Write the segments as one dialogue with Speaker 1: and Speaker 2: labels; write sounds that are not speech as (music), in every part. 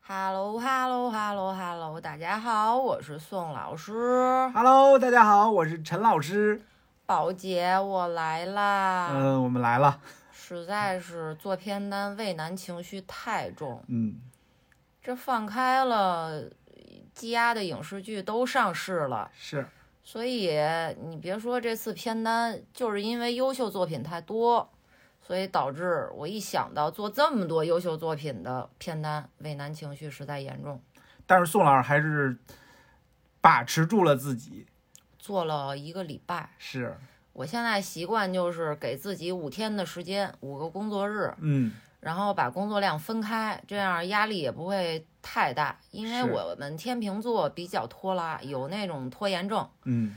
Speaker 1: Hello Hello Hello Hello，大家好，我是宋老师，
Speaker 2: Hello，大家好，我是陈老师。
Speaker 1: 宝姐，我来啦。
Speaker 2: 嗯、我们来了。
Speaker 1: 实在是做片单畏难情绪太重，
Speaker 2: 嗯，
Speaker 1: 这放开了，积压的影视剧都上市了，
Speaker 2: 是，
Speaker 1: 所以你别说这次片单，就是因为优秀作品太多。所以导致我一想到做这么多优秀作品的片单，畏难情绪实在严重。
Speaker 2: 但是宋老师还是把持住了自己。
Speaker 1: 做了一个礼拜，
Speaker 2: 是，
Speaker 1: 我现在习惯就是给自己五天的时间，五个工作日，
Speaker 2: 嗯，
Speaker 1: 然后把工作量分开，这样压力也不会太大。因为
Speaker 2: 是
Speaker 1: 我们天秤座比较拖拉，有那种拖延症。
Speaker 2: 嗯，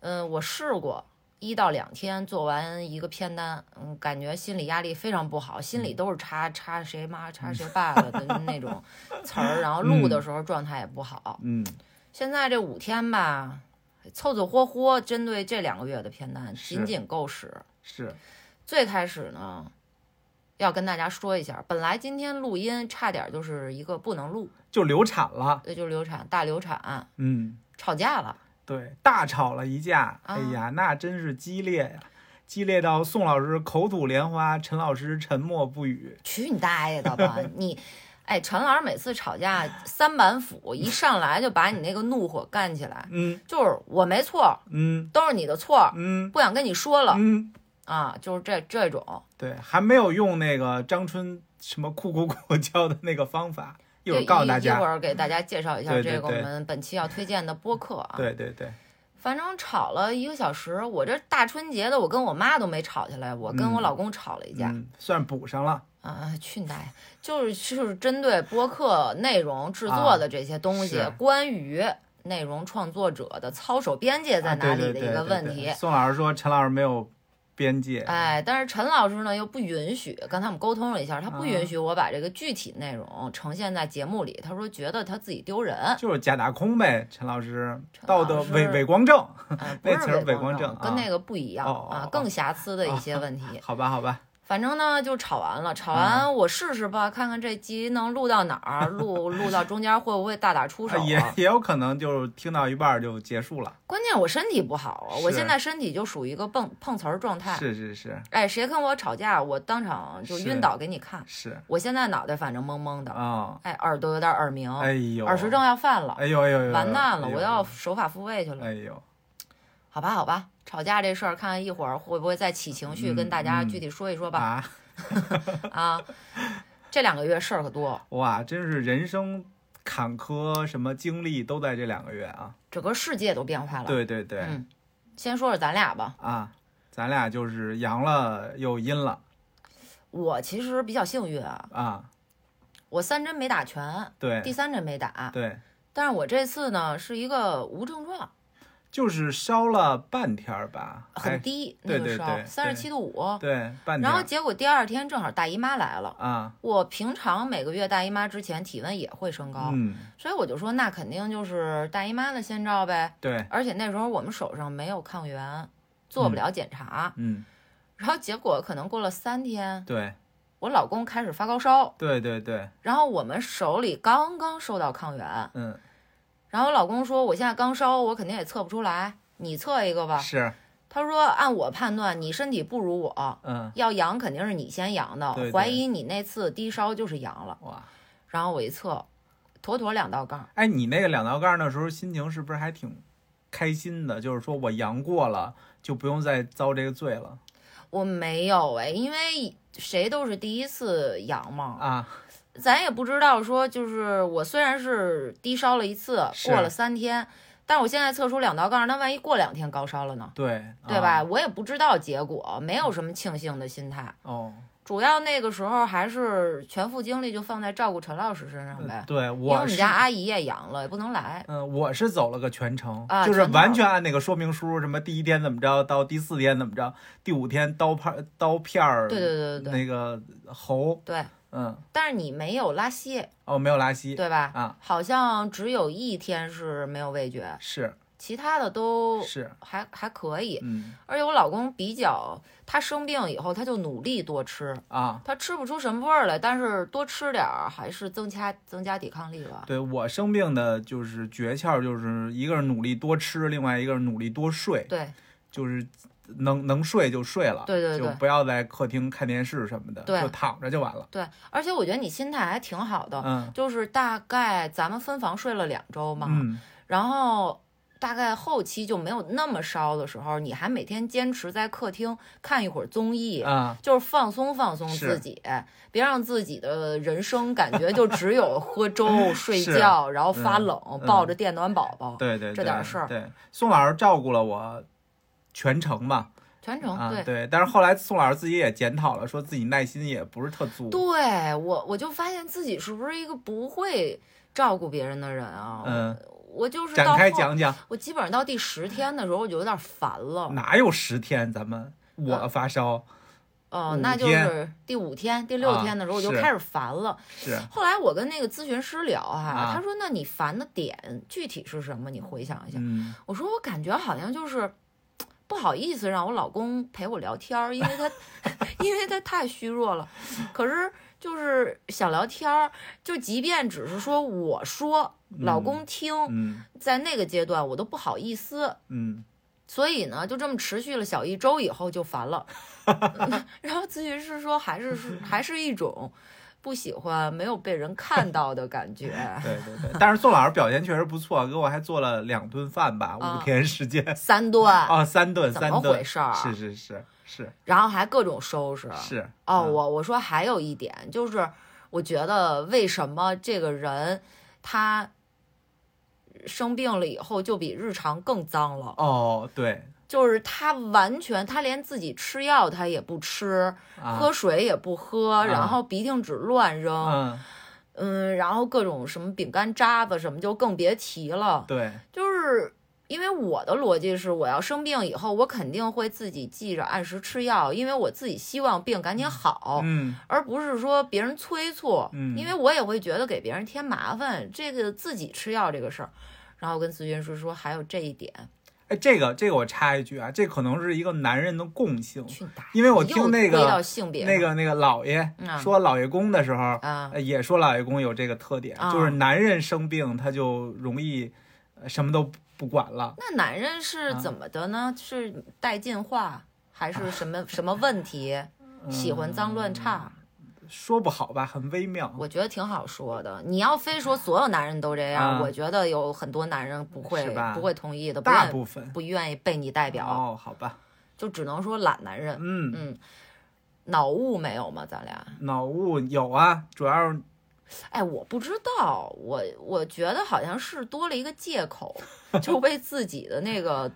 Speaker 1: 嗯，我试过一到两天做完一个片单，嗯，感觉心理压力非常不好，心
Speaker 2: 嗯
Speaker 1: 里都是查查谁妈查谁爸爸
Speaker 2: (laughs)
Speaker 1: 的那种词儿，然后录的时候状态也不好。
Speaker 2: 嗯，
Speaker 1: 现在这五天吧，凑凑合合，针对这两个月的片单，
Speaker 2: 是
Speaker 1: 仅仅够使。
Speaker 2: 是，
Speaker 1: 最开始呢，要跟大家说一下，本来今天录音差点就是一个不能录，
Speaker 2: 就流产了。
Speaker 1: 也就流产，大流产，
Speaker 2: 嗯，
Speaker 1: 吵架了。
Speaker 2: 对，大吵了一架。
Speaker 1: 啊
Speaker 2: 哎呀，那真是激烈呀、激烈到宋老师口吐莲花，陈老师沉默不语。
Speaker 1: 去你大爷的吧！ (laughs) 你，哎，陈老师每次吵架三板斧，一上来就把你那个怒火干起来，
Speaker 2: 嗯
Speaker 1: 就是我没错，
Speaker 2: 嗯
Speaker 1: 都是你的错，
Speaker 2: 嗯
Speaker 1: 不想跟你说了
Speaker 2: 嗯，
Speaker 1: 啊，就是这这种。
Speaker 2: 对，还没有用那个张春什么酷酷酷教的那个方法，一会儿告诉大
Speaker 1: 一会
Speaker 2: 家。
Speaker 1: 儿给大家介绍一下
Speaker 2: 对
Speaker 1: 这
Speaker 2: 对
Speaker 1: 个我
Speaker 2: 对
Speaker 1: 们本期要推荐的播客啊。
Speaker 2: 对对对，
Speaker 1: 反正吵了一个小时，我这大春节的，我跟我妈都没吵起来，我跟我
Speaker 2: 嗯
Speaker 1: 老公吵了一架。
Speaker 2: 嗯，算补上了。
Speaker 1: 啊，去你大爷！就是就是针对播客内容制作的这些东西，
Speaker 2: 啊是
Speaker 1: 关于内容创作者的操守边界在
Speaker 2: 啊
Speaker 1: 哪
Speaker 2: 对
Speaker 1: 里的
Speaker 2: 对
Speaker 1: 一
Speaker 2: 对
Speaker 1: 个
Speaker 2: 对
Speaker 1: 问
Speaker 2: 对
Speaker 1: 题。
Speaker 2: 宋老师说陈老师没有边界，
Speaker 1: 哎，但是陈老师呢又不允许，刚才我们沟通了一下，他不允
Speaker 2: 啊
Speaker 1: 许我把这个具体内容呈现在节目里。他说觉得他自己丢
Speaker 2: (laughs)
Speaker 1: 人，
Speaker 2: 就是假大空呗。陈老师
Speaker 1: 陈
Speaker 2: 道
Speaker 1: 老
Speaker 2: 德
Speaker 1: 师
Speaker 2: 伪伪光正，
Speaker 1: 哎不
Speaker 2: 那词
Speaker 1: 是
Speaker 2: 儿
Speaker 1: 伪
Speaker 2: 伪
Speaker 1: 光
Speaker 2: 光
Speaker 1: 正，
Speaker 2: 正
Speaker 1: 跟
Speaker 2: 啊
Speaker 1: 那个不一样
Speaker 2: 哦哦
Speaker 1: 啊
Speaker 2: 哦，
Speaker 1: 更瑕疵的一些问题。
Speaker 2: 好吧，好吧，
Speaker 1: 反正呢，就吵完
Speaker 2: 嗯
Speaker 1: 了，吵完我试试吧，看看这集能录到哪儿，
Speaker 2: (laughs)
Speaker 1: 录录到中间会不会大打出手
Speaker 2: 啊也
Speaker 1: 啊？
Speaker 2: 也有可能就是听到一半儿就结束了。
Speaker 1: 关键我身体不好啊，
Speaker 2: 是
Speaker 1: 我现在身体就属于一个碰碰瓷儿状态。
Speaker 2: 是是是
Speaker 1: 哎，谁跟我吵架，我当场就晕倒给你看。
Speaker 2: 是
Speaker 1: 我现在脑袋反正懵懵的，
Speaker 2: 啊，
Speaker 1: 哎，耳朵有点耳鸣，
Speaker 2: 哎呦，
Speaker 1: 耳石症要犯了，
Speaker 2: 哎呦，哎呦哎呦，
Speaker 1: 完蛋了，
Speaker 2: 哎呦
Speaker 1: 我要守法复位去了。
Speaker 2: 哎呦，
Speaker 1: 好吧，好吧，吵架这事儿，看看一会儿会不会再起情绪，
Speaker 2: 嗯
Speaker 1: 跟大家
Speaker 2: 嗯
Speaker 1: 具体说一说吧。
Speaker 2: 啊
Speaker 1: 啊，这两个月事儿可多，
Speaker 2: 哇，真是人生坎坷，什么经历都在这两个月啊。
Speaker 1: 整个世界都变化了。
Speaker 2: 对对对，
Speaker 1: 嗯，先说说咱俩吧。
Speaker 2: 啊，咱俩就是阳了又阴了
Speaker 1: 我其实比较幸运啊，
Speaker 2: 啊，
Speaker 1: 我三针没打全，
Speaker 2: 对
Speaker 1: 第三针没打，
Speaker 2: 对。
Speaker 1: 但是我这次呢是一个无症状，
Speaker 2: 就是烧了半天儿吧，还
Speaker 1: 很低那
Speaker 2: 哎
Speaker 1: 个
Speaker 2: 对对
Speaker 1: 烧，
Speaker 2: 对
Speaker 1: 三十七度五。
Speaker 2: 对半天
Speaker 1: 然
Speaker 2: 儿
Speaker 1: 后结果第二天正好大姨妈来了，
Speaker 2: 啊，
Speaker 1: 我平常每个月大姨妈之前体温也会升高，
Speaker 2: 嗯，
Speaker 1: 所以我就说那肯定就是大姨妈的先兆呗。
Speaker 2: 对，
Speaker 1: 而且那时候我们手上没有抗原，做不了检查。
Speaker 2: 嗯，
Speaker 1: 然后结果可能过了三天，
Speaker 2: 对，
Speaker 1: 我老公开始发高烧，
Speaker 2: 对对对，
Speaker 1: 然后我们手里刚刚收到抗原，
Speaker 2: 嗯，
Speaker 1: 然后我老公说我现在刚烧，我肯定也测不出来，你测一个吧。
Speaker 2: 是，
Speaker 1: 他说按我判断，你身体不如我，
Speaker 2: 嗯，
Speaker 1: 要阳肯定是你先阳的，
Speaker 2: 对对
Speaker 1: 怀疑你那次低烧就是阳了。
Speaker 2: 哇，
Speaker 1: 然后我一测，妥妥两道杠。
Speaker 2: 哎，你那个两道杠的时候心情是不是还挺开心的？就是说我阳过了，就不用再遭这个罪了
Speaker 1: 我没有哎，因为谁都是第一次阳嘛，
Speaker 2: 啊，
Speaker 1: 咱也不知道说，就是我虽然是低烧了一次，
Speaker 2: 是
Speaker 1: 过了三天，但是我现在测出两道杠，那万一过两天高烧了呢？
Speaker 2: 对，
Speaker 1: 对
Speaker 2: 啊嗯
Speaker 1: 吧？？我也不知道结果，没有什么庆幸的心态。
Speaker 2: 哦，
Speaker 1: 主要那个时候还是全副精力就放在照顾陈老师身上呗
Speaker 2: 呃，对，
Speaker 1: 因为我
Speaker 2: 我
Speaker 1: 们
Speaker 2: 是
Speaker 1: 家。阿姨也阳了，也不能来。
Speaker 2: 嗯，我是走了个全程，
Speaker 1: 啊
Speaker 2: 就是
Speaker 1: 全程
Speaker 2: 完全按那个说明书，什么第一天怎么着，到第四天怎么着，第五天刀片儿刀片儿，
Speaker 1: 对对对对对
Speaker 2: 那个喉，
Speaker 1: 对，
Speaker 2: 嗯，
Speaker 1: 但是你没有拉稀，
Speaker 2: 哦，没有拉稀，
Speaker 1: 对吧？
Speaker 2: 啊，
Speaker 1: 好像只有一天是没有味觉，
Speaker 2: 是
Speaker 1: 其他的都
Speaker 2: 是，
Speaker 1: 还还可以。
Speaker 2: 嗯
Speaker 1: 而且我老公比较，他生病以后他就努力多吃，
Speaker 2: 啊，
Speaker 1: 他吃不出什么味儿来，但是多吃点儿还是增加增加抵抗力吧。
Speaker 2: 对我生病的就是诀窍，就是一个是努力多吃，另外一个是努力多睡，
Speaker 1: 对
Speaker 2: 就是能能睡就睡了，
Speaker 1: 对对
Speaker 2: 就
Speaker 1: 对
Speaker 2: 不要在客厅看电视什么的，
Speaker 1: 对
Speaker 2: 就躺着就完了。
Speaker 1: 对，而且我觉得你心态还挺好的，
Speaker 2: 嗯
Speaker 1: 就是大概咱们分房睡了两周嘛，
Speaker 2: 嗯，
Speaker 1: 然后大概后期就没有那么烧的时候，你还每天坚持在客厅看一会儿综艺。
Speaker 2: 啊，
Speaker 1: 就是放松放松
Speaker 2: 是
Speaker 1: 自己，别让自己的人生感觉就只有喝
Speaker 2: (laughs)
Speaker 1: 粥、睡觉，然后发冷，
Speaker 2: 嗯
Speaker 1: 抱着电暖宝宝，
Speaker 2: 对对，
Speaker 1: 这
Speaker 2: 对
Speaker 1: 点事儿
Speaker 2: 对，宋老师照顾了我全程嘛，
Speaker 1: 全程
Speaker 2: 啊
Speaker 1: 对。
Speaker 2: 对，但是后来宋老师自己也检讨了，说自己耐心也不是特足。
Speaker 1: 对我，我就发现自己是不是一个不会照顾别人的人啊？
Speaker 2: 嗯，
Speaker 1: 我就是到
Speaker 2: 展开
Speaker 1: 后，
Speaker 2: 讲讲，
Speaker 1: 我基本上到第十天的时候，我就有点烦了。
Speaker 2: 哪有十天？咱
Speaker 1: 啊
Speaker 2: 们我发烧
Speaker 1: 呃
Speaker 2: 五，
Speaker 1: 那就
Speaker 2: 天
Speaker 1: 是第五天、第六
Speaker 2: 啊
Speaker 1: 天的时候，我就是开始烦了。
Speaker 2: 是
Speaker 1: 后来我跟那个咨询师聊哈、
Speaker 2: 啊
Speaker 1: 他说：“那你烦的点具体是什么？你回想一下。
Speaker 2: 嗯
Speaker 1: 我说：“我感觉好像就是。”不好意思，让我老公陪我聊天儿，因为他，
Speaker 2: (laughs)
Speaker 1: 因为他太虚弱了。可是就是想聊天儿，就即便只是说我说，老公听，
Speaker 2: 嗯
Speaker 1: 在那个阶段我都不好意思。
Speaker 2: 嗯
Speaker 1: 所以呢，就这么持续了小一周以后就烦了。嗯 (laughs) 然后咨询师说，还是是还是一种不喜欢没有被人看到的感觉。
Speaker 2: 对对
Speaker 1: (laughs)
Speaker 2: 对。但是宋老师表现确实不错，给我还做了两顿饭吧，
Speaker 1: 啊
Speaker 2: 五天时间
Speaker 1: 三顿，
Speaker 2: 啊，三顿
Speaker 1: 怎么
Speaker 2: 三
Speaker 1: 回
Speaker 2: 顿，
Speaker 1: 事儿？啊
Speaker 2: 是是是是
Speaker 1: 然后还各种收拾。
Speaker 2: 是
Speaker 1: 哦，
Speaker 2: 嗯
Speaker 1: 我我说还有一点就是，我觉得为什么这个人他生病了以后就比日常更脏了？
Speaker 2: 哦对，
Speaker 1: 就是他完全他连自己吃药他也不吃，
Speaker 2: 啊
Speaker 1: 喝水也不喝，然后鼻涕纸乱扔，
Speaker 2: 嗯
Speaker 1: 嗯，然后各种什么饼干渣子什么就更别提了。
Speaker 2: 对
Speaker 1: 就是因为我的逻辑是，我要生病以后，我肯定会自己记着按时吃药，因为我自己希望病赶紧好，
Speaker 2: 嗯
Speaker 1: 而不是说别人催促。
Speaker 2: 嗯
Speaker 1: 因为我也会觉得给别人添麻烦，这个自己吃药这个事儿。然后我跟咨询师说，还有这一点，
Speaker 2: 哎这个这个我插一句啊，这可能是一个男人的共性，
Speaker 1: 去打，
Speaker 2: 因为我听那
Speaker 1: 又归到
Speaker 2: 个
Speaker 1: 性别
Speaker 2: 那个那个老爷
Speaker 1: 嗯啊
Speaker 2: 说老爷公的时候，
Speaker 1: 啊，
Speaker 2: 呃也说老爷公有这个特点，
Speaker 1: 啊
Speaker 2: 就是男人生病他就容易呃什么都不管了。
Speaker 1: 那男人是
Speaker 2: 啊
Speaker 1: 怎么的呢？是带进化还是什
Speaker 2: 啊
Speaker 1: 么什么问题？
Speaker 2: 嗯
Speaker 1: 喜欢脏乱差？
Speaker 2: 说不好吧，很微妙。
Speaker 1: 我觉得挺好说的。你要非说所有男人都这样，
Speaker 2: 啊
Speaker 1: 我觉得有很多男人不会
Speaker 2: 是吧
Speaker 1: 不会同意的，不
Speaker 2: 大
Speaker 1: 愿
Speaker 2: 部分
Speaker 1: 不愿意被你代表，
Speaker 2: 哦，好吧，
Speaker 1: 就只能说懒男人。
Speaker 2: 嗯，
Speaker 1: 嗯，脑雾没有吗？咱俩？
Speaker 2: 脑雾有啊，主要是
Speaker 1: 哎，我不知道，我我觉得好像是多了一个借口，就为自己的那个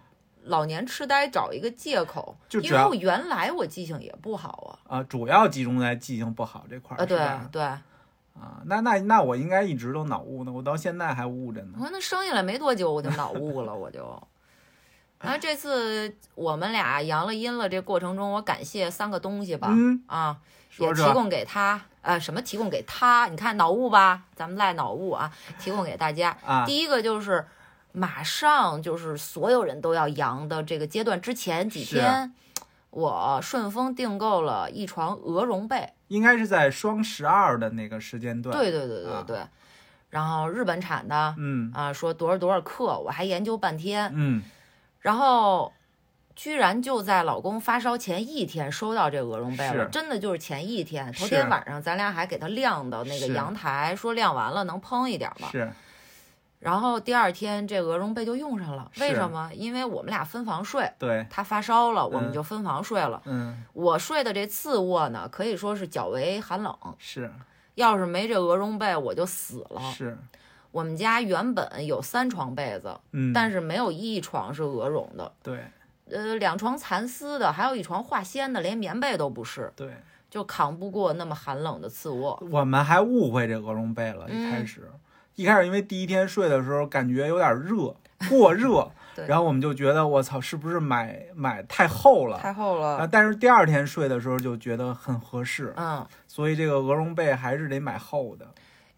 Speaker 1: 老年痴呆找一个借口。
Speaker 2: 就
Speaker 1: 因
Speaker 2: 主
Speaker 1: 为
Speaker 2: 要
Speaker 1: 我原来我记性也不好
Speaker 2: 啊、主要集中在记性不好这块
Speaker 1: 啊，
Speaker 2: 儿，
Speaker 1: 啊，对
Speaker 2: 是吧？
Speaker 1: 对，
Speaker 2: 啊，那那那我应该一直都脑雾呢，我到现在还雾着呢
Speaker 1: 我。说那生下来没多久我就脑雾了，我就。然后这次我们俩阳了阴了，这过程中我感谢三个东西吧，
Speaker 2: 嗯，
Speaker 1: 啊，也
Speaker 2: 说
Speaker 1: 提
Speaker 2: 说，
Speaker 1: 供给他，呃，什么提供给他？你看脑雾吧，咱们赖脑雾啊，提供给大家。
Speaker 2: 啊，
Speaker 1: 第一个就是马上就是所有人都要阳的这个阶段之前几
Speaker 2: 是啊
Speaker 1: 天，我顺丰订购了一床鹅绒被，
Speaker 2: 应该是在双十二的那个时间段。，
Speaker 1: 对对对对
Speaker 2: 啊
Speaker 1: 对，然后日本产的
Speaker 2: 嗯
Speaker 1: 啊，说多少多少克，我还研究半天。
Speaker 2: 嗯，
Speaker 1: 然后居然就在老公发烧前一天收到这鹅绒被了，
Speaker 2: 是
Speaker 1: 真的就是前一天。头
Speaker 2: 是
Speaker 1: 天晚上咱俩还给他晾到那个
Speaker 2: 是
Speaker 1: 阳台，说晾完了能蓬一点吧。
Speaker 2: 是
Speaker 1: 然后第二天这鹅绒被就用上了，
Speaker 2: 是
Speaker 1: 为什么？因为我们俩分房睡。
Speaker 2: 对，
Speaker 1: 他发烧了，我
Speaker 2: 嗯
Speaker 1: 们就分房睡了。
Speaker 2: 嗯
Speaker 1: 我睡的这次卧呢，可以说是较为寒冷。
Speaker 2: 是
Speaker 1: 要是没这鹅绒被，我就死了。
Speaker 2: 是，
Speaker 1: 我们家原本有三床被子，
Speaker 2: 嗯，
Speaker 1: 但
Speaker 2: 是
Speaker 1: 是没有一床是鹅绒的。
Speaker 2: 对
Speaker 1: 呃，两床蚕丝的，还有一床化纤的，连棉被都不是，
Speaker 2: 对。
Speaker 1: 就扛不过那么寒冷的次卧。
Speaker 2: 我们还误会这鹅绒被了，一
Speaker 1: 嗯，
Speaker 2: 开始，一开始因为第一天睡的时候感觉有点热， (laughs) 过热
Speaker 1: 对
Speaker 2: 然后我们就觉得我操，是不是买买太厚了？
Speaker 1: 厚
Speaker 2: 啊！
Speaker 1: 了，
Speaker 2: 但是第二天睡的时候就觉得很合适，
Speaker 1: 嗯，
Speaker 2: 所以这个鹅绒被还是得买厚的。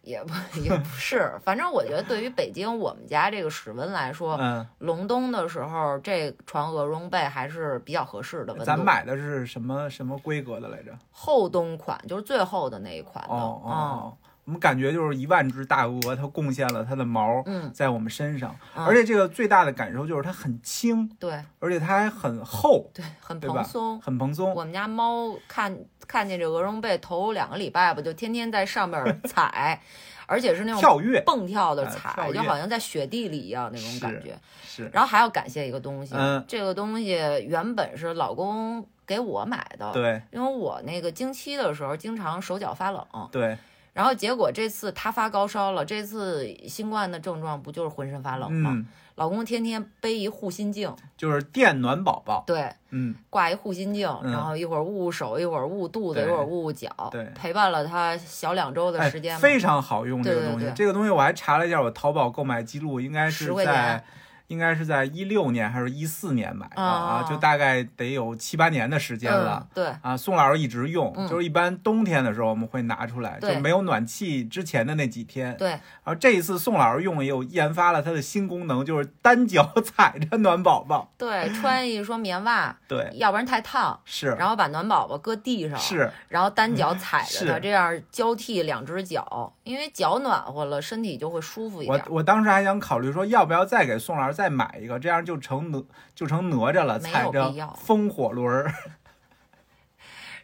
Speaker 1: 也不 (laughs) 也不是，反正我觉得对于北京我们家这个室温来说，
Speaker 2: 嗯，
Speaker 1: 隆冬的时候这床鹅绒被还是比较合适的温
Speaker 2: 咱
Speaker 1: 度。
Speaker 2: 买的是什么什么规格的来着？
Speaker 1: 厚冬款就是最厚的那一款的，
Speaker 2: 哦哦哦，我们感觉就是一万只大鹅，它贡献了它的毛
Speaker 1: 嗯
Speaker 2: 在我们身上，
Speaker 1: 嗯
Speaker 2: 而且这个最大的感受就是它很轻，
Speaker 1: 嗯，对 (laughs)
Speaker 2: 而且它还很厚，
Speaker 1: 对，很
Speaker 2: 对吧
Speaker 1: 蓬松。
Speaker 2: 很蓬松。
Speaker 1: 我们家猫看看见这鹅绒被头两个礼拜吧，就天天在上面踩，而且是那种
Speaker 2: 跳跃
Speaker 1: 蹦跳的
Speaker 2: 哎
Speaker 1: 踩，
Speaker 2: 跳
Speaker 1: 就
Speaker 2: 跃
Speaker 1: 好像在雪地里一样那种感
Speaker 2: 是
Speaker 1: 觉。
Speaker 2: 是，
Speaker 1: 然后还要感谢一个东西，
Speaker 2: 嗯
Speaker 1: 这个东西原本是老公给我买的，
Speaker 2: 对
Speaker 1: 因为我那个经期的时候经常手脚发冷，
Speaker 2: 对，
Speaker 1: 然后结果这次他发高烧了，这次新冠的症状不就是浑身发冷吗？
Speaker 2: 嗯，
Speaker 1: 老公天天背一护心镜，
Speaker 2: 就是电暖宝宝，
Speaker 1: 对，
Speaker 2: 嗯，
Speaker 1: 挂一护心镜，
Speaker 2: 嗯
Speaker 1: 然后一会儿捂捂手，一会儿捂捂肚子，一
Speaker 2: 对
Speaker 1: 会儿捂捂脚，
Speaker 2: 对
Speaker 1: 陪伴了他小两周的
Speaker 2: 哎
Speaker 1: 时间吧，
Speaker 2: 非常好用这
Speaker 1: 对
Speaker 2: 个
Speaker 1: 对
Speaker 2: 东西
Speaker 1: 对。
Speaker 2: 这个东西我还查了一下，我淘宝购买记录应该是
Speaker 1: 10块
Speaker 2: 在
Speaker 1: 钱。
Speaker 2: 应该是在一六年还是一四年买的啊，
Speaker 1: 哦
Speaker 2: 就大概得有七八年的时间了。
Speaker 1: 嗯，对，
Speaker 2: 啊，宋老师一直用，
Speaker 1: 嗯
Speaker 2: 就是一般冬天的时候我们会拿出来，就
Speaker 1: 对
Speaker 2: 没有暖气之前的那几天。
Speaker 1: 对，
Speaker 2: 然后这一次宋老师用也有研发了它的新功能，就是单脚 (laughs) 踩着暖宝宝。
Speaker 1: 对，穿一双棉袜，
Speaker 2: 对，
Speaker 1: 要不然太烫，
Speaker 2: 是
Speaker 1: 然后把暖宝宝搁地上，
Speaker 2: 是，嗯
Speaker 1: 然后单脚踩着它，
Speaker 2: 是
Speaker 1: 这样交替两只脚，因为脚暖和了，身体就会舒服一
Speaker 2: 我
Speaker 1: 点。
Speaker 2: 我当时还想考虑说要不要再给宋老师再买一个，这样就成哪就成哪吒了，
Speaker 1: 没有
Speaker 2: 踩着
Speaker 1: 必要
Speaker 2: 风火轮儿。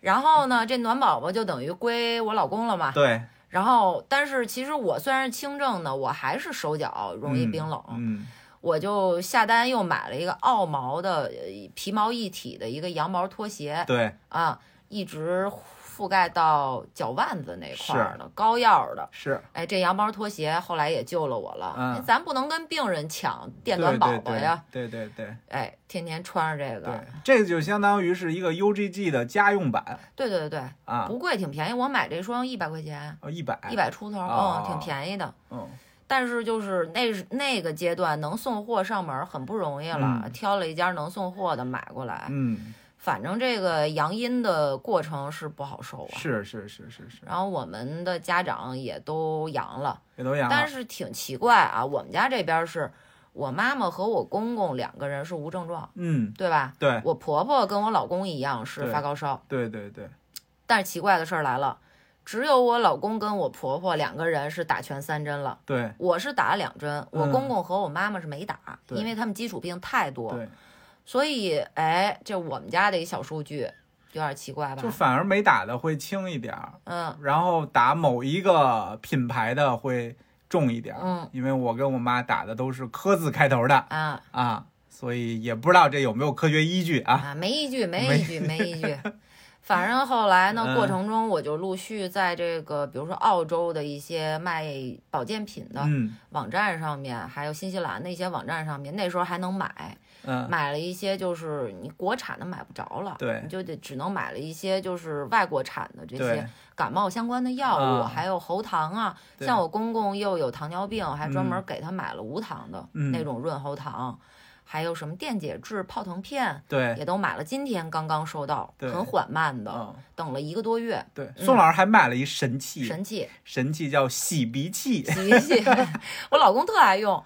Speaker 1: 然后呢，这暖宝宝就等于归我老公了嘛。
Speaker 2: 对，
Speaker 1: 然后，但是其实我虽然是轻症呢，我还是手脚容易
Speaker 2: 嗯
Speaker 1: 冰冷，
Speaker 2: 嗯，
Speaker 1: 我就下单又买了一个澳毛的呃皮毛一体的一个羊毛拖鞋
Speaker 2: 嗯对，
Speaker 1: 啊，一直覆盖到脚腕子那块儿
Speaker 2: 是
Speaker 1: 的高腰的。
Speaker 2: 是
Speaker 1: 哎，这羊毛拖鞋后来也救了我了。哎
Speaker 2: 嗯
Speaker 1: 咱不能跟病人抢电
Speaker 2: 对
Speaker 1: 暖宝宝
Speaker 2: 对
Speaker 1: 呀。
Speaker 2: 对对对
Speaker 1: 哎，天天穿着这
Speaker 2: 对
Speaker 1: 个，，
Speaker 2: 这个就相当于是一个 UGG 的家用版
Speaker 1: 对对对对，
Speaker 2: 啊，
Speaker 1: 不贵，挺便宜。我买这双一百块钱，
Speaker 2: 一百
Speaker 1: 一，百出头，
Speaker 2: 哦
Speaker 1: 嗯，挺便宜的。
Speaker 2: 嗯，
Speaker 1: 但是就是那是那个阶段能送货上门很不容易了，
Speaker 2: 嗯
Speaker 1: 挑了一家能送货的买过来。
Speaker 2: 嗯，
Speaker 1: 反正这个阳阴的过程是不好受啊。
Speaker 2: 是是是是是，
Speaker 1: 然后我们的家长也都阳了，
Speaker 2: 也都养了
Speaker 1: 但。是挺奇怪啊，我们家这边是我妈妈和我公公两个人是无症状，
Speaker 2: 嗯，
Speaker 1: 对吧？
Speaker 2: 对
Speaker 1: 我婆婆跟我老公一样是
Speaker 2: 对
Speaker 1: 发高烧。
Speaker 2: 对对对，
Speaker 1: 但是奇怪的事儿来了，只有我老公跟我婆婆两个人是打全三针了，
Speaker 2: 对
Speaker 1: 我是打了两针，我
Speaker 2: 嗯
Speaker 1: 公公和我妈妈是没打，
Speaker 2: 对
Speaker 1: 因为他们基础病太多，
Speaker 2: 对，
Speaker 1: 所以哎，这我们家的一小数据有点奇怪
Speaker 2: 就
Speaker 1: 吧？
Speaker 2: 反而没打的会轻一点儿，
Speaker 1: 嗯
Speaker 2: 然后打某一个品牌的会重一点儿。
Speaker 1: 嗯
Speaker 2: 因为我跟我妈打的都是科字开头的
Speaker 1: 啊
Speaker 2: 啊，所以也不知道这有没有科学依据啊。
Speaker 1: 啊，没依据，
Speaker 2: 没
Speaker 1: 没依据，没依
Speaker 2: (laughs)
Speaker 1: 据。反正后来呢，
Speaker 2: 嗯
Speaker 1: 过程中我就陆续在这个，比如说澳洲的一些卖保健品的
Speaker 2: 嗯
Speaker 1: 网站上面，还有新西兰的一些网站上面，那时候还能买，
Speaker 2: 嗯，
Speaker 1: 买了一些就是你国产的买不着了，
Speaker 2: 对
Speaker 1: 你就得只能买了一些就是外国产的这
Speaker 2: 对
Speaker 1: 些，感冒相关的药物，
Speaker 2: 啊
Speaker 1: 还有喉糖啊。
Speaker 2: 对
Speaker 1: 像我公公又有糖尿病，还专门
Speaker 2: 嗯
Speaker 1: 给他买了无糖的、
Speaker 2: 嗯
Speaker 1: 那种润喉糖，还有什么电解质泡腾片。
Speaker 2: 对，嗯
Speaker 1: 也都买了，今天刚刚收到，
Speaker 2: 对
Speaker 1: 很缓慢的，
Speaker 2: 嗯
Speaker 1: 等了一个多月。
Speaker 2: 对，宋老师还买了一神器，
Speaker 1: 嗯神
Speaker 2: (laughs)
Speaker 1: 器，
Speaker 2: 神器叫洗鼻器。 (laughs)
Speaker 1: 洗鼻器， (laughs) 我老公特爱用。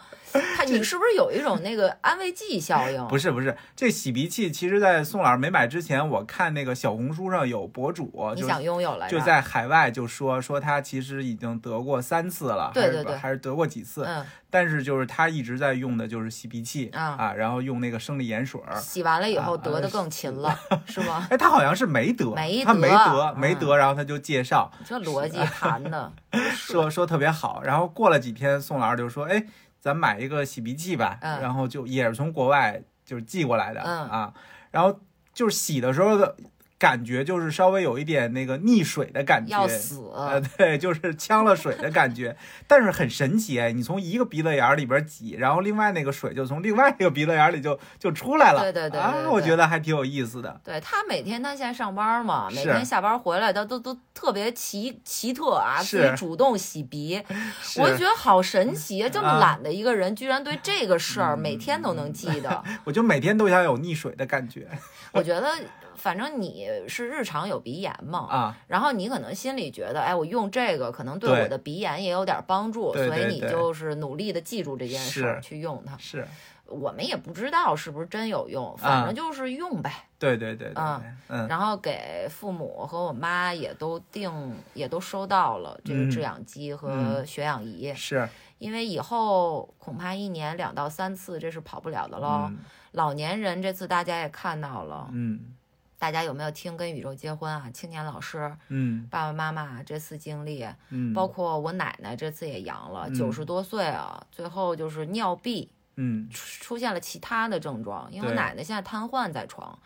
Speaker 1: 他，你是不是有一种那个安慰剂效应？
Speaker 2: 不是不是，这洗鼻器其实，在宋老师没买之前，我看那个小红书上有博主，
Speaker 1: 你
Speaker 2: 就是
Speaker 1: 想拥有来着？
Speaker 2: 就在海外就说说他其实已经得过三次了，
Speaker 1: 对对
Speaker 2: 还
Speaker 1: 对
Speaker 2: 是还是得过几次，
Speaker 1: 嗯，
Speaker 2: 但是就是他一直在用的就是洗鼻器
Speaker 1: 啊
Speaker 2: 然后用那个生理盐水儿。
Speaker 1: 洗完了以后
Speaker 2: 啊
Speaker 1: 得的更勤了，是吗？
Speaker 2: (laughs) 哎，他好像是没得，
Speaker 1: 没
Speaker 2: 他没
Speaker 1: 得
Speaker 2: 得，
Speaker 1: 嗯
Speaker 2: 没得，然后他就介绍
Speaker 1: 你
Speaker 2: (laughs)
Speaker 1: 这
Speaker 2: 啊
Speaker 1: 逻辑盘的，
Speaker 2: 说说特别好，然后过了几天，宋老师就说，哎，咱买一个洗鼻器吧，
Speaker 1: 嗯
Speaker 2: 然后就也是从国外就是寄过来的、
Speaker 1: 嗯
Speaker 2: 啊，然后就是洗的时候的感觉就是稍微有一点那个溺水的 (laughs) 感觉，
Speaker 1: 要死。
Speaker 2: 呃，对，就是呛了水的感觉，但是很神奇哎，你从一个鼻子眼儿里边挤，然后另外那个水就从另外一个鼻子眼儿里就就出来了，
Speaker 1: 对对对对
Speaker 2: 啊，
Speaker 1: 对
Speaker 2: 我觉得还挺有意思的，
Speaker 1: 对他每天，他现在上班嘛，
Speaker 2: 是
Speaker 1: 每天下班回来，他都都特别奇奇特啊，
Speaker 2: 是
Speaker 1: 自己主动洗鼻，
Speaker 2: 是
Speaker 1: 我就觉得好神奇啊！这么
Speaker 2: 啊嗯
Speaker 1: 懒的一个人，居然对这
Speaker 2: (laughs)
Speaker 1: 个事儿每天都能记得，
Speaker 2: 我就每天都想有溺水的感觉，
Speaker 1: 我觉得反正你是日常有鼻炎嘛，
Speaker 2: 啊，
Speaker 1: 然后你可能心里觉得，哎，我用这个可能对
Speaker 2: 对
Speaker 1: 我的鼻炎也有点帮助，
Speaker 2: 对
Speaker 1: 所以
Speaker 2: 对
Speaker 1: 你
Speaker 2: 对
Speaker 1: 就是努力的记住这件事儿
Speaker 2: 是
Speaker 1: 去用它。
Speaker 2: 是
Speaker 1: 我们也不知道是不是真有用，
Speaker 2: 啊
Speaker 1: 反正就是用呗。
Speaker 2: 对对对对
Speaker 1: 啊
Speaker 2: 对，嗯，
Speaker 1: 然后给父母和我妈也都定，也都收到了这个
Speaker 2: 嗯
Speaker 1: 制氧机和血氧仪，
Speaker 2: 是，
Speaker 1: 因为以后恐怕一年两到三次这是跑不了的喽。
Speaker 2: 嗯
Speaker 1: 老年人这次大家也看到了，
Speaker 2: 嗯
Speaker 1: 大家有没有听《跟宇宙结婚》啊？青年老师
Speaker 2: 嗯
Speaker 1: 爸爸妈妈这次经历，
Speaker 2: 嗯，
Speaker 1: 包括我奶奶这次也阳了，
Speaker 2: 嗯
Speaker 1: 九十多岁啊，最后就是尿闭，
Speaker 2: 嗯
Speaker 1: 出出现了其他的症状，因为我
Speaker 2: 对
Speaker 1: 奶奶现在瘫痪在床。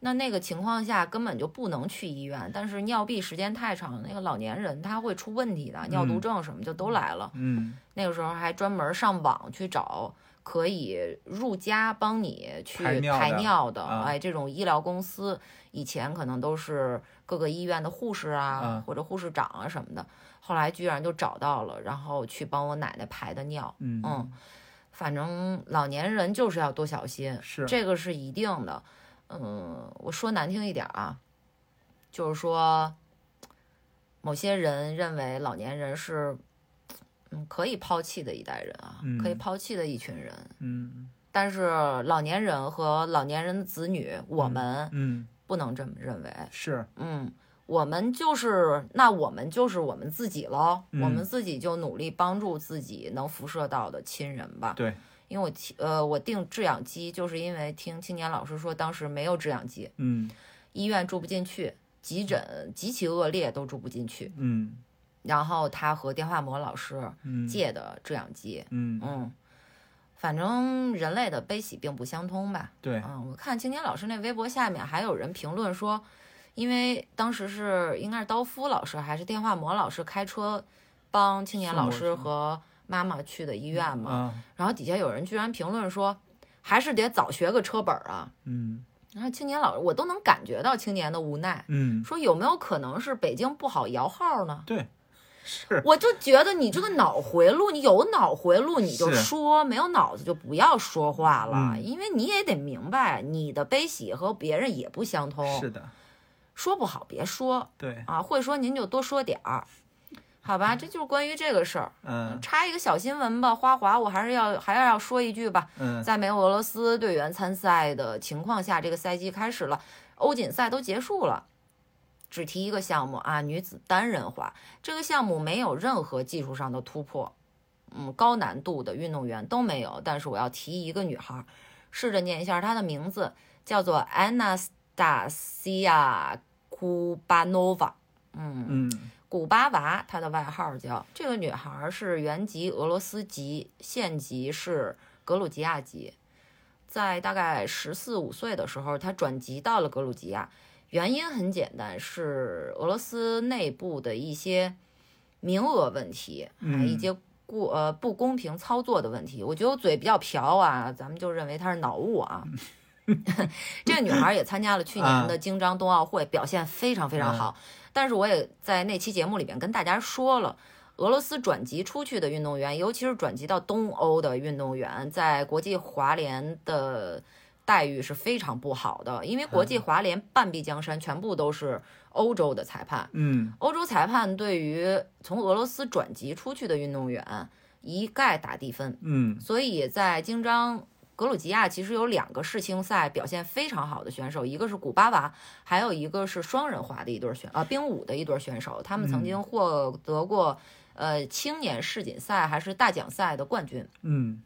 Speaker 1: 那那个情况下根本就不能去医院，但是尿闭时间太长，那个老年人他会出问题的，尿毒症什么就都来了。
Speaker 2: 嗯
Speaker 1: 那个时候还专门上网去找可以入家帮你去
Speaker 2: 排尿的
Speaker 1: 排尿的，
Speaker 2: 啊
Speaker 1: 哎，这种医疗公司以前可能都是各个医院的护士啊，
Speaker 2: 嗯
Speaker 1: 或者护士长啊什么的，后来居然就找到了，然后去帮我奶奶排的尿。
Speaker 2: 嗯
Speaker 1: 嗯，反正老年人就是要多小心，
Speaker 2: 是
Speaker 1: 这个是一定的。嗯，我说难听一点啊，就是说，某些人认为老年人是，嗯，可以抛弃的一代人啊，可以
Speaker 2: 嗯
Speaker 1: 抛弃的一群人。
Speaker 2: 嗯
Speaker 1: 但是老年人和老年人的子女，我们
Speaker 2: 嗯
Speaker 1: 不能这么认为。
Speaker 2: 是，
Speaker 1: 嗯，我们就是，那我们就是我们自己喽，我们
Speaker 2: 嗯
Speaker 1: 自己就努力帮助自己能辐射到的亲人吧。
Speaker 2: 对，
Speaker 1: 因为我提呃，我订制氧机，就是因为听青年老师说，当时没有制氧机，
Speaker 2: 嗯
Speaker 1: 医院住不进去，急诊极其恶劣都住不进去。
Speaker 2: 嗯
Speaker 1: 然后他和电话膜老师
Speaker 2: 嗯
Speaker 1: 借的制氧机，
Speaker 2: 嗯
Speaker 1: 嗯，反正人类的悲喜并不相通吧。
Speaker 2: 对，
Speaker 1: 嗯，我看青年老师那微博下面还有人评论说，因为当时是应该是刀夫老师还是电话膜老师开车帮青年
Speaker 2: 送
Speaker 1: 老
Speaker 2: 过
Speaker 1: 师
Speaker 2: 去
Speaker 1: 和妈妈去的医院嘛，
Speaker 2: 啊
Speaker 1: 然后底下有人居然评论说，还是得早学个车本儿啊。
Speaker 2: 嗯
Speaker 1: 然后青年老师，我都能感觉到青年的无奈，
Speaker 2: 嗯
Speaker 1: 说有没有可能是北京不好摇号呢？
Speaker 2: 对，是
Speaker 1: 我就觉得你这个脑回路，你有脑回路你就是说，没有脑子就不要说话了，
Speaker 2: 嗯
Speaker 1: 因为你也得明白你的悲喜和别人也不相通，
Speaker 2: 是的，
Speaker 1: 说不好别说
Speaker 2: 对，
Speaker 1: 啊，会说您就多说点儿，好吧？这就是关于这个事儿，
Speaker 2: 嗯
Speaker 1: 插一个小新闻吧。花滑，我还是要还要要说一句吧，
Speaker 2: 嗯
Speaker 1: 在没有俄罗斯队员参赛的情况下，这个赛季开始了，欧锦赛都结束了。只提一个项目啊，女子单人滑这个项目没有任何技术上的突破，嗯，高难度的运动员都没有。但是我要提一个女孩，试着念一下她的名字，叫做 Anastasia Kubanova，嗯，
Speaker 2: 嗯
Speaker 1: 古巴娃，她的外号叫这个女孩是原籍俄罗斯籍，现籍是格鲁吉亚籍。在大概十四五岁的时候，她转籍到了格鲁吉亚，原因很简单，是俄罗斯内部的一些名额问题，还一
Speaker 2: 嗯
Speaker 1: 些故呃不公平操作的问题。我觉得我嘴比较瓢啊，咱们就认为她是脑雾啊。这个女孩也参加了去年的京张冬奥会，表现非常非常好。但是我也在那期节目里面跟大家说了，俄罗斯转籍出去的运动员，尤其是转籍到东欧的运动员，在国际滑联的待遇是非常不好的，因为国际滑联半壁江山全部都是欧洲的裁判，
Speaker 2: 嗯
Speaker 1: 欧洲裁判对于从俄罗斯转籍出去的运动员一概打低分。
Speaker 2: 嗯
Speaker 1: 所以在京张格鲁吉亚其实有两个世青赛表现非常好的选手，一个是古巴娃，还有一个是双人滑的一对儿选啊、冰舞的一对儿选手，他们曾经获得过呃青年世锦赛还是大奖赛的冠军。
Speaker 2: 嗯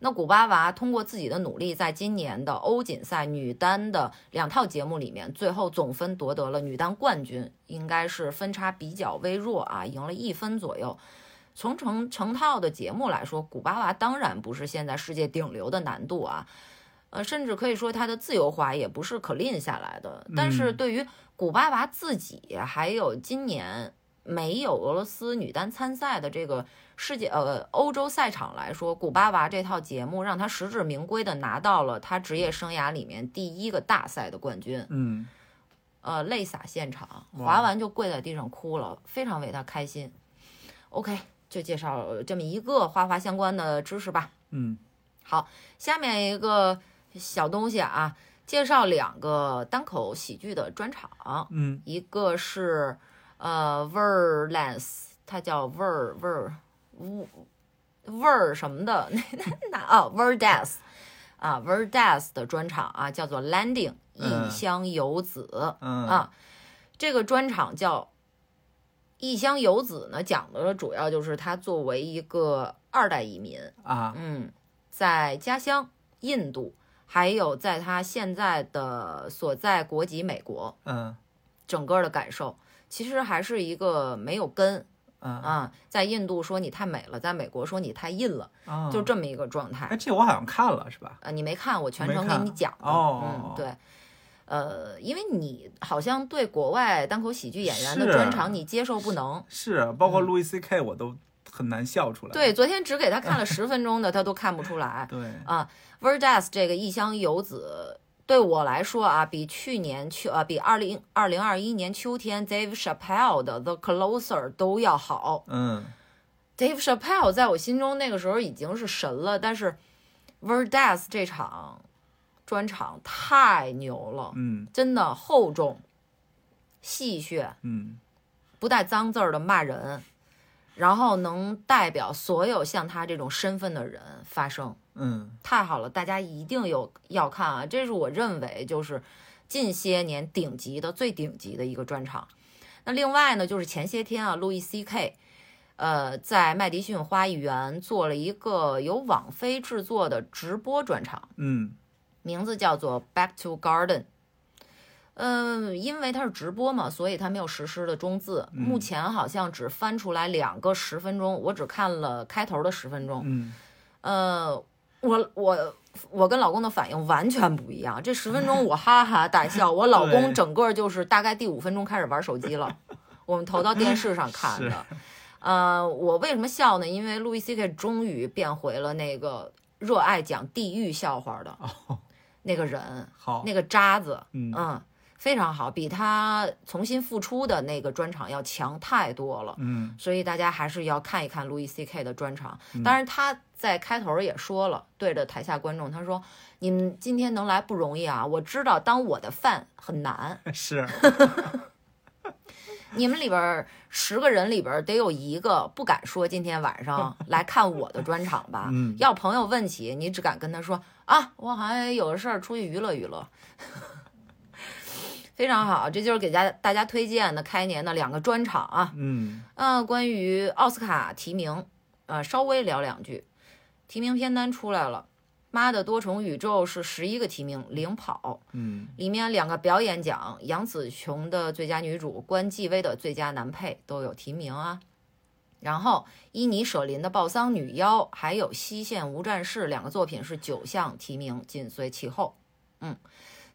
Speaker 1: 那古巴娃通过自己的努力，在今年的欧锦赛女单的两套节目里面，最后总分夺得了女单冠军，应该是分差比较微弱啊，赢了一分左右。从成成套的节目来说，古巴娃当然不是现在世界顶流的难度啊，呃，甚至可以说她的自由滑也不是可练下来的。但是
Speaker 2: 嗯
Speaker 1: 对于古巴娃自己，还有今年没有俄罗斯女单参赛的这个世界呃欧洲赛场来说，古巴娃这套节目让她实至名归的拿到了她职业生涯里面第一个大赛的冠军，
Speaker 2: 嗯
Speaker 1: 呃，泪洒现场，
Speaker 2: 哇
Speaker 1: 滑完就跪在地上哭了，非常为她开心。OK，就介绍呃这么一个花滑相关的知识吧。
Speaker 2: 嗯
Speaker 1: 好，下面一个小东西啊，介绍两个单口喜剧的专场，
Speaker 2: 嗯
Speaker 1: 一个是呃 v e r l a n s 它叫 v e r v e r 乌 v e r 什么的，那那那啊 v e r d a s 啊 v e r d a s 的专场啊，叫做 Landing
Speaker 2: 嗯
Speaker 1: 异乡游子。
Speaker 2: 嗯
Speaker 1: 啊，这个专场叫《异乡游子》呢，讲的主要就是他作为一个二代移民，
Speaker 2: 啊
Speaker 1: 嗯，在家乡印度，还有在他现在的所在国籍美国，
Speaker 2: 嗯
Speaker 1: 整个的感受。其实还是一个没有根
Speaker 2: 嗯
Speaker 1: 啊，在印度说你太美了，在美国说你太印了，
Speaker 2: 啊，
Speaker 1: 就这么一个状态。
Speaker 2: 哎，这我好像看了是吧？
Speaker 1: 呃，你没看，我全
Speaker 2: 没
Speaker 1: 程给
Speaker 2: 看
Speaker 1: 你讲了。
Speaker 2: 哦
Speaker 1: 嗯，对。呃，因为你好像对国外单口喜剧演员的
Speaker 2: 是啊
Speaker 1: 专场你接受不能。
Speaker 2: 是，啊包括 Louis C K 我都很难笑出来。
Speaker 1: 对，昨天只给他看了十分钟的，他都看不出来。
Speaker 2: 对，
Speaker 1: Verdas 这个异乡游子对我来说啊，比去年秋啊，比二零二零二一年秋天 Dave Chappelle 的 The Closer 都要好。
Speaker 2: 嗯
Speaker 1: Dave Chappelle 在我心中那个时候已经是神了，但是 Verdas 这场专场太牛了。
Speaker 2: 嗯
Speaker 1: 真的厚重、戏谑，
Speaker 2: 嗯
Speaker 1: 不带脏字儿的骂人，然后能代表所有像他这种身份的人发声，
Speaker 2: 嗯
Speaker 1: 太好了！大家一定有要看啊，这是我认为就是近些年顶级的最顶级的一个专场。那另外呢，就是前些天啊，路易 C K。呃，在麦迪逊花园做了一个由网飞制作的直播专场，
Speaker 2: 嗯
Speaker 1: 名字叫做《Back to Garden》。嗯，因为它是直播嘛，所以它没有实施的中字。目前好像只翻出来两个十分钟，我只看了开头的十分钟。
Speaker 2: 嗯，
Speaker 1: 呃，我我我跟老公的反应完全不一样。这十分钟我哈哈大笑，我老
Speaker 2: 对
Speaker 1: 公整个就是大概第五分钟开始玩手机了，我们投到电视上看
Speaker 2: 是
Speaker 1: 的。 (laughs) 呃，我为什么笑呢？因为路易 C K 终于变回了那个热爱讲地狱笑话的那个人，
Speaker 2: 好，
Speaker 1: 那个渣子，
Speaker 2: 哦嗯
Speaker 1: 嗯，非常好，比他重新复出的那个专场要强太多了。 (laughs)
Speaker 2: 嗯
Speaker 1: 所以大家还是要看一看路易 C K 的专场。当然，他在开头也说了，对着台下观众，他说：“你们今天能来不容易啊！我知道当我的饭很难，
Speaker 2: 是，
Speaker 1: 你们里边儿十个人里边儿得有一个不敢说今天晚上来看我的专场吧。
Speaker 2: 嗯
Speaker 1: 要朋友问起，你只敢跟他说啊，我好像有个事儿出去娱乐娱乐。 (laughs) 非常好，这就是给大家大家推荐的开年的两个专场啊。
Speaker 2: 嗯
Speaker 1: 呃，关于奥斯卡提名，呃，稍微聊两句。提名片单出来了，《妈的多重宇宙》是十一个提名领跑，
Speaker 2: 嗯
Speaker 1: 里面两个表演奖，杨紫琼的最佳女主，关继威的最佳男配都有提名啊。然后，伊尼舍林的《报丧女妖》还有《西线无战事》两个作品是九项提名，紧随其后。嗯，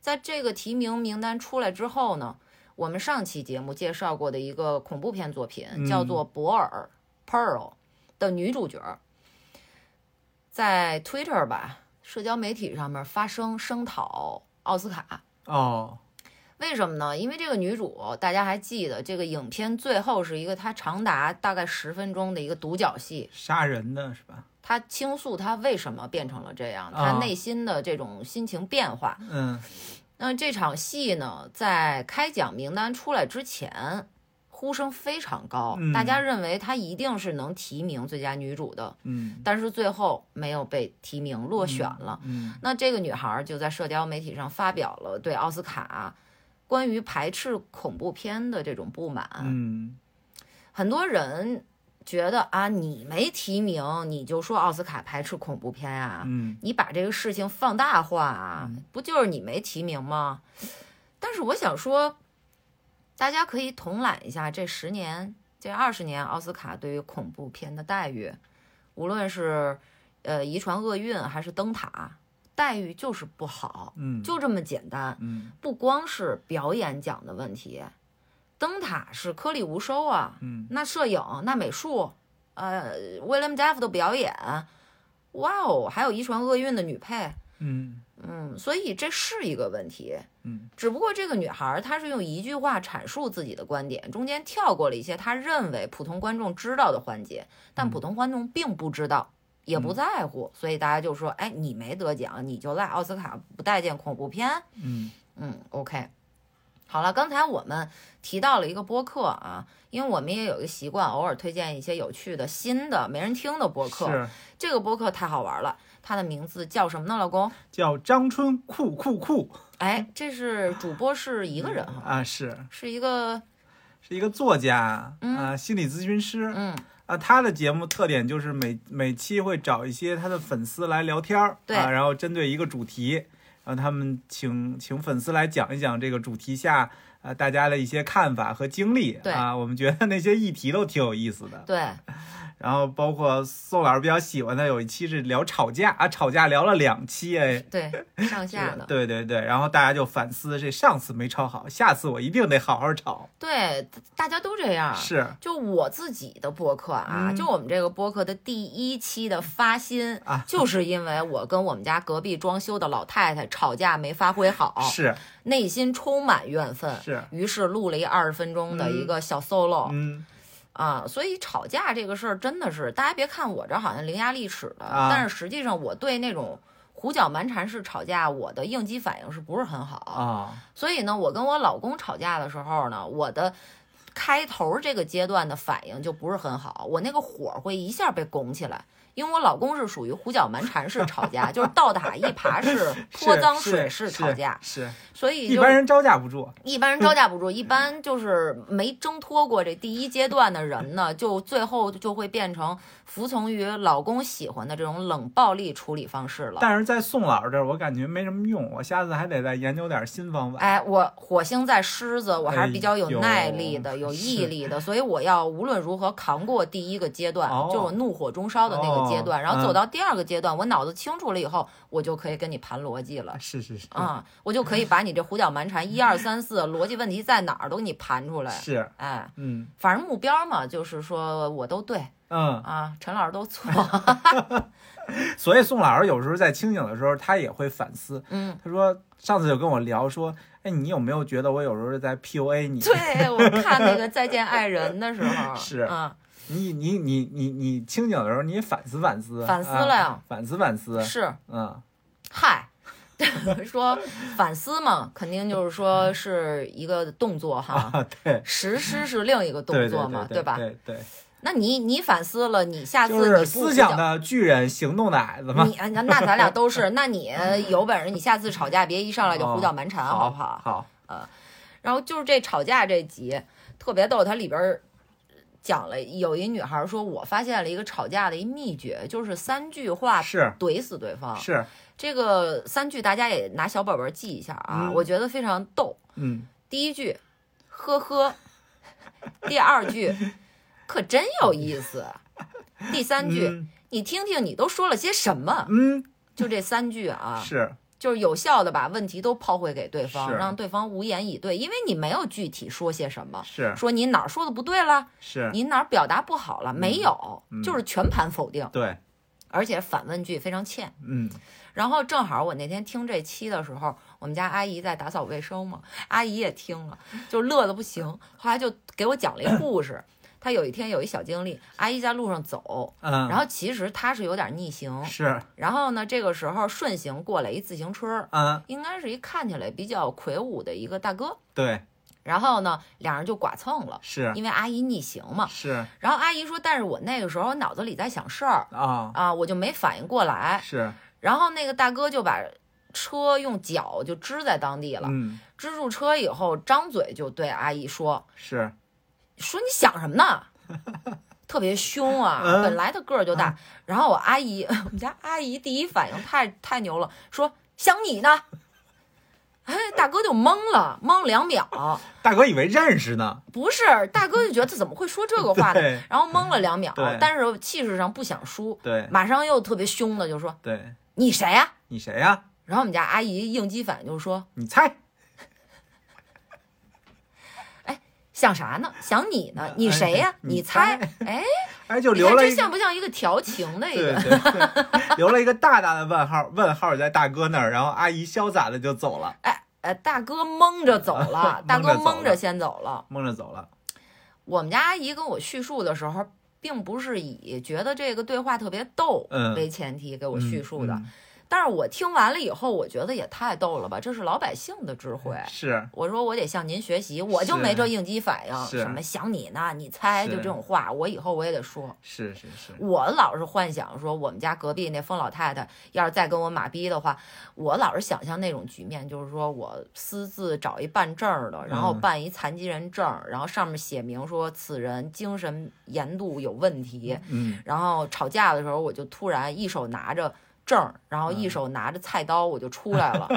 Speaker 1: 在这个提名名单出来之后呢，我们上期节目介绍过的一个恐怖片作品叫做《博尔》（Pearl） 的女主角，在 Twitter 吧社交媒体上面发声声讨奥斯卡。
Speaker 2: 哦
Speaker 1: 为什么呢？因为这个女主，大家还记得这个影片最后是一个她长达大概十分钟的一个独角戏，
Speaker 2: 杀人的是吧？
Speaker 1: 她倾诉她为什么变成了这样，她
Speaker 2: 啊
Speaker 1: 内心的这种心情变化。
Speaker 2: 嗯
Speaker 1: 那这场戏呢，在开奖名单出来之前，呼声非常高，
Speaker 2: 嗯
Speaker 1: 大家认为她一定是能提名最佳女主的，
Speaker 2: 嗯
Speaker 1: 但是最后没有被提名，落选了。
Speaker 2: 嗯
Speaker 1: 那这个女孩就在社交媒体上发表了对奥斯卡关于排斥恐怖片的这种不满。
Speaker 2: 嗯
Speaker 1: 很多人觉得啊，你没提名，你就说奥斯卡排斥恐怖片啊，
Speaker 2: 嗯
Speaker 1: 你把这个事情放大化啊，不就是你没提名吗？但是我想说，大家可以统览一下这十年、这二十年奥斯卡对于恐怖片的待遇，无论是呃《遗传厄运》还是《灯塔》，待遇就是不好，
Speaker 2: 嗯，
Speaker 1: 就这么简单。
Speaker 2: 嗯
Speaker 1: 不光是表演奖的问题，《灯塔》是颗粒无收啊，
Speaker 2: 嗯
Speaker 1: 那摄影、那美术，呃，William Duff 的表演，哇哦，还有遗传厄运的女配，
Speaker 2: 嗯
Speaker 1: 嗯，所以这是一个问题。
Speaker 2: 嗯
Speaker 1: 只不过这个女孩儿她是用一句话阐述自己的观点，中间跳过了一些她认为普通观众知道的环节，但普通观众并不知道。也不在乎，所以大家就说，哎，你没得奖，你就赖奥斯卡不待见恐怖片。
Speaker 2: 嗯
Speaker 1: 嗯，OK，好了，刚才我们提到了一个播客啊，因为我们也有一个习惯，偶尔推荐一些有趣的、新的、没人听的播客。
Speaker 2: 是
Speaker 1: 这个播客太好玩了，它的名字叫什么呢，老公？
Speaker 2: 叫张春酷酷酷
Speaker 1: 哎，这是主播是一个人哈，
Speaker 2: 啊，是
Speaker 1: 是一个
Speaker 2: 是一个作家
Speaker 1: 嗯
Speaker 2: 啊，心理咨询师
Speaker 1: 嗯，
Speaker 2: 啊。他的节目特点就是每每期会找一些他的粉丝来聊天儿，
Speaker 1: 对
Speaker 2: 啊，然后针对一个主题，然后他们请请粉丝来讲一讲这个主题下。啊，大家的一些看法和经历
Speaker 1: 对
Speaker 2: 啊，我们觉得那些议题都挺有意思的。
Speaker 1: 对，
Speaker 2: 然后包括宋老师比较喜欢的有一期是聊吵架啊，吵架聊了两期哎，
Speaker 1: 对，上下的，
Speaker 2: 对对对，然后大家就反思这上次没吵好，下次我一定得好好吵。啊
Speaker 1: 对，大家都这样。
Speaker 2: 是
Speaker 1: 就我自己的播客啊，
Speaker 2: 嗯
Speaker 1: 就我们这个播客的第一期的发心
Speaker 2: 啊
Speaker 1: 就是因为我跟我们家隔壁装修的老太太吵架没发挥
Speaker 2: (laughs)
Speaker 1: 好，
Speaker 2: 是，
Speaker 1: 内心充满怨愤，
Speaker 2: 是
Speaker 1: 于是录了一二十分钟的一个小 solo、
Speaker 2: 嗯，
Speaker 1: 啊，所以吵架这个事儿真的是，大家别看我这好像伶牙俐齿的，
Speaker 2: 啊
Speaker 1: 但是实际上我对那种胡搅蛮缠式吵架，我的应激反应是不是很好？
Speaker 2: 啊，
Speaker 1: 所以呢，我跟我老公吵架的时候呢，我的开头这个阶段的反应就不是很好，我那个火会一下被拱起来。因为我老公是属于胡搅蛮缠式吵
Speaker 2: (laughs)
Speaker 1: 架，就是倒打一耙式、泼
Speaker 2: 是
Speaker 1: 脏
Speaker 2: 是
Speaker 1: 水式吵架，
Speaker 2: 啊是
Speaker 1: 所以
Speaker 2: 一
Speaker 1: 就
Speaker 2: 般人招架不住。
Speaker 1: 一般人招架不住，一般就是没挣脱过这第一阶段的人呢，就最后就会变成服从于老公喜欢的这种冷暴力处理方式了。
Speaker 2: 但是在宋老师这儿，我感觉没什么用，我下次还得再研究点新方法。
Speaker 1: 哎，我火星在狮子，我还是比较有
Speaker 2: 哎呦
Speaker 1: 耐力的、有毅力的，所以我要无论如何扛过第一个阶段，
Speaker 2: 哦
Speaker 1: 就是我怒火中烧的那个阶段，
Speaker 2: 哦
Speaker 1: 然后走
Speaker 2: 嗯
Speaker 1: 到第二个阶段，我脑子清楚了以后，我就可以跟你盘逻辑了。
Speaker 2: 是是是，
Speaker 1: 啊、我就可以把你这胡搅蛮缠一二三四逻辑问题在哪儿都给你盘出来，
Speaker 2: 是，
Speaker 1: 哎，
Speaker 2: 嗯
Speaker 1: 反正目标嘛，就是说我都对
Speaker 2: 嗯。
Speaker 1: 啊，陈老师都错，
Speaker 2: (laughs) 所以宋老师有时候在清醒的时候，他也会反思。
Speaker 1: 嗯，
Speaker 2: 他说上次就跟我聊说，哎，你有没有觉得我有时候在 PUA 你？
Speaker 1: 对我看那个《再见爱人》的时候，
Speaker 2: (laughs) 是
Speaker 1: 啊，
Speaker 2: 你你你你你清醒的时候，你也反思反思，
Speaker 1: 反思
Speaker 2: 啊
Speaker 1: 了呀
Speaker 2: 反思反思，
Speaker 1: 是
Speaker 2: 嗯，
Speaker 1: 嗨， (laughs) 说反思嘛，肯定就是说是一个动作
Speaker 2: (laughs)
Speaker 1: 哈，
Speaker 2: 啊，对，
Speaker 1: 实施是另一个动
Speaker 2: 对
Speaker 1: 作嘛，
Speaker 2: 对
Speaker 1: 吧？
Speaker 2: 对对，
Speaker 1: 那你你反思了，你下次
Speaker 2: 就
Speaker 1: 你
Speaker 2: 是
Speaker 1: 不
Speaker 2: 思
Speaker 1: 胡
Speaker 2: 想
Speaker 1: 搅
Speaker 2: 的巨人，行动的矮子嘛。
Speaker 1: 你啊那那咱俩都
Speaker 2: (laughs)
Speaker 1: 是，那你呃有本事你下次吵架别一上来就胡搅蛮缠，好
Speaker 2: 哦好
Speaker 1: 不好？
Speaker 2: 好，
Speaker 1: 然后就是这吵架这集特别逗，它里边儿讲了有一女孩儿说，我发现了一个吵架的一秘诀，就是三句话
Speaker 2: 是
Speaker 1: 怼死对方。
Speaker 2: 是，
Speaker 1: 这个三句大家也拿小本本记一下啊，
Speaker 2: 嗯
Speaker 1: 我觉得非常逗。
Speaker 2: 嗯，
Speaker 1: 第一句，呵呵；
Speaker 2: (laughs)
Speaker 1: 第二句，可真有意
Speaker 2: (laughs)
Speaker 1: 思；第三句，
Speaker 2: 嗯
Speaker 1: 你听听你都说了些什么。
Speaker 2: 嗯
Speaker 1: 就这三句啊，
Speaker 2: 是
Speaker 1: 就是有效的把问题都抛回给对方，
Speaker 2: 是
Speaker 1: 让对方无言以对，因为你没有具体说些什么，
Speaker 2: 是
Speaker 1: 说你哪儿说的不对了，
Speaker 2: 是，
Speaker 1: 你哪儿表达不好了，没有，
Speaker 2: 嗯
Speaker 1: 就是全盘否定，
Speaker 2: 对，
Speaker 1: 而且反问句非常欠。
Speaker 2: 嗯
Speaker 1: 然后正好我那天听这期的时候，我们家阿姨在打扫卫生嘛，阿姨也听了，就乐得不行。后来就给我讲了一故事，她有一天有一小经历，阿姨在路上走，
Speaker 2: 嗯，
Speaker 1: 然后其实她是有点逆行，
Speaker 2: 是
Speaker 1: 然后呢，这个时候顺行过来一自行车，
Speaker 2: 嗯
Speaker 1: 应该是一看起来比较魁梧的一个大哥。
Speaker 2: 对
Speaker 1: 然后呢，俩人就剐蹭了，
Speaker 2: 是
Speaker 1: 因为阿姨逆行嘛。
Speaker 2: 是
Speaker 1: 然后阿姨说：“但是我那个时候脑子里在想事儿
Speaker 2: 啊
Speaker 1: 啊，我就没反应过来。
Speaker 2: 是”
Speaker 1: 然后那个大哥就把车用脚就支在当地了，
Speaker 2: 嗯
Speaker 1: 支住车以后，张嘴就对阿姨说
Speaker 2: 是
Speaker 1: 说你想什么
Speaker 2: (laughs)
Speaker 1: 呢？特别凶啊！
Speaker 2: 嗯
Speaker 1: 本来他个儿就大，然后我阿姨， (laughs) 我们家阿姨第一反应太太牛了，说想你呢。哎，大哥就懵了，懵了两秒，
Speaker 2: 大哥以为认识呢，
Speaker 1: 不是大哥就觉得这怎么会说这个话呢？
Speaker 2: 对
Speaker 1: 然后懵了两秒
Speaker 2: 对，
Speaker 1: 但是气势上不想输，
Speaker 2: 对
Speaker 1: 马上又特别凶的就说
Speaker 2: 对，
Speaker 1: 你谁呀、
Speaker 2: 你谁呀？
Speaker 1: 然后我们家阿姨应激反应就说
Speaker 2: 你猜
Speaker 1: 想啥呢？想你呢？你谁呀、
Speaker 2: 哎你
Speaker 1: 猜？
Speaker 2: (laughs)
Speaker 1: 哎，
Speaker 2: 哎，就
Speaker 1: 你
Speaker 2: 留
Speaker 1: 看
Speaker 2: 了
Speaker 1: 这
Speaker 2: 一
Speaker 1: 像不像一个调情的一
Speaker 2: 对
Speaker 1: 个？
Speaker 2: 对对，留了一个大大的问号，问号在大哥那儿，然后阿姨潇洒的就走了，，
Speaker 1: 哎呃，大哥蒙着走了
Speaker 2: (laughs)
Speaker 1: 大哥
Speaker 2: 蒙着走
Speaker 1: 蒙
Speaker 2: 了
Speaker 1: 着先走了。
Speaker 2: 蒙着走了，
Speaker 1: 我们家阿姨跟我叙述的时候，并不是以觉得这个对话特别逗
Speaker 2: 嗯
Speaker 1: 为前提给我
Speaker 2: 嗯
Speaker 1: 叙述的。
Speaker 2: 嗯
Speaker 1: 但是我听完了以后，我觉得也太逗了吧，这是老百姓的智慧。
Speaker 2: 是
Speaker 1: 我说我得向您学习，我就没这应激反应，
Speaker 2: 是
Speaker 1: 什么想你呢，你猜，
Speaker 2: 是
Speaker 1: 就这种话，我以后我也得说。
Speaker 2: 是是是，
Speaker 1: 我老是幻想说，我们家隔壁那疯老太太要是再跟我马逼的话，我老是想象那种局面，就是说我私自找一办证儿的，然后
Speaker 2: 嗯
Speaker 1: 办一残疾人证儿，然后上面写明说此人精神严度有问题，
Speaker 2: 嗯
Speaker 1: 然后吵架的时候，我就突然一手拿着证儿，然后一
Speaker 2: 嗯
Speaker 1: 手拿着菜刀，我就出来
Speaker 2: (laughs)
Speaker 1: 了，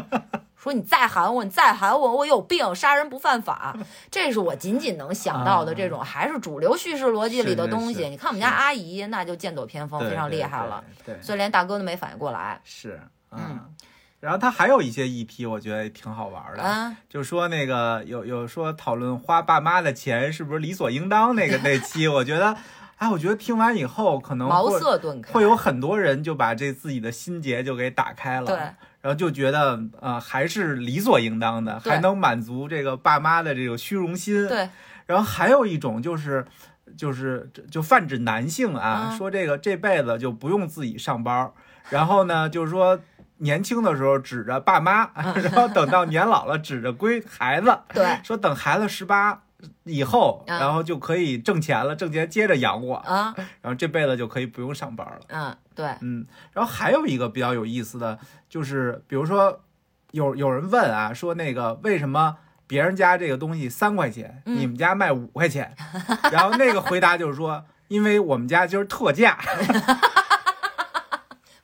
Speaker 1: 说你再喊我，你再喊我，我有病，杀人不犯法。这是我仅仅能想到的这种，还是主流叙事逻辑里的
Speaker 2: 啊是是
Speaker 1: 东西。
Speaker 2: 是
Speaker 1: 你看我们家阿姨，那就剑走偏锋，
Speaker 2: 对
Speaker 1: 哦非常
Speaker 2: 对
Speaker 1: 厉害
Speaker 2: 对
Speaker 1: 了，
Speaker 2: 对，
Speaker 1: 所以连大哥都没反应过来。
Speaker 2: 是
Speaker 1: 嗯。
Speaker 2: 然后他还有一些议题，我觉得也挺好玩的，
Speaker 1: 啊，
Speaker 2: 就说那个有有说讨论花爸妈的钱是不是理所应当那个那
Speaker 1: (laughs)
Speaker 2: 期，我觉得，哎，我觉得听完以后可能
Speaker 1: 茅
Speaker 2: 会
Speaker 1: 塞顿开，
Speaker 2: 会有很多人就把这自己的心结就给打开了，
Speaker 1: 对，
Speaker 2: 然后就觉得呃还是理所应当的，
Speaker 1: 对
Speaker 2: 还能满足这个爸妈的这个虚荣心，
Speaker 1: 对，
Speaker 2: 然后还有一种就是，就是就泛指男性啊，
Speaker 1: 嗯
Speaker 2: 说这个这辈子就不用自己上班儿，然后呢，就是说年轻的时候指着爸妈， (laughs) 然后等到年老了指着归孩子，
Speaker 1: 对
Speaker 2: 说等孩子十八以后，
Speaker 1: 嗯
Speaker 2: 然后就可以挣钱了，挣钱接着养我，
Speaker 1: 啊，
Speaker 2: 然后这辈子就可以不用上班了。
Speaker 1: 嗯，对，
Speaker 2: 嗯，然后还有一个比较有意思的，就是比如说有有人问啊，说那个为什么别人家这个东西三块钱，
Speaker 1: 嗯
Speaker 2: 你们家卖五块钱？ (laughs) 然后那个回答就是说，因为我们家今儿特价。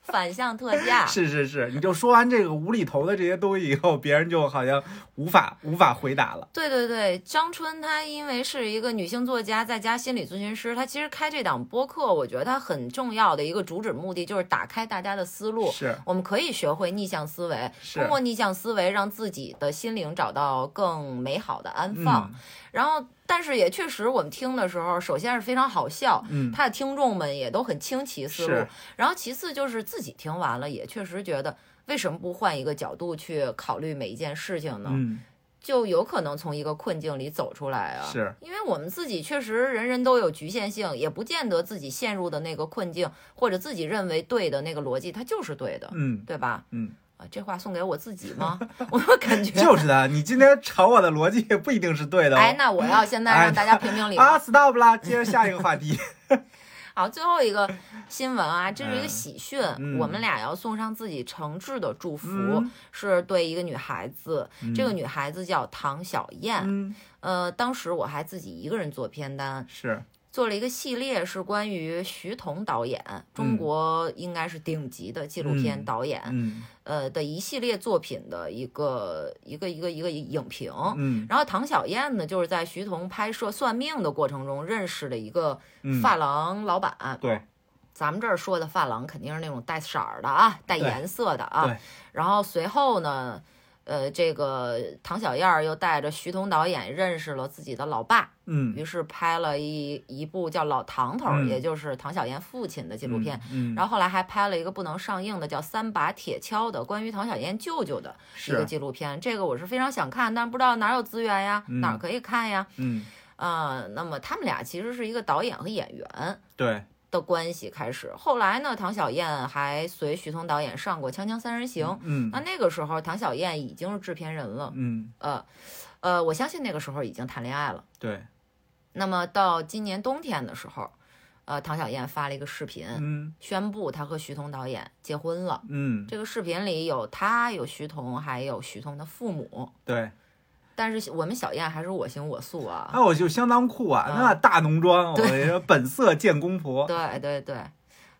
Speaker 1: 反向特价，
Speaker 2: 是是是，你就说完这个无厘头的这些东西以后，别人就好像无法无法回答了。
Speaker 1: 对对对，张春她因为是一个女性作家，再加心理咨询师，她其实开这档播客，我觉得她很重要的一个主旨目的就是打开大家的思路。
Speaker 2: 是
Speaker 1: 我们可以学会逆向思维，
Speaker 2: 是
Speaker 1: 通，过逆向思维让自己的心灵找到更美好的安放。
Speaker 2: 嗯
Speaker 1: 然后，但是也确实，我们听的时候，首先是非常好笑，
Speaker 2: 嗯，
Speaker 1: 他的听众们也都很清奇思路
Speaker 2: 是。
Speaker 1: 然后其次就是自己听完了，也确实觉得为什么不换一个角度去考虑每一件事情呢？
Speaker 2: 嗯
Speaker 1: 就有可能从一个困境里走出来啊。
Speaker 2: 是，
Speaker 1: 因为我们自己确实人人都有局限性，也不见得自己陷入的那个困境或者自己认为对的那个逻辑，它就是对的，
Speaker 2: 嗯
Speaker 1: 对吧？ (laughs)
Speaker 2: 嗯，
Speaker 1: 啊，这话送给我自己吗？ (laughs) 我就感觉，
Speaker 2: 就是的，你今天吵我的逻辑也不一定是对的哦。
Speaker 1: 哎，那我要现在
Speaker 2: 哎
Speaker 1: 让大家评评理。
Speaker 2: 啊，stop 啦，接着下一个
Speaker 1: (laughs)
Speaker 2: 话题。
Speaker 1: 好，最后一个新闻啊，这是一个
Speaker 2: 嗯
Speaker 1: 喜讯，
Speaker 2: 嗯
Speaker 1: 我们俩要送上自己诚挚的祝福，
Speaker 2: 嗯
Speaker 1: 是对一个女孩子，这个
Speaker 2: 嗯
Speaker 1: 女孩子叫唐小燕，
Speaker 2: 嗯
Speaker 1: 呃，当时我还自己一个人做片单，
Speaker 2: 是
Speaker 1: 做了一个系列，是关于徐桐导演，中
Speaker 2: 嗯
Speaker 1: 国应该是顶级的纪录片
Speaker 2: 嗯
Speaker 1: 导演，
Speaker 2: 嗯
Speaker 1: 呃的一系列作品的一个一个一个一个影评。
Speaker 2: 嗯
Speaker 1: 然后唐小燕呢，就是在徐桐拍摄《算命》的过程中认识的一个
Speaker 2: 嗯
Speaker 1: 发廊老板。
Speaker 2: 对，
Speaker 1: 咱们这儿说的发廊肯定是那种带色儿的啊，带
Speaker 2: 对
Speaker 1: 颜色的啊
Speaker 2: 对。
Speaker 1: 然后随后呢，呃，这个唐小燕儿又带着徐桐导演认识了自己的老爸。
Speaker 2: 嗯
Speaker 1: 于是拍了一一部叫《老唐头》，
Speaker 2: 嗯
Speaker 1: 也就是唐小燕父亲的纪
Speaker 2: 纪
Speaker 1: 录片。，
Speaker 2: 嗯，
Speaker 1: 然后后来还拍了一个不能上映的叫《三把铁锹》的关于唐小燕舅舅的一个
Speaker 2: 是
Speaker 1: 纪录片，这个我是非常想看，但不知道哪有资源呀，
Speaker 2: 嗯
Speaker 1: 哪儿可以看呀？
Speaker 2: 嗯
Speaker 1: 呃，那么他们俩其实是一个导演和演员
Speaker 2: 对，
Speaker 1: 的关系开始。后来呢，唐小燕还随徐桐导演上过《锵锵三人行》，
Speaker 2: 嗯
Speaker 1: 那那个时候唐小燕已经是制片人了，
Speaker 2: 嗯
Speaker 1: 呃，呃，我相信那个时候已经谈恋爱了。
Speaker 2: 对，
Speaker 1: 那么到今年冬天的时候，呃，唐小燕发了一个视频，
Speaker 2: 嗯
Speaker 1: 宣布她和徐彤导演结婚了。
Speaker 2: 嗯
Speaker 1: 这个视频里有她，有徐彤，还有徐彤的父母。
Speaker 2: 对，
Speaker 1: 但是我们小燕还是我行我素啊。
Speaker 2: 那我就相当酷啊，
Speaker 1: 啊
Speaker 2: 那大浓妆，我
Speaker 1: 对
Speaker 2: 跟你说本色见公婆，
Speaker 1: 对对对，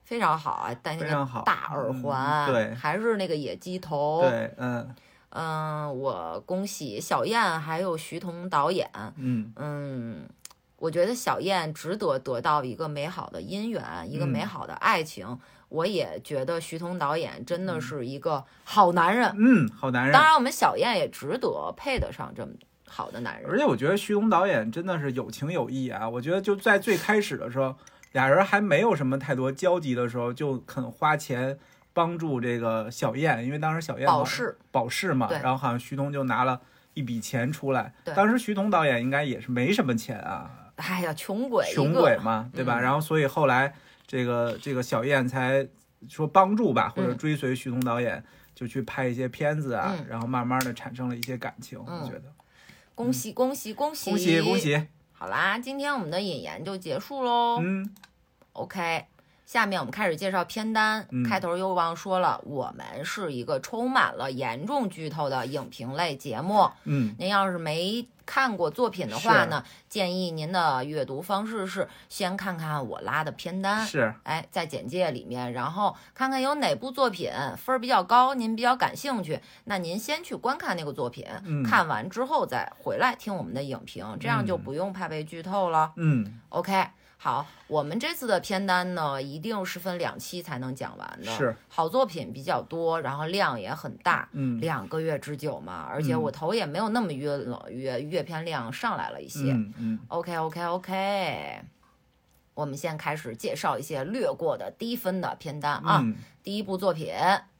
Speaker 1: 非常好啊，戴那
Speaker 2: 非
Speaker 1: 个
Speaker 2: 常好，
Speaker 1: 大耳环，
Speaker 2: 嗯对
Speaker 1: 还是那个野鸡头。
Speaker 2: 对，嗯
Speaker 1: 嗯，我恭喜小燕还有徐彤导演。
Speaker 2: 嗯
Speaker 1: 嗯，我觉得小燕值得得到一个美好的姻缘，一个美
Speaker 2: 嗯
Speaker 1: 好的爱情。我也觉得徐桐导演真的是一个好男人。
Speaker 2: 嗯，好嗯男人
Speaker 1: 啊当。然，我们小燕也值得配得上这么好的男
Speaker 2: 而
Speaker 1: 人。
Speaker 2: 且我觉得徐东导演真的是有情有义啊！我觉得就在最开始的时候，俩人还没有什么太多交集的时候，就肯花钱帮助这个小燕，因为当时小燕
Speaker 1: 保
Speaker 2: 好
Speaker 1: 释，
Speaker 2: 保释嘛，
Speaker 1: 对
Speaker 2: 然后好像徐东就拿了一笔钱出来
Speaker 1: 对。
Speaker 2: 当时徐东导演应该也是没什么钱啊，
Speaker 1: 哎呀，穷鬼一
Speaker 2: 穷
Speaker 1: 个
Speaker 2: 鬼嘛，对吧？
Speaker 1: 嗯
Speaker 2: 然后所以后来这个这个小燕才说帮助吧，或者
Speaker 1: 嗯
Speaker 2: 追随徐彤导演。就去拍一些片子啊，
Speaker 1: 嗯
Speaker 2: 然后慢慢的产生了一些感情，
Speaker 1: 嗯
Speaker 2: 我觉得
Speaker 1: 恭喜恭喜恭喜
Speaker 2: 恭喜恭！喜，
Speaker 1: 好啦，今天我们的引言就结束喽。
Speaker 2: 嗯
Speaker 1: OK，下面我们开始介绍片单。
Speaker 2: 嗯
Speaker 1: 开头又忘说了，我们是一个充满了严重剧透的影评类节目。
Speaker 2: 嗯，
Speaker 1: 您要是没看过作品的话呢，建议您的阅读方式是先看看我拉的片单。
Speaker 2: 是
Speaker 1: 哎，在简介里面，然后看看有哪部作品分儿比较高，您比较感兴趣，那您先去观看那个作品，
Speaker 2: 嗯
Speaker 1: 看完之后再回来听我们的影评，这样就
Speaker 2: 嗯
Speaker 1: 不用怕被剧透了。
Speaker 2: 嗯
Speaker 1: OK，好，我们这次的片单呢，一定是分两期才能讲完的。
Speaker 2: 是，
Speaker 1: 好作品比较多，然后量也很大，
Speaker 2: 嗯
Speaker 1: 两个月之久嘛，而且
Speaker 2: 嗯
Speaker 1: 我头也没有那么晕了，阅阅片量上来了一些。
Speaker 2: 嗯嗯
Speaker 1: OK OK OK，我们先开始介绍一些略过的低分的片单啊。
Speaker 2: 嗯
Speaker 1: 第一部作品，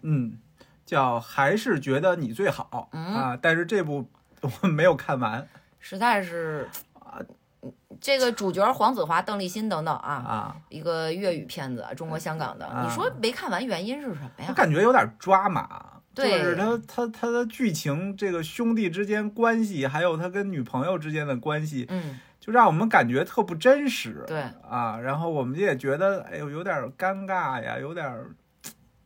Speaker 2: 嗯，叫还是觉得你最好
Speaker 1: 嗯
Speaker 2: 啊，但是这部我没有看完
Speaker 1: 实在是
Speaker 2: 啊
Speaker 1: 这个主角黄子华、邓丽欣等等啊，
Speaker 2: 啊，
Speaker 1: 一个粤语片子，中国香港的。
Speaker 2: 啊
Speaker 1: 你说没看完原因是什么呀
Speaker 2: 我？感觉有点抓马，就
Speaker 1: 对
Speaker 2: 是他他他的剧情，这个兄弟之间关系，还有他跟女朋友之间的关系，
Speaker 1: 嗯，
Speaker 2: 就让我们感觉特不真实。
Speaker 1: 对
Speaker 2: 啊，然后我们也觉得，哎呦，有点尴尬呀，有点儿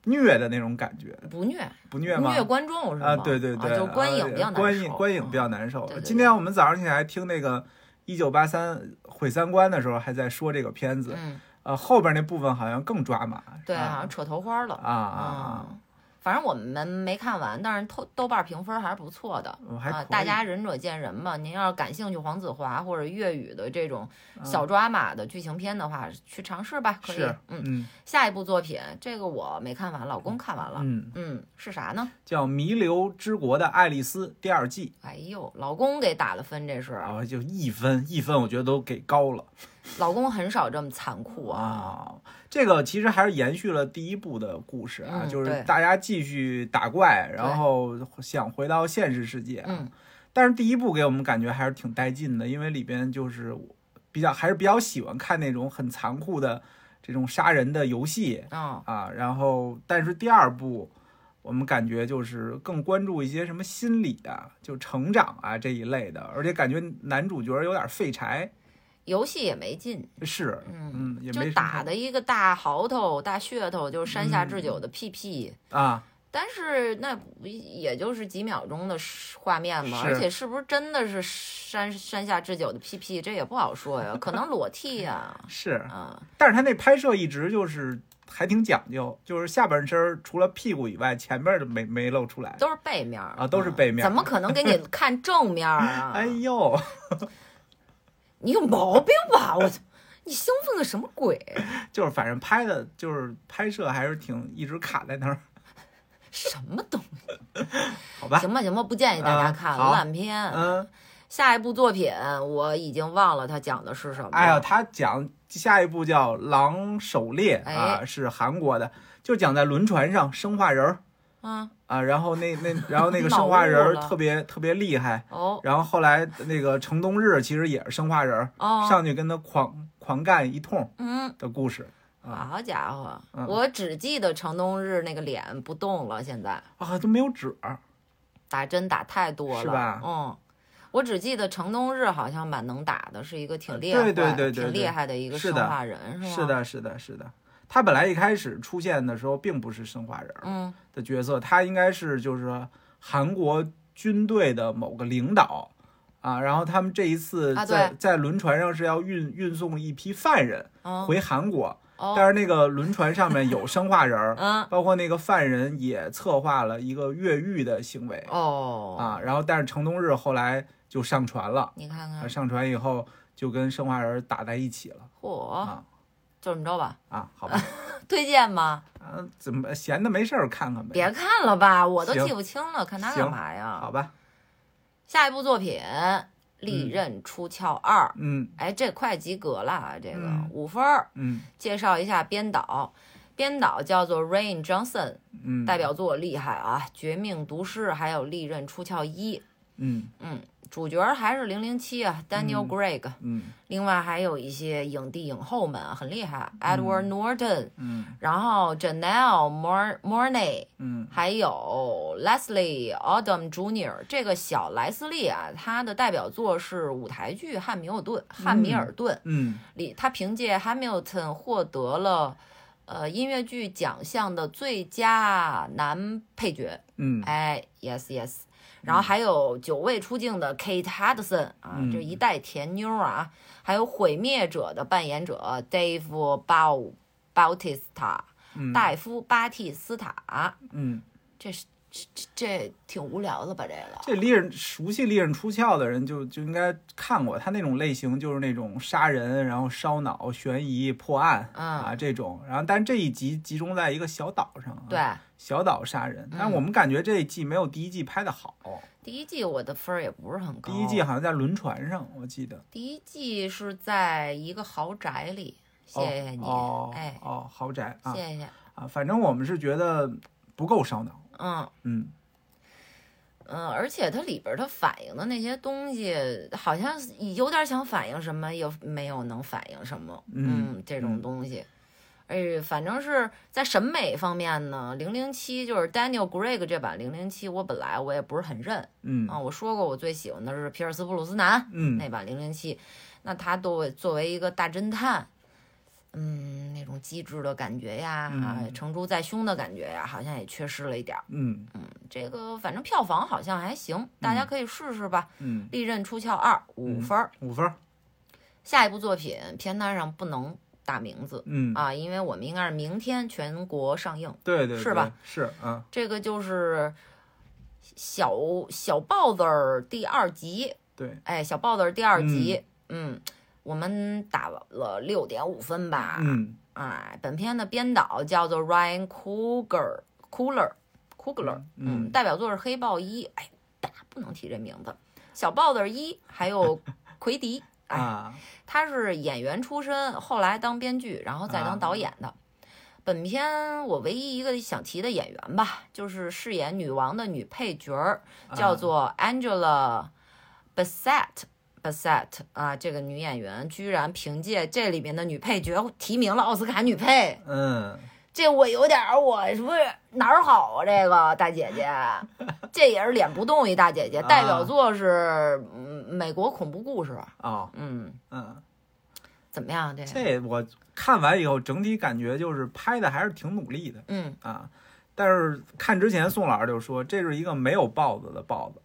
Speaker 2: 虐的那种感觉，
Speaker 1: 不虐，
Speaker 2: 不虐
Speaker 1: 不
Speaker 2: 吗？
Speaker 1: 虐观众是吗？
Speaker 2: 啊，对对对，
Speaker 1: 啊就是观影比较
Speaker 2: 呃
Speaker 1: 难受，嗯
Speaker 2: 观影观影比较难受
Speaker 1: 对对。对
Speaker 2: 今天我们早上起来听那个一九八三毁三观的时候，还在说这个片子，
Speaker 1: 嗯，
Speaker 2: 呃，后边那部分好像更抓马。
Speaker 1: 对，好
Speaker 2: 啊
Speaker 1: 像扯头花了
Speaker 2: 啊啊啊！
Speaker 1: 嗯反正我们没看完，但是豆豆瓣评分还是不错的。
Speaker 2: 我还
Speaker 1: 啊，
Speaker 2: 可
Speaker 1: 大
Speaker 2: 以
Speaker 1: 家仁者见仁嘛。您要是感兴趣黄子华或者粤语的这种
Speaker 2: 啊
Speaker 1: 小抓马的剧情片的话，去尝试吧，可以
Speaker 2: 是。
Speaker 1: 嗯，
Speaker 2: 嗯
Speaker 1: 下一部作品这个我没看完，老公看完了。
Speaker 2: 嗯，
Speaker 1: 嗯，是啥呢？
Speaker 2: 叫《弥留之国的爱丽丝》第二季
Speaker 1: 哎呦，老公给打了分，这是。
Speaker 2: 啊，就一分一分，我觉得都给高了
Speaker 1: 老公很少这么残酷啊。
Speaker 2: 啊。这个其实还是延续了第一部的故事啊，
Speaker 1: 嗯
Speaker 2: 就是
Speaker 1: 对
Speaker 2: 大家继续打怪，
Speaker 1: 对
Speaker 2: 然后想回到现实世界。
Speaker 1: 嗯，
Speaker 2: 但是第一部给我们感觉还是挺带劲的，因为里边就是比较还是比较喜欢看那种很残酷的这种杀人的游戏
Speaker 1: 哦，
Speaker 2: 啊。然后，但是第二部我们感觉就是更关注一些什么心理啊、就成长啊这一类的，而且感觉男主角有点废柴，
Speaker 1: 游戏也没劲。
Speaker 2: 是，
Speaker 1: 嗯，
Speaker 2: 嗯，也没什
Speaker 1: 就
Speaker 2: 么
Speaker 1: 打的一个大豪头、大噱头，就是山下智久的 PP。
Speaker 2: 啊，
Speaker 1: 但是那不也就是几秒钟的画面嘛，
Speaker 2: 是
Speaker 1: 而且是不是真的是山山下智久的 PP，这也不好说呀，可能裸替呀、
Speaker 2: 是
Speaker 1: 啊，，
Speaker 2: 但是他那拍摄一直就是。还挺讲究，就是下半身儿除了屁股以外，前面儿都没没露出来。
Speaker 1: 都是背面儿
Speaker 2: 啊都是背面儿
Speaker 1: 怎么可能给你看正面儿啊？
Speaker 2: 哎呦， (laughs)
Speaker 1: 你有毛病吧？我操，你兴奋个什么鬼？
Speaker 2: 就是反正拍的，就是拍摄还是挺一直卡在那儿，
Speaker 1: 什么东西？
Speaker 2: (laughs) 好吧？
Speaker 1: 行吧行吧，不建议大家
Speaker 2: 啊
Speaker 1: 看
Speaker 2: 好
Speaker 1: 烂片。
Speaker 2: 嗯，
Speaker 1: 下一部作品我已经忘了它讲的是什么了。
Speaker 2: 哎呀，他讲下一部叫《狼狩猎》啊，
Speaker 1: 哎
Speaker 2: 是韩国的，就讲在轮船上生化人儿
Speaker 1: 嗯
Speaker 2: 啊，然后那那然后那个
Speaker 1: (laughs) 脑
Speaker 2: 生化人儿
Speaker 1: 雾了
Speaker 2: 特别特别厉害，
Speaker 1: 哦
Speaker 2: 然后后来那个城东日其实也是生化人儿，
Speaker 1: 哦
Speaker 2: 上去跟他狂狂干一通
Speaker 1: 嗯。
Speaker 2: 的故事。啊
Speaker 1: 好家伙，
Speaker 2: 嗯
Speaker 1: 我只记得城东日那个脸不动了，现在
Speaker 2: 啊，都没有褶儿，
Speaker 1: 打针打太多了，
Speaker 2: 是吧
Speaker 1: 嗯，我只记得城东日好像蛮能打的，是一个挺厉害、
Speaker 2: 对对对对
Speaker 1: 挺
Speaker 2: 对
Speaker 1: 厉害的一个
Speaker 2: 是
Speaker 1: 生
Speaker 2: 的
Speaker 1: 化人，
Speaker 2: 是
Speaker 1: 吧？
Speaker 2: 的，是的，是的。他本来一开始出现的时候并不是生化人儿，
Speaker 1: 嗯，
Speaker 2: 的角色，他应该是就是韩国军队的某个领导啊。然后他们这一次
Speaker 1: 啊
Speaker 2: 在、
Speaker 1: 对
Speaker 2: 在轮船上是要运运送一批犯人
Speaker 1: 哦
Speaker 2: 回韩国，
Speaker 1: 哦，
Speaker 2: 但是那个轮船上面有生化人儿，
Speaker 1: 嗯，
Speaker 2: 包括那个犯人也策划了一个越狱的行为
Speaker 1: 哦，
Speaker 2: 啊。然后但是城东日后来就上船了，
Speaker 1: 你看
Speaker 2: 啊
Speaker 1: 看，
Speaker 2: 上船以后就跟生化人打在一起了
Speaker 1: 嚯
Speaker 2: 啊，
Speaker 1: 就这么着吧，
Speaker 2: 啊。好吧，
Speaker 1: 推荐吗？
Speaker 2: (laughs) 啊，怎么闲的没事儿看看呗？
Speaker 1: 别看了吧，我都
Speaker 2: 嗯行
Speaker 1: 记不清了，看它
Speaker 2: 行
Speaker 1: 干嘛呀
Speaker 2: 好？嗯吧，
Speaker 1: 下一部作品《利刃出鞘二》，
Speaker 2: 嗯
Speaker 1: 哎，这快及格了，啊这个
Speaker 2: 嗯
Speaker 1: 五分儿。
Speaker 2: 嗯
Speaker 1: 介绍一下编导，编导叫做 Rain Johnson，
Speaker 2: 嗯，
Speaker 1: 代表作厉害啊，《绝命毒师》还有《利刃出鞘一》。
Speaker 2: 嗯。
Speaker 1: 嗯，主角还是零零七啊，Daniel
Speaker 2: 嗯
Speaker 1: Craig，、
Speaker 2: 嗯
Speaker 1: 另外还有一些影帝影后们啊很厉害，Edward Norton，、
Speaker 2: 嗯
Speaker 1: 然后 Janelle Mor Mornay，
Speaker 2: 嗯
Speaker 1: 还有 Leslie Odom Jr. 这个小莱斯利啊，他的代表作是舞台剧《汉密尔顿》。汉密尔顿
Speaker 2: 嗯
Speaker 1: 里，他凭借《Hamilton》获得了呃音乐剧奖项的最佳男配角。
Speaker 2: 嗯
Speaker 1: 哎，yes yes。然后还有久未出镜的 Kate Hudson 啊，
Speaker 2: 嗯
Speaker 1: 这一代甜妞啊，还有《毁灭者》的扮演者 Dave Bau Bautista
Speaker 2: 嗯，
Speaker 1: 戴夫巴蒂斯塔。
Speaker 2: 嗯，
Speaker 1: 这是这这这挺无聊的吧？这个
Speaker 2: 这利刃熟悉利刃出鞘的人就就应该看过他那种类型，就是那种杀人，然后烧脑、悬疑、破案啊
Speaker 1: 嗯，
Speaker 2: 这种。然后，但这一集集中在一个小岛上、啊，
Speaker 1: 对，嗯
Speaker 2: 小岛杀人。但我们感觉这一季没有第一季拍的好，
Speaker 1: 第一季我的分儿也不是很高。
Speaker 2: 第一季好像在轮船上，我记得。
Speaker 1: 第一季是在一个豪宅里，谢谢你，
Speaker 2: 哦
Speaker 1: 哎，
Speaker 2: 哦，豪宅啊
Speaker 1: 谢谢，
Speaker 2: 啊，反正我们是觉得不够烧脑，
Speaker 1: 嗯。
Speaker 2: 嗯
Speaker 1: 嗯，而且它里边儿它反映的那些东西，好像是有点想反映什么，也没有能反映什么。
Speaker 2: 嗯
Speaker 1: 这
Speaker 2: 嗯
Speaker 1: 种东西，而且反正是在审美方面呢，《零零七》就是 Daniel Craig 这版《零零七》，我本来我也不是很认
Speaker 2: 嗯
Speaker 1: 啊。我说过，我最喜欢的是皮尔斯布鲁斯南，
Speaker 2: 嗯
Speaker 1: 那版零零七，那他作为作为一个大侦探，嗯，那种机智的感觉呀，啊
Speaker 2: 嗯
Speaker 1: 成竹在胸的感觉呀，好像也缺失了一点儿。
Speaker 2: 嗯
Speaker 1: 这个反正票房好像还行，大家可以试试吧。
Speaker 2: 嗯，
Speaker 1: 利刃出鞘二五分儿，
Speaker 2: 五分儿，
Speaker 1: 下一部作品片单上不能打名字
Speaker 2: 嗯，
Speaker 1: 啊，因为我们应该是明天全国上映。
Speaker 2: 对对
Speaker 1: 是吧？
Speaker 2: 对是啊，
Speaker 1: 这个就是小小豹子儿第二集，
Speaker 2: 对，
Speaker 1: 哎，小豹子儿第二集，嗯。我们打了六点五分吧，
Speaker 2: 嗯
Speaker 1: 哎，本片的编导叫做 Ryan Coogler Coogler Coogler，
Speaker 2: 嗯
Speaker 1: 代表作是《黑豹一》，哎，大家不能提这名字，《小豹子一》，还有奎迪，哎，
Speaker 2: 啊，
Speaker 1: 他是演员出身，后来当编剧，然后再当导演的。本片我唯一一个想提的演员吧，就是饰演女王的女配角儿，叫做 Angela Bassett。Bassett 啊，这个女演员居然凭借这里面的女配角提名了奥斯卡女配，
Speaker 2: 嗯
Speaker 1: 这我有点儿，我是不是哪儿好啊？这个大姐姐，这也是脸不动一大姐姐，
Speaker 2: 啊
Speaker 1: 代表作是嗯美国恐怖故事，
Speaker 2: 哦
Speaker 1: 嗯，
Speaker 2: 嗯，
Speaker 1: 怎么样？这个，
Speaker 2: 这我看完以后整体感觉就是拍的还是挺努力的
Speaker 1: 嗯，
Speaker 2: 啊。但是看之前，宋老师就说这是一个没有豹子的豹子，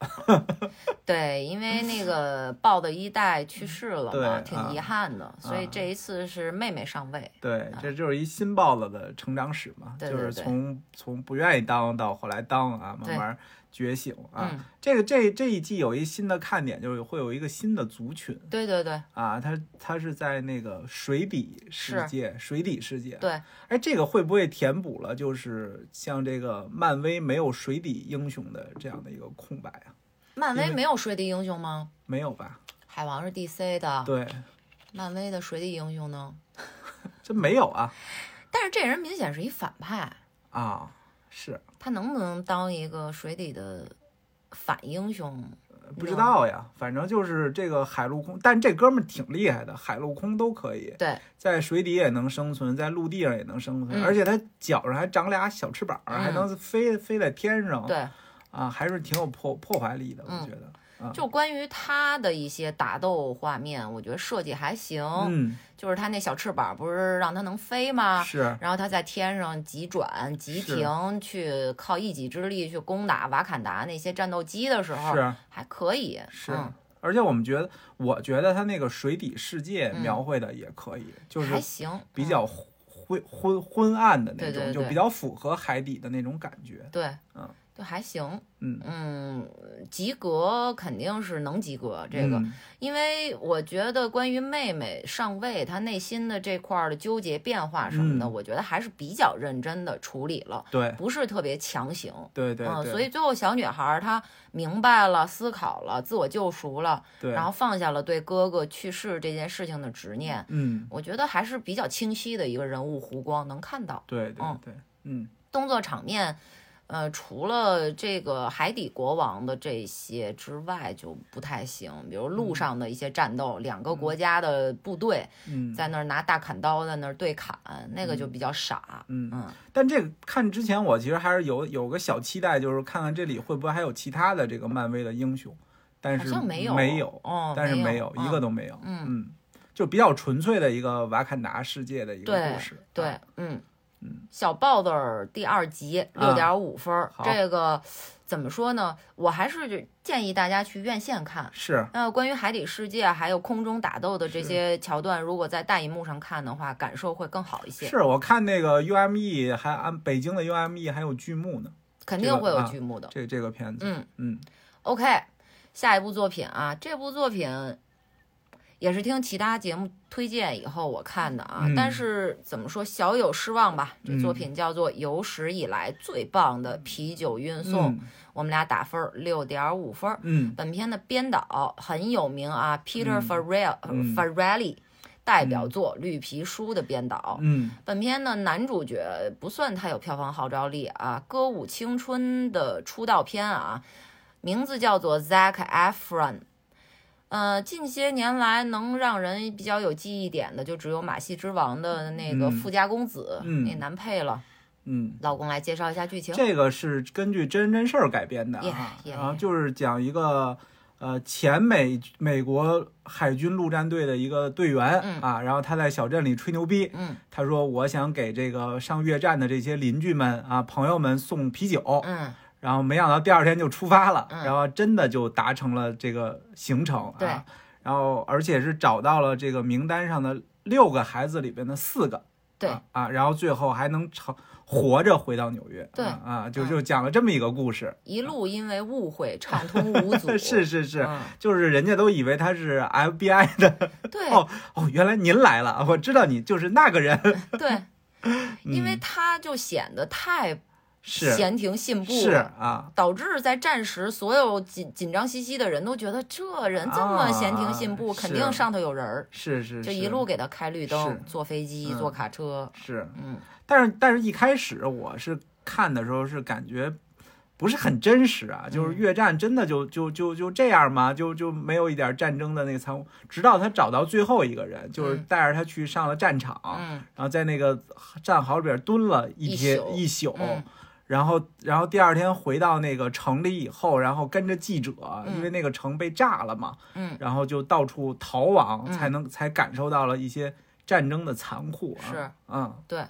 Speaker 1: 对，因为那个豹的一代去世了
Speaker 2: 对
Speaker 1: 嘛，
Speaker 2: 啊
Speaker 1: 挺遗憾的，所以
Speaker 2: 啊
Speaker 1: 这一次是妹妹上位，
Speaker 2: 对，这就是一新豹子的成长史嘛，
Speaker 1: 啊对
Speaker 2: 就
Speaker 1: 对
Speaker 2: 是
Speaker 1: 对
Speaker 2: 从从不愿意当到后来当啊，慢
Speaker 1: 对
Speaker 2: 慢觉醒啊。
Speaker 1: 嗯，
Speaker 2: 这个这这一季有一新的看点，就是会有一个新的族群
Speaker 1: 对对对
Speaker 2: 啊，它它是在那个水底世
Speaker 1: 是
Speaker 2: 界，水底世界。
Speaker 1: 对，
Speaker 2: 哎，这个会不会填补了就是像这个漫威没有水底英雄的这样的一个空白啊？
Speaker 1: 漫
Speaker 2: 因
Speaker 1: 威
Speaker 2: 为
Speaker 1: 没有水滴英雄吗？
Speaker 2: 没有吧？
Speaker 1: 海王是 DC 的，
Speaker 2: 对，
Speaker 1: 漫威的水滴英雄呢？
Speaker 2: 这没有啊
Speaker 1: 但是这人明显是一反派，
Speaker 2: 啊，是
Speaker 1: 他能不能当一个水底的反英雄？
Speaker 2: 不知道呀，反正就是这个海陆空，但这哥们儿挺厉害的，海陆空都可以，
Speaker 1: 对，
Speaker 2: 在水底也能生存，在陆地上也能生
Speaker 1: 嗯
Speaker 2: 存，而且它脚上还长俩小翅膀，还能飞飞在天上。
Speaker 1: 对，
Speaker 2: 啊，还是挺有破破坏力的，我
Speaker 1: 嗯
Speaker 2: 觉得。啊
Speaker 1: 就关于他的一些打斗画面，我觉得设计还行。
Speaker 2: 嗯，
Speaker 1: 就是他那小翅膀不是让他能飞吗？
Speaker 2: (laughs) 是，
Speaker 1: 然后他在天上急转、急停，去靠一己之力去攻打瓦坎达那些战斗机的时候，
Speaker 2: 是
Speaker 1: 还可以。
Speaker 2: 是。
Speaker 1: 嗯
Speaker 2: 而且我们觉得，我觉得它那个水底世界
Speaker 1: 嗯
Speaker 2: 描绘的也可以，就是
Speaker 1: 还行，
Speaker 2: 比
Speaker 1: 嗯、
Speaker 2: 较昏昏昏昏暗的那
Speaker 1: 对对
Speaker 2: 种，就
Speaker 1: 对
Speaker 2: 比较符合海底的那种感觉。
Speaker 1: 对，
Speaker 2: 嗯，
Speaker 1: 就还行。
Speaker 2: 嗯
Speaker 1: 嗯，及格肯定是能及格这个。
Speaker 2: 嗯
Speaker 1: 因为我觉得关于妹妹上位，她内心的这块儿的纠结、变化什么的，
Speaker 2: 嗯
Speaker 1: 我觉得还是比较认真的处理了，
Speaker 2: 对
Speaker 1: 不是特别强行。
Speaker 2: 对对
Speaker 1: 嗯，
Speaker 2: 对，
Speaker 1: 所以最后小女孩儿她明白了、思考了、自我救赎了，
Speaker 2: 对，
Speaker 1: 然后放下了对哥哥去世这件事情的执念，
Speaker 2: 嗯，
Speaker 1: 我觉得还是比较清晰的一个人物弧光能看到。
Speaker 2: 对对
Speaker 1: 嗯
Speaker 2: 对，嗯
Speaker 1: 动作场面，呃，除了这个海底国王的这些之外，就不太行。比如陆上的一些战斗，两个国家的部队
Speaker 2: 嗯
Speaker 1: 在那儿拿大砍刀在那儿对砍，那个就比较傻。
Speaker 2: 嗯
Speaker 1: 嗯，
Speaker 2: 但这个看之前，我其实还是有有个小期待，就是看看这里会不会还有其他的这个漫威的英雄，但
Speaker 1: 好
Speaker 2: 是
Speaker 1: 像
Speaker 2: 没
Speaker 1: 有，没，哦，
Speaker 2: 但是
Speaker 1: 没
Speaker 2: 有一个
Speaker 1: 都
Speaker 2: 都没有，
Speaker 1: 嗯
Speaker 2: 嗯，就比较纯粹的一个瓦坎达世界的一个
Speaker 1: 对
Speaker 2: 故事，啊
Speaker 1: 对，嗯
Speaker 2: 嗯，
Speaker 1: 小豹子儿第二集
Speaker 2: 啊
Speaker 1: 六点五分儿，
Speaker 2: 好
Speaker 1: 这个怎么说呢？我还是建议大家去院线看。
Speaker 2: 是
Speaker 1: 那关于海底世界还有空中打斗的这些桥段，如果在大荧幕上看的话，感受会更好一些。
Speaker 2: 是，我看那个 UME 还安北京的 UME 还有剧目呢，
Speaker 1: 肯定会有剧目的。
Speaker 2: 这这个片子，
Speaker 1: 嗯
Speaker 2: 嗯
Speaker 1: ，OK，下一部作品啊，这部作品也是听其他节目推荐以后我看的啊，
Speaker 2: 嗯
Speaker 1: 但是怎么说小有失望吧。这作品叫做《有史以来最棒的啤酒运送》，我们俩打分六点五分儿。
Speaker 2: 嗯
Speaker 1: 本片的编导很有名啊，Peter
Speaker 2: 嗯
Speaker 1: Farrell、
Speaker 2: 嗯
Speaker 1: Farrelly，代表作《绿皮书》的编导。
Speaker 2: 嗯
Speaker 1: 本片呢，男主角不算太有票房号召力啊，歌舞青春的出道片啊，名字叫做 Zac Efron。呃，近些年来能让人比较有记忆点的，就只有《马戏之王》的那个
Speaker 2: 嗯
Speaker 1: 富家公子、
Speaker 2: 嗯
Speaker 1: 那男配了。
Speaker 2: 嗯，
Speaker 1: 老公来介绍一下剧情。
Speaker 2: 这个是根据真人真事儿改编的啊
Speaker 1: Yeah, yeah,
Speaker 2: 然后就是讲一个呃前美美国海军陆战队的一个队员、
Speaker 1: 嗯
Speaker 2: 啊，然后他在小镇里吹牛逼，
Speaker 1: 嗯
Speaker 2: 他说我想给这个上越战的这些邻居们啊朋友们送啤酒，
Speaker 1: 嗯，
Speaker 2: 然后没想到第二天就出发了，
Speaker 1: 嗯
Speaker 2: 然后真的就达成了这个行程啊，
Speaker 1: 对
Speaker 2: 然后而且是找到了这个名单上的六个孩子里边的四个，
Speaker 1: 对
Speaker 2: 啊啊然后最后还能成活着回到纽约，
Speaker 1: 对
Speaker 2: 啊啊，就
Speaker 1: 嗯
Speaker 2: 就讲了这么一个故事，
Speaker 1: 一路因为误会畅通无阻。
Speaker 2: (laughs) 是是是。
Speaker 1: 嗯
Speaker 2: 就是人家都以为他是 FBI 的 (laughs)
Speaker 1: 对、
Speaker 2: 哦哦，原来您来了， (laughs) 我知道你就是那个人， (laughs)
Speaker 1: 对，因为
Speaker 2: 嗯
Speaker 1: 他就显得太
Speaker 2: 是
Speaker 1: 闲庭信步
Speaker 2: 是
Speaker 1: 了。
Speaker 2: 啊，
Speaker 1: 导致在战时，所有紧紧张兮兮的人都觉得这人这么闲庭信步，
Speaker 2: 啊
Speaker 1: 肯
Speaker 2: 是
Speaker 1: 定上头有人儿，
Speaker 2: 是是，
Speaker 1: 就是一路给他开绿灯
Speaker 2: 是，
Speaker 1: 坐飞机，
Speaker 2: 嗯
Speaker 1: 坐卡车，
Speaker 2: 是
Speaker 1: 嗯，
Speaker 2: 但是但是一开始我是看的时候是感觉不是很真实
Speaker 1: 嗯
Speaker 2: 啊，就是越战真的就就就就这样吗？就就没有一点战争的那个残酷，直到他找到最后一个人，就是
Speaker 1: 嗯
Speaker 2: 带着他去上了战场，
Speaker 1: 嗯
Speaker 2: 然后在那个战壕里边蹲了一天
Speaker 1: 一
Speaker 2: 一宿。
Speaker 1: 嗯
Speaker 2: 然后，然后第二天回到那个城里以后，然后跟着记者，
Speaker 1: 嗯
Speaker 2: 因为那个城被炸了嘛，
Speaker 1: 嗯，
Speaker 2: 然后就到处逃亡，
Speaker 1: 嗯
Speaker 2: 才能才感受到了一些战争的残酷、啊。
Speaker 1: 是，
Speaker 2: 嗯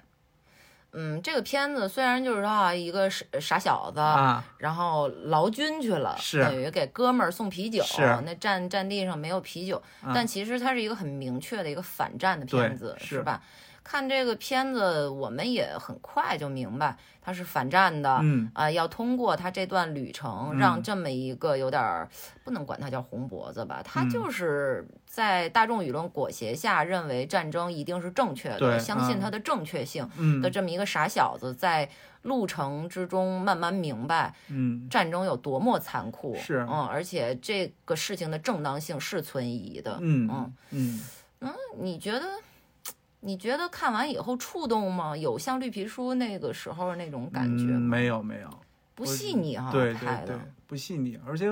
Speaker 1: 嗯，这个片子虽然就是说啊，一个傻傻小子，
Speaker 2: 啊，
Speaker 1: 然后劳军去了，
Speaker 2: 是
Speaker 1: 等于给哥们儿送啤酒。
Speaker 2: 是
Speaker 1: 那战战地上没有啤酒，
Speaker 2: 啊
Speaker 1: 但其实它是一个很明确的一个反战的片子，
Speaker 2: 对
Speaker 1: 是
Speaker 2: 是
Speaker 1: 吧？看这个片子，我们也很快就明白它是反战的。
Speaker 2: 嗯
Speaker 1: 啊、要通过他这段旅程，
Speaker 2: 嗯
Speaker 1: 让这么一个有点儿不能管他叫红脖子吧，他
Speaker 2: 嗯
Speaker 1: 就是在大众舆论裹挟下，认为战争一定是正确的，
Speaker 2: 对
Speaker 1: 相信
Speaker 2: 嗯
Speaker 1: 它的正确性的
Speaker 2: 嗯
Speaker 1: 这么一个傻小子，在路程之中慢慢明白，
Speaker 2: 嗯，
Speaker 1: 战争有多么残酷，
Speaker 2: 是
Speaker 1: 嗯，而且这个事情的正当性是存疑的，
Speaker 2: 嗯嗯，
Speaker 1: 嗯，你觉得？你觉得看完以后触动吗？有像绿皮书那个时候那种感觉啊
Speaker 2: 嗯
Speaker 1: 吗？
Speaker 2: 没有没有，
Speaker 1: 不细腻哈、
Speaker 2: 嗯对
Speaker 1: 拍
Speaker 2: 对对
Speaker 1: 的，，
Speaker 2: 不细腻，而且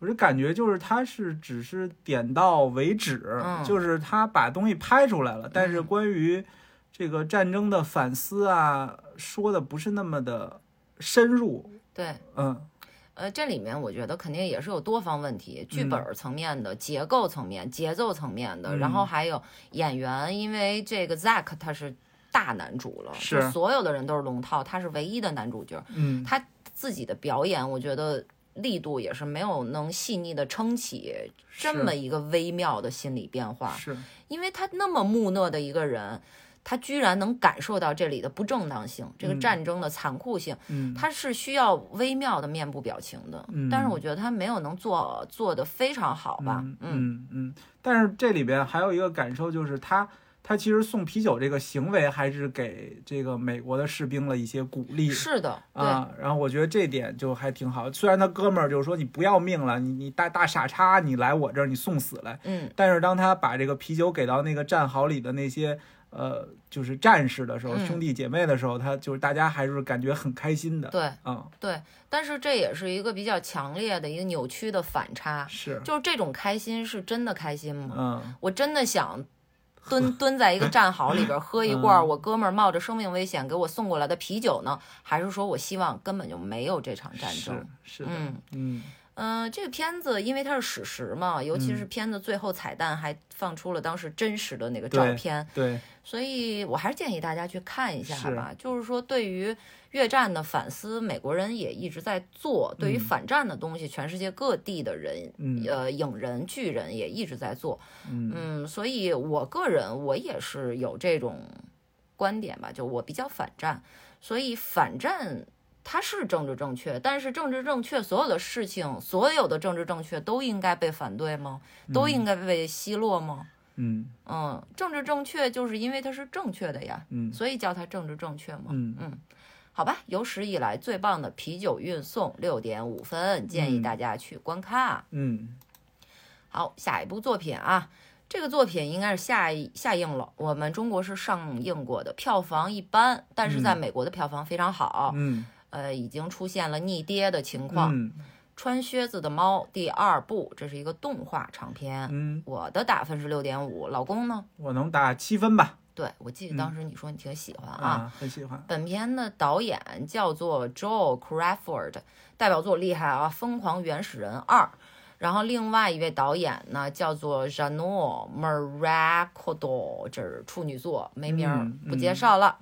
Speaker 2: 我就感觉就是他是只是点到为止，
Speaker 1: 嗯
Speaker 2: 就是他把东西拍出来了，但是
Speaker 1: 嗯
Speaker 2: 关于这个战争的反思啊，说的不是那么的深入，
Speaker 1: 对，
Speaker 2: 嗯
Speaker 1: 呃，这里面我觉得肯定也是有多方问题，
Speaker 2: 嗯
Speaker 1: 剧本儿层面的、结构层面、节奏层面的，然后
Speaker 2: 嗯
Speaker 1: 还有演员，因为这个 Zack 他是大男主了，就是所有的人都是龙套，他是唯一的男主角，
Speaker 2: 嗯
Speaker 1: 自己的表演，我觉得力度也是没有能细腻的撑起这
Speaker 2: 是
Speaker 1: 么一个微妙的心理变化，
Speaker 2: 是
Speaker 1: 因为他那么木讷的一个人。他居然能感受到这里的不正当性，这个
Speaker 2: 嗯
Speaker 1: 战争的残酷性，
Speaker 2: 嗯
Speaker 1: 他是需要微妙的面部表情的，
Speaker 2: 嗯
Speaker 1: 但是我觉得他没有能做做的非常好吧，
Speaker 2: 嗯嗯嗯，但是这里边还有一个感受就是他。他其实送啤酒这个行为，还是给这个美国的士兵了一些鼓励。
Speaker 1: 是的，对，
Speaker 2: 啊，然后我觉得这点就还挺好。虽然他哥们儿就是说你不要命了，你你大大傻叉，你来我这儿你送死来。
Speaker 1: 嗯，
Speaker 2: 但是当他把这个啤酒给到那个战壕里的那些呃，就是战士的时候，
Speaker 1: 嗯
Speaker 2: 兄弟姐妹的时候，他就是大家还是感觉很开心的。
Speaker 1: 对
Speaker 2: 嗯，
Speaker 1: 对，但是这也是一个比较强烈的一个扭曲的反差，
Speaker 2: 是，
Speaker 1: 就是这种开心是真的开心吗？
Speaker 2: 嗯，
Speaker 1: 我真的想蹲蹲在一个战壕里边喝一
Speaker 2: 嗯
Speaker 1: 罐儿我哥们儿冒着生命危险给我送过来的啤酒呢，还是说我希望根本就没有这场战
Speaker 2: 是
Speaker 1: 争？
Speaker 2: 是的，
Speaker 1: 嗯
Speaker 2: 嗯
Speaker 1: 嗯、呃这个片子因为它是史实嘛，尤其
Speaker 2: 嗯
Speaker 1: 是片子最后彩蛋还放出了当时真实的那个照
Speaker 2: 对
Speaker 1: 片，
Speaker 2: 对，
Speaker 1: 所以我还是建议大家去看一下
Speaker 2: 是
Speaker 1: 吧。就是说，对于越战的反思，美国人也一直在做；对于
Speaker 2: 嗯
Speaker 1: 反战的东西，全世界各地的人，
Speaker 2: 嗯
Speaker 1: 呃，影人、巨人也一直在做。
Speaker 2: 嗯
Speaker 1: 嗯，所以我个人我也是有这种观点吧，就我比较反战，所以反战它是政治正确，但是政治正确所有的事情，所有的政治正确都应该被反对吗？都应该被奚落吗？
Speaker 2: 嗯
Speaker 1: 嗯，政治正确就是因为它是正确的呀，
Speaker 2: 嗯
Speaker 1: 所以叫它政治正确嘛。
Speaker 2: 嗯，
Speaker 1: 好吧，有史以来最棒的啤酒运送，六点五分，建议
Speaker 2: 嗯
Speaker 1: 大家去观看。
Speaker 2: 嗯
Speaker 1: 好，下一部作品啊，这个作品应该是下一下映了，我们中国是上映过的，票房一般，但是在美国的票房非常好，
Speaker 2: 嗯
Speaker 1: 呃，已经出现了逆跌的情况。
Speaker 2: 嗯
Speaker 1: 穿靴子的猫第二部，这是一个动画长片，
Speaker 2: 嗯，
Speaker 1: 我的打分是六点五，老公呢？
Speaker 2: 我能打七分吧？
Speaker 1: 对，我记得
Speaker 2: 嗯
Speaker 1: 当时你说你挺喜欢啊。
Speaker 2: 啊，很喜欢。
Speaker 1: 本片的导演叫做 Joel Crawford，代表作厉害啊，《疯狂原始人二》。然后另外一位导演呢，叫做 j a n o Miracodo，这是处女座，没名儿
Speaker 2: 嗯，
Speaker 1: 不介绍了。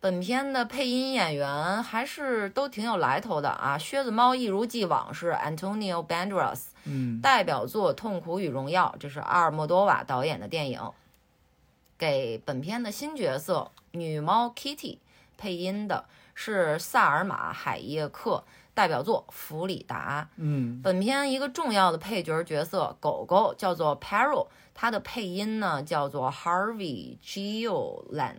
Speaker 1: 本片的配音演员还是都挺有来头的啊，靴子猫一如既往是 Antonio Banderas，
Speaker 2: 嗯
Speaker 1: 代表作《痛苦与荣耀》，这是阿尔莫多瓦导演的电影，给本片的新角色女猫 Kitty 配音的是萨尔玛·海耶克，代表作《弗里达》。
Speaker 2: 嗯
Speaker 1: 本片一个重要的配角角色狗狗叫做 Paro，它的配音呢叫做 Harvey Gillan，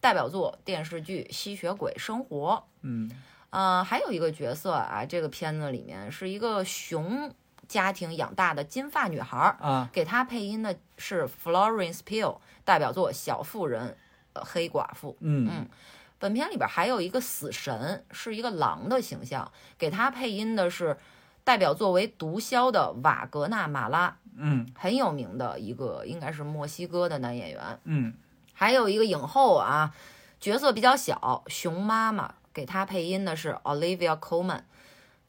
Speaker 1: 代表作电视剧《吸血鬼生活》。
Speaker 2: 嗯
Speaker 1: 呃，还有一个角色啊，这个片子里面是一个熊家庭养大的金发女孩儿，
Speaker 2: 啊，
Speaker 1: 给她配音的是 Florence Pugh，代表作《小妇人》呃、黑寡妇。
Speaker 2: 嗯
Speaker 1: 本片里边还有一个死神，是一个狼的形象，给她配音的是代表作为毒枭的瓦格纳马拉，
Speaker 2: 嗯
Speaker 1: 很有名的一个，应该是墨西哥的男演员。
Speaker 2: 嗯
Speaker 1: 还有一个影后啊，角色比较小，熊妈妈给她配音的是 Olivia Colman，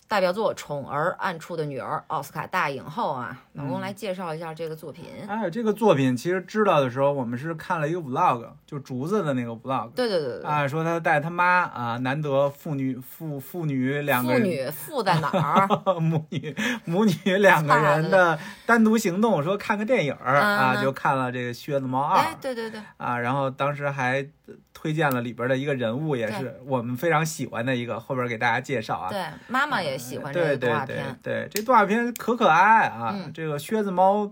Speaker 1: 代表作《宠儿暗处的女儿》，奥斯卡大影后啊。老公来介绍一下这个作品。
Speaker 2: 哎，这个作品其实知道的时候，我们是看了一个 vlog，就竹子的那个 vlog。
Speaker 1: 对对对对，
Speaker 2: 啊，说他带他妈啊，难得父女父父女两个
Speaker 1: 妇
Speaker 2: 人，
Speaker 1: 女妇在哪儿？
Speaker 2: 母女母女两个人的单独行动，说看个电影儿
Speaker 1: 嗯
Speaker 2: 啊，
Speaker 1: 嗯
Speaker 2: 就看了这个《靴子猫二
Speaker 1: 哎，》对对对，
Speaker 2: 啊，然后当时还推荐了里边的一个人物，也是我们非常喜欢的一个，后边给大家介绍啊。
Speaker 1: 对，妈妈也喜欢这
Speaker 2: 对
Speaker 1: 个动
Speaker 2: 对
Speaker 1: 画
Speaker 2: 对
Speaker 1: 片。
Speaker 2: 对，这动画片可可爱爱啊！
Speaker 1: 嗯
Speaker 2: 这个靴子猫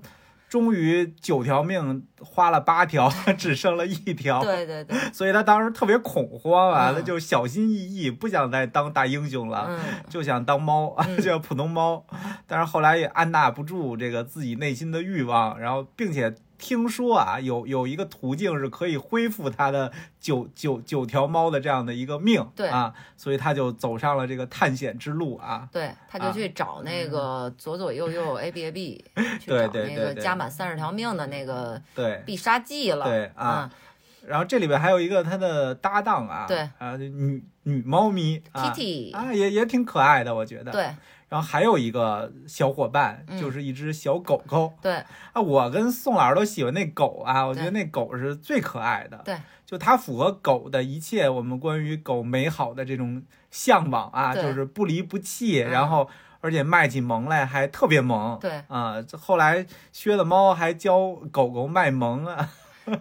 Speaker 2: 终于九条命花了
Speaker 1: (laughs)
Speaker 2: 八条，只剩了一条，
Speaker 1: 对对对，
Speaker 2: 所以他当时特别恐慌，完了
Speaker 1: 嗯
Speaker 2: 就小心翼翼，不想再当大英雄了。
Speaker 1: 嗯，
Speaker 2: 就想当猫， (laughs)
Speaker 1: 嗯
Speaker 2: 就普通猫，但是后来也按捺不住这个自己内心的欲望，然后并且听说啊，有有一个途径是可以恢复他的九九九条猫的这样的一个命，
Speaker 1: 对
Speaker 2: 啊，所以他就走上了这个探险之路啊，
Speaker 1: 对，他就去找那个左左右右 A B A B，去
Speaker 2: 对
Speaker 1: 找
Speaker 2: 对
Speaker 1: 那
Speaker 2: 对
Speaker 1: 个
Speaker 2: 对
Speaker 1: 加满三十条命的那个
Speaker 2: 对
Speaker 1: 必杀技了。嗯
Speaker 2: 对啊，然后这里边还有一个他的搭档啊，
Speaker 1: 对
Speaker 2: 啊，女女猫咪
Speaker 1: 嗯
Speaker 2: 啊
Speaker 1: ，Kitty，
Speaker 2: 啊，也也挺可爱的，我觉得。
Speaker 1: 对
Speaker 2: 然后还有一个小伙伴，
Speaker 1: 嗯
Speaker 2: 就是一只小狗狗，
Speaker 1: 对，
Speaker 2: 啊，我跟宋老师都喜欢那狗啊，我觉
Speaker 1: 对
Speaker 2: 得那狗是最可爱的。
Speaker 1: 对，
Speaker 2: 就它符合狗的一切我们关于狗美好的这种向往啊，
Speaker 1: 对
Speaker 2: 就是不离不弃，
Speaker 1: 嗯
Speaker 2: 然后而且卖起萌来还特别萌。
Speaker 1: 对
Speaker 2: 啊，这后来靴子猫还教狗狗卖萌啊，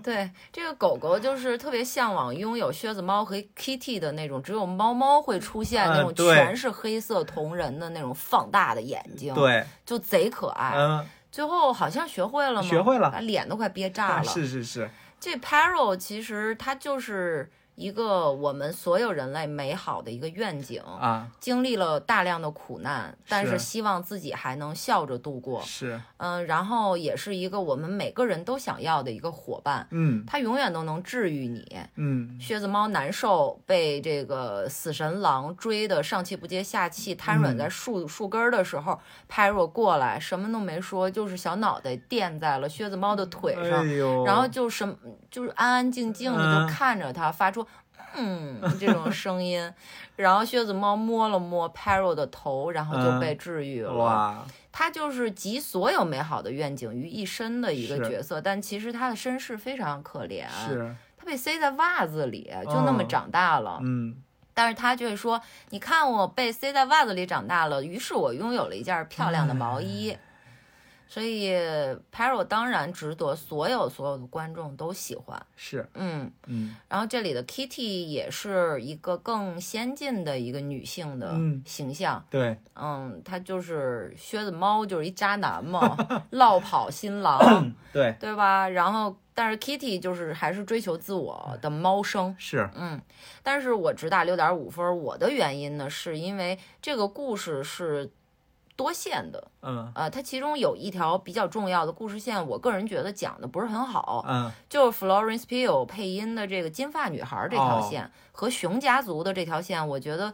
Speaker 1: 对，这个狗狗就是特别向往拥有靴子猫和 Kitty 的那种，只有猫猫会出现那
Speaker 2: 呃
Speaker 1: 种
Speaker 2: 对
Speaker 1: 全是黑色瞳仁的那种放大的眼睛，，
Speaker 2: 对，
Speaker 1: 就贼可爱。
Speaker 2: 嗯，
Speaker 1: 最后好像学会了吗？
Speaker 2: 学会了
Speaker 1: 把脸都快憋炸
Speaker 2: 啊
Speaker 1: 了。
Speaker 2: 是是是，
Speaker 1: 这 Paro 其实它就是一个我们所有人类美好的一个愿景。
Speaker 2: 啊，
Speaker 1: 经历了大量的苦难，但
Speaker 2: 是
Speaker 1: 是希望自己还能笑着度过。
Speaker 2: 是，
Speaker 1: 嗯、然后也是一个我们每个人都想要的一个伙伴，
Speaker 2: 嗯
Speaker 1: 他永远都能治愈你。
Speaker 2: 嗯，
Speaker 1: 靴子猫难受被这个死神狼追的上气不接下气，瘫软
Speaker 2: 嗯
Speaker 1: 在树树根儿的时候，派若过来什么都没说，就是小脑袋垫在了靴子猫的腿上，
Speaker 2: 哎呦，
Speaker 1: 然后就什么就是安安静静的
Speaker 2: 嗯
Speaker 1: 就看着它发出。
Speaker 2: (laughs)
Speaker 1: 嗯，这种声音，然后靴子猫摸了摸 Paro 的头，然后就
Speaker 2: 嗯
Speaker 1: 被治愈了。
Speaker 2: 哇，
Speaker 1: 它就是集所有美好的愿景于一身的一个
Speaker 2: 是
Speaker 1: 角色，但其实它的身世非常可怜。
Speaker 2: 是，
Speaker 1: 他被塞在袜子里，就那么
Speaker 2: 嗯
Speaker 1: 长大了。
Speaker 2: 嗯
Speaker 1: 但是他却说：“你看我被塞在袜子里长大了，于是我拥有了一件漂亮的毛
Speaker 2: 哎
Speaker 1: 衣。”所以 p a r o 当然值得所有所有的观众都喜欢。
Speaker 2: 是，
Speaker 1: 嗯，
Speaker 2: 嗯
Speaker 1: 然后这里的 Kitty 也是一个更先进的一个女性的
Speaker 2: 嗯
Speaker 1: 形象。
Speaker 2: 对，
Speaker 1: 嗯，她就是靴子猫，就是一渣男嘛，落跑新
Speaker 2: 嗯
Speaker 1: 郎，
Speaker 2: 对
Speaker 1: 对吧？然后，但是 Kitty 就是还是追求自我的猫生。
Speaker 2: 是，
Speaker 1: 嗯，但是我只打六点五分儿，我的原因呢，是因为这个故事是多线的，
Speaker 2: 嗯
Speaker 1: 呃，它其中有一条比较重要的故事线，我个人觉得讲的不是很好，
Speaker 2: 嗯
Speaker 1: 就是 Florence Pugh 配音的这个金发女孩儿这条
Speaker 2: 哦
Speaker 1: 线、和熊家族的这条线，我觉得，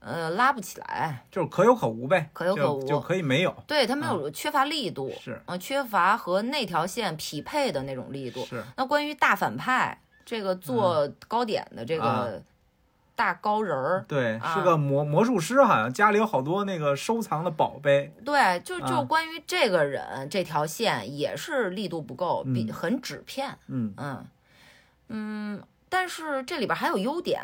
Speaker 1: 呃，拉不起来，
Speaker 2: 就是可有可无呗，
Speaker 1: 可有
Speaker 2: 就
Speaker 1: 可无
Speaker 2: 就可以没有，
Speaker 1: 对，它没有缺乏力度，
Speaker 2: 嗯是
Speaker 1: 呃，缺乏和那条线匹配的那种力度，
Speaker 2: 是，嗯
Speaker 1: 那关于大反派这个做糕点的这个
Speaker 2: 啊
Speaker 1: 大高人儿，
Speaker 2: 对，
Speaker 1: 啊
Speaker 2: 是个魔魔术师，好像家里有好多那个收藏的宝贝，
Speaker 1: 对，就就
Speaker 2: 啊
Speaker 1: 关于这个人这条线也是力度不够，比
Speaker 2: 嗯
Speaker 1: 很纸片，
Speaker 2: 嗯
Speaker 1: 嗯嗯。但是这里边还有优点，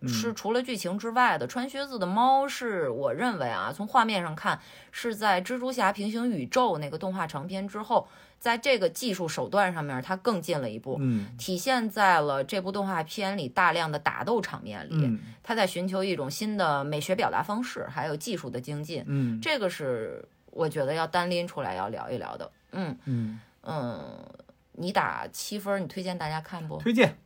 Speaker 2: 嗯
Speaker 1: 是除了剧情之外的。穿靴子的猫是我认为啊，从画面上看是在蜘蛛侠平行宇宙那个动画长片之后，在这个技术手段上面，它更进了一步。
Speaker 2: 嗯
Speaker 1: 体现在了这部动画片里大量的打斗场面里，
Speaker 2: 嗯
Speaker 1: 他在寻求一种新的美学表达方式，还有技术的精进，
Speaker 2: 嗯
Speaker 1: 这个是我觉得要单拎出来要聊一聊的。嗯
Speaker 2: 嗯，
Speaker 1: 嗯，你打七分儿，你推荐大家看不？
Speaker 2: 推荐。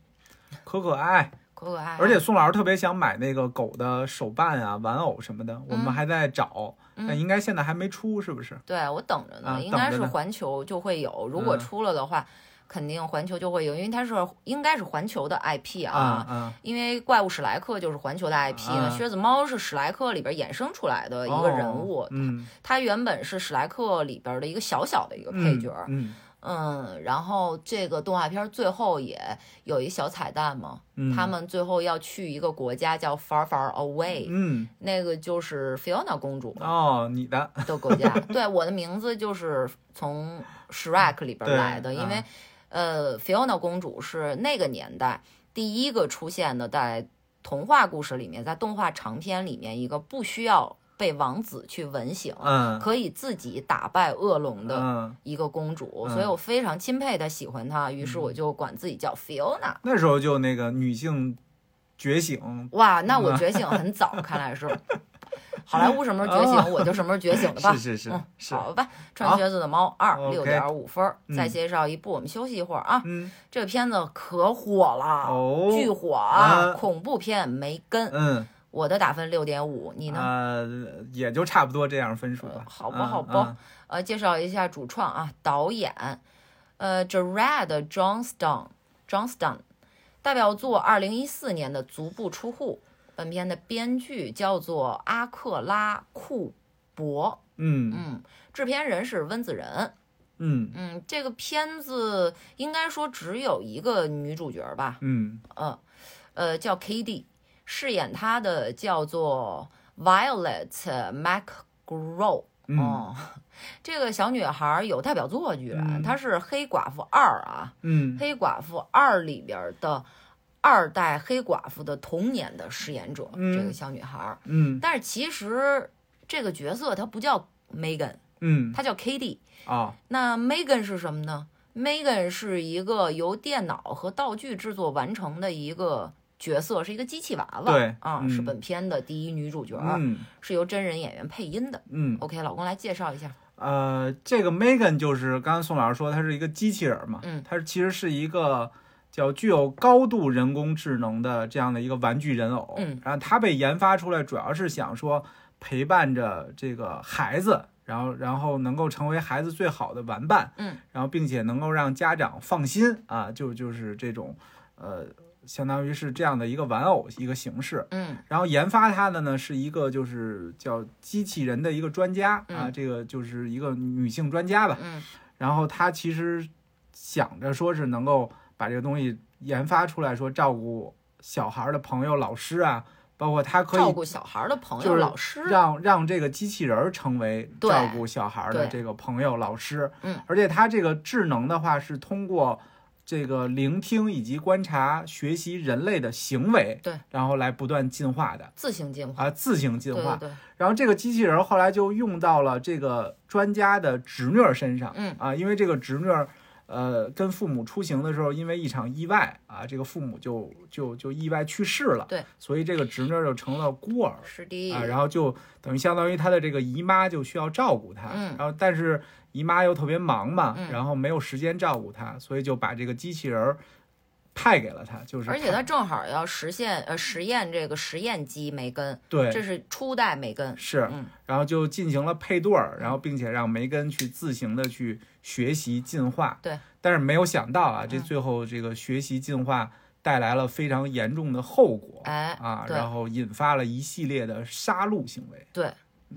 Speaker 2: 可可爱爱，
Speaker 1: 可可爱爱，
Speaker 2: 而且宋老师特别想买那个狗的手办啊、玩偶什么的，我们还在找，
Speaker 1: 嗯
Speaker 2: 但应该现在还没出，是不是？
Speaker 1: 对我等着呢，
Speaker 2: 啊
Speaker 1: 应该
Speaker 2: 等
Speaker 1: 是
Speaker 2: 着呢
Speaker 1: 环球就会有，如果
Speaker 2: 嗯
Speaker 1: 出了的话，肯定环球就会有，因为它是应该是环球的 IP
Speaker 2: 啊啊，
Speaker 1: 因为怪物史莱克就是环球的 IP，、
Speaker 2: 啊
Speaker 1: 靴子猫是史莱克里边衍生出来的一个人物，
Speaker 2: 哦嗯，
Speaker 1: 他原本是史莱克里边的一个小小的一个配角儿，
Speaker 2: 嗯
Speaker 1: 嗯然后这个动画片最后也有一小彩蛋嘛，
Speaker 2: 嗯，
Speaker 1: 他们最后要去一个国家叫 Far Far Away，、
Speaker 2: 嗯
Speaker 1: 那个就是 Fiona 公主
Speaker 2: 哦，你的
Speaker 1: 的国家。对，我的名字就是从 Shrek 里边
Speaker 2: 对
Speaker 1: 来的，因为、
Speaker 2: 啊
Speaker 1: 呃，Fiona 公主是那个年代第一个出现的，在童话故事里面，在动画长片里面一个不需要被王子去吻醒。
Speaker 2: 嗯
Speaker 1: 可以自己打败恶龙的
Speaker 2: 嗯，
Speaker 1: 一个公主，
Speaker 2: 嗯
Speaker 1: 所以我非常钦佩她，喜欢她，于是我就管自己叫 Fiona。
Speaker 2: 那时候就那个女性觉醒，
Speaker 1: 哇，那
Speaker 2: 嗯
Speaker 1: 我觉醒很早，看来是好莱坞什么时候觉
Speaker 2: 哦
Speaker 1: 醒，我就什么时候觉醒了吧
Speaker 2: 是。是是
Speaker 1: 嗯
Speaker 2: 是，哦
Speaker 1: 好吧，《穿靴子的猫二》
Speaker 2: OK
Speaker 1: 六点五分儿，
Speaker 2: 嗯
Speaker 1: 再介绍一部，我们休息一会儿啊。
Speaker 2: 嗯
Speaker 1: 这个片子可火了，
Speaker 2: 哦，
Speaker 1: 巨火啊！
Speaker 2: 啊
Speaker 1: 恐怖片没跟，
Speaker 2: 嗯
Speaker 1: 我的打分六点五，你呢？
Speaker 2: 呃也就差不多这样分数吧
Speaker 1: 呃，好吧
Speaker 2: 嗯
Speaker 1: 好吧，呃，介绍一下主创啊，导演，呃，Jared Johnston Johnston，代表作二零一四年的《足不出户》。本片的编剧叫做阿克拉库伯，
Speaker 2: 嗯
Speaker 1: 嗯，制片人是温子仁，
Speaker 2: 嗯
Speaker 1: 嗯，这个片子应该说只有一个女主角吧，
Speaker 2: 嗯
Speaker 1: 嗯，呃，叫 K.D.，饰演她的叫做 Violet McGraw。
Speaker 2: 嗯
Speaker 1: 哦，这个小女孩儿有代表作，居然、
Speaker 2: 嗯
Speaker 1: 她是《黑寡妇二》啊，
Speaker 2: 嗯
Speaker 1: 黑寡妇二》里边的二代黑寡妇的童年的饰演者，
Speaker 2: 嗯
Speaker 1: 这个小女孩儿。
Speaker 2: 嗯
Speaker 1: 但是其实这个角色她不叫 Megan，
Speaker 2: 嗯
Speaker 1: 她叫 Katie。
Speaker 2: 哦
Speaker 1: 那 Megan 是什么呢？Megan 是一个由电脑和道具制作完成的一个角色，是一个机器娃娃。
Speaker 2: 对
Speaker 1: 啊，
Speaker 2: 嗯
Speaker 1: 是本片的第一女主角，
Speaker 2: 嗯
Speaker 1: 是由真人演员配音的。
Speaker 2: 嗯
Speaker 1: OK，老公来介绍一下。
Speaker 2: 呃，这个 Megan 就是刚刚宋老师说，她是一个机器人嘛，
Speaker 1: 嗯
Speaker 2: 她其实是一个叫具有高度人工智能的这样的一个玩具人偶。
Speaker 1: 嗯，
Speaker 2: 然后它被研发出来，主要是想说陪伴着这个孩子，然后然后能够成为孩子最好的玩伴。
Speaker 1: 嗯，
Speaker 2: 然后并且能够让家长放心啊，就就是这种呃，相当于是这样的一个玩偶一个形式。
Speaker 1: 嗯
Speaker 2: 然后研发它的呢是一个就是叫机器人的一个专家啊，
Speaker 1: 嗯
Speaker 2: 这个就是一个女性专家吧。
Speaker 1: 嗯
Speaker 2: 然后她其实想着说是能够把这个东西研发出来，说照顾小孩儿的朋友、老师啊，包括她可
Speaker 1: 照
Speaker 2: 以
Speaker 1: 顾小孩的朋
Speaker 2: 就
Speaker 1: 友、
Speaker 2: 是
Speaker 1: 老师，
Speaker 2: 让让这个机器人儿成为
Speaker 1: 对
Speaker 2: 照顾小孩儿的
Speaker 1: 对
Speaker 2: 这个朋友、老师。
Speaker 1: 嗯，
Speaker 2: 而且它这个智能的话是通过。这个聆听以及观察、学习人类的行为，
Speaker 1: 对，
Speaker 2: 然后来不断进化的
Speaker 1: 自行进化，
Speaker 2: 啊，自行进
Speaker 1: 对
Speaker 2: 化
Speaker 1: 对。对，
Speaker 2: 然后这个机器人后来就用到了这个专家的侄女儿身上，
Speaker 1: 嗯
Speaker 2: 啊，因为这个侄女儿，呃，跟父母出行的时候，因为一场意外啊，这个父母就就就意外去世了，
Speaker 1: 对，
Speaker 2: 所以这个侄女儿就成了孤儿
Speaker 1: 是的，
Speaker 2: 啊，然后就等于相当于她的这个姨妈就需要照顾她，
Speaker 1: 嗯
Speaker 2: 然后但是姨妈又特别忙嘛，
Speaker 1: 嗯
Speaker 2: 然后没有时间照顾她，所以就把这个机器人儿派给了她，就是
Speaker 1: 而且
Speaker 2: 派
Speaker 1: 它正好要实现呃实验这个实验机梅根，
Speaker 2: 对
Speaker 1: 这是初代梅根，
Speaker 2: 是，
Speaker 1: 嗯
Speaker 2: 然后就进行了配对儿，然后并且让梅根去自行的去学习进化。
Speaker 1: 对，
Speaker 2: 但是没有想到啊，这
Speaker 1: 嗯
Speaker 2: 最后这个学习进化带来了非常严重的后果
Speaker 1: 哎，
Speaker 2: 啊，
Speaker 1: 对
Speaker 2: 然后引发了一系列的杀戮行为嗯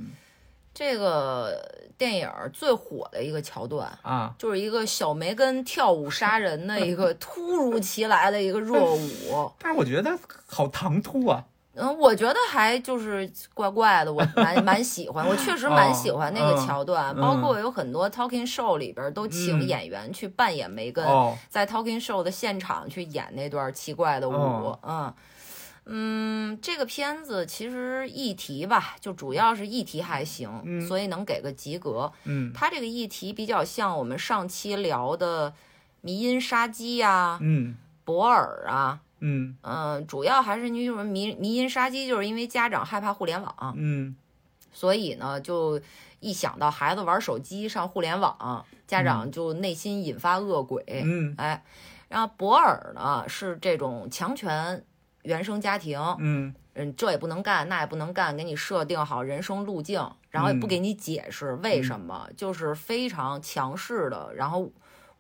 Speaker 1: 这个电影儿最火的一个桥段。
Speaker 2: 啊。
Speaker 1: 就是一个小梅根跳舞杀人的一个 (laughs) 突如其来的一个热舞，
Speaker 2: 但是我觉得好唐突啊，
Speaker 1: 嗯，我觉得还就是怪怪的，
Speaker 2: (laughs)
Speaker 1: 我蛮蛮喜欢，我确实蛮喜欢那个桥段，
Speaker 2: 哦嗯
Speaker 1: 包括有很多 talking show 里边都请
Speaker 2: 嗯
Speaker 1: 演员去扮演梅根，
Speaker 2: 哦，
Speaker 1: 在 talking show 的现场去演那段奇怪的舞，
Speaker 2: 哦
Speaker 1: 嗯。嗯，这个片子其实议题吧，就主要是议题还行，
Speaker 2: 嗯
Speaker 1: 所以能给个及格。
Speaker 2: 嗯
Speaker 1: 它这个议题比较像我们上期聊的迷因杀机呀、
Speaker 2: 嗯
Speaker 1: 博尔啊，
Speaker 2: 嗯
Speaker 1: 嗯，主要还是因为什么迷迷因杀机，就是因为家长害怕互联网，
Speaker 2: 嗯，
Speaker 1: 所以呢，就一想到孩子玩手机上互联网，家长就内心引发恶鬼。
Speaker 2: 嗯
Speaker 1: 哎，然后博尔呢是这种强权原生家庭，
Speaker 2: 嗯
Speaker 1: 嗯，这也不能干，那也不能干，给你设定好人生路径，然后也不
Speaker 2: 嗯
Speaker 1: 给你解释为什么，就是非常强势的，然后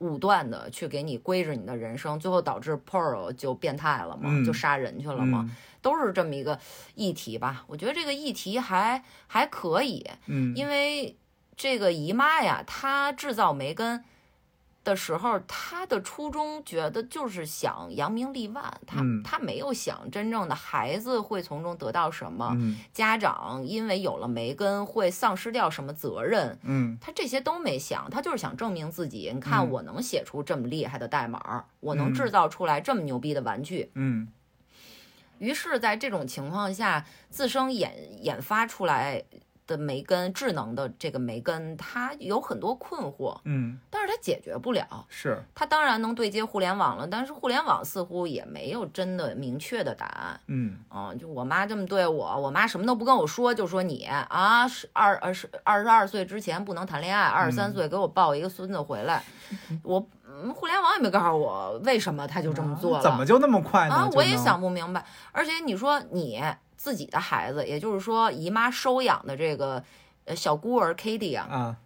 Speaker 1: 武断的去给你规制你的人生，最后导致 Pearl 就变态了嘛，
Speaker 2: 嗯
Speaker 1: 就杀人去了嘛，
Speaker 2: 嗯
Speaker 1: 都是这么一个议题吧。我觉得这个议题还还可以，
Speaker 2: 嗯，
Speaker 1: 因为这个姨妈呀，她制造梅根的时候，她的初衷觉得就是想扬名立万，她、
Speaker 2: 嗯
Speaker 1: 她没有想真正的孩子会从中得到什么，
Speaker 2: 嗯
Speaker 1: 家长因为有了梅根会丧失掉什么责任。
Speaker 2: 嗯
Speaker 1: 她这些都没想，她就是想证明自己。你看，
Speaker 2: 嗯
Speaker 1: 我能写出这么厉害的代码，我能
Speaker 2: 嗯
Speaker 1: 制造出来这么牛逼的玩具。
Speaker 2: 嗯
Speaker 1: 于是，在这种情况下，自身研研发出来的梅根智能的这个梅根，它有很多困惑，
Speaker 2: 嗯，
Speaker 1: 但是它解决不了。
Speaker 2: 是，
Speaker 1: 它当然能对接互联网了，但是互联网似乎也没有真的明确的答案。
Speaker 2: 嗯
Speaker 1: 嗯，就我妈这么对我，我妈什么都不跟我说，就说你啊，是二二十二十二岁之前不能谈恋爱，二十
Speaker 2: 嗯
Speaker 1: 三岁给我抱一个孙子回
Speaker 2: (laughs)
Speaker 1: 来。我、嗯、互联网也没告诉我为什么他就这么做了，
Speaker 2: 啊怎么就那么快呢？
Speaker 1: 啊，
Speaker 2: 就
Speaker 1: 我也
Speaker 2: 能
Speaker 1: 想，不明白。而且你说你自己的孩子，也就是说姨妈收养的这个呃小孤儿 Kitty 啊，
Speaker 2: 啊，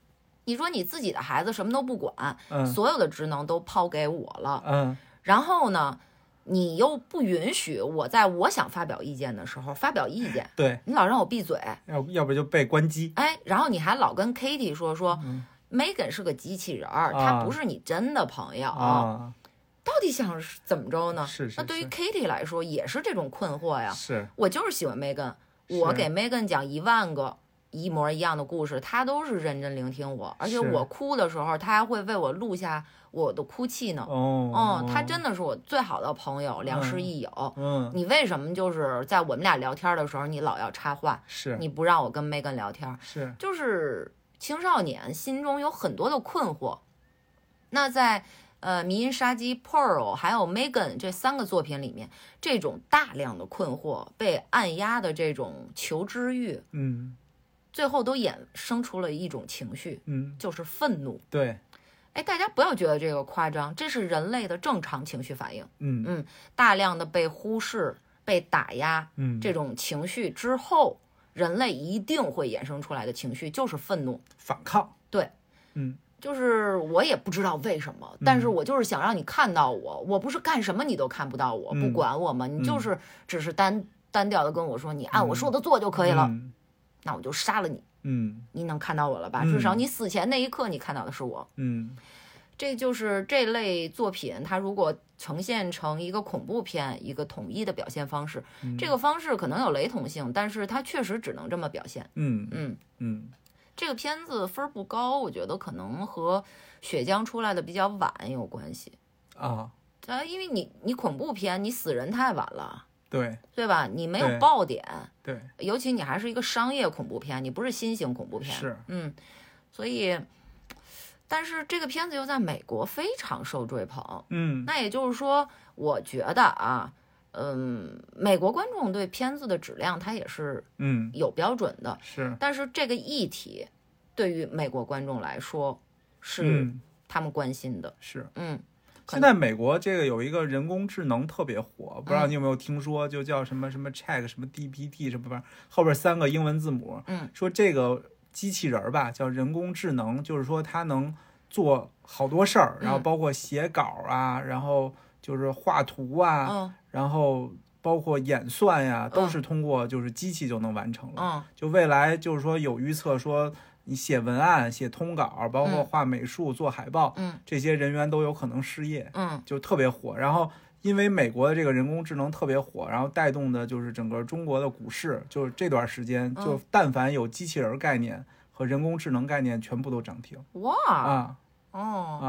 Speaker 1: 你说你自己的孩子什么都不管，
Speaker 2: 嗯
Speaker 1: 所有的职能都抛给我了，
Speaker 2: 嗯
Speaker 1: 然后呢，你又不允许我在我想发表意见的时候发表意见，
Speaker 2: 对，
Speaker 1: 你老让我闭嘴，
Speaker 2: 要要不就被关机。
Speaker 1: 哎，然后你还老跟 Kitty 说说。
Speaker 2: 嗯
Speaker 1: Megan 是个机器人儿，他
Speaker 2: 啊
Speaker 1: 不是你真的朋友，
Speaker 2: 啊，
Speaker 1: 到底想是怎么着呢？
Speaker 2: 是
Speaker 1: 哦
Speaker 2: 是
Speaker 1: 那对于啊
Speaker 2: 是
Speaker 1: Kitty 来说也是这种困惑呀。
Speaker 2: 是，
Speaker 1: 我就是喜欢梅根，我
Speaker 2: 是
Speaker 1: 给梅根讲一万个一模一样的故事，他都是认真聆听我，而且
Speaker 2: 是
Speaker 1: 我哭的时候，他还会为我录下我的哭泣呢。
Speaker 2: 哦
Speaker 1: 嗯，，他真的是我最好的朋友，良师益友。
Speaker 2: 嗯，
Speaker 1: 你为什么就是在我们俩聊天的时候，你老要插话，
Speaker 2: 是
Speaker 1: 你不让我跟梅根聊天？
Speaker 2: 是，
Speaker 1: 就是青少年心中有很多的困惑。那在呃《迷因杀机》、Pearl 还有 Megan 这三个作品里面，这种大量的困惑被按压的这种求知欲，
Speaker 2: 嗯
Speaker 1: 最后都衍生出了一种情绪，
Speaker 2: 嗯，
Speaker 1: 就是愤怒。
Speaker 2: 对，
Speaker 1: 哎，大家不要觉得这个夸张，这是人类的正常情绪反应。
Speaker 2: 嗯
Speaker 1: 大量的被忽视、被打压
Speaker 2: 嗯，
Speaker 1: 这种情绪之后，人类一定会衍生出来的情绪就是愤怒。
Speaker 2: 反抗，
Speaker 1: 对，
Speaker 2: 嗯
Speaker 1: 就是我也不知道为什么，但是我就是想让你看到我，我不是干什么你都看不到我，不
Speaker 2: 嗯
Speaker 1: 管我嘛，你就是只是单单调的跟我说，你按我说的做就可以了，
Speaker 2: 嗯
Speaker 1: 那我就杀了你，
Speaker 2: 嗯
Speaker 1: 你能看到我了吧？
Speaker 2: 嗯
Speaker 1: 至少你死前那一刻你看到的是我，
Speaker 2: 嗯
Speaker 1: 这就是这类作品，它如果呈现成一个恐怖片，一个统一的表现方式，
Speaker 2: 嗯
Speaker 1: 这个方式可能有雷同性，但是它确实只能这么表现。
Speaker 2: 嗯
Speaker 1: 嗯，
Speaker 2: 嗯
Speaker 1: 这个片子分儿不高，我觉得可能和《血浆》出来的比较晚有关系。
Speaker 2: 啊，
Speaker 1: 啊，因为你你恐怖片，你死人太晚了，
Speaker 2: 对
Speaker 1: 对吧？你没有
Speaker 2: 对
Speaker 1: 爆点，
Speaker 2: 对
Speaker 1: 尤其你还是一个商业恐怖片，你不是新型恐怖片。
Speaker 2: 是，
Speaker 1: 嗯，所以，但是这个片子又在美国非常受追捧，
Speaker 2: 嗯
Speaker 1: 那也就是说，我觉得啊，嗯，美国观众对片子的质量它也是
Speaker 2: 嗯
Speaker 1: 有标准的，
Speaker 2: 是
Speaker 1: 但是这个议题对于美国观众来说是
Speaker 2: 嗯
Speaker 1: 他们关心的，
Speaker 2: 是。
Speaker 1: 嗯，可
Speaker 2: 现在美国这个有一个人工智能特别火，不知道
Speaker 1: 嗯
Speaker 2: 你有没有听说，就叫什么什么 Check 什么 DPT 什么玩意儿，后边三个英文字母。
Speaker 1: 嗯，
Speaker 2: 说这个机器人儿吧，叫人工智能，就是说它能做好多事儿，然后
Speaker 1: 嗯
Speaker 2: 包括写稿啊，然后就是画图啊，
Speaker 1: 嗯
Speaker 2: 然后包括演算呀、
Speaker 1: 嗯
Speaker 2: 都是通过就是机器就能完成了。
Speaker 1: 嗯
Speaker 2: 就未来就是说有预测说，你写文案、写通稿，包括
Speaker 1: 嗯
Speaker 2: 画美术、做海报，
Speaker 1: 嗯，
Speaker 2: 这些人员都有可能失业。
Speaker 1: 嗯
Speaker 2: 就特别火。然后因为美国的这个人工智能特别火，然后带动的就是整个中国的股市，就是这段时间
Speaker 1: 嗯
Speaker 2: 就但凡有机器人概念和人工智能概念，全部都涨停
Speaker 1: 哇
Speaker 2: 啊
Speaker 1: 哦。
Speaker 2: 啊！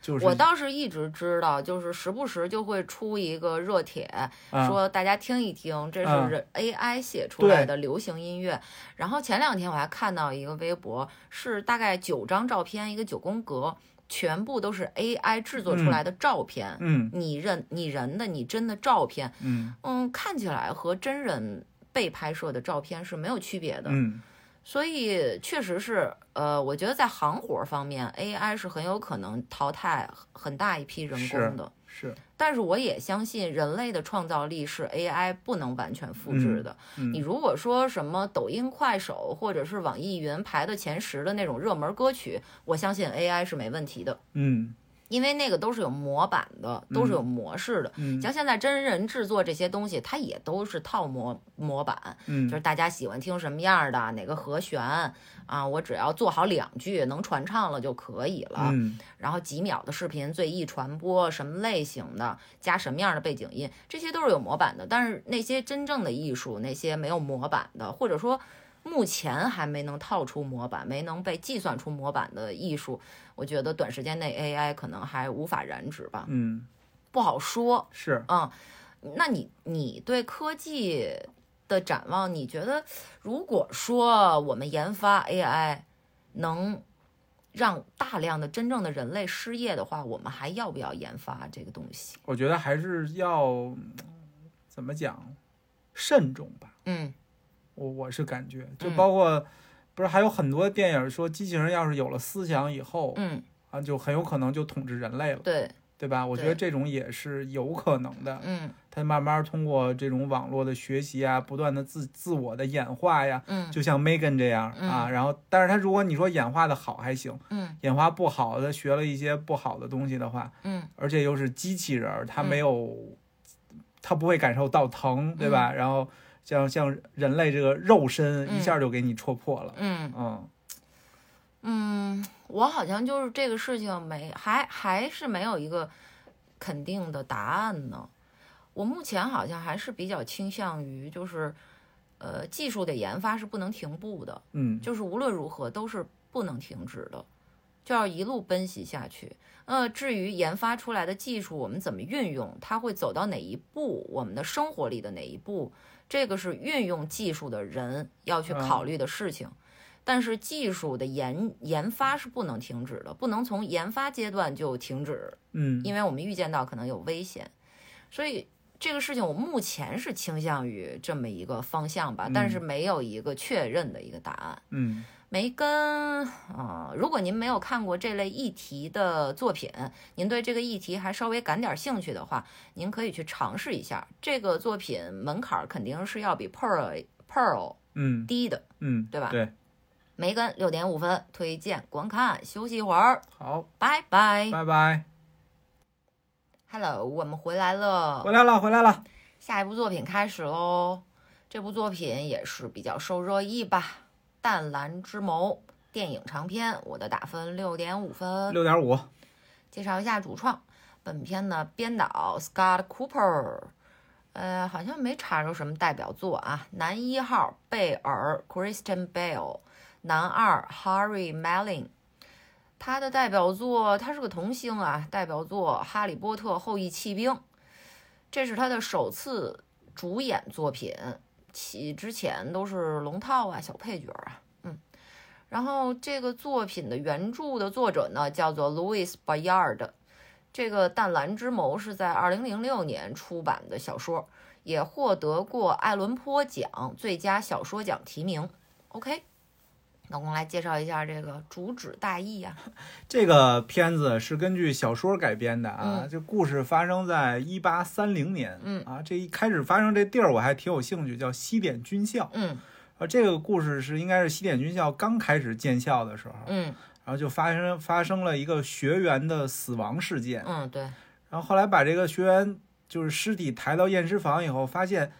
Speaker 2: 就是
Speaker 1: 我倒是一直知道，就是时不时就会出一个热帖，
Speaker 2: 啊
Speaker 1: 说大家听一听，这
Speaker 2: 啊
Speaker 1: 是人 AI 写出来的流行音乐。然后前两天我还看到一个微博，是大概九张照片，一个九宫格，全部都是 AI 制作出来的照片。
Speaker 2: 嗯
Speaker 1: 拟人拟人的拟真的照片，
Speaker 2: 嗯
Speaker 1: 嗯，看起来和真人被拍摄的照片是没有区别的。
Speaker 2: 嗯
Speaker 1: 所以确实是，呃，我觉得在行活方面，AI 是很有可能淘汰很大一批人工的。
Speaker 2: 是
Speaker 1: 但是我也相信，人类的创造力是 AI 不能完全复制的。
Speaker 2: 嗯
Speaker 1: 你如果说什么抖音、快手或者是网易云排的前十的那种热门歌曲，我相信 AI 是没问题的，
Speaker 2: 嗯
Speaker 1: 因为那个都是有模板的，都是有模式的。
Speaker 2: 嗯
Speaker 1: 像现在真人制作这些东西，它也都是套模模板，就
Speaker 2: 嗯
Speaker 1: 是大家喜欢听什么样儿的，哪个和弦啊，我只要做好两句能传唱了就可以了。
Speaker 2: 嗯
Speaker 1: 然后几秒的视频最易传播，什么类型的，加什么样的背景音，这些都是有模板的。但是那些真正的艺术，那些没有模板的，或者说目前还没能套出模板，没能被计算出模板的艺术，我觉得短时间内 AI 可能还无法染指吧，
Speaker 2: 嗯
Speaker 1: 不好说。
Speaker 2: 是
Speaker 1: 嗯，那你你对科技的展望，你觉得如果说我们研发 AI 能让大量的真正的人类失业的话，我们还要不要研发这个东西？
Speaker 2: 我觉得还是要嗯怎么讲慎重吧。
Speaker 1: 嗯
Speaker 2: 我我是感觉，就
Speaker 1: 嗯
Speaker 2: 包括、不是还有很多电影说机器人要是有了思想以后，
Speaker 1: 嗯，
Speaker 2: 啊，就很有可能就统治人类了，
Speaker 1: 对，
Speaker 2: 对吧？我觉得
Speaker 1: 对
Speaker 2: 这种也是有可能的。
Speaker 1: 嗯
Speaker 2: 它慢慢通过这种网络的学习啊，不断的自自我的演化呀，
Speaker 1: 嗯
Speaker 2: 就像 Megan 这样啊。然后，但是他如果你说演化的好还行，
Speaker 1: 嗯
Speaker 2: 演化不好的学了一些不好的东西的话，
Speaker 1: 嗯
Speaker 2: 而且又是机器人儿，它
Speaker 1: 嗯
Speaker 2: 没有，它不会感受到疼，对
Speaker 1: 嗯
Speaker 2: 吧？然后像像人类这个肉身一下就给你戳破了，
Speaker 1: 嗯
Speaker 2: 嗯
Speaker 1: 嗯，我好像就是这个事情没还还是没有一个肯定的答案呢。我目前好像还是比较倾向于就是。呃，技术的研发是不能停步的，
Speaker 2: 嗯
Speaker 1: 就是无论如何都是不能停止的，就要一路奔袭下去。呃，至于研发出来的技术，我们怎么运用，它会走到哪一步，我们的生活里的哪一步，这个是运用技术的人要去考虑的事情。但是技术的研研发是不能停止的，不能从研发阶段就停止，
Speaker 2: 嗯
Speaker 1: 因为我们预见到可能有危险，所以这个事情我目前是倾向于这么一个方向吧，但是没有一个确认的一个答案。
Speaker 2: 嗯
Speaker 1: 没跟啊、如果您没有看过这类议题的作品，您对这个议题还稍微感点兴趣的话，您可以去尝试一下。这个作品门槛儿肯定是要比 Pearl Pearl
Speaker 2: 嗯
Speaker 1: 低的。
Speaker 2: 嗯，
Speaker 1: 对吧
Speaker 2: 对，
Speaker 1: 梅根六点五分，推荐观看。休息一会儿，
Speaker 2: 好，
Speaker 1: 拜拜。
Speaker 2: 拜拜，
Speaker 1: Hello，我们回来了。
Speaker 2: 回来了，回来了，
Speaker 1: 下一部作品开始喽。这部作品也是比较受热议吧，《淡蓝之谋》电影长篇，我的打分六点五分。
Speaker 2: 六点五，
Speaker 1: 介绍一下主创，本片呢编导 Scott Cooper，呃，好像没查着什么代表作啊。男一号贝尔 Christian Bale，男二 Harry Melling。他的代表作，他是个童星啊，代表作《哈利波特：后裔弃兵》，这是他的首次主演作品，其之前都是龙套啊、小配角啊。然后这个作品的原著的作者呢，叫做 Louis Bayard。这个《淡蓝之谋》是在2006年出版的小说，也获得过艾伦坡奖最佳小说奖提名。OK，那我们来介绍一下这个主旨大意啊。
Speaker 2: 这个片子是根据小说改编的啊，这故事发生在一八三零年，
Speaker 1: 嗯
Speaker 2: 啊，这一开始发生这地儿我还挺有兴趣，叫西点军校，
Speaker 1: 嗯
Speaker 2: 啊，这个故事是应该是西点军校刚开始建校的时候，
Speaker 1: 嗯
Speaker 2: 然后就发生发生了一个学员的死亡事件，
Speaker 1: 嗯，对，
Speaker 2: 然后后来把这个学员就是尸体抬到验尸房以后，发现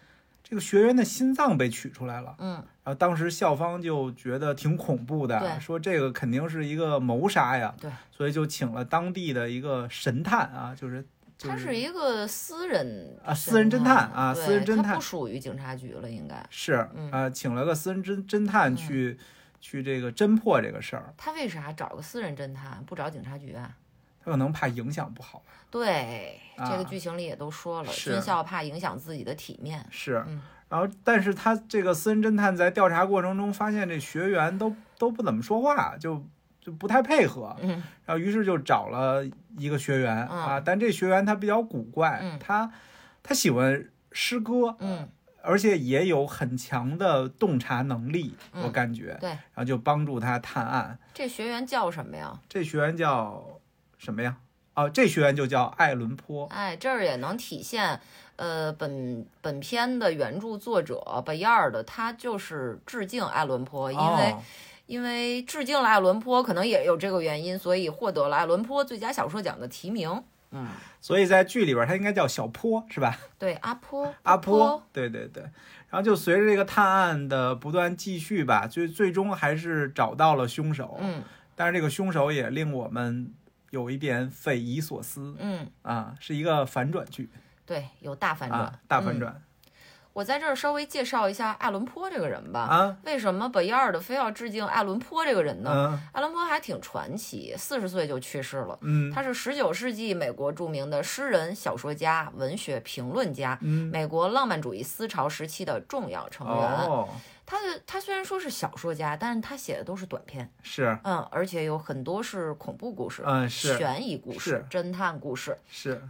Speaker 2: 这个学员的心脏被取出来了。
Speaker 1: 嗯
Speaker 2: 然后啊当时校方就觉得挺恐怖的，
Speaker 1: 对
Speaker 2: 说这个肯定是一个谋杀呀，
Speaker 1: 对，
Speaker 2: 所以就请了当地的一个神探啊，就是就
Speaker 1: 他是一个私人
Speaker 2: 啊私人侦探啊
Speaker 1: 对
Speaker 2: 私人侦探
Speaker 1: 他不属于警察局了，应该。
Speaker 2: 是啊、
Speaker 1: 嗯
Speaker 2: 请了个私人侦侦探去、去这个侦破这个事儿，
Speaker 1: 他为啥找个私人侦探，不找警察局啊？
Speaker 2: 他可能怕影响不好，
Speaker 1: 对，这
Speaker 2: 啊
Speaker 1: 个剧情里也都说了，
Speaker 2: 是
Speaker 1: 军校怕影响自己的体面。
Speaker 2: 是。
Speaker 1: 嗯
Speaker 2: 然后，但是他这个私人侦探在调查过程中发现，这学员都都不怎么说话，就就不太配合。
Speaker 1: 嗯
Speaker 2: 然后于是就找了一个学员、
Speaker 1: 嗯
Speaker 2: 啊，但这学员他比较古怪，
Speaker 1: 嗯
Speaker 2: 他他喜欢诗歌，
Speaker 1: 嗯，
Speaker 2: 而且也有很强的洞察能力，
Speaker 1: 嗯
Speaker 2: 我感觉，
Speaker 1: 对
Speaker 2: 然后就帮助他探案。
Speaker 1: 这学员叫什么呀？
Speaker 2: 这学员叫什么呀？哦、这学员就叫艾伦坡，
Speaker 1: 哎，这儿也能体现，呃，本本片的原著作者贝亚尔的，他就是致敬爱伦坡，因为、
Speaker 2: 哦、
Speaker 1: 因为致敬了爱伦坡，可能也有这个原因，所以获得了爱伦坡最佳小说奖的提名。嗯，
Speaker 2: 所以在剧里边他应该叫小坡是吧？
Speaker 1: 对，阿坡，
Speaker 2: 阿
Speaker 1: 坡，，
Speaker 2: 对对对。然后就随着这个探案的不断继续吧，最最终还是找到了凶手。
Speaker 1: 嗯
Speaker 2: 但是这个凶手也令我们有一点匪夷所思
Speaker 1: 嗯，
Speaker 2: 啊，是一个反转剧
Speaker 1: 对，有大反转，
Speaker 2: 啊，大反
Speaker 1: 嗯
Speaker 2: 转、
Speaker 1: 我在这儿稍微介绍一下爱伦坡这个人吧。
Speaker 2: 啊，
Speaker 1: 为什么本亚尔的非要致敬爱伦坡这个人呢？
Speaker 2: 嗯
Speaker 1: 爱伦坡还挺传奇，四十岁就去世了。
Speaker 2: 嗯
Speaker 1: 他是十九世纪美国著名的诗人、小说家、文学评论家，
Speaker 2: 嗯，
Speaker 1: 美国浪漫主义思潮时期的重要成员。
Speaker 2: 哦，
Speaker 1: 他的他虽然说是小说家，但是他写的都是短篇，
Speaker 2: 是，
Speaker 1: 嗯，而且有很多是恐怖故事、
Speaker 2: 嗯是
Speaker 1: 悬疑故事、侦探故事。
Speaker 2: 是，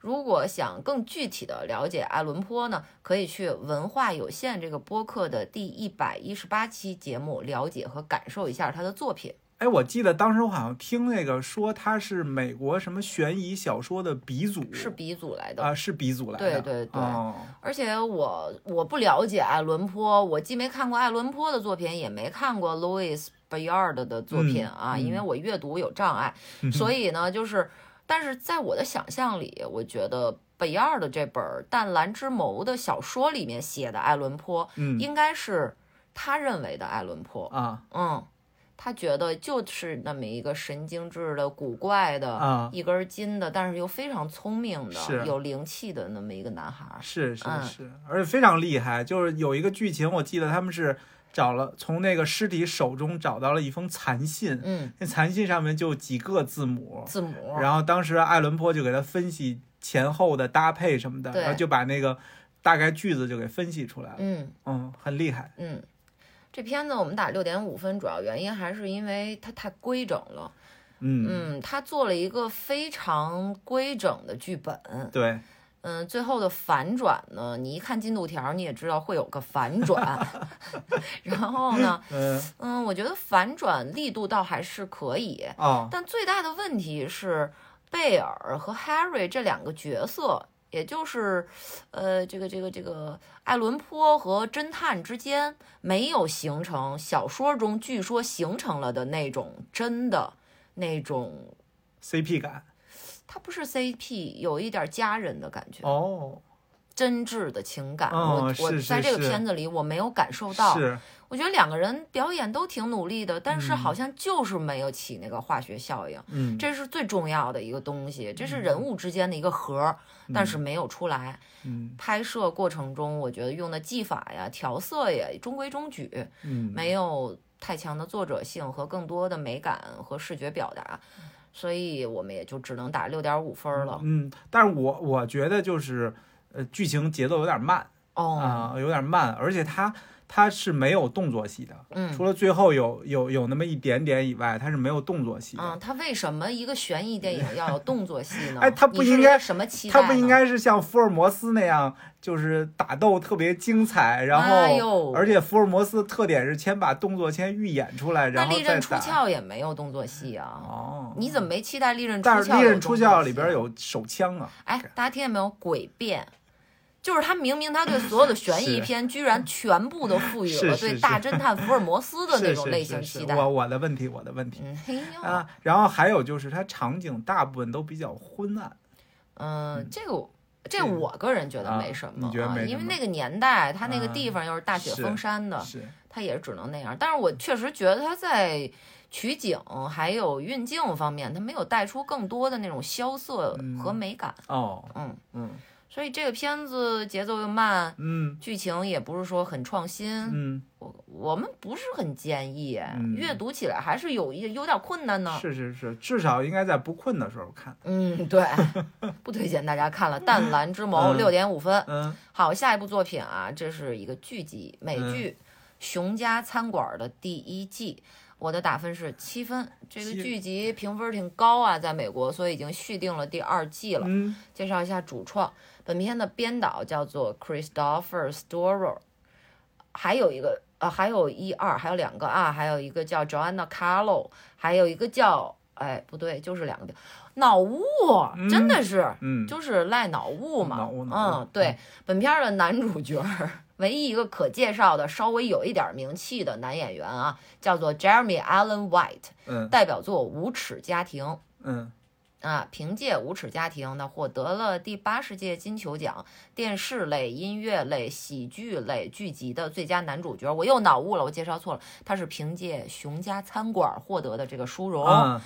Speaker 1: 如果想更具体的了解爱伦坡呢，可以去文化有限这个播客的第一百一十八期节目了解和感受一下他的作品。
Speaker 2: 哎，我记得当时我好像听那个说他是美国什么悬疑小说的鼻祖，
Speaker 1: 是鼻祖来的，
Speaker 2: 啊，是鼻祖来
Speaker 1: 对
Speaker 2: 的，
Speaker 1: 对对
Speaker 2: 哦，
Speaker 1: 而且我我不了解爱伦坡，我既没看过爱伦坡的作品，也没看过 Louis Bayard 的作品啊，
Speaker 2: 嗯嗯嗯
Speaker 1: 因为我阅读有障碍，所以呢，就是，但是在我的想象里，我觉得贝亚尔的这本《淡蓝之谋》的小说里面写的爱伦坡，
Speaker 2: 嗯
Speaker 1: 应该是他认为的爱伦坡，
Speaker 2: 啊
Speaker 1: 嗯，他觉得就是那么一个神经质的、古怪的、
Speaker 2: 啊，
Speaker 1: 一根筋的，但是又非常聪明
Speaker 2: 是
Speaker 1: 的、有灵气的那么一个男孩儿。
Speaker 2: 是是
Speaker 1: 嗯
Speaker 2: 是，而且非常厉害，就是有一个剧情我记得他们是找了从那个尸体手中找到了一封残信，
Speaker 1: 嗯，
Speaker 2: 那残信上面就几个字母，
Speaker 1: 字母，
Speaker 2: 然后当时艾伦坡就给他分析前后的搭配什么的，
Speaker 1: 对
Speaker 2: 然后就把那个大概句子就给分析出来了。
Speaker 1: 嗯
Speaker 2: 嗯，很厉害。
Speaker 1: 嗯。这片子我们打六点五分，主要原因还是因为它太规整了。
Speaker 2: 嗯，
Speaker 1: 嗯，他做了一个非常规整的剧本，
Speaker 2: 对，
Speaker 1: 嗯，最后的反转呢，你一看进度条，你也知道会有个反转。
Speaker 2: (laughs)
Speaker 1: (laughs) 然后呢，
Speaker 2: 嗯
Speaker 1: 嗯，我觉得反转力度倒还是可以，
Speaker 2: 哦，
Speaker 1: 但最大的问题是贝尔和 Harry 这两个角色，也就是呃，这个这个这个爱伦坡和侦探之间没有形成小说中据说形成了的那种真的那种，
Speaker 2: ，CP 感
Speaker 1: 它不是 CP，有一点家人的感觉。
Speaker 2: 哦，
Speaker 1: 真挚的情感，
Speaker 2: 哦
Speaker 1: 我我
Speaker 2: 是
Speaker 1: 在
Speaker 2: 是
Speaker 1: 这个
Speaker 2: 是
Speaker 1: 片子里我没有感受到。
Speaker 2: 是
Speaker 1: 我觉得两个人表演都挺努力的，但是
Speaker 2: 嗯
Speaker 1: 好像就是没有起那个化学效应，
Speaker 2: 嗯，
Speaker 1: 这是最重要的一个东西，这是人物之间的一个核儿，但是没有出来。
Speaker 2: 嗯
Speaker 1: 拍摄过程中，我觉得用的技法呀、调色呀，中规中矩，
Speaker 2: 嗯
Speaker 1: 没有太强的作者性和更多的美感和视觉表达，所以我们也就只能打六点五分了。
Speaker 2: 嗯，但是我我觉得就是呃，剧情节奏有点慢
Speaker 1: 哦，
Speaker 2: 啊、有点慢，而且它它是没有动作戏的，
Speaker 1: 嗯，
Speaker 2: 除了最后有有有那么一点点以外，它是没有动作戏的。啊
Speaker 1: 嗯，他为什么一个悬疑电影要有动作戏呢？
Speaker 2: (laughs) 哎它不
Speaker 1: 你是
Speaker 2: 应该
Speaker 1: 一个什么期待
Speaker 2: 他
Speaker 1: 呢？
Speaker 2: 不应该是像福尔摩斯那样，就是打斗特别精彩，然后、
Speaker 1: 哎呦
Speaker 2: 而且福尔摩斯特点是先把动作先预演出来，
Speaker 1: 那
Speaker 2: 然后
Speaker 1: 利
Speaker 2: 再
Speaker 1: 刃出
Speaker 2: 打。
Speaker 1: 鞘也没有动作戏啊。
Speaker 2: 哦，
Speaker 1: 你怎么没期待利刃出
Speaker 2: 但
Speaker 1: 鞘？
Speaker 2: 是《利刃出鞘》里边，有手枪啊，
Speaker 1: 哎，大家听见没有？诡辩，就是他明明他对所有的悬疑
Speaker 2: 是
Speaker 1: 片，居然全部都赋予
Speaker 2: 是
Speaker 1: 了
Speaker 2: 是
Speaker 1: 对
Speaker 2: 是
Speaker 1: 大侦探福尔摩斯的那
Speaker 2: 是
Speaker 1: 种
Speaker 2: 是
Speaker 1: 类
Speaker 2: 是
Speaker 1: 型
Speaker 2: 是
Speaker 1: 期待。
Speaker 2: 我我的问题，我的问题、
Speaker 1: 嗯，嘿呦，
Speaker 2: 啊，然后还有就是它场景大部分都比较昏暗，
Speaker 1: 嗯，这个我。这
Speaker 2: 这个
Speaker 1: 我个人觉得
Speaker 2: 啊
Speaker 1: 没什么
Speaker 2: 你觉得没
Speaker 1: 因为
Speaker 2: 什么
Speaker 1: 那个年代，他那个
Speaker 2: 啊
Speaker 1: 地方又是大雪
Speaker 2: 是
Speaker 1: 封山的，
Speaker 2: 是
Speaker 1: 他也只能那样。但是我确实觉得他在取景还有运镜方面，他没有带出更多的那种萧瑟和美感。
Speaker 2: 哦，
Speaker 1: 嗯，
Speaker 2: 嗯
Speaker 1: 所以这个片子节奏又慢，
Speaker 2: 嗯
Speaker 1: 剧情也不是说很创新，
Speaker 2: 嗯，
Speaker 1: 我我们不是很建议，
Speaker 2: 嗯
Speaker 1: 阅读起来还是有一有点困难呢。
Speaker 2: 是是是，至少应该在不困的时候看，
Speaker 1: 嗯，对， (laughs) 不推荐大家看
Speaker 2: (laughs)
Speaker 1: 了《淡蓝之眸》
Speaker 2: 嗯
Speaker 1: 六点五分。
Speaker 2: 嗯
Speaker 1: 好，下一部作品啊，这是一个剧集，美剧《熊家餐馆》的第一季，我的打分是七分。这个
Speaker 2: 七嗯
Speaker 1: 剧集评分挺高啊，在美国，所以已经续订了第二季了。
Speaker 2: 嗯
Speaker 1: 介绍一下主创，本片的编导叫做 Christopher Storer，还有一个呃，还有一二，还有两个啊，还有一个叫 Joanna Carlo，还有一个叫哎不对，就是两个叫脑雾，真的是。
Speaker 2: 嗯，哦
Speaker 1: 就是赖脑雾嘛。
Speaker 2: 脑雾脑雾
Speaker 1: 嗯，对，本片儿的男主角儿唯一一个可介绍的稍微有一点名气的男演员啊，叫做 Jeremy Allen White，
Speaker 2: 嗯
Speaker 1: 代表作《无耻家庭》。
Speaker 2: 嗯
Speaker 1: 啊，凭借《无耻家庭》呢，获得了第八十届金球奖电视类、音乐类、喜剧类剧集的最佳男主角。我又脑雾了，我介绍错了，他是凭借《熊家餐馆》获得的这个殊荣。
Speaker 2: 嗯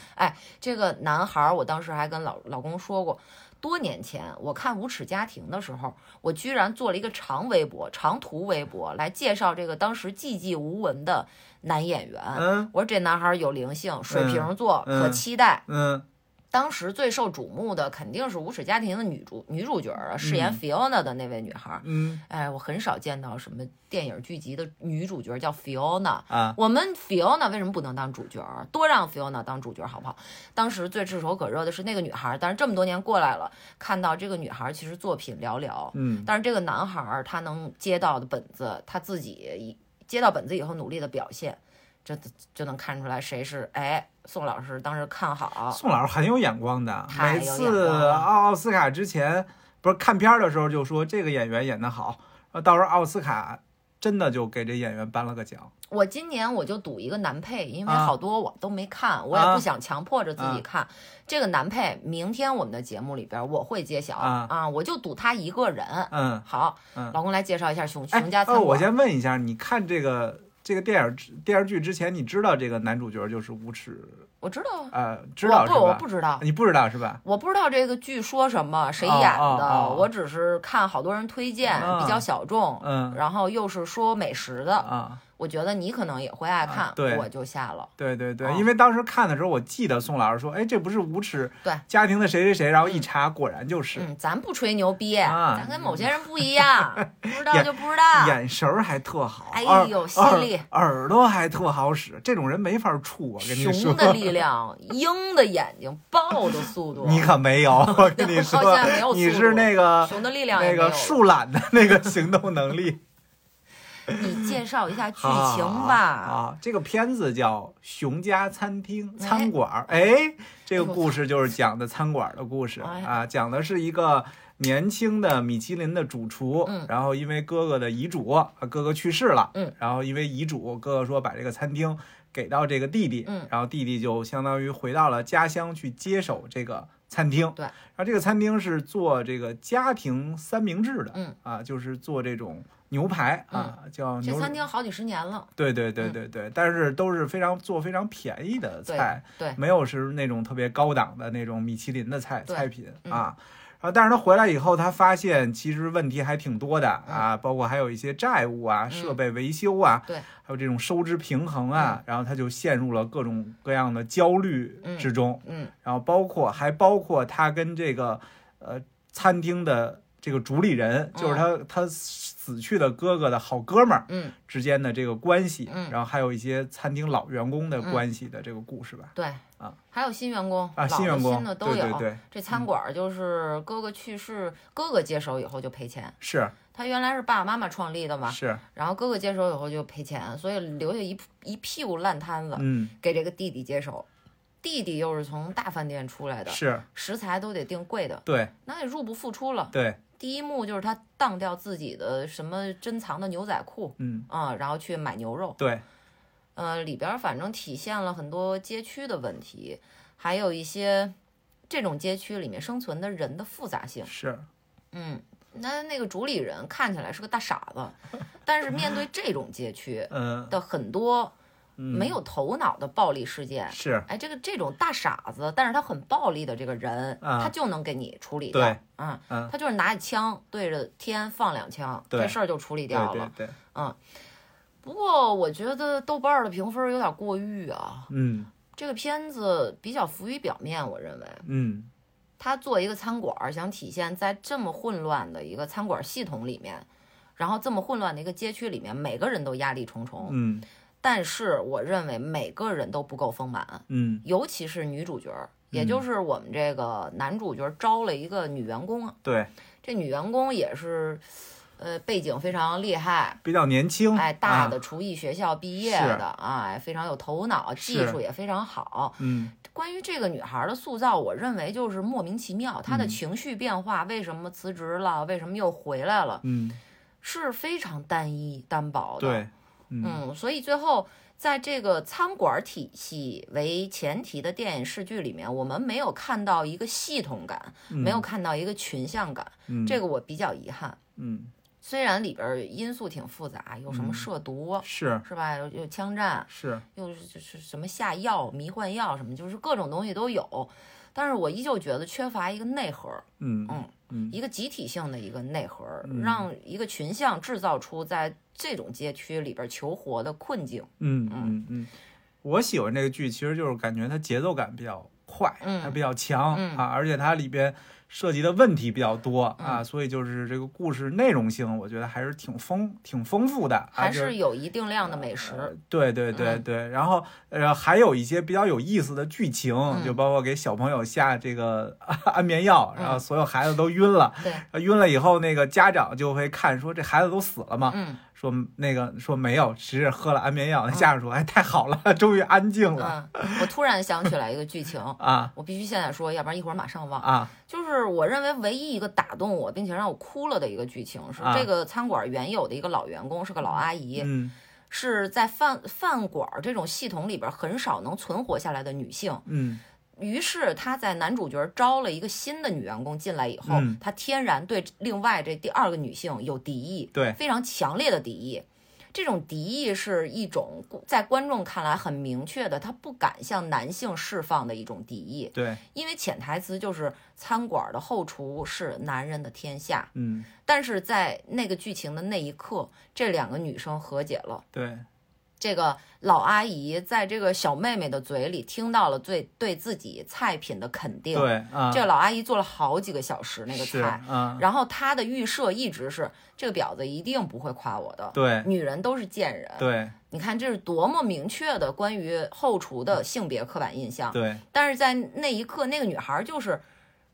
Speaker 1: 这个男孩儿，我当时还跟老老公说过，多年前我看《无耻家庭》的时候，我居然做了一个长微博、长途微博来介绍这个当时寂寂无闻的男演员。
Speaker 2: 嗯
Speaker 1: 我说这男孩儿有灵性，水瓶座，
Speaker 2: 嗯
Speaker 1: 可期待。
Speaker 2: 嗯
Speaker 1: 当时最受瞩目的肯定是《无耻家庭》的女主女主角啊，饰演
Speaker 2: 嗯
Speaker 1: Fiona 的那位女孩儿。
Speaker 2: 嗯
Speaker 1: 哎，我很少见到什么电影剧集的女主角叫 Fiona，
Speaker 2: (laughs) 啊
Speaker 1: 我们 Fiona 为什么不能当主角儿？多让 Fiona 当主角儿好不好？当时最炙手可热的是那个女孩儿，但是这么多年过来了，看到这个女孩儿其实作品寥寥，
Speaker 2: 嗯
Speaker 1: 但是这个男孩儿他能接到的本子，他自己一接到本子以后努力的表现，这就能看出来谁是哎宋老师当时看好，
Speaker 2: 宋老师很有眼光的，
Speaker 1: 哦太有
Speaker 2: 每
Speaker 1: 眼
Speaker 2: 次
Speaker 1: 光了
Speaker 2: 奥奥斯卡之前不是看片儿的时候就说这个演员演得好，呃到时候奥斯卡真的就给这演员颁了个奖。
Speaker 1: 我今年我就赌一个男配，因为
Speaker 2: 啊
Speaker 1: 好多我都没看，我也
Speaker 2: 啊
Speaker 1: 不想强迫着自己
Speaker 2: 啊
Speaker 1: 看。这个男配，明天我们的节目里边我会揭晓
Speaker 2: 啊
Speaker 1: 我就赌他一个人。
Speaker 2: 嗯，
Speaker 1: 好，
Speaker 2: 嗯
Speaker 1: 老公来介绍一下熊
Speaker 2: 哎
Speaker 1: 熊家，餐
Speaker 2: 呃我
Speaker 1: 馆。
Speaker 2: 先问一下，你看这个这个电影之电视剧之前，你知道这个男主角就是无耻
Speaker 1: 我知道啊，
Speaker 2: 呃，知道
Speaker 1: 我
Speaker 2: 是
Speaker 1: 不，我
Speaker 2: 吧
Speaker 1: 不？知道，
Speaker 2: 你不知道是吧？
Speaker 1: 我不知道这个剧说什么，谁演的，
Speaker 2: 哦哦哦
Speaker 1: 我只是看好多人推荐，
Speaker 2: 啊
Speaker 1: 比较小众，
Speaker 2: 嗯
Speaker 1: 然后又是说美食的，
Speaker 2: 啊
Speaker 1: 我觉得你可能也会爱看，
Speaker 2: 对
Speaker 1: 我就下了。
Speaker 2: 对对对
Speaker 1: 哦，
Speaker 2: 因为当时看的时候，我记得宋老师说：“哎，这不是无耻
Speaker 1: 对
Speaker 2: 家庭的谁谁谁。”然后一查，果然就是，
Speaker 1: 嗯，咱不吹牛逼，
Speaker 2: 啊
Speaker 1: 咱跟某些人不一样，不知
Speaker 2: (laughs)
Speaker 1: 道
Speaker 2: 眼
Speaker 1: 就不知道。
Speaker 2: 眼神儿还特好，
Speaker 1: 哎
Speaker 2: 耳
Speaker 1: 呦犀
Speaker 2: 耳
Speaker 1: 利
Speaker 2: 耳朵还特好使，这种人没法处。我跟你说，
Speaker 1: 熊的
Speaker 2: (laughs)
Speaker 1: 力量，鹰的眼睛，豹的速度。
Speaker 2: 你
Speaker 1: (laughs)
Speaker 2: 可没有，我跟你说
Speaker 1: 我好像没有，
Speaker 2: 你
Speaker 1: 速
Speaker 2: 是
Speaker 1: 度
Speaker 2: 那个
Speaker 1: 熊的力量也没
Speaker 2: 那
Speaker 1: 有
Speaker 2: 个
Speaker 1: 了。
Speaker 2: 树懒的那个行动能力。
Speaker 1: 你介绍一下剧
Speaker 2: 好
Speaker 1: 情
Speaker 2: 啊
Speaker 1: 吧。
Speaker 2: 这个片子叫《熊家餐厅
Speaker 1: 哎
Speaker 2: 餐馆》儿，哎，这个
Speaker 1: 哎呦
Speaker 2: 故事就是讲的餐馆儿的故事
Speaker 1: 哎
Speaker 2: 啊，讲的是一个年轻的米其林的主厨
Speaker 1: 嗯，
Speaker 2: 然后因为哥哥的遗嘱，啊哥哥去世了
Speaker 1: 嗯，
Speaker 2: 然后因为遗嘱，哥哥说把这个餐厅给到这个弟弟
Speaker 1: 嗯，
Speaker 2: 然后弟弟就相当于回到了家乡去接手这个餐厅，
Speaker 1: 对
Speaker 2: 然后这个餐厅是做这个家庭三明治的，
Speaker 1: 嗯
Speaker 2: 啊，就是做这种牛排啊，叫
Speaker 1: 这
Speaker 2: 牛
Speaker 1: 餐厅好几十年了，
Speaker 2: 对对对对对，但是都是非常做非常便宜的
Speaker 1: 嗯对哎
Speaker 2: 菜，
Speaker 1: 对，
Speaker 2: 没有是那种特别高档的那种米其林的菜
Speaker 1: 对
Speaker 2: 菜品
Speaker 1: 嗯
Speaker 2: 啊。然后，但是他回来以后，他发现其实问题还挺多的啊，包括还有一些债务啊、设备维修啊，
Speaker 1: 嗯对嗯
Speaker 2: 还有这种收支平衡啊，然后他就陷入了各种各样的焦虑之中，
Speaker 1: 嗯
Speaker 2: 然后包括还包括他跟这个呃餐厅的这个主理人，就是他、他死去的哥哥的好哥们儿。
Speaker 1: 嗯，
Speaker 2: 之间的这个关系，
Speaker 1: 嗯
Speaker 2: 然后还有一些餐厅老员工的关系的这个故事吧。
Speaker 1: 对
Speaker 2: 啊，
Speaker 1: 还有新员工，
Speaker 2: 啊，
Speaker 1: 老
Speaker 2: 新员
Speaker 1: 的
Speaker 2: 工，
Speaker 1: 新的都
Speaker 2: 对对
Speaker 1: 有。
Speaker 2: 对，
Speaker 1: 这餐馆就是哥哥去世，哥哥接手以后就赔钱。
Speaker 2: 是
Speaker 1: 他原来是爸爸妈妈创立的嘛，
Speaker 2: 是，
Speaker 1: 然后哥哥接手以后就赔钱，所以留下一一屁股烂摊子
Speaker 2: 嗯
Speaker 1: 给这个弟弟接手。弟弟又是从大饭店出来的，
Speaker 2: 是，
Speaker 1: 食材都得订贵的，
Speaker 2: 对
Speaker 1: 那也入不敷出了。
Speaker 2: 对，
Speaker 1: 第一幕就是他当掉自己的什么珍藏的牛仔裤
Speaker 2: 嗯
Speaker 1: 啊、然后去买牛肉。
Speaker 2: 对
Speaker 1: 呃，里边儿反正体现了很多街区的问题，还有一些这种街区里面生存的人的复杂性。
Speaker 2: 是，
Speaker 1: 嗯，那那个主理人看起来是个大傻子，但是面对这种街区
Speaker 2: 嗯
Speaker 1: 的很多
Speaker 2: 嗯，
Speaker 1: 没有头脑的暴力事件，
Speaker 2: 是，
Speaker 1: 哎，这个这种大傻子，但是他很暴力的这个人，
Speaker 2: 啊
Speaker 1: 他就能给你处理掉。
Speaker 2: 对
Speaker 1: 啊，
Speaker 2: 嗯
Speaker 1: 他就是拿起枪对着天放两枪，
Speaker 2: 对
Speaker 1: 这事儿就处理
Speaker 2: 对
Speaker 1: 掉了。
Speaker 2: 对对，
Speaker 1: 不过我觉得豆瓣儿的评分有点过誉啊，
Speaker 2: 嗯
Speaker 1: 这个片子比较浮于表面，我认为
Speaker 2: 嗯
Speaker 1: 他做一个餐馆儿，想体现在这么混乱的一个餐馆系统里面，然后这么混乱的一个街区里面，每个人都压力重重，
Speaker 2: 嗯
Speaker 1: 但是我认为每个人都不够丰满，
Speaker 2: 嗯
Speaker 1: 尤其是女主角儿。也就是我们这个男主角招了一个女员工啊，
Speaker 2: 对，
Speaker 1: 这女员工也是，呃，背景非常厉害，
Speaker 2: 比较年轻，
Speaker 1: 哎，大
Speaker 2: 啊
Speaker 1: 的厨艺学校毕业
Speaker 2: 是
Speaker 1: 的，哎，非常有头脑，技
Speaker 2: 是
Speaker 1: 术也非常好。
Speaker 2: 嗯
Speaker 1: 关于这个女孩的塑造，我认为就是莫名其妙，她的
Speaker 2: 嗯
Speaker 1: 情绪变化，为什么辞职了，为什么又回来了，
Speaker 2: 嗯
Speaker 1: 是非常单一单薄的。，
Speaker 2: 对，嗯
Speaker 1: 嗯，所以最后在这个餐馆体系为前提的电影视剧里面，我们没有看到一个系统感，没有看到一个群像感，
Speaker 2: 嗯
Speaker 1: 这个我比较遗憾。
Speaker 2: 嗯
Speaker 1: 虽然里边儿因素挺复杂，有什么涉毒啊、
Speaker 2: 嗯是
Speaker 1: 是吧？有有枪战，
Speaker 2: 是，
Speaker 1: 又是就是什么下药、迷幻药什么，就是各种东西都有。但是我依旧觉得缺乏一个内核，
Speaker 2: 嗯
Speaker 1: 嗯
Speaker 2: 嗯
Speaker 1: 一个集体性的一个内核，
Speaker 2: 嗯
Speaker 1: 让一个群像制造出在这种街区里边求活的困境。
Speaker 2: 嗯嗯嗯，我喜欢这个剧，其实就是感觉它节奏感比较快，
Speaker 1: 嗯
Speaker 2: 它比较强、
Speaker 1: 嗯
Speaker 2: 啊，而且它里边涉及的问题比较多啊，所以就是这个故事内容性，我觉得还是挺丰挺丰富的，啊
Speaker 1: 还嗯
Speaker 2: 就是
Speaker 1: 有一定量的美
Speaker 2: 呃
Speaker 1: 食，
Speaker 2: 对对对对，然后呃还有一些比较有意思的剧情，
Speaker 1: 嗯
Speaker 2: 就包括给小朋友下这个 (laughs) 安眠药，
Speaker 1: 嗯
Speaker 2: 然后所有孩子都晕了， (laughs) 呃
Speaker 1: 对，
Speaker 2: 晕了以后那个家长就会看说这孩子都死了吗？
Speaker 1: 嗯
Speaker 2: 说那个说没有，只是喝了安眠 (laughs) 药。那家长说，哎，太好了， (laughs) 终于安静了，
Speaker 1: 嗯。我突然想起来一个剧情
Speaker 2: 啊
Speaker 1: 我必须现在说，要不然一会儿马上忘。
Speaker 2: 啊！
Speaker 1: 就是我认为唯一一个打动我并且让我哭了的一个剧情是
Speaker 2: 啊，
Speaker 1: 这个餐馆原有的一个老员工是个老阿姨，
Speaker 2: 嗯
Speaker 1: 是在饭饭馆儿这种系统里边儿很少能存活下来的女性。
Speaker 2: 嗯
Speaker 1: 于是她在男主角招了一个新的女员工进来以后
Speaker 2: 嗯，
Speaker 1: 她天然对另外这第二个女性有敌意，
Speaker 2: 对
Speaker 1: 非常强烈的敌意。这种敌意是一种在观众看来很明确的，她不敢向男性释放的一种敌意，
Speaker 2: 对，
Speaker 1: 因为潜台词就是餐馆儿的后厨是男人的天下。
Speaker 2: 嗯
Speaker 1: 但是在那个剧情的那一刻，这两个女生和解了。
Speaker 2: 对，
Speaker 1: 这个老阿姨在这个小妹妹的嘴里听到了对对自己菜品的肯定。
Speaker 2: 对啊，
Speaker 1: 这个老阿姨做了好几个小时那个
Speaker 2: 是
Speaker 1: 菜，
Speaker 2: 啊，
Speaker 1: 然后她的预设一直是这个婊子一定不会夸我的，
Speaker 2: 对
Speaker 1: 女人都是贱人。
Speaker 2: 对
Speaker 1: 你看这是多么明确的关于后厨的性别刻板印象。
Speaker 2: 对
Speaker 1: 但是在那一刻，那个女孩就是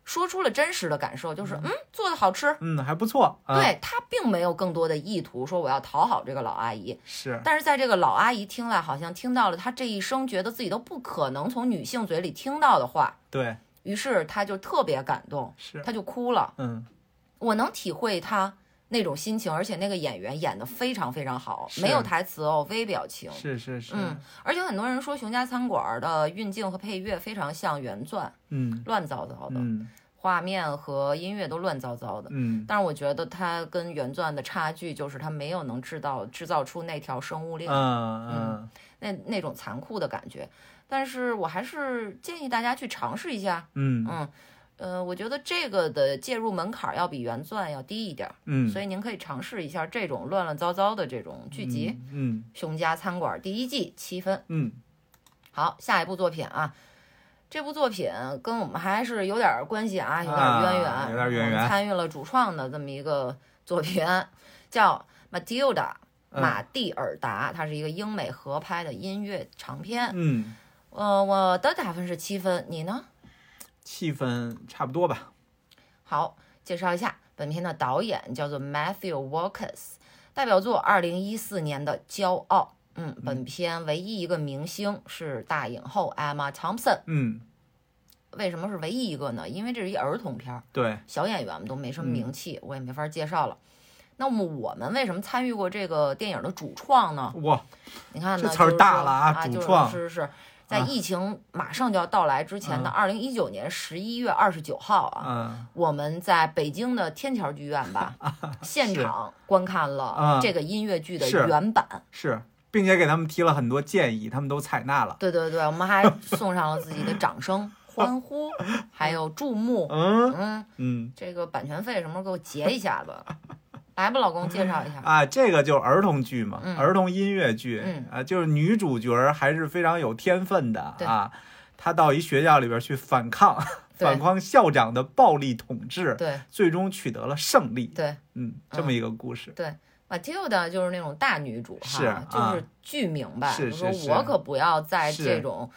Speaker 1: 说出了真实的感受，就是嗯，做的好吃。
Speaker 2: 嗯，还不错，啊、，
Speaker 1: 对她并没有更多的意图，说我要讨好这个老阿姨。
Speaker 2: 是，
Speaker 1: 但是在这个老阿姨听来，好像听到了她这一生觉得自己都不可能从女性嘴里听到的话，
Speaker 2: 对
Speaker 1: 于是她就特别感动，
Speaker 2: 是，
Speaker 1: 她就哭了。
Speaker 2: 嗯，
Speaker 1: 我能体会她那种心情，而且那个演员演得非常非常好，
Speaker 2: 是
Speaker 1: 没有台词哦，微表情。
Speaker 2: 是是是，
Speaker 1: 嗯，而且很多人说《熊家餐馆》的运镜和配乐非常像原钻，
Speaker 2: 嗯
Speaker 1: 乱糟糟的，
Speaker 2: 嗯
Speaker 1: 画面和音乐都乱糟糟的。
Speaker 2: 嗯，
Speaker 1: 但是我觉得它跟原钻的差距就是它没有能制造制造出那条生物
Speaker 2: 嗯
Speaker 1: 链、
Speaker 2: 嗯
Speaker 1: 那那种残酷的感觉。但是我还是建议大家去尝试一下，
Speaker 2: 嗯
Speaker 1: 嗯，呃，我觉得这个的介入门槛要比原钻要低一点儿，
Speaker 2: 嗯，
Speaker 1: 所以您可以尝试一下这种乱乱糟糟的这种剧集，
Speaker 2: 嗯，
Speaker 1: 熊家餐馆》第一季七分。
Speaker 2: 嗯
Speaker 1: 好，下一部作品啊，这部作品跟我们还是有点儿关系啊，有点儿
Speaker 2: 啊
Speaker 1: 渊源，
Speaker 2: 有点儿渊
Speaker 1: 我们
Speaker 2: 源
Speaker 1: 参与了主创的这么一个作品，叫《Matilda》。
Speaker 2: 嗯
Speaker 1: 马蒂尔达，它是一个英美合拍的音乐长片。
Speaker 2: 嗯，
Speaker 1: 呃，我的打分是七分，你呢？
Speaker 2: 气氛差不多吧，
Speaker 1: 好，介绍一下本片的导演叫做 Matthew Walkes，代表作二零一四年的《骄傲》。嗯，本片唯一一个明星是大影后 Emma Thompson。
Speaker 2: 嗯，
Speaker 1: 为什么是唯一一个呢？因为这是一儿童片儿，
Speaker 2: 对，
Speaker 1: 小演员们都没什么名
Speaker 2: 嗯
Speaker 1: 气，我也没法介绍了。那么我们为什么参与过这个电影的主创呢？
Speaker 2: 哇，
Speaker 1: 你看呢，
Speaker 2: 这词儿大了啊
Speaker 1: 啊，
Speaker 2: 主
Speaker 1: 就是
Speaker 2: 创啊
Speaker 1: 是是是在疫情马上就要到来之前的二零一九年十一月二十九号啊，
Speaker 2: 嗯
Speaker 1: 我们在北京的天桥剧院
Speaker 2: (laughs)
Speaker 1: 吧，现场观看了
Speaker 2: 啊
Speaker 1: 这个音乐剧的
Speaker 2: 是
Speaker 1: 原版。
Speaker 2: 是，并且给他们提了很多建议，他们都采纳了，
Speaker 1: 对对对，我们还送上了自己的掌
Speaker 2: (laughs)
Speaker 1: 声、欢呼，还有注目。
Speaker 2: 嗯
Speaker 1: 嗯，
Speaker 2: 嗯。
Speaker 1: 这个版权费什么时候给我结一下子？来吧，老公，介绍一下。
Speaker 2: 啊，这个就是儿童剧嘛，
Speaker 1: 嗯
Speaker 2: 儿童音乐剧，
Speaker 1: 嗯
Speaker 2: 啊，就是女主角儿还是非常有天分的
Speaker 1: 对
Speaker 2: 啊。她到一学校里边去反抗， (laughs) 反
Speaker 1: 对
Speaker 2: 抗校长的暴力统治，
Speaker 1: 对
Speaker 2: 最终取得了胜利。
Speaker 1: 对
Speaker 2: 嗯，这么一个故事。
Speaker 1: ，Matilda 就是那种大女主
Speaker 2: 是
Speaker 1: 哈
Speaker 2: 啊，
Speaker 1: 就是巨明白，
Speaker 2: 是
Speaker 1: 就是说
Speaker 2: 是
Speaker 1: 我可不要在
Speaker 2: 是啊
Speaker 1: 这种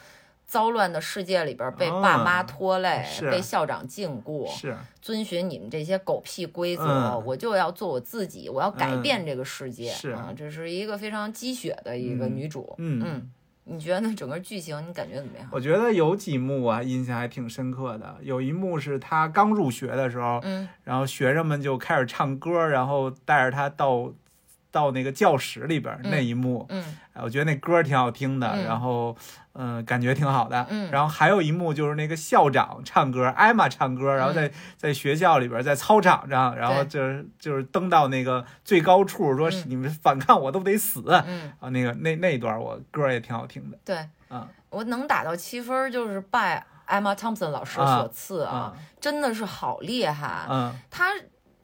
Speaker 1: 糟乱的世界里边被爸妈拖累，
Speaker 2: 是
Speaker 1: 被校长禁锢，
Speaker 2: 是，
Speaker 1: 遵循你们这些狗屁规则，
Speaker 2: 嗯
Speaker 1: 我就要做我自己，我要改变这个世界。
Speaker 2: 是
Speaker 1: 啊，这是一个非常鸡血的一个
Speaker 2: 嗯
Speaker 1: 女主。
Speaker 2: 嗯
Speaker 1: 嗯，你觉得整个剧情你感觉怎么样？
Speaker 2: 我觉得有几幕啊，印象还挺深刻的。有一幕是她刚入学的时候，
Speaker 1: 嗯
Speaker 2: 然后学生们就开始唱歌，然后带着她到到那个教室里边儿
Speaker 1: 嗯
Speaker 2: 那一幕，
Speaker 1: 嗯
Speaker 2: 哎我觉得那歌儿挺好听的，
Speaker 1: 嗯
Speaker 2: 然后嗯、呃感觉挺好的。
Speaker 1: 嗯
Speaker 2: 然后还有一幕就是那个校长唱歌，艾玛唱歌，然后在、在学校里边，在操场上，然后
Speaker 1: 嗯对
Speaker 2: 就是就是登到那个最高处，说
Speaker 1: 嗯
Speaker 2: 你们反抗我都得死、 (laughs)
Speaker 1: 嗯。
Speaker 2: 啊！那个那那一段我歌儿也挺好听的
Speaker 1: 对，
Speaker 2: 啊
Speaker 1: 我能打到七分儿，就是拜 Emma Thompson 老师所赐啊，
Speaker 2: 啊
Speaker 1: 真的是好厉害。
Speaker 2: 啊
Speaker 1: 他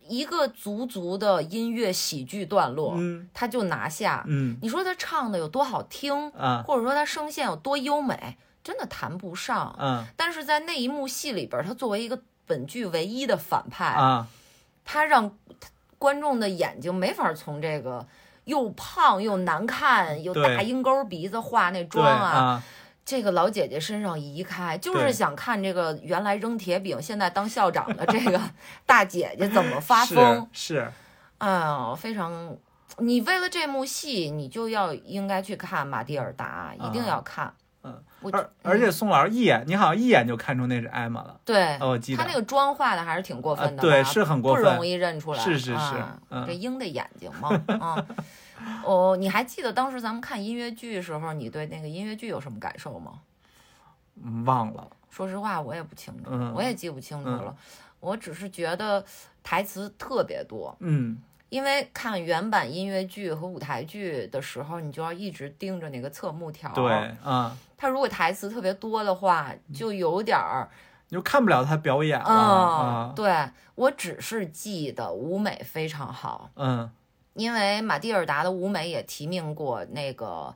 Speaker 1: 一个足足的音乐喜剧段落，
Speaker 2: 嗯
Speaker 1: 他就拿下。
Speaker 2: 嗯
Speaker 1: 你说他唱的有多好听，
Speaker 2: 啊
Speaker 1: 或者说他声线有多优美，真的谈不上。
Speaker 2: 啊
Speaker 1: 但是在那一幕戏里边，他作为一个本剧唯一的反派，
Speaker 2: 啊！
Speaker 1: 他让观众的眼睛没法从这个。又胖又难看，又
Speaker 2: 嗯对
Speaker 1: 大鹰钩鼻子画那
Speaker 2: 对
Speaker 1: 妆啊，
Speaker 2: 啊，
Speaker 1: 这个老姐姐身上移开，就是
Speaker 2: 对
Speaker 1: 想看这个原来扔铁饼，现在当校长的这
Speaker 2: (laughs)
Speaker 1: 个大姐姐怎么发
Speaker 2: 是
Speaker 1: 疯。
Speaker 2: 是，
Speaker 1: 哎呦，非常，你为了这幕戏，你就要应该去看《马蒂尔达》，一定要看。
Speaker 2: 嗯
Speaker 1: 我
Speaker 2: 而而且宋老师一眼，你好像一眼就看出那是艾玛了，
Speaker 1: 对
Speaker 2: 哦我记
Speaker 1: 她
Speaker 2: 得
Speaker 1: 哎那个妆化的还是挺过
Speaker 2: 啊
Speaker 1: 分，的吧、
Speaker 2: 对，是很过
Speaker 1: 不容
Speaker 2: 分，
Speaker 1: 易认出来。
Speaker 2: 是是是
Speaker 1: 啊
Speaker 2: 嗯
Speaker 1: 这鹰的眼睛嘛，啊。 (laughs) 哦，你还记得当时咱们看音乐剧时候，你对那个音乐剧有什么感受吗？
Speaker 2: 嗯忘了，
Speaker 1: 说实话，我也不清楚，
Speaker 2: 嗯
Speaker 1: 我也记不清楚
Speaker 2: 嗯
Speaker 1: 了。我只是觉得台词特别多，
Speaker 2: 嗯
Speaker 1: 因为看原版音乐剧和舞台剧的时候，你就要一直盯着那个侧幕条。
Speaker 2: 对，啊，
Speaker 1: 它如果台词特别多的话，就有点儿，
Speaker 2: 你就看不了他表演了
Speaker 1: 嗯，
Speaker 2: 啊，
Speaker 1: 对我只是记得舞美非常好，
Speaker 2: 嗯
Speaker 1: 因为马蒂尔达的舞美也提名过那个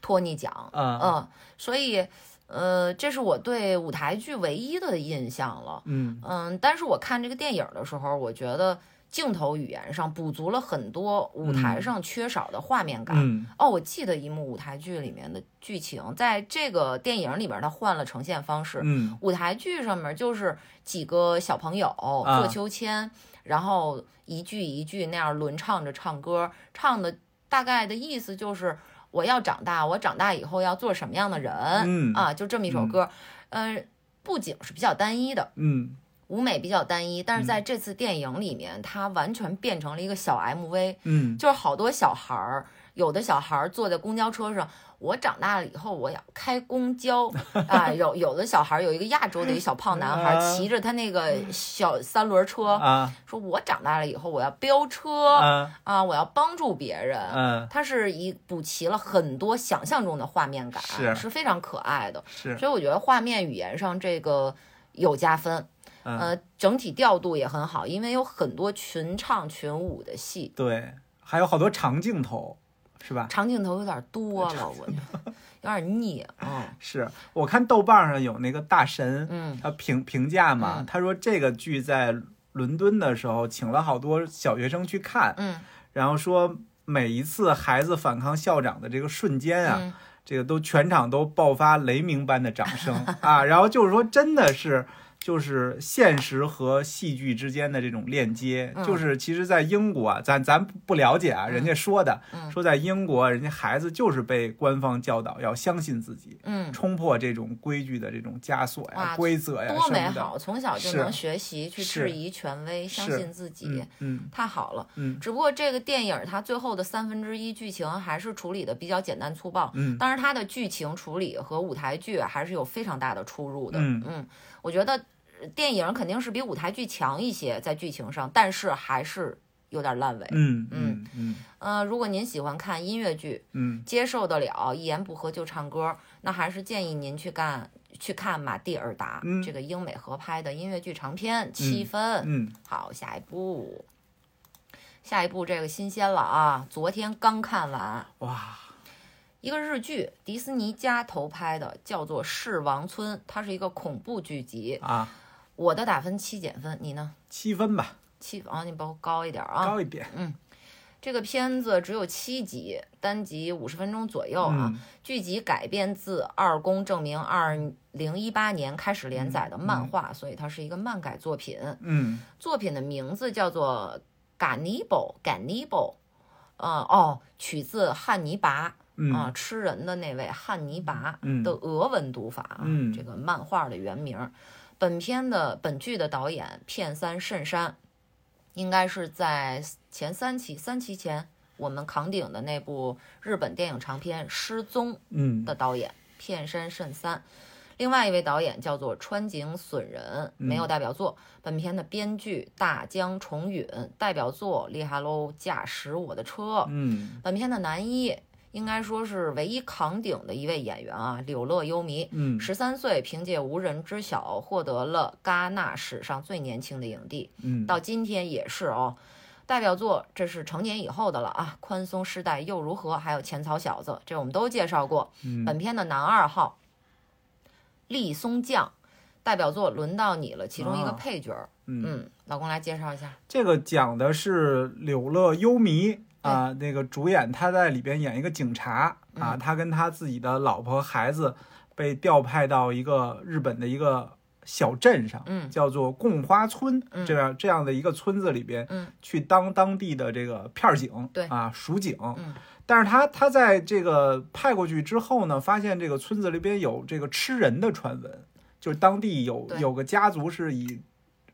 Speaker 1: 托尼奖，
Speaker 2: 嗯
Speaker 1: 嗯，所以呃，这是我对舞台剧唯一的印象了。
Speaker 2: 嗯
Speaker 1: 嗯，但是我看这个电影的时候，我觉得镜头语言上补足了很多舞台
Speaker 2: 嗯
Speaker 1: 上缺少的画面感。
Speaker 2: 嗯
Speaker 1: 哦，我记得一幕舞台剧里面的剧情，在这个电影里边，它换了呈现方式。
Speaker 2: 嗯
Speaker 1: 舞台剧上面就是几个小朋友
Speaker 2: 啊
Speaker 1: 坐秋千，然后一句一句那样轮唱着唱歌，唱的大概的意思就是我要长大，我长大以后要做什么样的人、
Speaker 2: 嗯
Speaker 1: 啊，就这么一首歌。嗯、呃，布景是比较单一的，
Speaker 2: 嗯
Speaker 1: 舞美比较单一，但是在这次电影里面，它完全变成了一个小 MV，
Speaker 2: 嗯
Speaker 1: 就是好多小孩儿，有的小孩儿坐在公交车上，我长大了以后我要开公交啊，有有的小孩儿有一个亚洲的一个小胖男孩儿
Speaker 2: (laughs) 啊
Speaker 1: 骑着他那个小三轮车，
Speaker 2: 啊
Speaker 1: 说我长大了以后我要飙车
Speaker 2: 啊
Speaker 1: 啊，我要帮助别人。
Speaker 2: 嗯
Speaker 1: 它是一补齐了很多想象中的画面感，
Speaker 2: 是
Speaker 1: 是非常可爱的。
Speaker 2: 是
Speaker 1: 所以我觉得画面语言上这个有加分，
Speaker 2: 嗯
Speaker 1: 呃，整体调度也很好，因为有很多群唱群舞的戏，
Speaker 2: 对，还有好多长镜头，是吧？
Speaker 1: 长镜头有点多了，我觉得有点腻，嗯
Speaker 2: 是我看豆瓣上有那个大神，
Speaker 1: 嗯
Speaker 2: 他评评价嘛，
Speaker 1: 嗯
Speaker 2: 他说这个剧在伦敦的时候请了好多小学生去看，
Speaker 1: 嗯
Speaker 2: 然后说每一次孩子反抗校长的这个瞬间啊，
Speaker 1: 嗯，
Speaker 2: 这个都全场都爆发雷鸣般的掌声啊！然后就是说，真的是就是现实和戏剧之间的这种链接，
Speaker 1: 嗯
Speaker 2: 就是其实，在英国啊，咱咱不了解啊，
Speaker 1: 嗯
Speaker 2: 人家说的、
Speaker 1: 嗯
Speaker 2: 说在英国，人家孩子就是被官方教导要相信自己，
Speaker 1: 嗯，
Speaker 2: 冲破这种规矩的这种枷锁呀、
Speaker 1: 哇
Speaker 2: 规哎则呀
Speaker 1: 多
Speaker 2: 什
Speaker 1: 美
Speaker 2: 么的。
Speaker 1: 好，从小就是能学习去
Speaker 2: 是
Speaker 1: 质疑权威，相
Speaker 2: 是
Speaker 1: 信自己
Speaker 2: 嗯，嗯
Speaker 1: 太好了。
Speaker 2: 嗯
Speaker 1: 只不过这个电影它最后的三分之一剧情还是处理的比较简单粗暴，
Speaker 2: 嗯
Speaker 1: 当然它的剧情处理和舞台剧还是有非常大的出入的。
Speaker 2: 嗯
Speaker 1: 我觉得呃电影肯定是比舞台剧强一些，在剧情上，但是还是有点烂尾。
Speaker 2: 嗯嗯嗯
Speaker 1: 嗯，如果您喜欢看音乐剧，
Speaker 2: 嗯，
Speaker 1: 接受得了一言不合就唱歌，那还是建议您去干。去看《马蒂尔达》
Speaker 2: 嗯
Speaker 1: 这个英美合拍的音乐剧长片，七分。
Speaker 2: 嗯
Speaker 1: 好，下一步，下一步这个新鲜了啊！昨天刚看完
Speaker 2: 哇，
Speaker 1: 一个日剧，迪士尼家投拍的，叫做《世王村》，它是一个恐怖剧集。
Speaker 2: 啊，
Speaker 1: 我的打分七减分，你呢？
Speaker 2: 七分吧，
Speaker 1: 七啊，你把我高一点啊！
Speaker 2: 高一点
Speaker 1: 这个片子只有七集，单集五十分钟左右啊。
Speaker 2: 嗯
Speaker 1: 剧集改编自二宫正明二零一八年开始连载的漫画，所以它是一个漫改作品。
Speaker 2: 嗯
Speaker 1: 作品的名字叫做《Ganibal》，Ganibal，呃，哦，取自汉尼拔
Speaker 2: 嗯
Speaker 1: 啊、吃人的那位汉尼拔
Speaker 2: 嗯
Speaker 1: 的俄文读法啊，
Speaker 2: 嗯
Speaker 1: 这个漫画的原名。本片的本剧的导演片三慎山，应该是在前三期三期前我们扛鼎的那部日本电影长片《失踪》
Speaker 2: 嗯
Speaker 1: 的导演片山慎三，另外一位导演叫做川井隼人，没
Speaker 2: 嗯
Speaker 1: 有代表作。本片的编剧大江重允，代表作厉害喽，驾驶我的车。
Speaker 2: 嗯
Speaker 1: 本片的男一应该说是唯一扛鼎的一位演员啊，柳乐优弥。
Speaker 2: 嗯
Speaker 1: 十三岁，凭借《无人知晓》获得了戛纳史上最年轻的影帝。
Speaker 2: 嗯
Speaker 1: 到今天也是哦。代表作这是成年以后的了啊，《宽松世代又如何》，还有《浅草小子》，这我们都介绍过。
Speaker 2: 嗯
Speaker 1: 本片的男二号立松将，代表作轮到你了，其中一个
Speaker 2: 啊
Speaker 1: 配角儿。
Speaker 2: 嗯
Speaker 1: 嗯，老公来介绍一下。
Speaker 2: 这个讲的是柳乐优弥啊，那个主演他在里边演一个警察啊，
Speaker 1: 嗯
Speaker 2: 他跟他自己的老婆孩子被调派到一个日本的一个小镇上，
Speaker 1: 嗯
Speaker 2: 叫做贡花村
Speaker 1: 嗯
Speaker 2: 这样这样的一个村子里边，
Speaker 1: 嗯
Speaker 2: 去当当地的这个片儿警，
Speaker 1: 对
Speaker 2: 啊，署警，
Speaker 1: 嗯
Speaker 2: 但是他他在这个派过去之后呢，发现这个村子里边有这个吃人的传闻，就是当地有
Speaker 1: 对
Speaker 2: 有个家族是以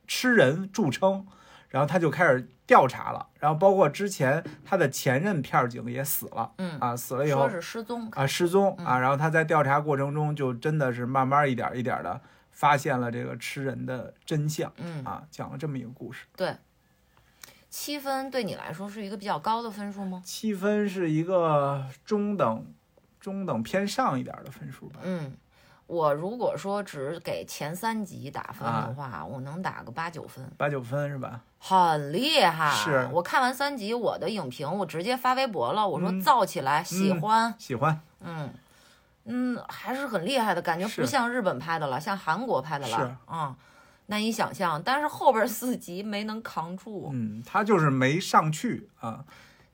Speaker 2: 吃人著称，然后他就开始调查了，然后包括之前他的前任片儿警也死了
Speaker 1: 嗯，
Speaker 2: 啊，死了以
Speaker 1: 说
Speaker 2: 后
Speaker 1: 是失踪。
Speaker 2: 啊失踪
Speaker 1: 嗯
Speaker 2: 啊，然后他在调查过程中就真的是慢慢一点一点的发现了这个吃人的真相
Speaker 1: 嗯，
Speaker 2: 啊，讲了这么一个故事。
Speaker 1: 七分对你来说是一个比较高的分数吗？
Speaker 2: 七分是一个中等中等偏上一点的分数吧。
Speaker 1: 嗯，我如果说只给前三集打分
Speaker 2: 啊
Speaker 1: 的话，我能打个八九分，
Speaker 2: 八九分是吧？
Speaker 1: 很厉害。
Speaker 2: 是
Speaker 1: 我看完三集，我的影评我直接发微博了，我说
Speaker 2: 嗯
Speaker 1: 造起来，喜
Speaker 2: 嗯
Speaker 1: 欢，
Speaker 2: 喜欢
Speaker 1: 嗯嗯，还是很厉害的感觉，
Speaker 2: 是
Speaker 1: 不像日本拍的了，像韩国拍的了，
Speaker 2: 是
Speaker 1: 啊、难以想象。但是后边四集没能扛住，
Speaker 2: 嗯，他就是没上去啊，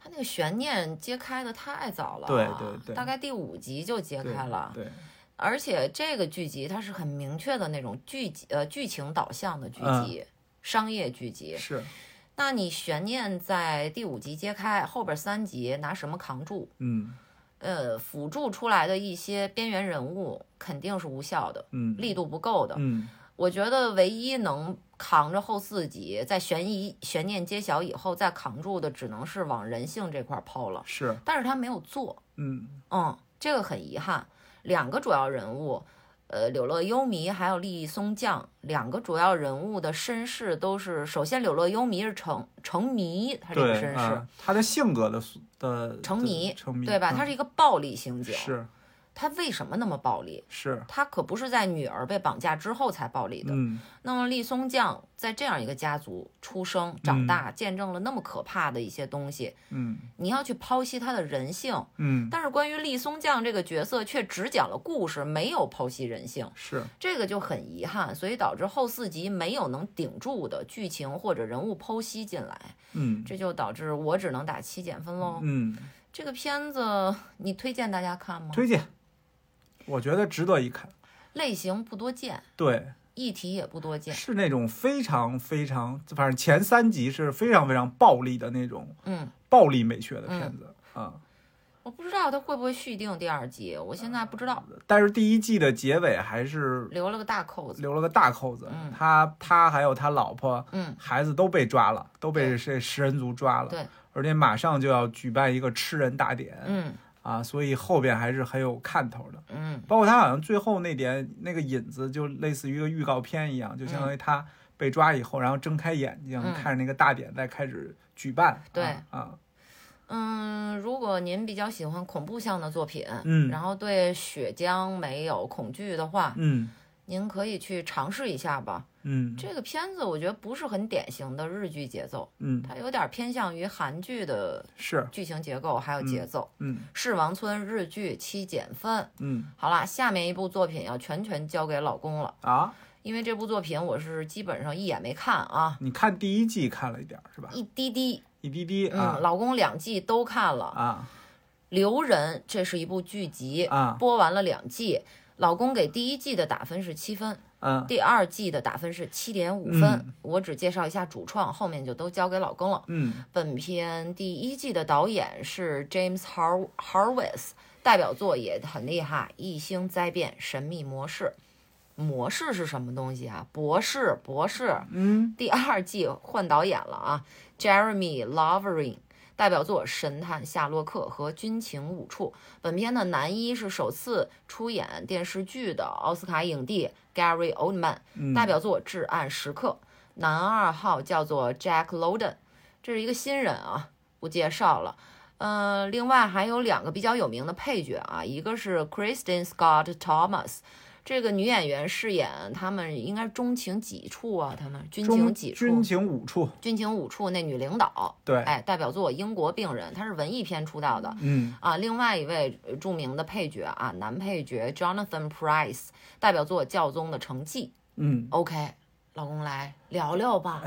Speaker 1: 他那个悬念揭开的太早了，
Speaker 2: 对对对
Speaker 1: 大概第五集就揭
Speaker 2: 对
Speaker 1: 开了。
Speaker 2: 对，
Speaker 1: 而且这个剧集它是很明确的那种剧集呃剧情导向的剧
Speaker 2: 嗯
Speaker 1: 集，商业剧集。
Speaker 2: 是，
Speaker 1: 那你悬念在第五集揭开，后边三集拿什么扛住？
Speaker 2: 嗯
Speaker 1: 呃，辅助出来的一些边缘人物肯定是无效的，
Speaker 2: 嗯
Speaker 1: 力度不够的。
Speaker 2: 嗯
Speaker 1: 我觉得唯一能扛着后四集，在悬疑悬念揭晓以后再扛住的，只能是往人性这块儿抛了。
Speaker 2: 是，
Speaker 1: 但是他没有做，
Speaker 2: 嗯
Speaker 1: 嗯，这个很遗憾。两个主要人物，呃，柳乐优弥还有利益松将，两个主要人物的身世都是，首先柳乐优弥是成成迷，他这个
Speaker 2: 对
Speaker 1: 身世，
Speaker 2: 啊，他的性格的塑的
Speaker 1: 成
Speaker 2: 的
Speaker 1: 迷
Speaker 2: 成迷
Speaker 1: 对吧？他
Speaker 2: 嗯
Speaker 1: 是一个暴力刑警，
Speaker 2: 是
Speaker 1: 他为什么那么暴力？
Speaker 2: 是，
Speaker 1: 他可不是在女儿被绑架之后才暴力的。
Speaker 2: 嗯
Speaker 1: 那么立松将在这样一个家族出生长大，见证了那么可怕的一些东西，
Speaker 2: 嗯
Speaker 1: 你要去剖析他的人性。
Speaker 2: 嗯
Speaker 1: 但是关于立松将这个角色，却只讲了故事，没有剖析人性，
Speaker 2: 是，
Speaker 1: 这个就很遗憾，所以导致后四集没有能顶住的剧情或者人物剖析进来，
Speaker 2: 嗯
Speaker 1: 这就导致我只能打七减分喽。
Speaker 2: 嗯，
Speaker 1: 这个片子你推荐大家看吗？
Speaker 2: 推荐，我觉得值得一看，
Speaker 1: 类型不多见，
Speaker 2: 对。
Speaker 1: 议题也不多见，
Speaker 2: 是那种非常非常，反正前三集是非常非常暴力的那种
Speaker 1: 嗯。
Speaker 2: 暴力美学的片子啊、
Speaker 1: 我不知道他会不会续订第二季，我现在不知道，
Speaker 2: 但是第一季的结尾还是
Speaker 1: 留了个大扣子。
Speaker 2: 留了个大扣子，
Speaker 1: 嗯
Speaker 2: 他他还有他老婆
Speaker 1: 嗯，
Speaker 2: 孩子都被抓了，都被
Speaker 1: 对
Speaker 2: 这食人族抓了，
Speaker 1: 对，
Speaker 2: 而且马上就要举办一个吃人大典、
Speaker 1: 嗯
Speaker 2: 啊，所以后边还是很有看头的。
Speaker 1: 嗯
Speaker 2: 包括他好像最后那点那个引子，就类似于一个预告片一样，就相当于他被抓以后，然后睁开眼睛、
Speaker 1: 嗯
Speaker 2: 看着那个大典在开始举办。
Speaker 1: 对
Speaker 2: 啊啊，
Speaker 1: 嗯，如果您比较喜欢恐怖向的作品，
Speaker 2: 嗯
Speaker 1: 然后对血浆没有恐惧的话，
Speaker 2: 嗯
Speaker 1: 您可以去尝试一下吧。
Speaker 2: 嗯
Speaker 1: 这个片子我觉得不是很典型的日剧节奏，
Speaker 2: 嗯，
Speaker 1: 它有点偏向于韩剧的
Speaker 2: 是，
Speaker 1: 剧情结构还有节奏。
Speaker 2: 嗯
Speaker 1: 世王村日剧七减分。
Speaker 2: 嗯
Speaker 1: 好啦，下面一部作品要全权交给老公了，
Speaker 2: 啊，
Speaker 1: 因为这部作品我是基本上一眼没看啊，
Speaker 2: 你看第一季看了一点儿是吧？
Speaker 1: 一滴滴
Speaker 2: 一滴滴
Speaker 1: 嗯，
Speaker 2: 啊
Speaker 1: 老公两季都看了，
Speaker 2: 啊
Speaker 1: 《留人》这是一部剧集，
Speaker 2: 啊
Speaker 1: 播完了两季。老公给第一季的打分是七分，
Speaker 2: 嗯
Speaker 1: 第二季的打分是七点五分。我只介绍一下主创，后面就都交给老公了。
Speaker 2: 嗯
Speaker 1: 本片第一季的导演是 James Har Harwes，代表作也很厉害，《异星灾变》《神秘模式》。模式是什么东西啊？博士，博士，
Speaker 2: 嗯
Speaker 1: 第二季换导演了啊，Jeremy Lovering。代表作《神探夏洛克》和《军情五处》。本片的男一是首次出演电视剧的奥斯卡影帝 Gary Oldman，
Speaker 2: 嗯，
Speaker 1: 代表作《至暗时刻》。男二号叫做 Jack Loden，这是一个新人啊，不介绍了。呃，另外还有两个比较有名的配角啊，一个是 Kristen Scott Thomas，这个女演员饰演他们应该是中情几处啊，他们军
Speaker 2: 中
Speaker 1: 情几处
Speaker 2: 军，情五处，
Speaker 1: 军情五处那女领导，
Speaker 2: 对，
Speaker 1: 哎，代表作《英国病人》，她是文艺片出道的，
Speaker 2: 嗯
Speaker 1: 啊，另外一位呃著名的配角啊，男配角 Jonathan Price，代表作《教宗的成绩》。
Speaker 2: 嗯，
Speaker 1: OK，老公来聊聊吧。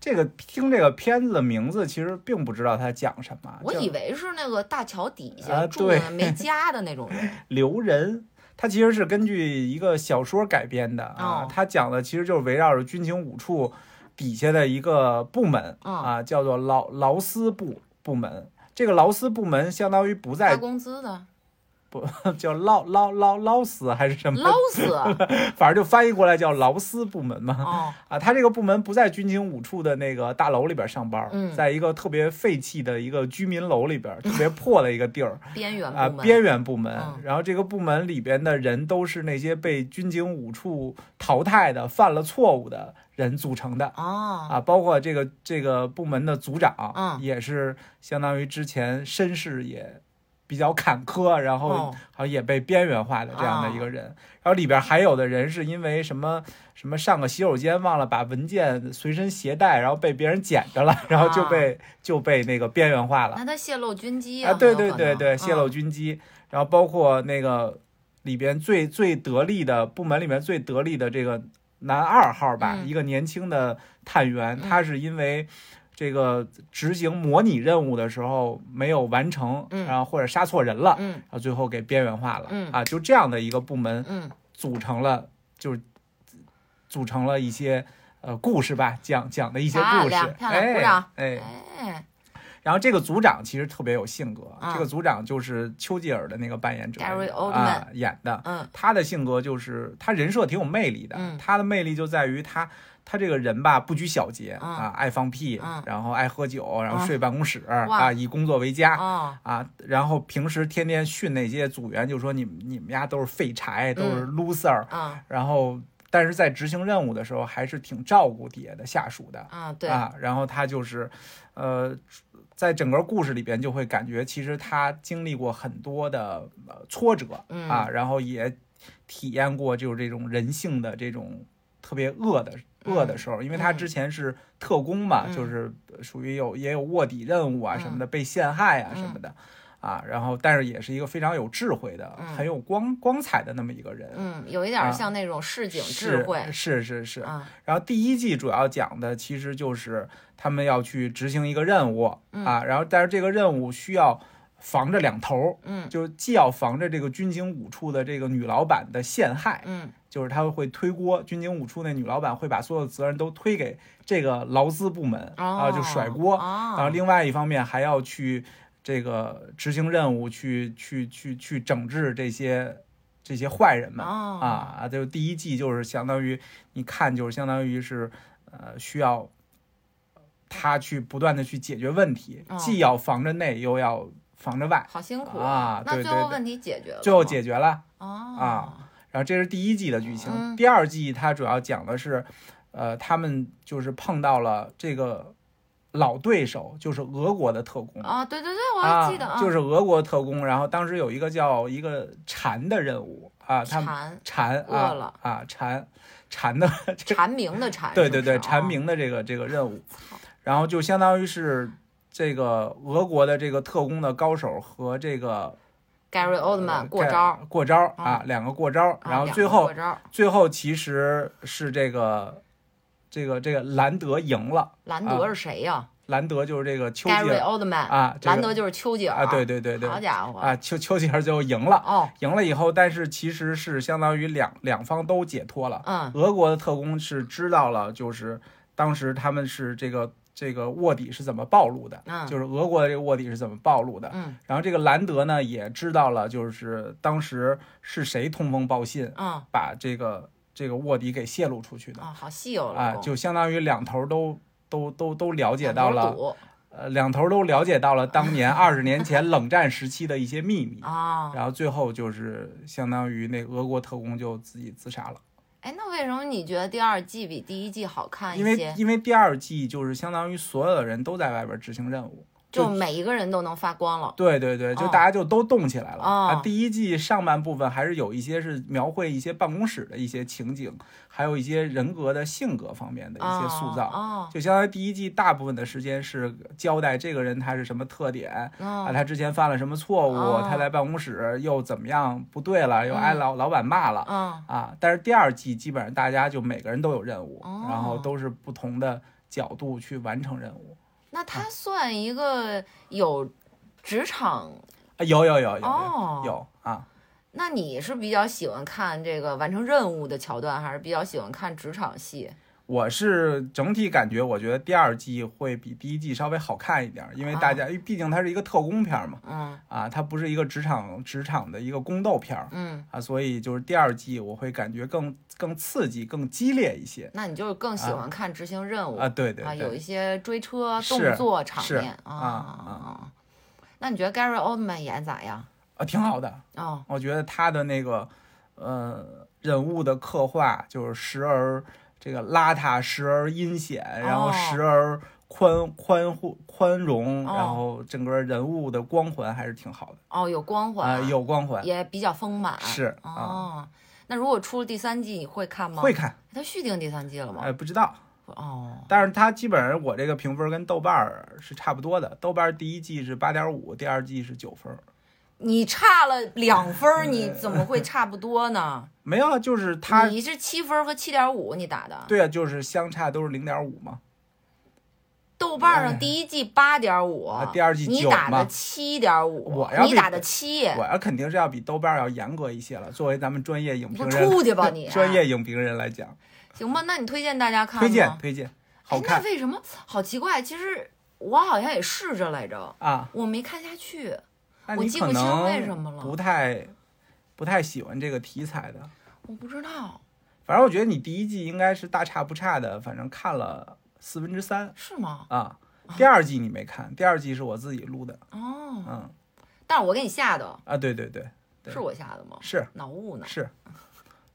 Speaker 2: 这个听这个片子的名字，其实并不知道他讲什么，
Speaker 1: 我
Speaker 2: (laughs) 就
Speaker 1: 以为是那个大桥底
Speaker 2: 啊
Speaker 1: 下住
Speaker 2: 对
Speaker 1: 的没家的那种
Speaker 2: (laughs)
Speaker 1: 人。
Speaker 2: 留人。它其实是根据一个小说改编的啊
Speaker 1: 哦，
Speaker 2: 它讲的其实就是围绕着军情五处底下的一个部门
Speaker 1: 嗯
Speaker 2: 啊，叫做劳劳斯部部门。这个劳斯部门相当于不
Speaker 1: 发
Speaker 2: 在
Speaker 1: 工资
Speaker 2: (laughs)
Speaker 1: 的，
Speaker 2: 叫劳劳劳劳斯还是什么，
Speaker 1: 捞死啊
Speaker 2: 反正就翻译过来叫劳斯部门嘛。
Speaker 1: 哦，
Speaker 2: 啊，他这个部门不在军情五处的那个大楼里边上班，
Speaker 1: 嗯
Speaker 2: 在一个特别废弃的一个居民楼里边，特别破的一个地儿。
Speaker 1: 边缘
Speaker 2: 啊，
Speaker 1: 部门。
Speaker 2: 边缘部门，
Speaker 1: 嗯
Speaker 2: 然后这个部门里边的人都是那些被军警五处淘汰的、犯了错误的人组成的
Speaker 1: 哦，
Speaker 2: 啊，包括这个这个部门的组长，
Speaker 1: 嗯
Speaker 2: 也是相当于之前身世也比较坎坷，然后
Speaker 1: 哦啊
Speaker 2: 好像也被边缘化的这样的一个人。然后里边还有的人是因为什么什么上个洗手间忘了把文件随身携带，然后被别人捡着了，然后就
Speaker 1: 啊
Speaker 2: 被、就被那个边缘化了
Speaker 1: 那他泄露军机
Speaker 2: 啊！对
Speaker 1: 很
Speaker 2: 对
Speaker 1: 有可
Speaker 2: 对
Speaker 1: 能
Speaker 2: 对，泄露
Speaker 1: 嗯
Speaker 2: 军机，然后包括那个里边最最得力的部门里面最得力的这个男二号吧，
Speaker 1: 嗯
Speaker 2: 一个年轻的探员，
Speaker 1: 嗯
Speaker 2: 他是因为。这个执行模拟任务的时候没有完成，
Speaker 1: 嗯
Speaker 2: 然后或者杀错人了，
Speaker 1: 嗯
Speaker 2: 然后最后给边缘化了，
Speaker 1: 嗯
Speaker 2: 啊，就这样的一个部门
Speaker 1: 嗯
Speaker 2: 组成了，就是组成了一些呃故事吧，讲讲的一些
Speaker 1: 漂
Speaker 2: 故事，
Speaker 1: 亮啊漂亮
Speaker 2: 哎
Speaker 1: 鼓掌
Speaker 2: 哎，
Speaker 1: 哎
Speaker 2: 然后这个组长其实特别有性格，
Speaker 1: 啊
Speaker 2: 这个组长就是丘吉尔的那个扮演者
Speaker 1: Gary
Speaker 2: 啊演的，
Speaker 1: 嗯
Speaker 2: 他的性格就是他人设挺有魅力的，
Speaker 1: 嗯
Speaker 2: 他的魅力就在于他他这个人吧不拘小节、
Speaker 1: 嗯
Speaker 2: 啊，爱放屁，
Speaker 1: 嗯
Speaker 2: 然后爱喝酒，然后
Speaker 1: 啊
Speaker 2: 睡办公室、
Speaker 1: 哇
Speaker 2: 啊，以工作为家。
Speaker 1: 哦
Speaker 2: 啊，然后平时天天训那些组员，就说你们你们家都是废柴，都是 loser，、
Speaker 1: 嗯
Speaker 2: 然后但是在执行任务的时候还是挺照顾底下的下属的
Speaker 1: 嗯对
Speaker 2: 啊。然后他就是，呃，在整个故事里边就会感觉其实他经历过很多的、呃、挫折
Speaker 1: 嗯
Speaker 2: 啊，然后也体验过就是这种人性的这种特别恶的。恶的时候，因为他
Speaker 1: 嗯
Speaker 2: 之前是特工嘛，
Speaker 1: 嗯
Speaker 2: 就是属于有也有卧底任务啊
Speaker 1: 嗯
Speaker 2: 什么的，被陷害啊
Speaker 1: 嗯
Speaker 2: 什么的，啊，然后但是也是一个非常有智慧的、
Speaker 1: 嗯
Speaker 2: 很有光光彩的那么一个人，
Speaker 1: 嗯有一点
Speaker 2: 啊
Speaker 1: 儿像那种市井智慧
Speaker 2: 是是是是。
Speaker 1: 啊
Speaker 2: 然后第一季主要讲的其实就是他们要去执行一个任务、
Speaker 1: 嗯
Speaker 2: 啊，然后但是这个任务需要防着两头儿，
Speaker 1: 嗯
Speaker 2: 就既要防着这个军情五处的这个女老板的陷害，
Speaker 1: 嗯
Speaker 2: 就是他会推锅，军情五处那女老板会把所有责任都推给这个劳资部门、啊，
Speaker 1: 哦
Speaker 2: 就甩锅。
Speaker 1: 哦
Speaker 2: 然后另外一方面还要去这个执行任务，去去去去整治这些这些坏人们、
Speaker 1: 哦
Speaker 2: 啊。就第一季就是相当于你看，就是相当于是呃需要他去不断的去解决问题，
Speaker 1: 哦
Speaker 2: 既要防着内，又要防着外
Speaker 1: 好辛苦
Speaker 2: 啊。
Speaker 1: 那
Speaker 2: 对
Speaker 1: 最后
Speaker 2: 对对，
Speaker 1: 问题解决了吗，
Speaker 2: 最后解决了。
Speaker 1: 哦
Speaker 2: 啊然后这是第一季的剧情，
Speaker 1: 嗯
Speaker 2: 第二季它主要讲的是，呃，他们就是碰到了这个老对手，就是俄国的特工。
Speaker 1: 啊对对对，我
Speaker 2: 啊
Speaker 1: 还记得，啊，
Speaker 2: 就是是俄国特工，然后当时有一个叫一个蝉的任务啊，他们
Speaker 1: 蝉
Speaker 2: 蝉
Speaker 1: 饿
Speaker 2: 啊
Speaker 1: 了
Speaker 2: 啊蝉蝉的这
Speaker 1: 蝉鸣的蝉，
Speaker 2: 对
Speaker 1: 是不
Speaker 2: 对对
Speaker 1: 是
Speaker 2: 蝉，
Speaker 1: 哦
Speaker 2: 鸣的这个这个任务
Speaker 1: 操，
Speaker 2: 然后就相当于是这个俄国的这个特工的高手和这个
Speaker 1: Gary
Speaker 2: 呃
Speaker 1: Oldman 过
Speaker 2: 盖
Speaker 1: 招儿，
Speaker 2: 过招儿啊，两个过招儿，
Speaker 1: 啊
Speaker 2: 然
Speaker 1: 哦
Speaker 2: 后
Speaker 1: 两
Speaker 2: 最
Speaker 1: 个
Speaker 2: 后
Speaker 1: 过招儿
Speaker 2: 最后其实是这个这个这个兰德赢了，
Speaker 1: 兰
Speaker 2: 啊
Speaker 1: 德是谁呀
Speaker 2: 兰德就是这个丘吉
Speaker 1: ？Gary
Speaker 2: 尔
Speaker 1: Oldman，
Speaker 2: 啊，这个
Speaker 1: 兰德就是丘吉尔
Speaker 2: 啊，对对对对
Speaker 1: 好，家伙，
Speaker 2: 啊，丘丘吉尔最后赢了，
Speaker 1: 哦，
Speaker 2: 赢了以后，但是其实是相当于两两方都解脱了。
Speaker 1: 嗯
Speaker 2: 俄国的特工是知道了，就是当时他们是这个这个卧底是怎么暴露的，
Speaker 1: 嗯
Speaker 2: 就是俄国的这个卧底是怎么暴露的。
Speaker 1: 嗯
Speaker 2: 然后这个兰德呢也知道了，就是当时是谁通风报信，
Speaker 1: 嗯，
Speaker 2: 把这个这个卧底给泄露出去的。
Speaker 1: 哦，好稀有
Speaker 2: 啊，
Speaker 1: 了，
Speaker 2: 就相当于两头都都都都了解
Speaker 1: 两
Speaker 2: 到
Speaker 1: 头
Speaker 2: 了，
Speaker 1: 堵
Speaker 2: 呃，两头都了解到了当年 (laughs) 二十年前冷战时期的一些秘密，
Speaker 1: 啊。
Speaker 2: 然后最后就是相当于那俄国特工就自己自杀了，
Speaker 1: 哎，那为什么你觉得第二季比第一季好看
Speaker 2: 因
Speaker 1: 一
Speaker 2: 为
Speaker 1: 些？
Speaker 2: 因为第二季就是相当于所有的人都在外边执行任务，
Speaker 1: 就每一个人都能发光了。
Speaker 2: 对对对，就
Speaker 1: 哦
Speaker 2: 大家就都动起来了、啊
Speaker 1: 哦。
Speaker 2: 第一季上半部分还是有一些是描绘一些办公室的一些情景，还有一些人格的性格方面的一些塑造，
Speaker 1: 哦
Speaker 2: 就相当于第一季大部分的时间是交代这个人他是什么特点
Speaker 1: 哦
Speaker 2: 啊，
Speaker 1: 哦
Speaker 2: 他之前犯了什么错误，
Speaker 1: 哦
Speaker 2: 他在办公室又怎么样不对了，又挨
Speaker 1: 嗯
Speaker 2: 老老板骂了
Speaker 1: 嗯
Speaker 2: 啊。但是第二季基本上大家就每个人都有任务，
Speaker 1: 哦
Speaker 2: 然后都是不同的角度去完成任务。
Speaker 1: 那他算一个有职场
Speaker 2: 啊，有有有有有
Speaker 1: 哦。。
Speaker 2: 有啊，
Speaker 1: 那你是比较喜欢看这个完成任务的桥段，还是比较喜欢看职场戏？
Speaker 2: 我是整体感觉，我觉得第二季会比第一季稍微好看一点儿，因为
Speaker 1: 哦
Speaker 2: 大家，因为毕竟它是一个特工片儿嘛，
Speaker 1: 嗯
Speaker 2: 啊，它不是一个职场职场的一个宫斗片儿
Speaker 1: 嗯，
Speaker 2: 啊，所以就是第二季我会感觉更更刺激、更激烈一些
Speaker 1: 那你就是更喜欢看执行任务
Speaker 2: 啊，对对
Speaker 1: 啊，有一
Speaker 2: 对，
Speaker 1: 些追车
Speaker 2: 是
Speaker 1: 动作场
Speaker 2: 是
Speaker 1: 面
Speaker 2: 啊
Speaker 1: 啊。那你觉得 Gary Oldman 演咋样？
Speaker 2: 啊，挺好的，
Speaker 1: 哦，
Speaker 2: 我觉得他的那个呃人物的刻画就是时而这个邋遢，时而阴险，然后
Speaker 1: 哦
Speaker 2: 时而宽宽厚宽容，
Speaker 1: 哦
Speaker 2: 然后整个人物的光环还是挺好的
Speaker 1: 哦，有光环
Speaker 2: 啊、
Speaker 1: 啊，
Speaker 2: 有光环
Speaker 1: 也比较丰满。
Speaker 2: 是啊，
Speaker 1: 哦，那如果出了第三季，你会看吗？
Speaker 2: 会。看
Speaker 1: 他续订第三季了吗？
Speaker 2: 哎不知道，
Speaker 1: 哦，
Speaker 2: 但是它基本上我这个评分跟豆瓣儿是差不多的，豆瓣儿第一季是八点五，第二季是九分儿。
Speaker 1: 你差了两分儿，
Speaker 2: 呃
Speaker 1: 你怎么会差不多呢？
Speaker 2: 没有啊，就是它，
Speaker 1: 你是七分儿和七点五，你打的。
Speaker 2: 对啊，就是相差都是零点五嘛。
Speaker 1: 豆瓣
Speaker 2: 哎
Speaker 1: 上第一季八点五
Speaker 2: 啊，第二季
Speaker 1: 你
Speaker 2: 9
Speaker 1: 打
Speaker 2: 嘛
Speaker 1: 的七点五，
Speaker 2: 我要
Speaker 1: 你
Speaker 2: 比
Speaker 1: 打的七，
Speaker 2: 我要肯定是要比豆瓣儿要严格一些了。作为咱们专业影
Speaker 1: 你给
Speaker 2: 评
Speaker 1: 我
Speaker 2: 人，！
Speaker 1: 出去吧你
Speaker 2: (laughs) 专业影评人来讲，
Speaker 1: 行吧？那你推荐大家看吗？
Speaker 2: 推荐推荐，好
Speaker 1: 哎那
Speaker 2: 看
Speaker 1: 为什么好奇怪？其实我好像也试着来着，
Speaker 2: 啊。
Speaker 1: 我没看下去。
Speaker 2: 那
Speaker 1: 我
Speaker 2: 你
Speaker 1: 记
Speaker 2: 可
Speaker 1: 不清为什么
Speaker 2: 能
Speaker 1: 了
Speaker 2: 不太不太喜欢这个题材的。
Speaker 1: 我不知道
Speaker 2: 反正我觉得你第一季应该是大差不差的，反正看了四分之三
Speaker 1: 是吗？
Speaker 2: 啊。第二季你没看，第二季是我自己录的，
Speaker 1: 哦，
Speaker 2: 嗯
Speaker 1: 但是我给你下的，
Speaker 2: 啊，对对对，对
Speaker 1: 是我下的吗？
Speaker 2: 是
Speaker 1: 脑雾呢？
Speaker 2: 是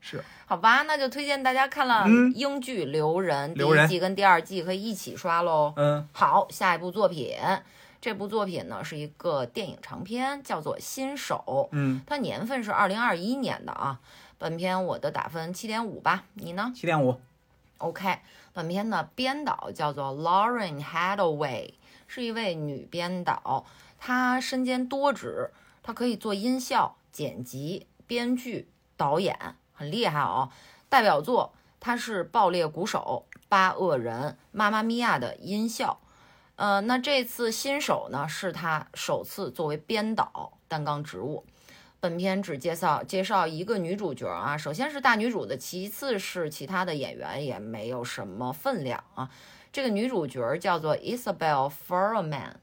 Speaker 2: 是，
Speaker 1: 好吧，那就推荐大家看了
Speaker 2: 嗯
Speaker 1: 英剧《留人》
Speaker 2: 留人
Speaker 1: 第一季跟第二季可以一起刷喽。
Speaker 2: 嗯
Speaker 1: 好，下一部作品，这部作品呢是一个电影长片，叫做《新手》，
Speaker 2: 嗯，
Speaker 1: 它年份是二零二一年的啊。本片我的打分七点五吧，你呢
Speaker 2: 七点五，
Speaker 1: ？OK，本片的编导叫做 Lauren Hadaway，是一位女编导，她身兼多职，她可以做音效、剪辑、编剧、导演，很厉害哦。代表作她是《爆裂鼓手》《八恶人》《妈妈咪呀》的音效。呃，那这次新手呢，是他首次作为编导担纲职务。本片只介绍介绍一个女主角啊，首先是大女主的，其次是其他的演员也没有什么分量啊。这个女主角叫做 Isabel Furman。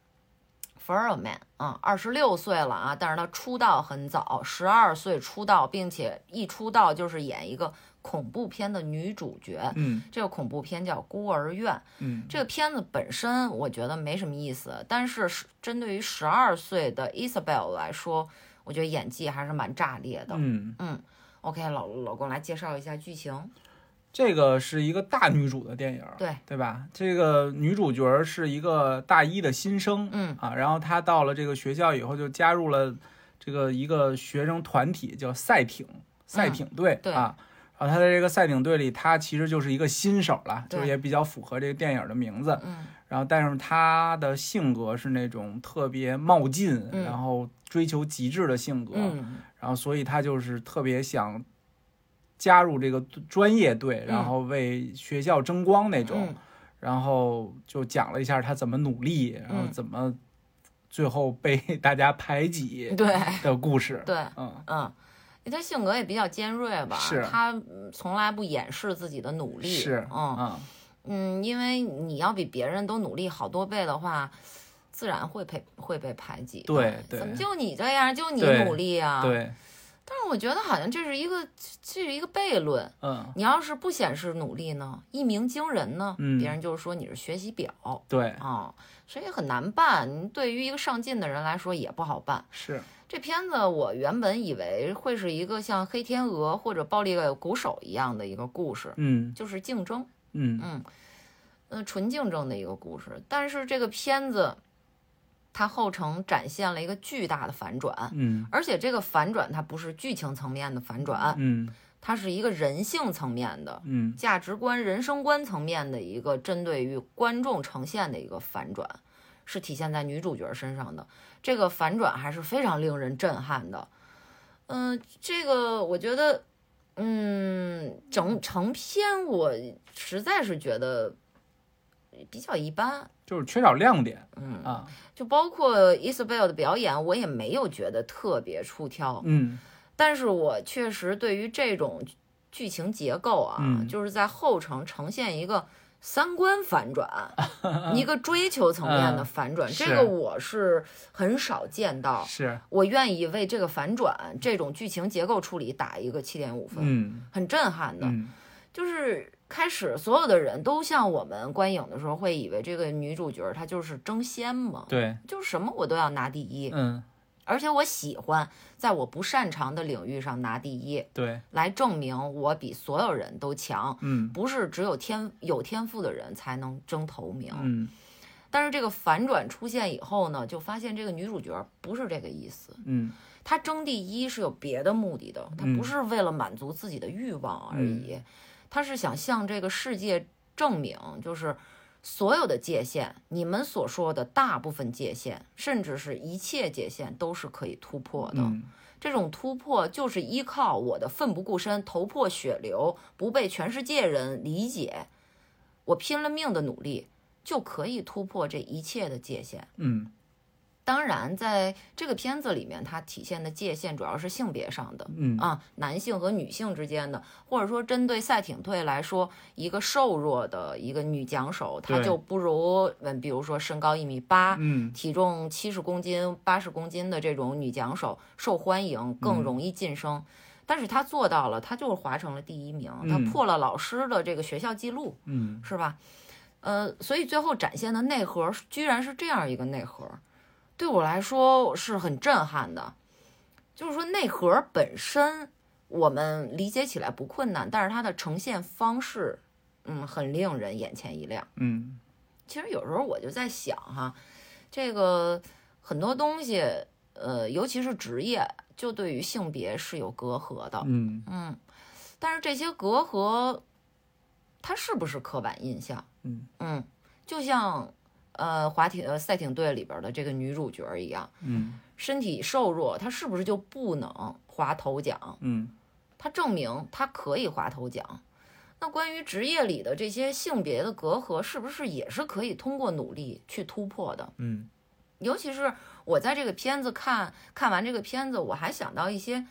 Speaker 1: Furman 啊，二十六岁了啊，但是她出道很早，十二岁出道，并且一出道就是演一个恐怖片的女主角。
Speaker 2: 嗯
Speaker 1: 这个恐怖片叫《孤儿院》，
Speaker 2: 嗯
Speaker 1: 这个片子本身我觉得没什么意思，但是是针对于十二岁的 Isabel 来说，我觉得演技还是蛮炸裂的。
Speaker 2: 嗯，
Speaker 1: OK，老老公来介绍一下剧情。
Speaker 2: 这个是一个大女主的电影，
Speaker 1: 对
Speaker 2: 对吧？这个女主角是一个大一的新生，
Speaker 1: 嗯
Speaker 2: 啊，然后她到了这个学校以后，就加入了这个一个学生团体，叫赛艇赛艇队，
Speaker 1: 嗯对
Speaker 2: 啊。然后她在这个赛艇队里，她其实就是一个新手了，
Speaker 1: 对
Speaker 2: 就是也比较符合这个电影的名字。
Speaker 1: 嗯
Speaker 2: 然后，但是她的性格是那种特别冒进，
Speaker 1: 嗯
Speaker 2: 然后追求极致的性格。
Speaker 1: 嗯
Speaker 2: 然后所以他就是特别想加入这个专业队，然后为学校争光那种。
Speaker 1: 嗯
Speaker 2: 然后就讲了一下他怎么努力，然后
Speaker 1: 嗯
Speaker 2: 怎么最后被 (laughs) 大家排挤
Speaker 1: 对
Speaker 2: 的故事。
Speaker 1: 对，
Speaker 2: 嗯，
Speaker 1: 嗯，他性格也比较尖锐吧，
Speaker 2: 是
Speaker 1: 他嗯从来不掩饰自己的努力。
Speaker 2: 是，
Speaker 1: 嗯
Speaker 2: 嗯，
Speaker 1: 嗯，因为你要比别人都努力好多倍的话，自然会被会被排挤的。
Speaker 2: 对对
Speaker 1: 怎么就你这样？就你
Speaker 2: 对
Speaker 1: 努力啊？
Speaker 2: 对，
Speaker 1: 但是我觉得好像这是一个这是一个悖论。
Speaker 2: 嗯，
Speaker 1: 你要是不显示努力呢，一鸣惊人呢，
Speaker 2: 嗯
Speaker 1: 别人就是说你是学习婊啊、
Speaker 2: 对，
Speaker 1: 所以很难办。对于一个上进的人来说也不好办。
Speaker 2: 是，
Speaker 1: 这片子我原本以为会是一个像《黑天鹅》或者《暴力鼓手》一样的一个故事，
Speaker 2: 嗯
Speaker 1: 就是竞争，
Speaker 2: 嗯
Speaker 1: 嗯，呃，纯竞争的一个故事。但是这个片子，它后程展现了一个巨大的反转，
Speaker 2: 嗯
Speaker 1: 而且这个反转它不是剧情层面的反转，
Speaker 2: 嗯
Speaker 1: 它是一个人性层面的、
Speaker 2: 嗯
Speaker 1: 价值观、人生观层面的一个针对于观众呈现的一个反转，是体现在女主角身上的。这个反转还是非常令人震撼的。嗯、这个我觉得，嗯，整成篇我实在是觉得比较一般。
Speaker 2: 就是缺少亮点
Speaker 1: 嗯，
Speaker 2: 啊，
Speaker 1: 就包括 Isabel 的表演，我也没有觉得特别出挑。
Speaker 2: 嗯
Speaker 1: 但是我确实对于这种剧情结构啊，
Speaker 2: 嗯
Speaker 1: 就是在后程呈现一个三观反
Speaker 2: (laughs)
Speaker 1: 转，一个追求层面的反转，
Speaker 2: 嗯
Speaker 1: 这
Speaker 2: 是
Speaker 1: 个我是很少见到。
Speaker 2: 是，
Speaker 1: 我愿意为这个反转、这种剧情结构处理打一个七点五分，
Speaker 2: 嗯
Speaker 1: 很震撼的。
Speaker 2: 嗯
Speaker 1: 就是开始所有的人都像我们观影的时候会以为这个女主角她就是争先嘛，
Speaker 2: 对，
Speaker 1: 就是什么我都要拿第一，
Speaker 2: 嗯
Speaker 1: 而且我喜欢在我不擅长的领域上拿第一。
Speaker 2: 对，
Speaker 1: 来证明我比所有人都强，
Speaker 2: 嗯
Speaker 1: 不是只有天有天赋的人才能争头名。
Speaker 2: 嗯
Speaker 1: 但是这个反转出现以后呢，就发现这个女主角不是这个意思，
Speaker 2: 嗯
Speaker 1: 她争第一是有别的目的的，她
Speaker 2: 嗯
Speaker 1: 不是为了满足自己的欲望而已，她是想向这个世界证明，就是所有的界限，你们所说的大部分界限，甚至是一切界限都是可以突破的。
Speaker 2: 嗯
Speaker 1: 这种突破就是依靠我的奋不顾身、头破血流、不被全世界人理解，我拼了命的努力就可以突破这一切的界限。
Speaker 2: 嗯
Speaker 1: 当然，在这个片子里面，它体现的界限主要是性别上的。
Speaker 2: 嗯
Speaker 1: 啊，男性和女性之间的，或者说针对赛艇队来说，一个瘦弱的一个女桨手，她
Speaker 2: 对
Speaker 1: 就不如嗯，比如说身高一米八，
Speaker 2: 嗯
Speaker 1: 体重七十公斤、八十公斤的这种女桨手受欢迎，更容易晋升。但是她做到了，她就是滑成了第一名，她
Speaker 2: 嗯
Speaker 1: 破了老师的这个学校记录，
Speaker 2: 嗯
Speaker 1: 是吧？呃，所以最后展现的内核居然是这样一个内核，对我来说是很震撼的。就是说，内核本身我们理解起来不困难，但是它的呈现方式，嗯，很令人眼前一亮。
Speaker 2: 嗯
Speaker 1: 其实有时候我就在想哈，这个很多东西，呃，尤其是职业，就对于性别是有隔阂的。
Speaker 2: 嗯
Speaker 1: 嗯，但是这些隔阂，它是不是刻板印象？
Speaker 2: 嗯
Speaker 1: 就像呃滑艇呃赛艇队里边的这个女主角一样，
Speaker 2: 嗯
Speaker 1: 身体瘦弱，她是不是就不能滑头桨？
Speaker 2: 嗯
Speaker 1: 她证明她可以滑头桨。那关于职业里的这些性别的隔阂，是不是也是可以通过努力去突破的？
Speaker 2: 嗯
Speaker 1: 尤其是我在这个片子看看完这个片子，我还想到一些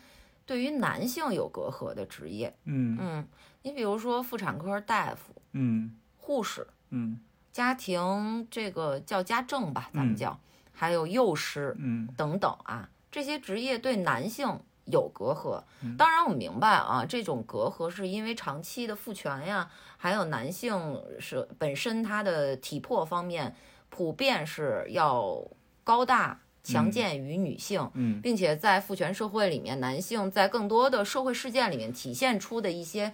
Speaker 1: 对于男性有隔阂的职业，
Speaker 2: 嗯
Speaker 1: 嗯，你比如说妇产科大夫、
Speaker 2: 嗯
Speaker 1: 护士、
Speaker 2: 嗯
Speaker 1: 家庭这个叫家政吧，咱们
Speaker 2: 嗯
Speaker 1: 叫，还有幼师
Speaker 2: 嗯
Speaker 1: 等等啊，这些职业对男性有隔阂
Speaker 2: 嗯。
Speaker 1: 当然，我明白啊，这种隔阂是因为长期的父权呀，还有男性是本身他的体魄方面普遍是要高大强健于女性。
Speaker 2: 嗯
Speaker 1: 并且在父权社会里面，男性在更多的社会事件里面体现出的一些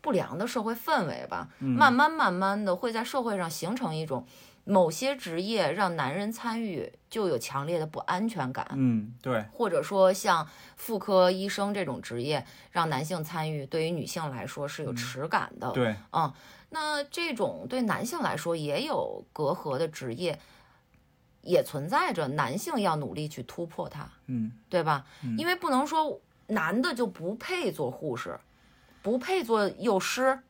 Speaker 1: 不良的社会氛围吧，
Speaker 2: 嗯
Speaker 1: 慢慢慢慢的会在社会上形成一种某些职业让男人参与就有强烈的不安全感，
Speaker 2: 嗯，对，
Speaker 1: 或者说像妇科医生这种职业让男性参与，对于女性来说是有耻感的。
Speaker 2: 嗯对，
Speaker 1: 那这种对男性来说也有隔阂的职业，也存在着男性要努力去突破它。
Speaker 2: 嗯
Speaker 1: 对吧？
Speaker 2: 嗯
Speaker 1: 因为不能说男的就不配做护士，不配做幼师，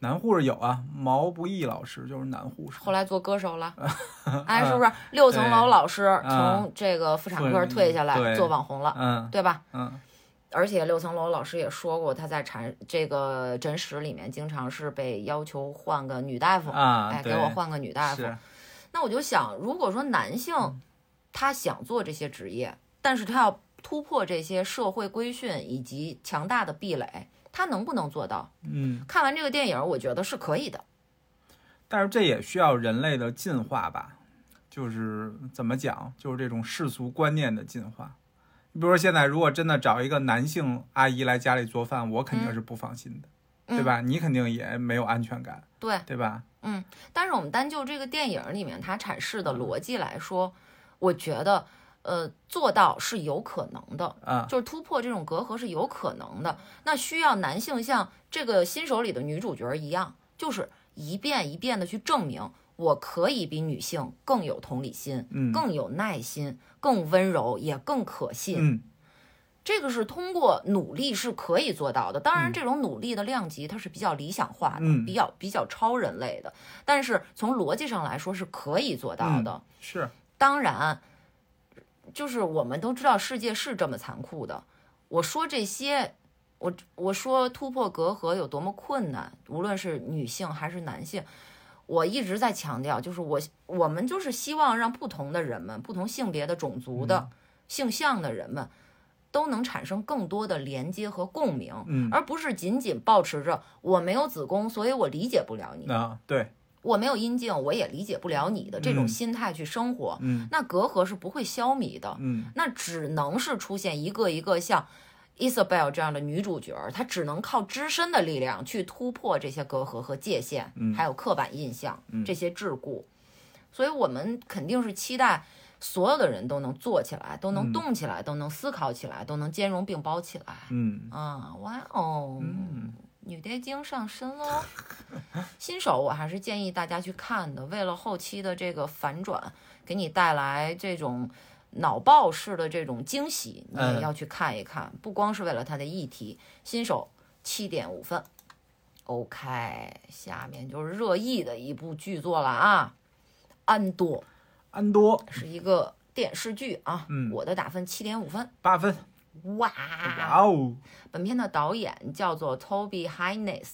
Speaker 2: 男护士有啊，毛不易老师就是男护士，
Speaker 1: 后来做歌手
Speaker 2: (laughs)
Speaker 1: 了，哎，是不是？六层楼老师
Speaker 2: 啊
Speaker 1: 从这个妇产科
Speaker 2: 对
Speaker 1: 退下来
Speaker 2: 对
Speaker 1: 做网红了，
Speaker 2: 嗯
Speaker 1: 对吧？
Speaker 2: 嗯
Speaker 1: 而且六层楼老师也说过，他在产这个诊室里面经常是被要求换个女大夫，
Speaker 2: 啊，
Speaker 1: 哎，给
Speaker 2: 对，
Speaker 1: 我换个女大夫。
Speaker 2: 是，嗯
Speaker 1: 那我就想，如果说男性他想做这些职业，但是他要突破这些社会规训以及强大的壁垒，他能不能做到？
Speaker 2: 嗯，
Speaker 1: 看完这个电影，我觉得是可以的。
Speaker 2: 但是这也需要人类的进化吧，就是怎么讲，就是这种世俗观念的进化。你比如说，现在如果真的找一个男性阿姨来家里做饭，我肯定是不放心的，
Speaker 1: 嗯
Speaker 2: 对吧？你肯定也没有安全感，
Speaker 1: 对，
Speaker 2: 对吧？
Speaker 1: 但是我们单就这个电影里面它阐释的逻辑来说，我觉得，呃，做到是有可能的，
Speaker 2: 啊，
Speaker 1: 就是突破这种隔阂是有可能的。那需要男性像这个新手里的女主角一样，就是一遍一遍的去证明，我可以比女性更有同理心，
Speaker 2: 嗯
Speaker 1: 更有耐心，更温柔，也更可信。
Speaker 2: 嗯
Speaker 1: 这个是通过努力是可以做到的。当然，
Speaker 2: 嗯
Speaker 1: 这种努力的量级它是比较理想化的，
Speaker 2: 嗯
Speaker 1: 比较比较超人类的，但是从逻辑上来说是可以做到
Speaker 2: 嗯
Speaker 1: 的。
Speaker 2: 是，
Speaker 1: 当然，就是我们都知道世界是这么残酷的。我说这些，我我说突破隔阂有多么困难，无论是女性还是男性，我一直在强调，就是我我们就是希望让不同的人们、不同性别的、种族的、性向的人们，都能产生更多的连接和共鸣。
Speaker 2: 嗯
Speaker 1: 而不是仅仅保持着我没有子宫，所以我理解不了你；
Speaker 2: 啊，对，
Speaker 1: 我没有阴茎，我也理解不了你的这种
Speaker 2: 嗯
Speaker 1: 心态去生活。
Speaker 2: 嗯
Speaker 1: 那隔阂是不会消弭的，
Speaker 2: 嗯
Speaker 1: 那只能是出现一个一个像 Isabel 这样的女主角，她只能靠自身的力量去突破这些隔阂和界限，
Speaker 2: 嗯
Speaker 1: 还有刻板印象
Speaker 2: 嗯
Speaker 1: 这些桎梏。所以我们肯定是期待所有的人都能坐起来，都能
Speaker 2: 嗯
Speaker 1: 动起来，都能思考起来，都能兼容并包起来。
Speaker 2: 嗯
Speaker 1: 啊，哇哦，
Speaker 2: 嗯
Speaker 1: 女爹精上身喽！ (laughs) 新手我还是建议大家去看的，为了后期的这个反转，给你带来这种脑爆式的这种惊喜，你也
Speaker 2: 嗯
Speaker 1: 要去看一看，不光是为了它的议题。新手七点五分，OK，下面就是热议的一部剧作了啊，《安多
Speaker 2: 安多》
Speaker 1: 是一个电视剧啊，
Speaker 2: 嗯
Speaker 1: 我的打分七点五分，
Speaker 2: 八分，
Speaker 1: 哇！
Speaker 2: 哇哦，
Speaker 1: 本片的导演叫做 Toby Hines。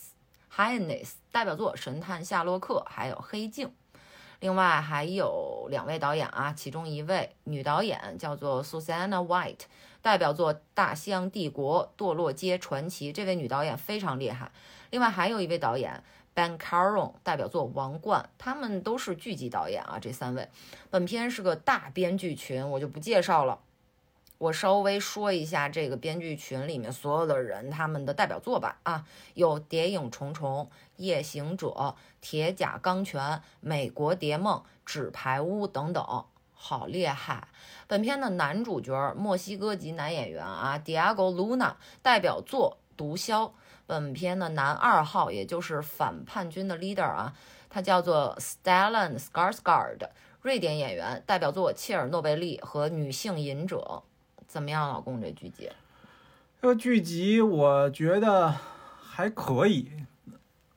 Speaker 1: Hines 代表作《神探夏洛克》，还有《黑镜》，另外还有两位导演啊，其中一位女导演叫做 Susanna White，代表作《大西洋帝国》《堕落街传奇》，这位女导演非常厉害。另外还有一位导演 Ben Caron，代表作《王冠》，他们都是剧集导演啊，这三位。本片是个大编剧群，我就不介绍了。我稍微说一下这个编剧群里面所有的人他们的代表作吧啊，有《谍影重重》《夜行者》《铁甲钢拳》《美国谍梦》《纸牌屋》等等，好厉害！本片的男主角墨西哥籍男演员啊，Diego Luna，代表作《毒枭》。本片的男二号，也就是反叛军的 leader 啊，他叫做 Stellan Skarsgård，瑞典演员，代表作《切尔诺贝利》和《女性隐者》。怎么样，老公这剧集？
Speaker 2: 这个剧集我觉得还可以，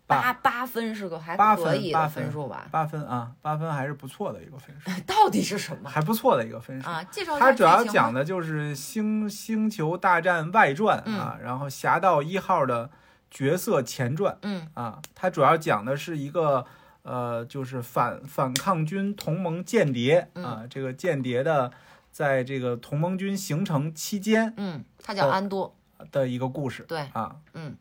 Speaker 1: 八
Speaker 2: 八
Speaker 1: 八分是个还
Speaker 2: 八
Speaker 1: 可
Speaker 2: 分
Speaker 1: 以
Speaker 2: 八
Speaker 1: 的
Speaker 2: 分
Speaker 1: 分数吧？ (laughs)
Speaker 2: 八分啊，八分还是不错的一个分数，
Speaker 1: 到底是什么
Speaker 2: 还不错的一个分数。
Speaker 1: 嗯啊？介绍一
Speaker 2: 它
Speaker 1: 下
Speaker 2: 嗯主要
Speaker 1: 剧情
Speaker 2: 讲
Speaker 1: 吧
Speaker 2: 的就是《星星球大战外传》啊，然后《侠盗一号》的角色前传
Speaker 1: 嗯
Speaker 2: 啊，它主要讲的是一个呃，就是反反抗军同盟间谍
Speaker 1: 嗯
Speaker 2: 啊，这个间谍的在这个同盟军形成期间
Speaker 1: 嗯，他叫
Speaker 2: 哦
Speaker 1: 安多，
Speaker 2: 的一个故事
Speaker 1: 对，
Speaker 2: 啊，
Speaker 1: 嗯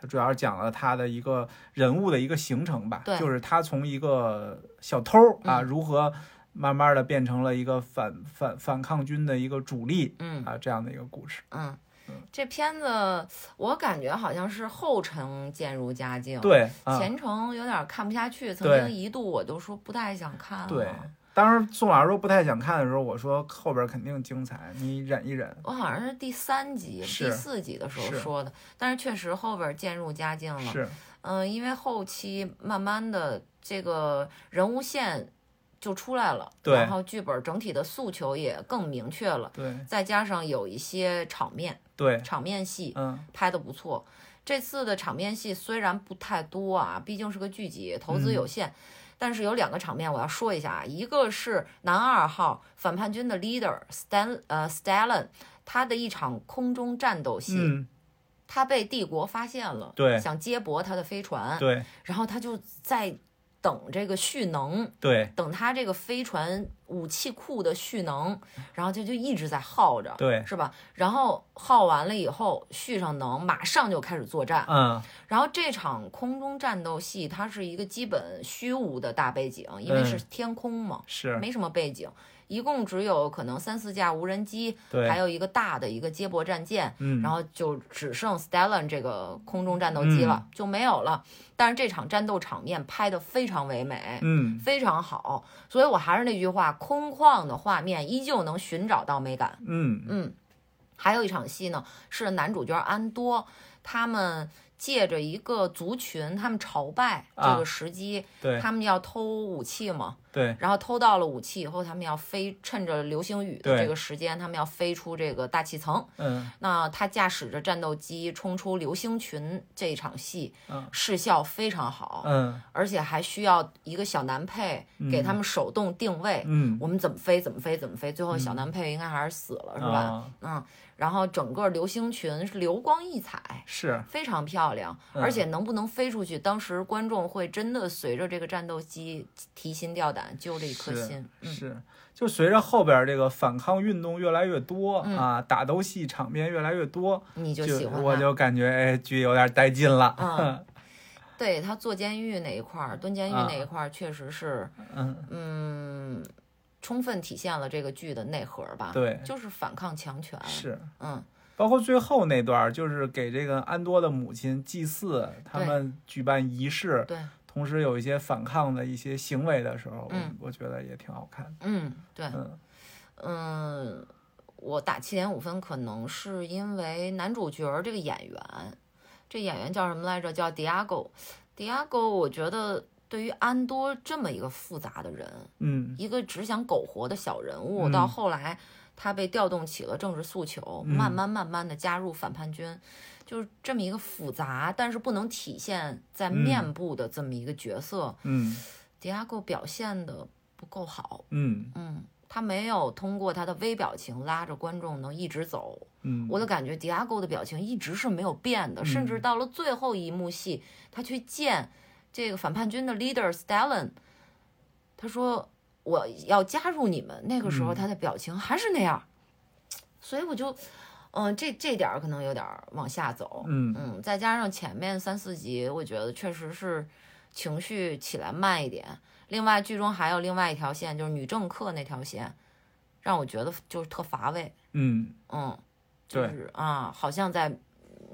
Speaker 2: 它主要讲了他的一个人物的一个形成吧，
Speaker 1: 对
Speaker 2: 就是他从一个小偷啊，
Speaker 1: 嗯
Speaker 2: 如何慢慢的变成了一个反反反抗军的一个主力
Speaker 1: 嗯
Speaker 2: 啊，这样的一个故事。
Speaker 1: 嗯。这片子我感觉好像是后程渐入佳境，，
Speaker 2: 对，啊，
Speaker 1: 前程有点看不下去。曾
Speaker 2: 对
Speaker 1: 经一度我都说不太想看了，
Speaker 2: 对。当时宋老师说不太想看的时候，我说后边肯定精彩，你忍一忍。
Speaker 1: 我好像是第三集、第
Speaker 2: 是
Speaker 1: 四集的时候
Speaker 2: 是
Speaker 1: 说的，但是确实后边渐入佳境了。
Speaker 2: 是，
Speaker 1: 嗯，因为后期慢慢的这个人物线就出来了，
Speaker 2: 对
Speaker 1: 然后剧本整体的诉求也更明确了，
Speaker 2: 对
Speaker 1: 再加上有一些场面
Speaker 2: 对，
Speaker 1: 场面戏
Speaker 2: 嗯，
Speaker 1: 拍的不错。这次的场面戏虽然不太多啊，毕竟是个剧集，投资
Speaker 2: 嗯
Speaker 1: 有限。但是有两个场面我要说一下啊，一个是男二号反叛军的 leader Stan 呃 Stalin，他的一场空中战斗戏，
Speaker 2: 嗯，
Speaker 1: 他被帝国发现了，
Speaker 2: 对
Speaker 1: 想接驳他的飞船，
Speaker 2: 嗯对
Speaker 1: 然后他就在等这个蓄能，
Speaker 2: 对
Speaker 1: 等他这个飞船武器库的蓄能，然后他就一直在耗着，
Speaker 2: 对，
Speaker 1: 是吧？然后耗完了以后，蓄上能，马上就开始作战。
Speaker 2: 嗯，
Speaker 1: 然后这场空中战斗戏，它是一个基本虚无的大背景，因为
Speaker 2: 嗯
Speaker 1: 是天空嘛，
Speaker 2: 是
Speaker 1: 没什么背景，一共只有可能三四架无人机，
Speaker 2: 对
Speaker 1: 还，有一个大的一个接驳战舰，
Speaker 2: 嗯嗯
Speaker 1: 然，后就只剩 Stellan 这个空中战斗机了，就没有了。但是这场战斗场面拍得非常唯美，
Speaker 2: 嗯，
Speaker 1: 非常好。所以我还是那句话，空旷的画面依旧能寻找到美感。
Speaker 2: 嗯，
Speaker 1: 嗯，还有一场戏呢，是男主角安多他们。借着一个族群他们朝拜这
Speaker 2: 啊
Speaker 1: 个时机，
Speaker 2: 对
Speaker 1: 他们要偷武器嘛，
Speaker 2: 对
Speaker 1: 然后偷到了武器以后，他们要飞，趁着流星雨的
Speaker 2: 对
Speaker 1: 这个时间，他们要飞出这个大气层。
Speaker 2: 嗯，
Speaker 1: 那他驾驶着战斗机冲出流星群这一场戏，
Speaker 2: 嗯
Speaker 1: 视效非常好，
Speaker 2: 嗯
Speaker 1: 而且还需要一个小男配给他们手动定位，
Speaker 2: 嗯，
Speaker 1: 我们怎么飞怎么飞怎么飞，最后小男配应该还是死了，是吧？
Speaker 2: 啊？
Speaker 1: 嗯，然后整个流星群是流光溢彩。
Speaker 2: 是，
Speaker 1: 非常漂亮，
Speaker 2: 嗯
Speaker 1: 而且能不能飞出去，当时观众会真的随着这个战斗机提心吊胆，揪着一颗
Speaker 2: 是
Speaker 1: 心。嗯，
Speaker 2: 是，就随着后边儿这个反抗运动越来越多、
Speaker 1: 嗯
Speaker 2: 啊，打斗戏场面越来越多，
Speaker 1: 你就
Speaker 2: 就
Speaker 1: 喜欢
Speaker 2: 我
Speaker 1: 它
Speaker 2: 就感觉哎，剧有点带劲了。
Speaker 1: 嗯对他坐监狱那一块儿，蹲监狱
Speaker 2: 啊
Speaker 1: 那一块儿，确实是，
Speaker 2: 嗯，
Speaker 1: 嗯，充分体现了这个剧的内核吧。，
Speaker 2: 对，
Speaker 1: 就是反抗强权。，
Speaker 2: 是。
Speaker 1: 嗯，
Speaker 2: 包括最后那段儿，就是给这个安多的母亲祭祀，他
Speaker 1: 对
Speaker 2: 们举办仪式，
Speaker 1: 对，
Speaker 2: 同时有一些反抗的一些行为的时候，
Speaker 1: 嗯
Speaker 2: 我觉得也挺好看的。
Speaker 1: 嗯，对，
Speaker 2: 嗯
Speaker 1: 嗯，我打七点五分，可能是因为男主角这个演员，这演员叫什么来着？叫 Diego。Diego，我觉得对于安多这么一个复杂的人，
Speaker 2: 嗯
Speaker 1: 一个只想苟活的小人物，
Speaker 2: 嗯
Speaker 1: 到后来他被调动起了政治诉求，
Speaker 2: 嗯
Speaker 1: 慢慢慢慢的加入反叛军，就是这么一个复杂，但是不能体现在面部的这么一个角色，
Speaker 2: 嗯
Speaker 1: 迪亚戈表现的不够好，
Speaker 2: 嗯
Speaker 1: 嗯。他没有通过他的微表情拉着观众能一直走，
Speaker 2: 嗯，
Speaker 1: 我就感觉迪亚戈的表情一直是没有变的，甚至到了最后一幕戏，他去见这个反叛军的 leader Stalin，他说我要加入你们，那个时候
Speaker 2: 嗯
Speaker 1: 他的表情还是那样，所以我就，嗯、这这点儿可能有点儿往下走，
Speaker 2: 嗯
Speaker 1: 嗯，再加上前面三四集，我觉得确实是情绪起来慢一点。另外，剧中还有另外一条线，就是女政客那条线，让我觉得就是特乏味。
Speaker 2: 嗯
Speaker 1: 嗯，就
Speaker 2: 对
Speaker 1: 是啊，好像在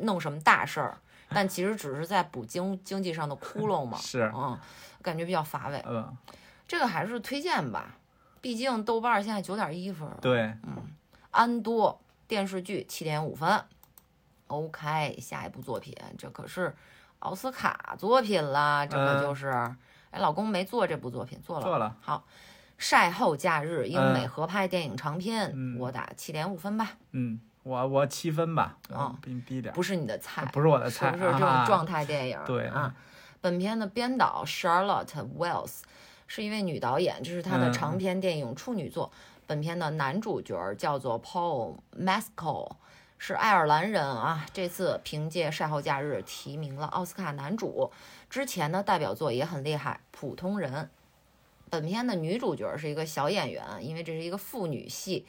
Speaker 1: 弄什么大事儿，但其实只是在补经经济上的窟窿嘛。
Speaker 2: (laughs) 是
Speaker 1: 嗯，感觉比较乏味。
Speaker 2: 呃
Speaker 1: 这个还是推荐吧，毕竟豆瓣儿现在九点一分儿，
Speaker 2: 对
Speaker 1: 安多电视剧七点五分。OK，下一部作品，这可是奥斯卡作品啦，这
Speaker 2: 嗯
Speaker 1: 个就是，哎，老公没做这部作品，做了，
Speaker 2: 做了
Speaker 1: 好。晒后假日，英美
Speaker 2: 嗯
Speaker 1: 合拍电影长片，
Speaker 2: 嗯
Speaker 1: 我打七点五分吧，
Speaker 2: 嗯，我我七分吧，
Speaker 1: 啊
Speaker 2: 嗯，比你低点儿，
Speaker 1: 不是你的菜，
Speaker 2: 不是我的
Speaker 1: 是
Speaker 2: 菜，
Speaker 1: 不是这种
Speaker 2: 啊
Speaker 1: 状态电影？
Speaker 2: 对嗯
Speaker 1: 啊，本片的编导 Charlotte Wells 是一位女导演，这是她的
Speaker 2: 嗯
Speaker 1: 长篇电影处女作。本片的男主角叫做 Paul Mescal，是爱尔兰人啊。这次凭借《晒后假日》提名了奥斯卡男主，之前的代表作也很厉害，《普通人》。本片的女主角是一个小演员，因为这是一个妇女戏，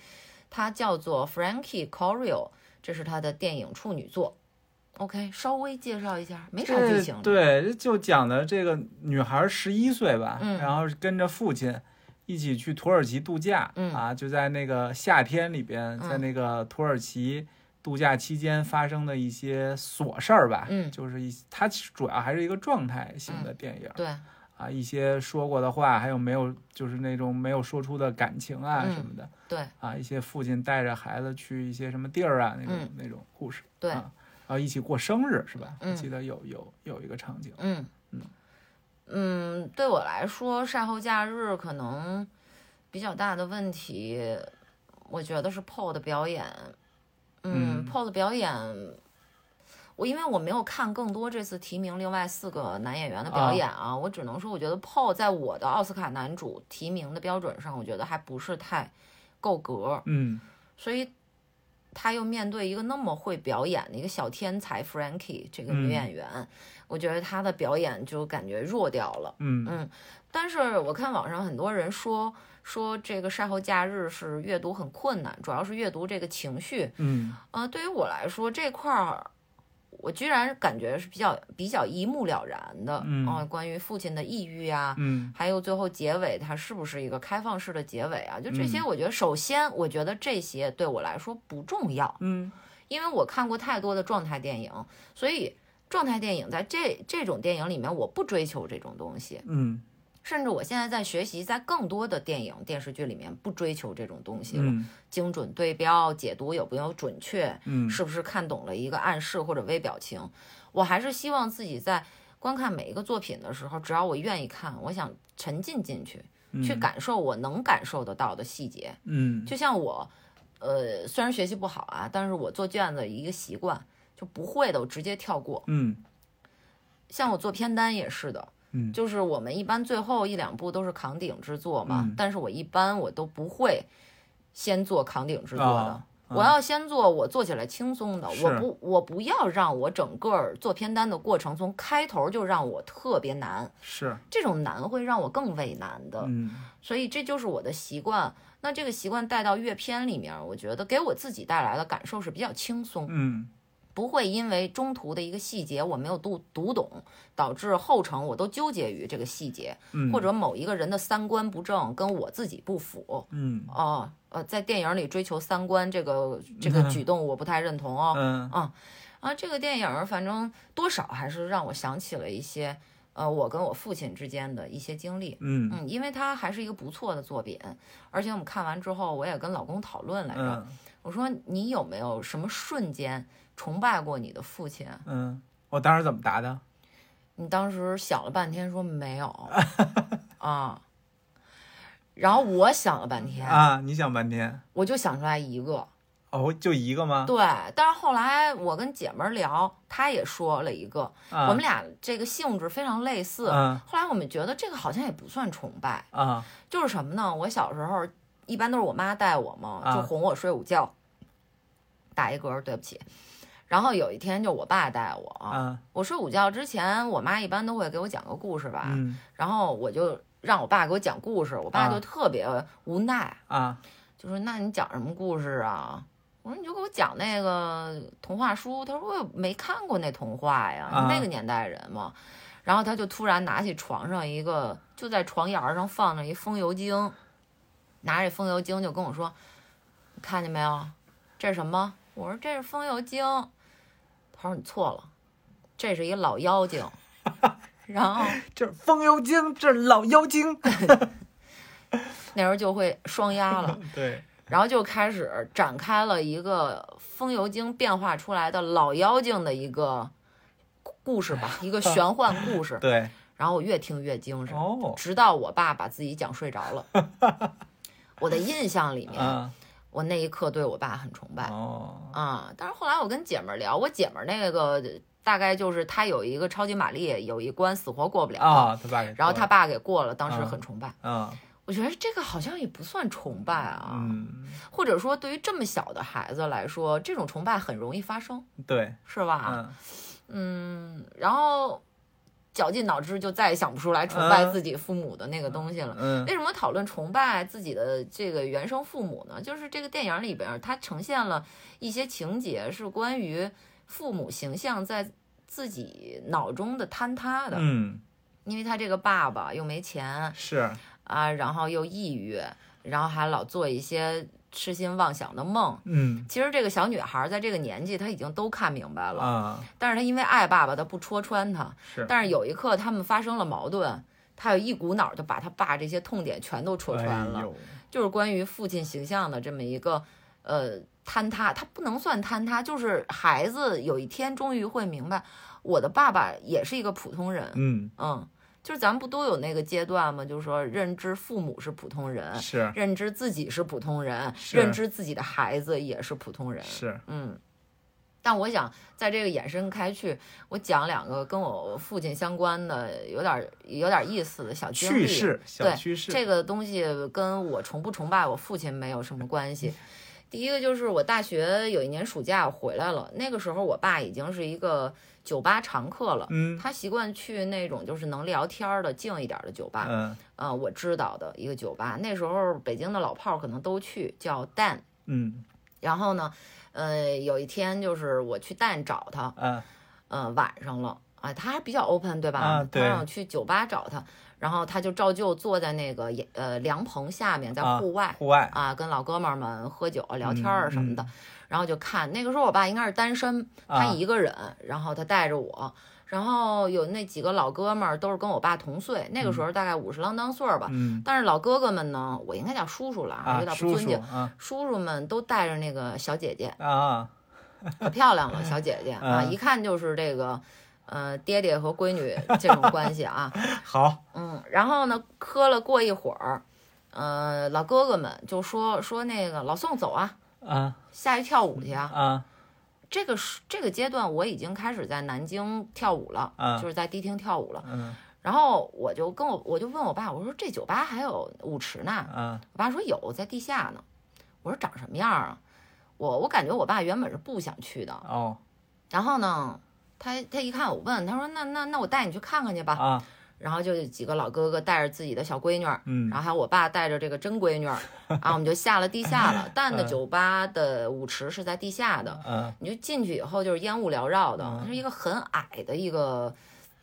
Speaker 1: 她叫做 Frankie Corio，这是她的电影处女作。OK，稍微介绍一下，没啥剧情
Speaker 2: 这。对，就讲的这个女孩十一岁吧，
Speaker 1: 嗯
Speaker 2: 然后跟着父亲一起去土耳其度假，
Speaker 1: 嗯
Speaker 2: 啊，就在那个夏天里边，在
Speaker 1: 嗯
Speaker 2: 那个土耳其度假期间发生的一些琐事儿吧，
Speaker 1: 嗯
Speaker 2: 就是一它其实主要还是一个状态型的电影、
Speaker 1: 对，
Speaker 2: 啊，一些说过的话，还有没有就是那种没有说出的感情啊
Speaker 1: 嗯
Speaker 2: 什么的，
Speaker 1: 对
Speaker 2: 啊，一些父亲带着孩子去一些什么地儿啊那种、
Speaker 1: 嗯
Speaker 2: 那种故事，
Speaker 1: 对
Speaker 2: 啊，然后一起过生日是吧？我
Speaker 1: 嗯
Speaker 2: 记得有有有一个场景。
Speaker 1: 嗯
Speaker 2: 嗯
Speaker 1: 嗯，对我来说，晒后假日可能比较大的问题，我觉得是 PO 的表演。嗯
Speaker 2: 嗯
Speaker 1: p o 的表演，我因为我没有看更多这次提名另外四个男演员的表
Speaker 2: 啊
Speaker 1: 演啊，我只能说，我觉得 PO 在我的奥斯卡男主提名的标准上，我觉得还不是太够格。
Speaker 2: 嗯
Speaker 1: 所以他又面对一个那么会表演的一个小天才 Frankie 这个女
Speaker 2: 嗯
Speaker 1: 演员，我觉得她的表演就感觉弱掉了。
Speaker 2: 嗯
Speaker 1: 嗯，但是我看网上很多人说说这个晒后假日是阅读很困难，主要是阅读这个情绪。
Speaker 2: 嗯
Speaker 1: 呃，对于我来说这块儿。我居然感觉是比较比较一目了然的，
Speaker 2: 嗯
Speaker 1: 啊关于父亲的抑郁啊，
Speaker 2: 嗯
Speaker 1: 还有最后结尾它是不是一个开放式的结尾啊？就这些，
Speaker 2: 嗯
Speaker 1: 我觉得首先，我觉得这些对我来说不重要，
Speaker 2: 嗯
Speaker 1: 因为我看过太多的状态电影，所以状态电影在这这种电影里面，我不追求这种东西，
Speaker 2: 嗯
Speaker 1: 甚至我现在在学习，在更多的电影电视剧里面不追求这种东西了，
Speaker 2: 嗯
Speaker 1: 精准对标解读有没有准确，
Speaker 2: 嗯，
Speaker 1: 是不是看懂了一个暗示或者微表情。我还是希望自己在观看每一个作品的时候，只要我愿意看，我想沉浸进去，去感受我能感受得到的细节。
Speaker 2: 嗯
Speaker 1: 就像我，呃，虽然学习不好啊，但是我做卷子一个习惯，就不会的我直接跳过。
Speaker 2: 嗯
Speaker 1: 像我做片单也是的，
Speaker 2: 嗯
Speaker 1: 就是我们一般最后一两步都是扛鼎之作嘛，
Speaker 2: 嗯
Speaker 1: 但是我一般我都不会先做扛鼎之作的。
Speaker 2: 啊啊
Speaker 1: 我要先做我做起来轻松的，
Speaker 2: 是
Speaker 1: 我不我不要让我整个儿做片单的过程从开头就让我特别难，
Speaker 2: 是
Speaker 1: 这种难会让我更为难的，
Speaker 2: 嗯
Speaker 1: 所以这就是我的习惯。那这个习惯带到阅片里面，我觉得给我自己带来的感受是比较轻松，
Speaker 2: 嗯
Speaker 1: 不会因为中途的一个细节我没有读读懂，导致后程我都纠结于这个细节，
Speaker 2: 嗯，
Speaker 1: 或者某一个人的三观不正跟我自己不符
Speaker 2: 嗯
Speaker 1: 哦。呃，在电影里追求三观这个这个举动我不太认同哦。
Speaker 2: 嗯
Speaker 1: 啊，这个电影儿反正多少还是让我想起了一些呃，我跟我父亲之间的一些经历。
Speaker 2: 嗯
Speaker 1: 嗯，因为它还是一个不错的作品，而且我们看完之后，我也跟老公讨论来着，
Speaker 2: 嗯
Speaker 1: 我说你有没有什么瞬间崇拜过你的父亲？
Speaker 2: 嗯，我当时怎么答的？
Speaker 1: 你当时想了半天说没有
Speaker 2: (laughs)
Speaker 1: 啊，然后我想了半天，
Speaker 2: 啊，你想半天，
Speaker 1: 我就想出来一个，
Speaker 2: 哦，就一个吗？
Speaker 1: 对，但是后来我跟姐们儿聊，她也说了一个，
Speaker 2: 啊，
Speaker 1: 我们俩这个性质非常类似。
Speaker 2: 嗯
Speaker 1: 后来我们觉得这个好像也不算崇拜，
Speaker 2: 啊
Speaker 1: 就是什么呢？我小时候一般都是我妈带我嘛，
Speaker 2: 啊
Speaker 1: 就哄我睡午觉，打一嗝，对不起。然后有一天就我爸带我，
Speaker 2: 啊，
Speaker 1: 我睡午觉之前，我妈一般都会给我讲个故事吧，
Speaker 2: 嗯
Speaker 1: 然后我就让我爸给我讲故事，我爸
Speaker 2: 啊
Speaker 1: 就特别无奈，
Speaker 2: 啊
Speaker 1: 就说：“那你讲什么故事啊？”我说：“你就给我讲那个童话书。”他说：“我也没看过那童话呀，
Speaker 2: 啊
Speaker 1: 那个年代人嘛。”然后他就突然拿起床上一个，就在床沿儿上放着一风油精，拿着风油精就跟我说：“你看见没有？这是什么？”我说：“这是风油精。”他说：“你错了，这是一老妖精。” (laughs) 然后
Speaker 2: 这风油精，这老妖精，
Speaker 1: 那时候就会双压了，
Speaker 2: 对，
Speaker 1: 然后就开始展开了一个风油精变化出来的老妖精的一个故事吧，一个玄幻故
Speaker 2: (laughs)
Speaker 1: 事。
Speaker 2: 对，
Speaker 1: 然后我越听越精神，
Speaker 2: 哦，
Speaker 1: 直到我爸把自己讲睡着了。
Speaker 2: (laughs)
Speaker 1: 我的印象里面，
Speaker 2: 啊，
Speaker 1: 我那一刻对我爸很崇拜
Speaker 2: 哦，
Speaker 1: 啊。但是后来我跟姐们儿聊，我姐们儿那个大概就是她有一个超级玛丽，有一关死活过不了，
Speaker 2: 啊，他爸给说了，
Speaker 1: 然后她爸给过了，当时
Speaker 2: 啊
Speaker 1: 很崇拜。
Speaker 2: 啊，
Speaker 1: 我觉得这个好像也不算崇拜啊。
Speaker 2: 嗯，
Speaker 1: 或者说对于这么小的孩子来说，这种崇拜很容易发生，
Speaker 2: 对，
Speaker 1: 是吧？
Speaker 2: 嗯，
Speaker 1: 嗯，然后绞尽脑汁就再也想不出来崇拜自己父母的那个东西了。
Speaker 2: 嗯，
Speaker 1: 为什么讨论崇拜自己的这个原生父母呢？就是这个电影里边儿，它呈现了一些情节是关于父母形象在自己脑中的坍塌的，
Speaker 2: 嗯，
Speaker 1: 因为他这个爸爸又没钱，
Speaker 2: 是，
Speaker 1: 啊，然后又抑郁，然后还老做一些痴心妄想的梦。
Speaker 2: 嗯，
Speaker 1: 其实这个小女孩在这个年纪，她已经都看明白了，
Speaker 2: 啊，
Speaker 1: 但是她因为爱爸爸，她不戳穿他。
Speaker 2: 是，
Speaker 1: 但是有一刻他们发生了矛盾，她有一股脑儿就把她爸这些痛点全都戳穿了，
Speaker 2: 哎呦，
Speaker 1: 就是关于父亲形象的这么一个呃坍塌，他不能算坍塌，就是孩子有一天终于会明白，我的爸爸也是一个普通人，
Speaker 2: 嗯，
Speaker 1: 嗯，就是咱们不都有那个阶段吗？就是说，认知父母是普通人，
Speaker 2: 是
Speaker 1: 认知自己是普通人，
Speaker 2: 是
Speaker 1: 认知自己的孩子也是普通人。
Speaker 2: 是，
Speaker 1: 嗯，但我想在这个衍生开去，我讲两个跟我父亲相关的，有点儿有点儿意思的小经历。
Speaker 2: 趣事，小
Speaker 1: 对
Speaker 2: 趣事，
Speaker 1: 这个东西跟我崇不崇拜我父亲没有什么关
Speaker 2: (laughs)
Speaker 1: 系。第一个就是我大学有一年暑假我回来了，那个时候我爸已经是一个酒吧常客了，
Speaker 2: 嗯，
Speaker 1: 他习惯去那种就是能聊天儿的静一点儿的酒吧，
Speaker 2: 嗯，
Speaker 1: 呃，我知道的一个酒吧，那时候北京的老炮儿可能都去，叫蛋。
Speaker 2: 嗯，
Speaker 1: 然后呢，呃，有一天就是我去蛋找他，
Speaker 2: 啊，
Speaker 1: 呃，晚上了，啊，他还比较 open 对吧？
Speaker 2: 啊对
Speaker 1: 他让我去酒吧找他，然后他就照旧坐在那个呃凉棚下面，在
Speaker 2: 啊
Speaker 1: 户外
Speaker 2: 户外，
Speaker 1: 啊跟老哥们儿们喝酒聊天儿什么的，
Speaker 2: 嗯
Speaker 1: 然后就看那个时候我爸应该是单身，他
Speaker 2: 啊
Speaker 1: 一个人，然后他带着我，然后有那几个老哥们儿都是跟我爸同岁，那个时候大概五十郎当岁儿吧。
Speaker 2: 嗯，
Speaker 1: 但是老哥哥们呢，我应该叫叔叔了，
Speaker 2: 啊
Speaker 1: 有，点不
Speaker 2: 叔
Speaker 1: 尊
Speaker 2: 叔，
Speaker 1: 敬。
Speaker 2: 啊，
Speaker 1: 叔叔们都带着那个小姐姐，
Speaker 2: 啊，
Speaker 1: 可漂亮了，小姐姐啊，
Speaker 2: 啊
Speaker 1: 一看就是这个，呃，爹爹和闺女这种关系啊。
Speaker 2: 好，
Speaker 1: 嗯，然后呢，喝了过一会儿，呃，老哥哥们就说说那个老宋走啊，
Speaker 2: 啊，
Speaker 1: 下去跳舞去啊。
Speaker 2: 啊，
Speaker 1: 这个是这个阶段，我已经开始在南京跳舞了，
Speaker 2: 啊
Speaker 1: 就是在迪厅跳舞了。
Speaker 2: 嗯，
Speaker 1: 然后我就跟我我就问我爸，我说这酒吧还有舞池呢？
Speaker 2: 啊，
Speaker 1: 我爸说有，在地下呢。我说长什么样啊？我我感觉我爸原本是不想去的，
Speaker 2: 哦，
Speaker 1: 然后呢，他他一看我问，他说那那那我带你去看看去吧。
Speaker 2: 啊，
Speaker 1: 然后就有几个老哥哥带着自己的小闺女儿，
Speaker 2: 嗯
Speaker 1: 然，后还有我爸带着这个真闺女儿，啊，我们就下了地下
Speaker 2: (laughs)
Speaker 1: 了。蛋的酒吧的舞池是在地下的，
Speaker 2: 嗯，
Speaker 1: 你就进去以后就是烟雾缭绕的，它是一个很矮的一个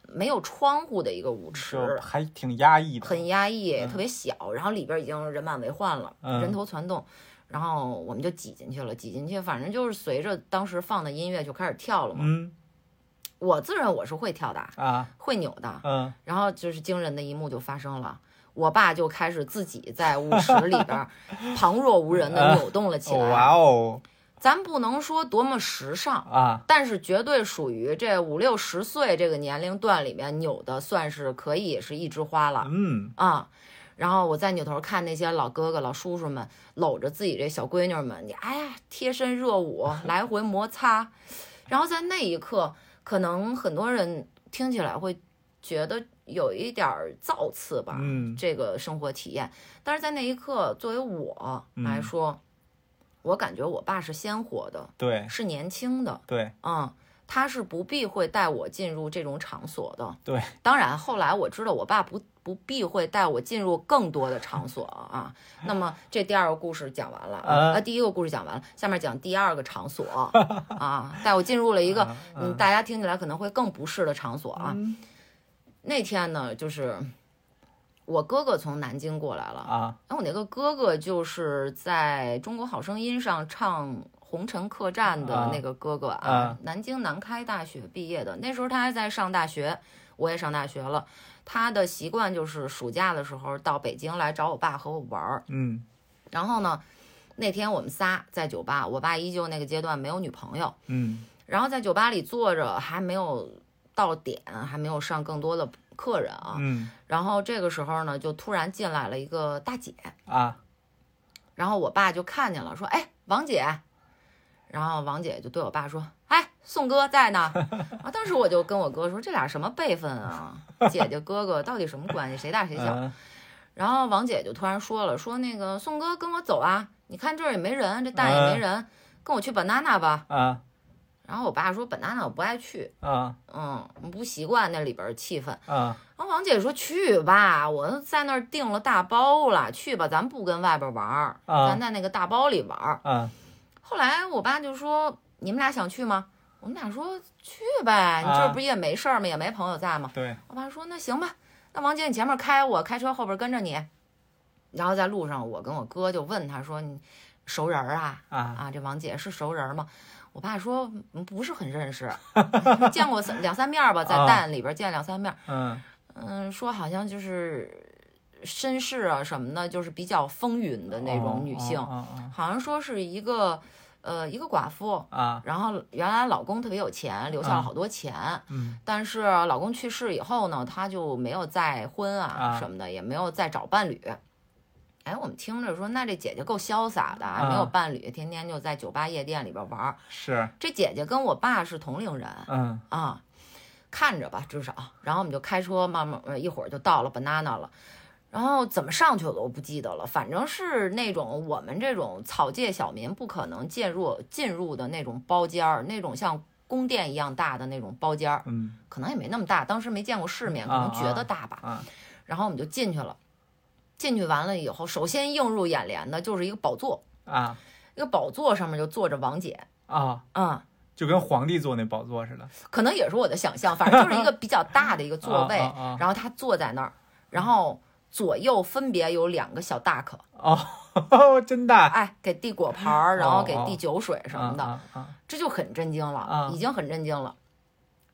Speaker 1: 没有窗户的一个舞
Speaker 2: 就
Speaker 1: 池，
Speaker 2: 还挺压抑的，
Speaker 1: 很压抑，
Speaker 2: 嗯
Speaker 1: 特别小，然后里边已经人满为患了，
Speaker 2: 嗯
Speaker 1: 人头攒动。然后我们就挤进去了，挤进去，反正就是随着当时放的音乐就开始跳了嘛。
Speaker 2: 嗯，
Speaker 1: 我自认我是会跳的，
Speaker 2: 啊，
Speaker 1: 会扭的。
Speaker 2: 嗯
Speaker 1: 然后就是惊人的一幕就发生了，我爸就开始自己在舞池里边
Speaker 2: (laughs)
Speaker 1: 儿旁若无人的扭动了起
Speaker 2: 哦
Speaker 1: 来。
Speaker 2: (laughs) 哇哦
Speaker 1: 咱不能说多么时尚，
Speaker 2: 啊，
Speaker 1: 但是绝对属于这五六十岁这个年龄段里面扭的，算是可以是一枝花了
Speaker 2: 嗯
Speaker 1: 啊。然后我再扭头看那些老哥哥、老叔叔们搂着自己这小闺女们，你哎呀贴身热舞，来回摩擦。然后在那一刻，可能很多人听起来会觉得有一点儿造次吧，
Speaker 2: 嗯
Speaker 1: 这个生活体验。但是在那一刻，作为我
Speaker 2: 嗯
Speaker 1: 来说，我感觉我爸是鲜活的，
Speaker 2: 对
Speaker 1: 是年轻的，
Speaker 2: 对
Speaker 1: 嗯，他是不避讳带我进入这种场所的。
Speaker 2: 对，
Speaker 1: 当然后来我知道我爸不不避讳带我进入更多的场所啊。 (laughs) 那么这第二个故事讲完了
Speaker 2: 啊
Speaker 1: 啊，呃第一个故事讲完了，下面讲第二个场所
Speaker 2: (laughs)
Speaker 1: 啊，带我进入了一个
Speaker 2: 啊
Speaker 1: 嗯大家听起来可能会更不适的场所啊。
Speaker 2: 嗯
Speaker 1: 那天呢，就是我哥哥从南京过来了，
Speaker 2: 啊
Speaker 1: 然后我那个哥哥就是在《中国好声音》上唱《红尘客栈》的那个哥哥啊，
Speaker 2: 啊啊
Speaker 1: 南京南开大学毕业的。那时候他还在上大学，我也上大学了。他的习惯就是暑假的时候到北京来找我爸和我玩儿。
Speaker 2: 嗯
Speaker 1: 然后呢，那天我们仨在酒吧，我爸依旧那个阶段没有女朋友，
Speaker 2: 嗯
Speaker 1: 然后在酒吧里坐着，还没有到点，还没有上更多的客人啊。
Speaker 2: 嗯
Speaker 1: 然后这个时候呢，就突然进来了一个大姐。
Speaker 2: 啊
Speaker 1: 然后我爸就看见了，说：“哎，王姐。”然后王姐就对我爸说：“哎，宋哥在呢。”啊，当时我就跟我哥说：“这俩什么辈分啊？姐姐哥哥到底什么关系？谁大谁小
Speaker 2: 嗯？”
Speaker 1: 然后王姐就突然说了：“说那个宋哥跟我走啊，你看这儿也没人，这蛋
Speaker 2: 嗯
Speaker 1: 也没人，跟我去 banana 吧。
Speaker 2: 啊”
Speaker 1: 然后我爸说：“banana 我不爱去，
Speaker 2: 啊
Speaker 1: 嗯，不习惯那里边儿气氛。”
Speaker 2: 啊
Speaker 1: 然后王姐说：“去吧，我都在那儿订了大包了，去吧，咱不跟外边玩儿，
Speaker 2: 啊
Speaker 1: 咱在那个大包里玩儿。
Speaker 2: 啊
Speaker 1: 后来我爸就说：“你们俩想去吗？”我们俩说：“去呗，你
Speaker 2: 啊
Speaker 1: 这不是也没事儿吗？也没朋友在吗
Speaker 2: 对？”
Speaker 1: 我爸说：“那行吧，那王姐你前面开，我开车后边跟着你。”然后在路上，我跟我哥就问他说：“你熟人儿啊？
Speaker 2: 啊
Speaker 1: 啊，这王姐是熟人吗？”我爸说：“嗯不是很认识，见过三两三面儿吧，在
Speaker 2: 啊
Speaker 1: 蛋里边见两三面。”
Speaker 2: 嗯
Speaker 1: 嗯，说好像就是绅士啊什么的，就是比较风云的那种女性，
Speaker 2: 啊
Speaker 1: 好像说是一个呃一个寡妇，
Speaker 2: 啊
Speaker 1: 然后原来老公特别有钱，留下
Speaker 2: 啊
Speaker 1: 了好多钱，
Speaker 2: 嗯
Speaker 1: 但是老公去世以后呢，她就没有再婚啊
Speaker 2: 啊
Speaker 1: 什么的，也没有再找伴侣。哎，我们听着说，那这姐姐够潇洒的，啊、没有
Speaker 2: 啊
Speaker 1: 伴侣，天天就在酒吧夜店里边玩儿。
Speaker 2: 是
Speaker 1: 这姐姐跟我爸是同龄人，
Speaker 2: 嗯
Speaker 1: 啊，看着吧，至少。然后我们就开车，慢慢呃一会儿就到了 banana 了。然后怎么上去的我不记得了，反正是那种我们这种草芥小民不可能进入进入的那种包间儿，那种像宫殿一样大的那种包间儿，
Speaker 2: 嗯
Speaker 1: 可能也没那么大，当时没见过世面，可能觉得大吧。
Speaker 2: 啊
Speaker 1: 然后我们就进去了，进去完了以后，首先映入眼帘的就是一个宝座，
Speaker 2: 啊
Speaker 1: 一个宝座上面就坐着王姐，
Speaker 2: 啊，
Speaker 1: 嗯，
Speaker 2: 就跟皇帝坐那宝座似的
Speaker 1: 可能也是我的想象，反正就是一个
Speaker 2: (laughs)
Speaker 1: 比较大的一个座位，
Speaker 2: 啊啊啊
Speaker 1: 然后他坐在那儿，然后左右分别有两个小大可，
Speaker 2: 哦， (laughs) 真的
Speaker 1: 哎，给递果盘儿，然后给
Speaker 2: 哦哦
Speaker 1: 递酒水什么的，
Speaker 2: 啊啊
Speaker 1: 这就很震惊了
Speaker 2: 啊，
Speaker 1: 已经很震惊了。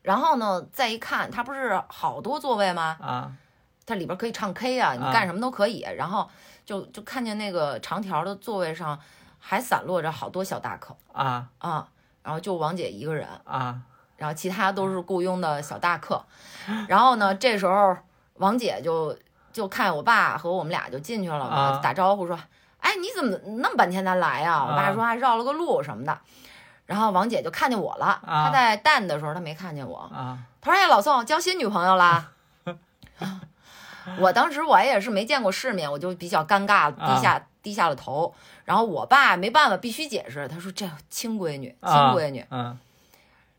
Speaker 1: 然后呢，再一看，它不是好多座位吗？
Speaker 2: 啊
Speaker 1: 它里边可以唱 K 啊，你
Speaker 2: 啊
Speaker 1: 干什么都可以。然后就就看见那个长条的座位上还散落着好多小大可
Speaker 2: 啊
Speaker 1: 啊，然后就王姐一个人。
Speaker 2: 啊
Speaker 1: 然后其他都是雇佣的小大客。然后呢，这时候王姐就就看我爸和我们俩就进去了嘛，
Speaker 2: 啊
Speaker 1: 打招呼说：“哎，你怎么那么半天才来呀、
Speaker 2: 啊
Speaker 1: 我爸说还绕了个路什么的。然后王姐就看见我了，
Speaker 2: 啊
Speaker 1: 她在淡的时候她没看见我，
Speaker 2: 啊
Speaker 1: 她说：“哎，老宋交新女朋友
Speaker 2: (laughs)
Speaker 1: 啦。”我当时我也是没见过世面，我就比较尴尬，低下、
Speaker 2: 啊
Speaker 1: 低下了头。然后我爸没办法，必须解释，他说：“这亲闺女，亲
Speaker 2: 啊
Speaker 1: 闺女。
Speaker 2: 嗯，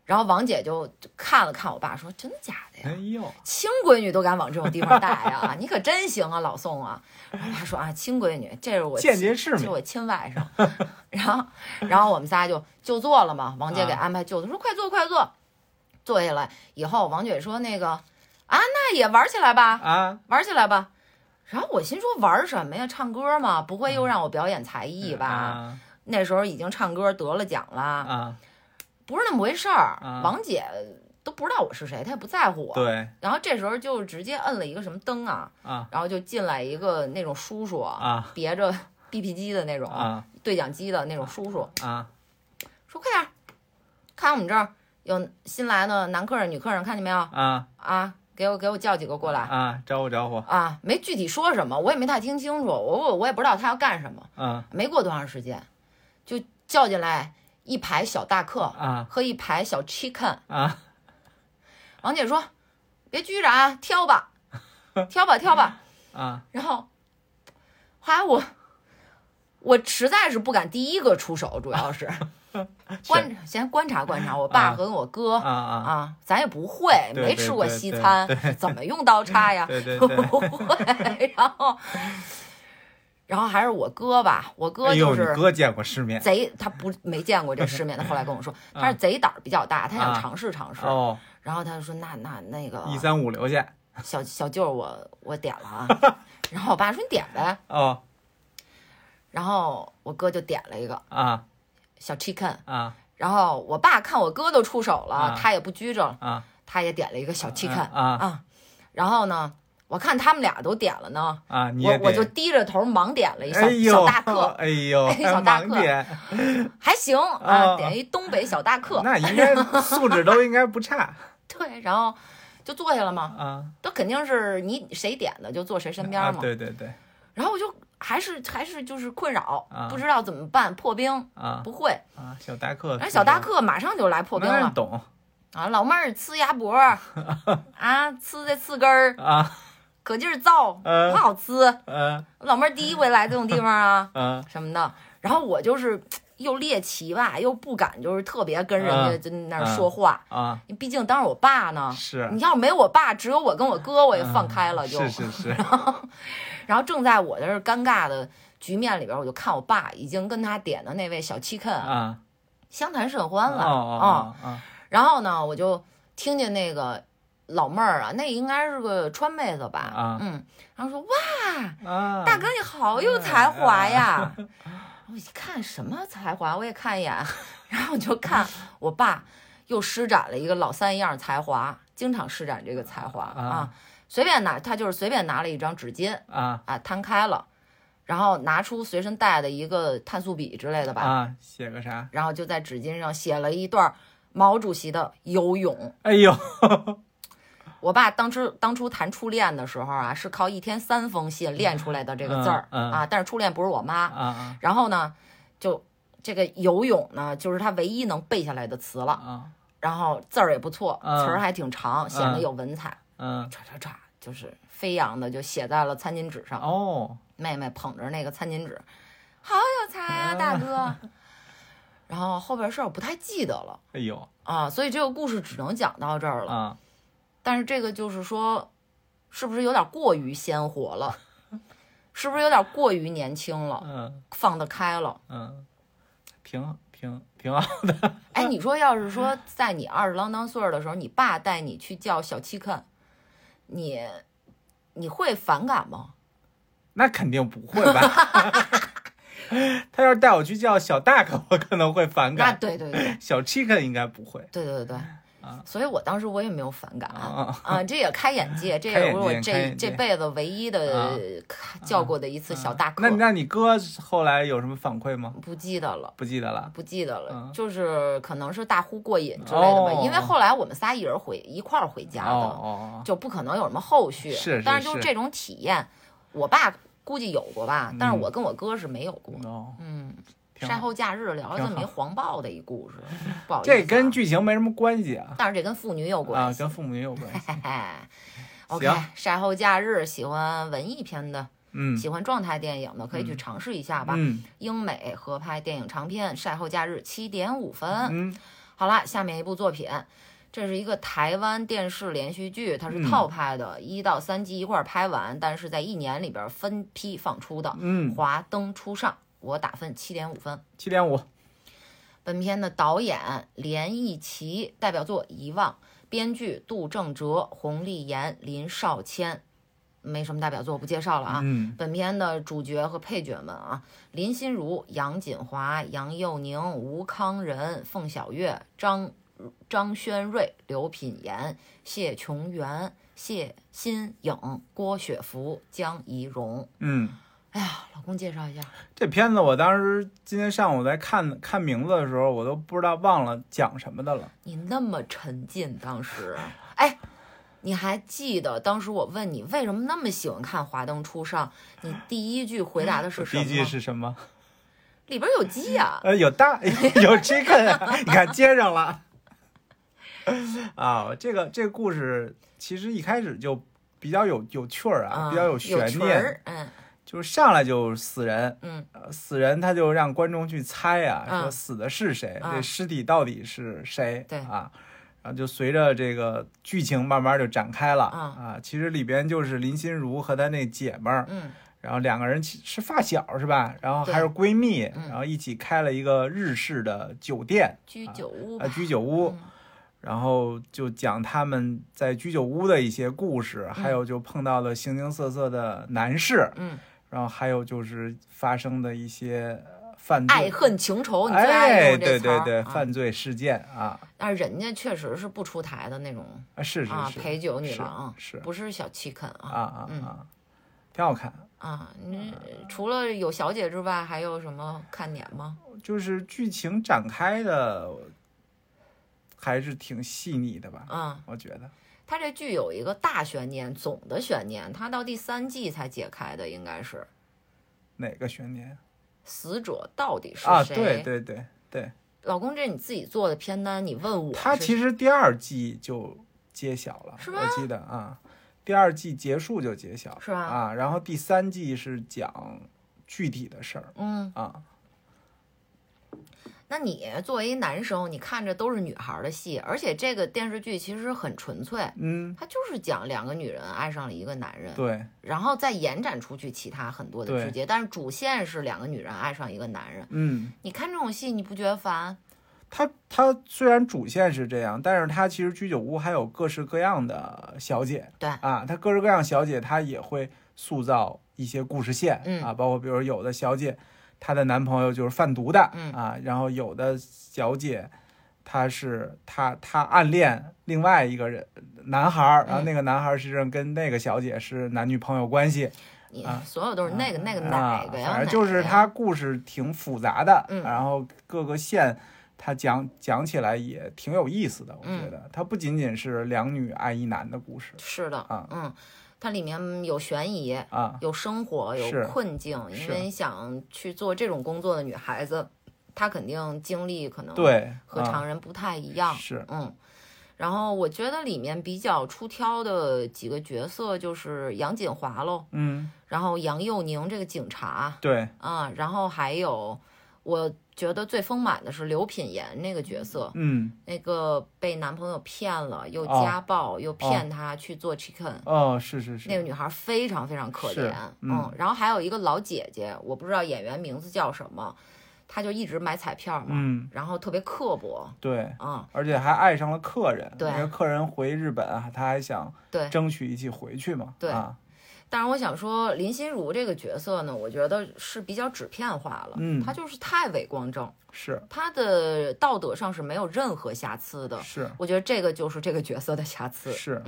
Speaker 1: 然后王姐就就看了看我爸，说：“真的假的
Speaker 2: 哎
Speaker 1: 呀？
Speaker 2: 呦
Speaker 1: 亲闺女都敢往这种地方带
Speaker 2: (laughs)
Speaker 1: 呀？你可真行啊，老宋啊！”然后我爸说：“啊，亲闺女，这是我
Speaker 2: 间
Speaker 1: 亲
Speaker 2: 接世
Speaker 1: 这是
Speaker 2: 面
Speaker 1: 我亲外甥。” (laughs) 然后，然后我们仨就就坐了嘛。王姐给
Speaker 2: 啊
Speaker 1: 安排就坐，说：“快坐，快坐。”坐下来以后，王姐说：“那个啊，那也玩起来吧，
Speaker 2: 啊
Speaker 1: 玩起来吧。”然后我心说：“玩什么呀？唱歌嘛，不会又让我表演才艺吧？
Speaker 2: 嗯啊
Speaker 1: 那时候已经唱歌得了奖了。”
Speaker 2: 啊
Speaker 1: 不是那么回事儿
Speaker 2: 啊。
Speaker 1: 王姐都不知道我是谁，他也不在乎我。
Speaker 2: 对
Speaker 1: 然后这时候就直接摁了一个什么灯啊，
Speaker 2: 啊
Speaker 1: 然后就进来一个那种叔叔，
Speaker 2: 啊
Speaker 1: 别着 BP 机的那种、
Speaker 2: 啊
Speaker 1: 对讲机的那种叔叔，
Speaker 2: 啊
Speaker 1: 说快点儿，看我们这儿有新来的男客人、女客人，看见没有
Speaker 2: 啊
Speaker 1: 啊？给我给我叫几个过来
Speaker 2: 啊，招呼招呼，
Speaker 1: 啊！没具体说什么，我也没太听清楚，我我我也不知道他要干什么。
Speaker 2: 啊
Speaker 1: 没过多长时间，就叫进来一排小大客
Speaker 2: 啊
Speaker 1: 和一排小 chicken。
Speaker 2: 啊
Speaker 1: 王姐说：“别拘着啊，挑
Speaker 2: (laughs)
Speaker 1: 吧，挑吧，挑吧。”
Speaker 2: 啊
Speaker 1: 然后，后来我我实在是不敢第一个出手，主要
Speaker 2: (laughs)
Speaker 1: 是观先观察观察我爸
Speaker 2: 啊
Speaker 1: 和我哥
Speaker 2: 啊啊，
Speaker 1: 啊，咱也不会，
Speaker 2: 对
Speaker 1: 没
Speaker 2: 对
Speaker 1: 吃过
Speaker 2: 对
Speaker 1: 西
Speaker 2: 对
Speaker 1: 餐，怎么用刀叉呀？
Speaker 2: 对
Speaker 1: (laughs)
Speaker 2: 对
Speaker 1: 不
Speaker 2: 对，
Speaker 1: 会。然后，然后还是我哥吧，我
Speaker 2: 哎
Speaker 1: 哥
Speaker 2: 呦，
Speaker 1: 就
Speaker 2: 你
Speaker 1: 是。
Speaker 2: 哥见过世面
Speaker 1: 贼，他不没见过这世面，他后来跟我说，他
Speaker 2: 啊
Speaker 1: 是贼胆儿比较大，他想
Speaker 2: 啊
Speaker 1: 尝试尝试。
Speaker 2: 哦，
Speaker 1: 然后他就说：“那那那个
Speaker 2: 一三五留下
Speaker 1: 小小舅儿我我点了
Speaker 2: (laughs)
Speaker 1: 啊。”然后我爸说：“你点呗。”
Speaker 2: 哦
Speaker 1: 然后我哥就点了一个
Speaker 2: 啊
Speaker 1: 小 chicken，
Speaker 2: 啊
Speaker 1: 然后我爸看我哥都出手了，
Speaker 2: 啊
Speaker 1: 他也不拘着，
Speaker 2: 啊
Speaker 1: 他也点了一个小 chicken
Speaker 2: 啊
Speaker 1: 然后呢，我看他们俩都点了呢，
Speaker 2: 啊，你
Speaker 1: 我
Speaker 2: 也
Speaker 1: 我就
Speaker 2: 得
Speaker 1: 低着头盲点了一小、
Speaker 2: 哎呦
Speaker 1: 小大
Speaker 2: (laughs)
Speaker 1: 客，
Speaker 2: 哎呦，
Speaker 1: 哎小大
Speaker 2: 还
Speaker 1: 客
Speaker 2: 盲点，
Speaker 1: 还行啊，
Speaker 2: 啊
Speaker 1: 点一东北小大客，
Speaker 2: 那应该素质都应该
Speaker 1: (laughs)
Speaker 2: 不差
Speaker 1: 对，然后就坐下了嘛，
Speaker 2: 啊
Speaker 1: 这肯定是你谁点的就坐谁身边
Speaker 2: 啊，
Speaker 1: 嘛，
Speaker 2: 对对对
Speaker 1: 然后我就还是还是就是困扰，
Speaker 2: 啊
Speaker 1: 不知道怎么办，破冰
Speaker 2: 啊
Speaker 1: 不会，
Speaker 2: 啊，小大客，
Speaker 1: 然哎后小大客马上就来破冰
Speaker 2: 那
Speaker 1: 了。
Speaker 2: 懂
Speaker 1: 啊，老妹儿呲鸭脖
Speaker 2: (laughs)
Speaker 1: 儿啊，呲这刺根儿
Speaker 2: 啊
Speaker 1: 可劲儿造，
Speaker 2: 嗯
Speaker 1: 不好呲。
Speaker 2: 嗯，
Speaker 1: 老妹儿第一回来这种地方啊
Speaker 2: 嗯
Speaker 1: 什么的。然后我就是又猎奇吧，又不敢就是特别跟人家
Speaker 2: 嗯
Speaker 1: 就那儿说话，
Speaker 2: 啊
Speaker 1: 毕竟当着我爸呢。
Speaker 2: 是，
Speaker 1: 你要是没我爸，只有我跟我哥，我也放开了
Speaker 2: 嗯
Speaker 1: 就。
Speaker 2: 是是
Speaker 1: (laughs)
Speaker 2: 是
Speaker 1: 然后正在我这儿尴尬的局面里边，我就看我爸已经跟他点的那位小 chicken 啊
Speaker 2: 啊，
Speaker 1: 相谈甚欢
Speaker 2: 哦
Speaker 1: 了啊
Speaker 2: 哦哦
Speaker 1: 然后呢，我就听见那个老妹儿啊，那应该是个川妹子吧，
Speaker 2: 啊
Speaker 1: 嗯，然后说哇，嗯
Speaker 2: 哦啊，
Speaker 1: 大哥你好有才华呀！ (laughs) 我一看什么才华，我也看一眼， (laughs) 然后我就看我爸又施展了一个老三样才华，经常施展这个才华
Speaker 2: 啊
Speaker 1: 啊，随便拿他就是随便拿了一张纸巾
Speaker 2: 啊
Speaker 1: 啊，摊开了，然后拿出随身带的一个碳素笔之类的吧，
Speaker 2: 啊，写个啥？
Speaker 1: 然后就在纸巾上写了一段毛主席的游泳。
Speaker 2: 哎呦，
Speaker 1: 啊我爸当初当初谈初恋的时候啊，是靠一天三封信练出来的这个字儿、
Speaker 2: 嗯嗯
Speaker 1: 啊，但是初恋不是我妈。
Speaker 2: 啊
Speaker 1: 然后呢，就这个游泳呢，就是他唯一能背下来的词
Speaker 2: 啊
Speaker 1: 了。
Speaker 2: 啊
Speaker 1: 然后字儿也不错，
Speaker 2: 嗯
Speaker 1: 词儿还挺长，显得有文采。
Speaker 2: 嗯
Speaker 1: 唰唰唰，就是飞扬的就写在了餐巾纸上。
Speaker 2: 哦
Speaker 1: 妹妹捧着那个餐巾纸，好有才啊，大哥。然后后边事儿我不太记得了
Speaker 2: 哎呦
Speaker 1: 啊，所以这个故事只能讲到这儿了。
Speaker 2: 啊
Speaker 1: 但是这个就是说，是不是有点过于鲜活了？是不是有点过于年轻了，
Speaker 2: 嗯
Speaker 1: 放得开了？
Speaker 2: 嗯，挺挺挺好
Speaker 1: 哎，你说要是说在你二十郎当岁儿的时候，你爸带你去叫小七看，你你会反感吗？
Speaker 2: 那肯定不会吧？ (laughs) 他要是带我去叫小大哥，我可能会反
Speaker 1: 那
Speaker 2: 感；
Speaker 1: 啊对对对
Speaker 2: 小 chicken 应该不会
Speaker 1: 对对对
Speaker 2: 啊，
Speaker 1: 所以我当时我也没有反感。
Speaker 2: 啊。
Speaker 1: 啊，这也开眼界，这
Speaker 2: 开
Speaker 1: 也
Speaker 2: 眼
Speaker 1: 是我
Speaker 2: 界开
Speaker 1: 这
Speaker 2: 眼
Speaker 1: 这
Speaker 2: 界
Speaker 1: 辈子唯一的
Speaker 2: 啊
Speaker 1: 叫过的一次小大
Speaker 2: 那
Speaker 1: 客
Speaker 2: 你，那你哥后来有什么反馈吗？
Speaker 1: 不记得了。
Speaker 2: 不记得了。
Speaker 1: 不记得了
Speaker 2: 嗯，
Speaker 1: 就是可能是大呼过瘾之类的吧。
Speaker 2: 哦
Speaker 1: 因为后来我们仨一人回一块儿回家
Speaker 2: 哦
Speaker 1: 的，
Speaker 2: 哦
Speaker 1: 就不可能有什么后续。
Speaker 2: 是是
Speaker 1: 但是就是
Speaker 2: 是
Speaker 1: 这种体验，我爸估计有过吧，但是
Speaker 2: 嗯
Speaker 1: 我跟我哥是没有过
Speaker 2: 哦。哦，
Speaker 1: 嗯，
Speaker 2: 挺
Speaker 1: 晒
Speaker 2: 好。
Speaker 1: 后假日聊这
Speaker 2: 挺
Speaker 1: 么
Speaker 2: 好
Speaker 1: 一黄暴的一故事，不好意思、啊，
Speaker 2: 这跟剧情没什么关系啊
Speaker 1: 但是这跟妇女有
Speaker 2: 啊，
Speaker 1: 关系。哎
Speaker 2: 跟父母也有关系。
Speaker 1: 嘿嘿 OK，
Speaker 2: 行
Speaker 1: 晒后假日喜欢文艺片的，
Speaker 2: 嗯
Speaker 1: 喜欢状态电影的，可以去尝试一下吧。
Speaker 2: 嗯
Speaker 1: 英美合拍电影长片《晒后假日》七点五分。
Speaker 2: 嗯
Speaker 1: 好啦，下面一部作品，这是一个台湾电视连续剧，
Speaker 2: 嗯
Speaker 1: 它是套拍的，一、到三集一块儿拍完，但是在一年里边分批放出的。
Speaker 2: 嗯，
Speaker 1: 华灯初上，我打分七点五分。
Speaker 2: 七点
Speaker 1: 啊
Speaker 2: 五
Speaker 1: 本片的导演连奕奇，代表作《遗忘》，编剧杜正哲、洪丽妍、林少谦，没什么代表作，不介绍了啊。
Speaker 2: 嗯
Speaker 1: 本片的主角和配角们啊，林心如、杨锦华、杨佑宁、吴康仁、凤小岳、张张轩瑞、刘品言、谢琼元、谢新颖、郭雪芙、江怡蓉。
Speaker 2: 嗯，
Speaker 1: 哎呀，老公介绍一下，
Speaker 2: 这片子我当时今天上午在看看名字的时候，我都不知道忘了讲什么的了。
Speaker 1: 你那么沉浸当时，哎，你还记得当时我问你为什么那么喜欢看《华灯初上》，你第一句回答的是什
Speaker 2: 第
Speaker 1: 么
Speaker 2: 一季
Speaker 1: 吗？
Speaker 2: 是什么？
Speaker 1: 里边有鸡呀、
Speaker 2: 呃，有大有 chicken，啊你看接上了。啊，这个这个故事其实一开始就比较有有趣儿 (laughs) 啊，
Speaker 1: 啊，
Speaker 2: 比较有悬
Speaker 1: 群
Speaker 2: 念，
Speaker 1: 儿，嗯
Speaker 2: 就是上来就死人，
Speaker 1: 嗯
Speaker 2: 呃死人他就让观众去猜啊，
Speaker 1: 嗯
Speaker 2: 说死的是谁，
Speaker 1: 嗯
Speaker 2: 这尸体到底是谁？
Speaker 1: 对
Speaker 2: 啊，然后就随着这个剧情慢慢就展开了、
Speaker 1: 嗯
Speaker 2: 啊。其实里边就是林心如和她那姐们儿，
Speaker 1: 嗯，
Speaker 2: 然后两个人其是发小是吧？然后
Speaker 1: 对
Speaker 2: 还是闺蜜，
Speaker 1: 嗯
Speaker 2: 然后一起开了一个日式的酒店
Speaker 1: 居酒屋吧
Speaker 2: 啊，居酒屋。
Speaker 1: 嗯
Speaker 2: 然后就讲他们在居酒屋的一些故事，还有就碰到了形形色色的男士，
Speaker 1: 嗯，
Speaker 2: 然后还有就是发生的一些呃犯罪
Speaker 1: 爱恨情仇，你最爱
Speaker 2: 哎，
Speaker 1: 用这
Speaker 2: 对
Speaker 1: 词儿
Speaker 2: 对对，
Speaker 1: 啊
Speaker 2: 犯罪事件啊，
Speaker 1: 但是人家确实是不出台的那种
Speaker 2: 啊是是
Speaker 1: 啊，
Speaker 2: 是
Speaker 1: 陪酒女
Speaker 2: 是
Speaker 1: 郎，
Speaker 2: 是
Speaker 1: 不是小气肯
Speaker 2: 啊
Speaker 1: 啊
Speaker 2: 啊
Speaker 1: 嗯
Speaker 2: 啊，挺好看。
Speaker 1: 啊！你除了有小姐之外，还有什么看点吗？
Speaker 2: 就是剧情展开的还是挺细腻的吧，
Speaker 1: 啊，
Speaker 2: 我觉得。
Speaker 1: 它这剧有一个大悬念，总的悬念，它到第三季才解开的，应该是
Speaker 2: 哪个悬念
Speaker 1: 死者到底是谁？
Speaker 2: 啊？对对对，
Speaker 1: 老公，这你自己做的片单，你问我是，
Speaker 2: 它其实第二季就揭晓了，
Speaker 1: 是吗
Speaker 2: 我记得啊，第二季结束就揭晓，
Speaker 1: 是吧
Speaker 2: 啊，然后第三季是讲具体的事儿
Speaker 1: 嗯，
Speaker 2: 啊，
Speaker 1: 那你作为一男生，你看着都是女孩的戏，而且这个电视剧其实很纯粹，
Speaker 2: 嗯，
Speaker 1: 它就是讲两个女人爱上了一个男人，
Speaker 2: 对。
Speaker 1: 然后再延展出去其他很多的
Speaker 2: 对
Speaker 1: 枝节，但是主线是两个女人爱上一个男人。
Speaker 2: 嗯，
Speaker 1: 你看这种戏，你不觉得烦？
Speaker 2: 它它虽然主线是这样，但是它其实居酒屋还有各式各样的小姐，
Speaker 1: 对
Speaker 2: 啊，它各式各样小姐，它也会塑造一些故事线，
Speaker 1: 嗯
Speaker 2: 啊，包括比如有的小姐，她的男朋友就是贩毒的，
Speaker 1: 嗯
Speaker 2: 啊，然后有的小姐。她是她她暗恋另外一个人男孩儿，
Speaker 1: 嗯
Speaker 2: 然后那个男孩儿实际上跟那个小姐是男女朋友关系，
Speaker 1: 你
Speaker 2: 啊
Speaker 1: 所有都是那个、那个
Speaker 2: 啊
Speaker 1: 哪个呀？
Speaker 2: 反
Speaker 1: 哪
Speaker 2: 正就是
Speaker 1: 个呀
Speaker 2: 它故事挺复杂的，
Speaker 1: 嗯
Speaker 2: 然后各个线它讲讲起来也挺有意思的，我
Speaker 1: 嗯
Speaker 2: 觉得、它不仅仅是两女爱一男的故事
Speaker 1: 是的，
Speaker 2: 啊
Speaker 1: 嗯，它里面有悬疑，
Speaker 2: 啊，
Speaker 1: 有生活，
Speaker 2: 是
Speaker 1: 有困境，因
Speaker 2: 是
Speaker 1: 为想去做这种工作的女孩子，她肯定经历可能
Speaker 2: 对，
Speaker 1: 哦和常人不太一样
Speaker 2: 啊、，是
Speaker 1: 嗯。然后我觉得里面比较出挑的几个角色就是杨锦华喽，
Speaker 2: 嗯，
Speaker 1: 然后杨佑宁这个警察
Speaker 2: 对，
Speaker 1: 啊，然后还有我觉得最丰满的是刘品言那个角色，
Speaker 2: 嗯
Speaker 1: 那个被男朋友骗了，又
Speaker 2: 哦
Speaker 1: 家暴，又骗她去做 chicken，
Speaker 2: 哦，是是是，
Speaker 1: 那个女孩非常非常可
Speaker 2: 是
Speaker 1: 怜，
Speaker 2: 嗯
Speaker 1: 然后还有一个老姐姐，我不知道演员名字叫什么，她就一直买彩票嘛，
Speaker 2: 嗯
Speaker 1: 然后特别刻薄，
Speaker 2: 对。
Speaker 1: 啊、
Speaker 2: 而且还爱上了客人，
Speaker 1: 对
Speaker 2: 因为客人回日本啊，他还想
Speaker 1: 对
Speaker 2: 争取一起回去嘛，
Speaker 1: 对
Speaker 2: 啊，
Speaker 1: 但是我想说，林心如这个角色呢，我觉得是比较纸片化了，
Speaker 2: 嗯
Speaker 1: 她就是太伪光正，
Speaker 2: 是
Speaker 1: 她的道德上是没有任何瑕疵的，
Speaker 2: 是
Speaker 1: 我觉得这个就是这个角色的瑕疵。
Speaker 2: 是，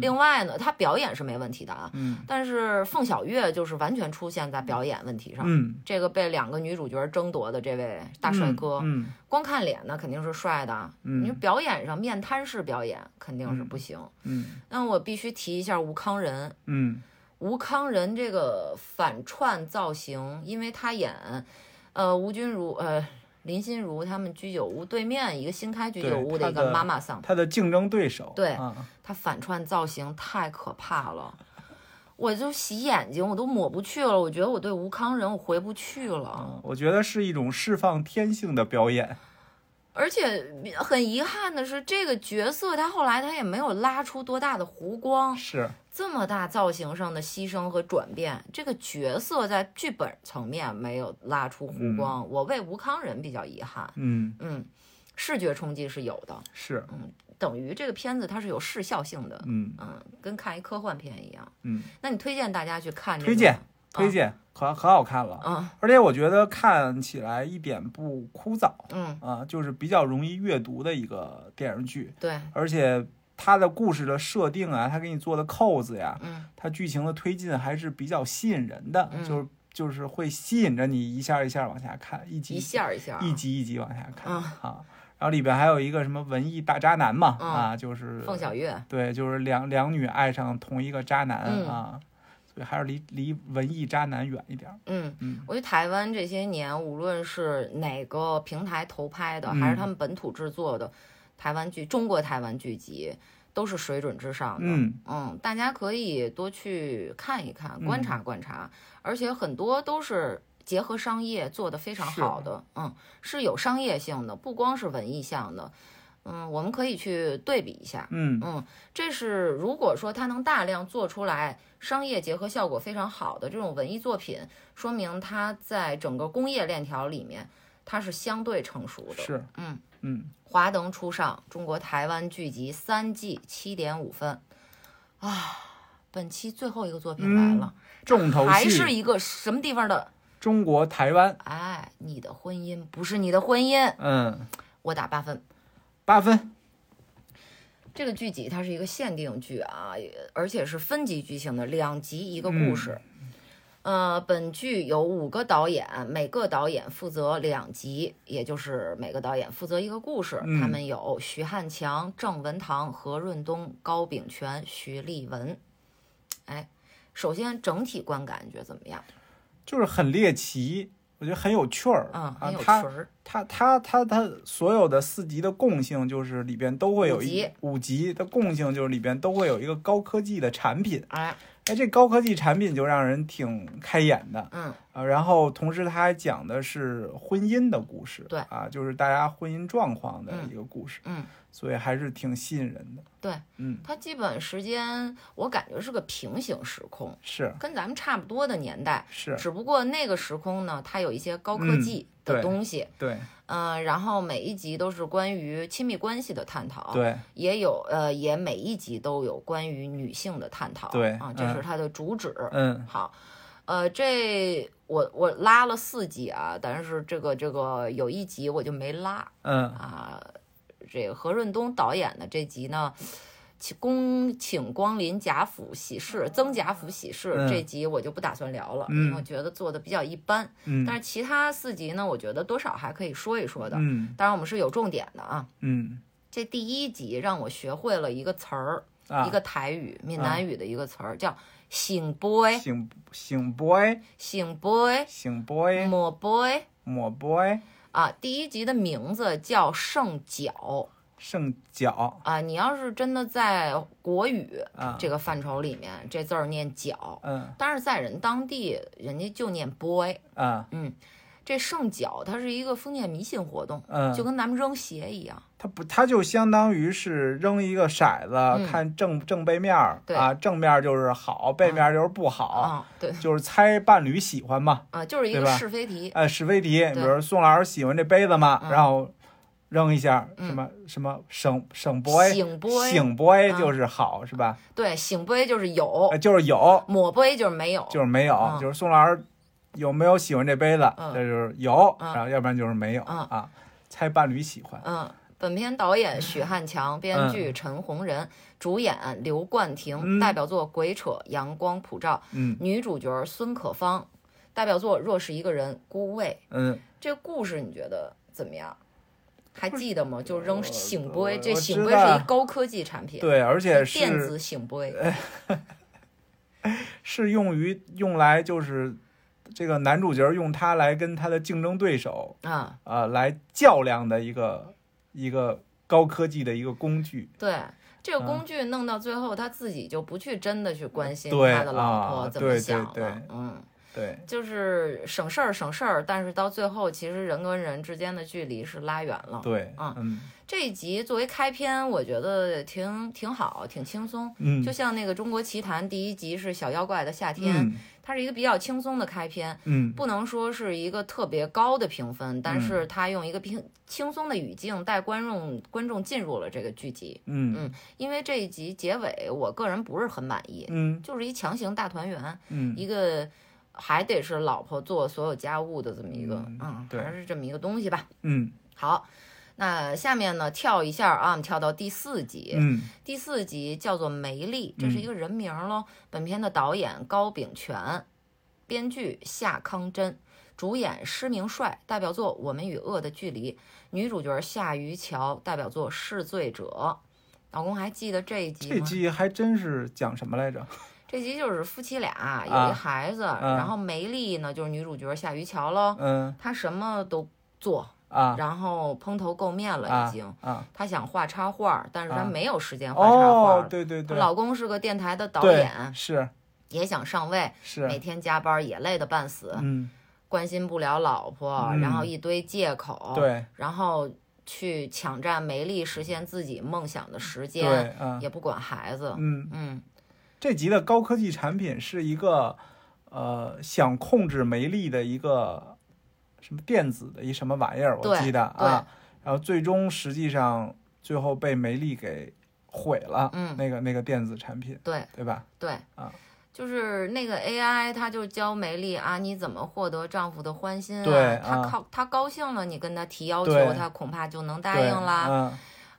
Speaker 1: 另外呢，她表演是没问题的啊，
Speaker 2: 嗯
Speaker 1: 但是凤小岳就是完全出现在表演问题上。
Speaker 2: 嗯，
Speaker 1: 这个被两个女主角争夺的这位大帅哥，
Speaker 2: 嗯，
Speaker 1: 光看脸呢肯定是帅的，啊你
Speaker 2: 嗯
Speaker 1: 表演上面瘫式表演肯定是不行。
Speaker 2: 嗯
Speaker 1: 那我必须提一下吴康仁，
Speaker 2: 嗯嗯，
Speaker 1: 吴康仁这个反串造型，因为他演，呃，吴君如，呃，林心如他们居酒屋对面一个新开居酒屋
Speaker 2: 对
Speaker 1: 的一
Speaker 2: 他
Speaker 1: 个
Speaker 2: 的
Speaker 1: 妈妈桑，
Speaker 2: 他的竞争对手，
Speaker 1: 对
Speaker 2: 啊，
Speaker 1: 他反串造型太可怕了。我就洗眼睛，我都抹不去了。我觉得我对吴康仁我回不去了。
Speaker 2: 嗯我觉得是一种释放天性的表演。
Speaker 1: 而且很遗憾的是，这个角色他后来他也没有拉出多大的弧光，
Speaker 2: 是，
Speaker 1: 这么大造型上的牺牲和转变，这个角色在剧本层面没有拉出弧光，我为吴康仁比较遗憾。
Speaker 2: 嗯，
Speaker 1: 嗯，视觉冲击是有的，
Speaker 2: 是，
Speaker 1: 等于这个片子它是有视效性的，
Speaker 2: 嗯
Speaker 1: 嗯，跟看一科幻片一样。
Speaker 2: 嗯，
Speaker 1: 那你推荐大家去看这个
Speaker 2: 推荐推荐可可好看了，
Speaker 1: 嗯
Speaker 2: 而且我觉得看起来一点不枯燥
Speaker 1: 嗯，
Speaker 2: 啊，就是比较容易阅读的一个电视剧，
Speaker 1: 对，
Speaker 2: 而且它的故事的设定啊，它给你做的扣子呀，
Speaker 1: 嗯
Speaker 2: 它剧情的推进还是比较吸引人的，
Speaker 1: 嗯
Speaker 2: 就是就是会吸引着你一下一下往下看，一集
Speaker 1: 一下儿一下儿，
Speaker 2: 一集一集往下看、
Speaker 1: 嗯
Speaker 2: 啊。然后里边还有一个什么文艺大渣男嘛，
Speaker 1: 嗯
Speaker 2: 啊，就是
Speaker 1: 凤小岳，
Speaker 2: 对，就是两两女爱上同一个渣男、
Speaker 1: 嗯
Speaker 2: 啊，所以还是离离文艺渣男远一点儿。
Speaker 1: 嗯。
Speaker 2: 嗯，
Speaker 1: 我觉得台湾这些年，无论是哪个平台投拍的，
Speaker 2: 嗯
Speaker 1: 还是他们本土制作的台湾剧，中国台湾剧集都是水准之上的。
Speaker 2: 嗯
Speaker 1: 大家可以多去看一看，
Speaker 2: 嗯
Speaker 1: 观察观察，而且很多都是结合商业做得非常
Speaker 2: 是
Speaker 1: 好的，嗯，是有商业性的，不光是文艺向的。嗯，我们可以去对比一下。
Speaker 2: 嗯
Speaker 1: 嗯，这是如果说它能大量做出来商业结合效果非常好的这种文艺作品，说明它在整个工业链条里面它是相对成熟的。
Speaker 2: 是，
Speaker 1: 嗯
Speaker 2: 嗯，
Speaker 1: 华灯初上，中国台湾剧集三季七点五分，啊，啊本期最后一个作品来了，
Speaker 2: 重嗯头
Speaker 1: 还是
Speaker 2: 戏，
Speaker 1: 一个什么地方的？
Speaker 2: 中国台湾，
Speaker 1: 哎，你的婚姻不是你的婚姻，
Speaker 2: 嗯，
Speaker 1: 我打八分。
Speaker 2: 八分，
Speaker 1: 这个剧集它是一个限定剧啊，而且是分级剧情的，两集一个故事。呃，本剧有五个导演，每个导演负责两集，也就是每个导演负责一个故事。
Speaker 2: 嗯
Speaker 1: 他们有徐汉强、郑文堂、何润东、高秉权、徐立文。哎，首先整体观感觉怎么样？
Speaker 2: 就是很猎奇，我觉得很有趣儿
Speaker 1: 嗯，
Speaker 2: 啊
Speaker 1: 很有，趣
Speaker 2: 它
Speaker 1: 儿。
Speaker 2: 它它它它所有的四集的共性就是里边都会有
Speaker 1: 五
Speaker 2: 一
Speaker 1: 集
Speaker 2: 五集的共性就是里边都会有一个高科技的产品，
Speaker 1: 哎，
Speaker 2: 哎，这高科技产品就让人挺开眼的
Speaker 1: 嗯，
Speaker 2: 啊。然后同时他还讲的是婚姻的故事，
Speaker 1: 对
Speaker 2: 啊，就是大家婚姻状况的
Speaker 1: 嗯
Speaker 2: 一个故事，
Speaker 1: 嗯，
Speaker 2: 所以还是挺吸引人的。
Speaker 1: 对，
Speaker 2: 嗯，
Speaker 1: 它基本时间我感觉是个平行时空，
Speaker 2: 是
Speaker 1: 跟咱们差不多的年代。
Speaker 2: 是，
Speaker 1: 只不过那个时空呢，它有一些高科
Speaker 2: 嗯
Speaker 1: 技
Speaker 2: 对
Speaker 1: 的东西，
Speaker 2: 对
Speaker 1: 嗯、然后每一集都是关于亲密关系的探讨，，
Speaker 2: 对
Speaker 1: 也有呃，也每一集都有关于女性的探讨，
Speaker 2: 对
Speaker 1: 啊，这
Speaker 2: 嗯
Speaker 1: 是它的主旨。
Speaker 2: 嗯
Speaker 1: 好，呃，这我我拉了四集啊，但是这个这个有一集我就没拉
Speaker 2: 嗯
Speaker 1: 啊，这个何润东导演的这集呢。请恭请光临贾府喜事，曾贾府喜事、
Speaker 2: 嗯
Speaker 1: 这集我就不打算聊了，
Speaker 2: 嗯
Speaker 1: 因为我觉得做的比较一般。
Speaker 2: 嗯
Speaker 1: 但是其他四集呢，我觉得多少还可以说一说的。
Speaker 2: 嗯
Speaker 1: 当然，我们是有重点的啊。
Speaker 2: 嗯
Speaker 1: 这第一集让我学会了一个词儿，
Speaker 2: 啊
Speaker 1: 一，个台语、闽南语的一个词儿，叫“醒 boy”，
Speaker 2: 醒醒 boy
Speaker 1: 醒 boy，
Speaker 2: 醒 boy
Speaker 1: 抹 boy
Speaker 2: 抹 boy
Speaker 1: 啊。第一集的名字叫《圣脚》
Speaker 2: 剩脚
Speaker 1: 啊。你要是真的在国语
Speaker 2: 啊，
Speaker 1: 这个范畴里面，这字儿念“脚
Speaker 2: 嗯”，
Speaker 1: 但是在人当地，人家就念 “boy”。
Speaker 2: 啊
Speaker 1: 这圣脚它是一个封建迷信活动，
Speaker 2: 嗯
Speaker 1: 就，跟咱们扔鞋一样。
Speaker 2: 它不，它就相当于是扔一个骰子，
Speaker 1: 嗯
Speaker 2: 看正正背面儿
Speaker 1: 对
Speaker 2: 啊，正面儿就是好，背面儿就是不好，
Speaker 1: 啊，对
Speaker 2: 就是猜伴侣喜欢嘛。
Speaker 1: 啊，就是一个
Speaker 2: 哦对吧
Speaker 1: 是非题，
Speaker 2: 呃，是非题，比如宋老师喜欢这杯子嘛，
Speaker 1: 嗯
Speaker 2: 然后扔一下
Speaker 1: 嗯
Speaker 2: 什么什么省省 boy。
Speaker 1: 醒杯
Speaker 2: 醒 boy
Speaker 1: 啊哦
Speaker 2: 就是好，是吧？
Speaker 1: 对，醒杯就是有
Speaker 2: 呃，就是有，
Speaker 1: 抹杯就是没有，
Speaker 2: 就是没有，
Speaker 1: 嗯
Speaker 2: 就是宋老师有没有喜欢这杯子？
Speaker 1: 嗯
Speaker 2: 这就是有，
Speaker 1: 嗯
Speaker 2: 然后要不然就是没有
Speaker 1: 嗯
Speaker 2: 啊。猜伴侣喜欢，
Speaker 1: 嗯。本片导演许汉强，编剧陈红仁，主演刘冠廷，
Speaker 2: 嗯
Speaker 1: 代表作《鬼扯》《阳光普照》，
Speaker 2: 嗯
Speaker 1: 女主角孙可芳，代表作《若是一个人》《孤味
Speaker 2: 嗯，》。
Speaker 1: 这故事你觉得怎么样？还记得吗？就
Speaker 2: 我
Speaker 1: 扔醒杯，
Speaker 2: 我
Speaker 1: 这
Speaker 2: 呃我
Speaker 1: 醒
Speaker 2: 知
Speaker 1: 杯
Speaker 2: 道
Speaker 1: 是一高科技产品，
Speaker 2: 对，而且
Speaker 1: 是电子
Speaker 2: 是哎
Speaker 1: 醒杯，
Speaker 2: 是用于用来就是这个男主角用它来跟他的竞争对手
Speaker 1: 啊，
Speaker 2: 啊、呃来较量的一个一个高科技的一个工具。
Speaker 1: 对，这个
Speaker 2: 嗯
Speaker 1: 工具弄到最后，他自己就不去真的去关心
Speaker 2: 对
Speaker 1: 他的老
Speaker 2: 啊
Speaker 1: 婆怎么
Speaker 2: 对
Speaker 1: 想了，
Speaker 2: 对对
Speaker 1: 嗯，
Speaker 2: 对，
Speaker 1: 就是省事儿省事儿，但是到最后，其实人跟人之间的距离是拉远了。
Speaker 2: 对，
Speaker 1: 嗯
Speaker 2: 嗯
Speaker 1: 这一集作为开篇，我觉得挺挺好，挺轻松。
Speaker 2: 嗯，
Speaker 1: 就像那个《中国奇谭》第一集是小妖怪的夏天，
Speaker 2: 嗯
Speaker 1: 它是一个比较轻松的开篇，
Speaker 2: 嗯
Speaker 1: 不能说是一个特别高的评分，但是它用一个平轻松的语境带观众观众进入了这个剧集。
Speaker 2: 嗯
Speaker 1: 因为这一集结尾，我个人不是很满意，
Speaker 2: 嗯
Speaker 1: 就是一强行大团圆，
Speaker 2: 嗯
Speaker 1: 一个还得是老婆做所有家务的这么一个，
Speaker 2: 嗯
Speaker 1: 嗯，
Speaker 2: 对
Speaker 1: 还是这么一个东西吧。
Speaker 2: 嗯
Speaker 1: 好，那下面呢跳一下啊，我们跳到第四集，
Speaker 2: 嗯
Speaker 1: 第四集叫做《梅丽》，这是一个人名喽。本片的导演高秉权，编剧夏康真，主演施明帅，代表作《我们与恶的距离》，女主角夏于乔，代表作《弑罪者》。老公还记得这一集吗？
Speaker 2: 这季还真是讲什么来着？
Speaker 1: 这集就是夫妻俩有
Speaker 2: 啊
Speaker 1: 一孩子，
Speaker 2: 嗯
Speaker 1: 然后梅丽呢就是女主角夏于乔喽，
Speaker 2: 嗯
Speaker 1: 她什么都做，
Speaker 2: 啊
Speaker 1: 然后蓬头垢面了
Speaker 2: 啊
Speaker 1: 已经。
Speaker 2: 啊！
Speaker 1: 她想画插画，但是她
Speaker 2: 啊
Speaker 1: 没有时间画插画。
Speaker 2: 哦，对对
Speaker 1: 她
Speaker 2: 对，
Speaker 1: 老公是个电台的导
Speaker 2: 对
Speaker 1: 演，
Speaker 2: 是
Speaker 1: 也想上位，每
Speaker 2: 是，
Speaker 1: 天加班也累得半死，
Speaker 2: 嗯，
Speaker 1: 关心不了老婆，
Speaker 2: 嗯
Speaker 1: 然后一堆借口，，
Speaker 2: 对
Speaker 1: 然后去抢占梅丽实现自己梦想的时间，
Speaker 2: 对，嗯
Speaker 1: 也不管孩子。
Speaker 2: 嗯，
Speaker 1: 嗯，
Speaker 2: 这集的高科技产品是一个呃想控制梅丽的一个什么电子的一什么玩意儿，我
Speaker 1: 对
Speaker 2: 记得
Speaker 1: 对
Speaker 2: 啊，然后最终实际上最后被梅丽给毁了，
Speaker 1: 嗯
Speaker 2: 那个那个电子产品，
Speaker 1: 对
Speaker 2: 对吧？
Speaker 1: 对
Speaker 2: 啊
Speaker 1: 就是那个 AI，它就教梅丽啊，你怎么获得丈夫的欢心啊？
Speaker 2: 对
Speaker 1: 她
Speaker 2: 啊
Speaker 1: 靠她高兴了，你跟她提要求，
Speaker 2: 对
Speaker 1: 她恐怕就能答
Speaker 2: 对，
Speaker 1: 应啦。
Speaker 2: 嗯，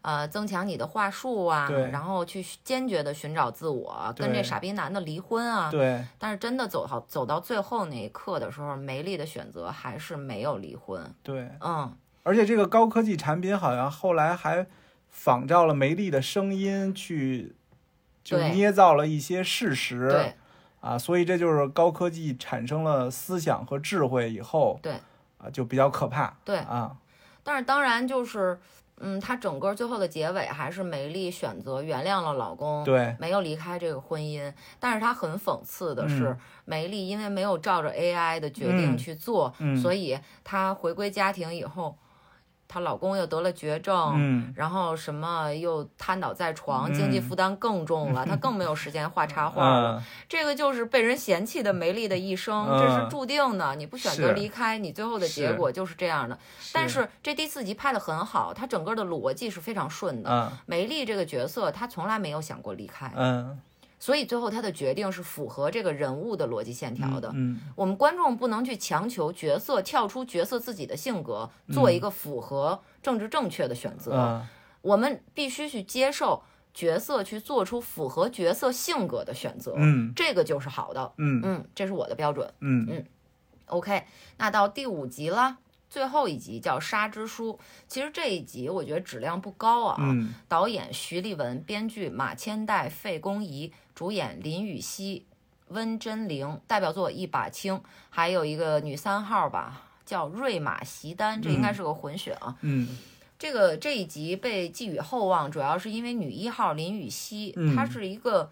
Speaker 1: 呃，增强你的话术啊
Speaker 2: 对，
Speaker 1: 然后去坚决的寻找自我，跟这
Speaker 2: 对
Speaker 1: 傻逼男的离婚啊。
Speaker 2: 对，
Speaker 1: 但是真的走好走到最后那一刻的时候，梅丽的选择还是没有离婚。
Speaker 2: 对，
Speaker 1: 嗯，
Speaker 2: 而且这个高科技产品好像后来还仿照了梅丽的声音去，就
Speaker 1: 对
Speaker 2: 捏造了一些事实。
Speaker 1: 对
Speaker 2: 啊，所以这就是高科技产生了思想和智慧以后，
Speaker 1: 对
Speaker 2: 啊，就比较可怕。
Speaker 1: 对。
Speaker 2: 啊，
Speaker 1: 但是当然就是，嗯，她整个最后的结尾还是梅丽选择原谅了老公，
Speaker 2: 对
Speaker 1: 没有离开这个婚姻，但是她很讽刺的是，
Speaker 2: 嗯
Speaker 1: 梅丽因为没有照着 AI 的决定
Speaker 2: 嗯
Speaker 1: 去做，
Speaker 2: 嗯
Speaker 1: 所以她回归家庭以后，她老公又得了绝症，
Speaker 2: 嗯，
Speaker 1: 然后什么又瘫倒在床，
Speaker 2: 嗯
Speaker 1: 经济负担更重
Speaker 2: (laughs)
Speaker 1: 了，她更没有时间画插画了。
Speaker 2: 嗯
Speaker 1: 这个就是被人嫌弃的梅丽的一生，
Speaker 2: 嗯
Speaker 1: 这是注定的。你不选择
Speaker 2: 是
Speaker 1: 离开，你最后的结
Speaker 2: 是
Speaker 1: 果就是这样的。但是这第四集拍的很好，它整个的逻辑是非常顺的。
Speaker 2: 嗯
Speaker 1: 梅丽这个角色，她从来没有想过离开，
Speaker 2: 嗯，
Speaker 1: 所以最后她的决定是符合这个人物的逻辑线条的。
Speaker 2: 嗯，
Speaker 1: 我们观众不能去强求角色跳出角色自己的性格，做一个符合政治正确的选择。
Speaker 2: 嗯
Speaker 1: 我们必须去接受角色去做出符合角色性格的选择，
Speaker 2: 嗯
Speaker 1: 这个就是好的。
Speaker 2: 嗯
Speaker 1: 嗯，这是我的标准。
Speaker 2: 嗯嗯
Speaker 1: OK，那到第五集了，最后一集叫《沙之书》。其实这一集我觉得质量不高啊。
Speaker 2: 嗯
Speaker 1: 导演徐立文，编剧马千代、费公仪，主演林雨熙、温真菱，代表作《一把青》，还有一个女三号吧，叫瑞玛席丹，这应该是个混血啊。
Speaker 2: 嗯
Speaker 1: 这个这一集被寄予厚望，主要是因为女一号林雨熙，
Speaker 2: 嗯
Speaker 1: 她是一个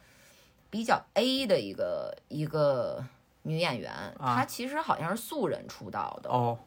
Speaker 1: 比较 A 的一个一个女演员，
Speaker 2: 啊
Speaker 1: 她其实好像是素人出道的。
Speaker 2: 哦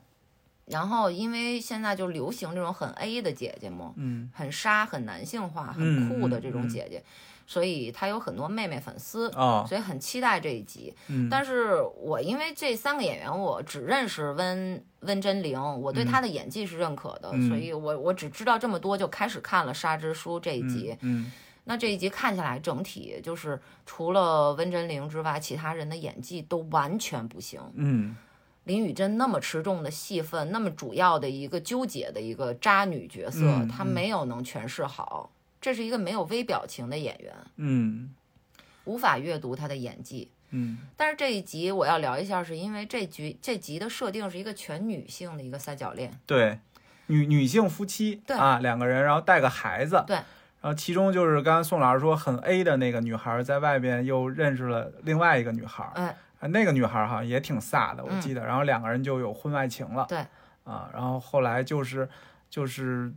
Speaker 1: 然后因为现在就流行这种很 A 的姐姐嘛，
Speaker 2: 嗯
Speaker 1: 很杀、很男性化、很
Speaker 2: 嗯
Speaker 1: 酷的这种
Speaker 2: 嗯嗯
Speaker 1: 姐姐，所以她有很多妹妹粉丝。
Speaker 2: 哦
Speaker 1: 所以很期待这一集，
Speaker 2: 嗯
Speaker 1: 但是我因为这三个演员，我只认识温温真菱，我对她的演技是认可的，
Speaker 2: 嗯
Speaker 1: 所以我我只知道这么多，就开始看了《沙之书》这一集。
Speaker 2: 嗯
Speaker 1: 那这一集看下来，整体就是除了温真菱之外，其他人的演技都完全不行。
Speaker 2: 嗯
Speaker 1: 林雨珍那么持重的戏份，那么主要的一个纠结的一个渣女角色，
Speaker 2: 嗯
Speaker 1: 她
Speaker 2: 嗯
Speaker 1: 没有能诠释好。这是一个没有微表情的演员，
Speaker 2: 嗯
Speaker 1: 无法阅读她的演技。
Speaker 2: 嗯
Speaker 1: 但是这一集我要聊一下，是因为这局这集的设定是一个全女性的一个三角恋，
Speaker 2: 对，女女性夫妻
Speaker 1: 对
Speaker 2: 啊，两个人，然后带个孩子，
Speaker 1: 对
Speaker 2: 然后其中就是刚刚宋老师说很 A 的那个女孩，在外边又认识了另外一个女孩，
Speaker 1: 哎
Speaker 2: 啊，那个女孩好像也挺飒的，我
Speaker 1: 嗯
Speaker 2: 记得，然后两个人就有婚外情了，
Speaker 1: 对，
Speaker 2: 啊，然后后来就是就是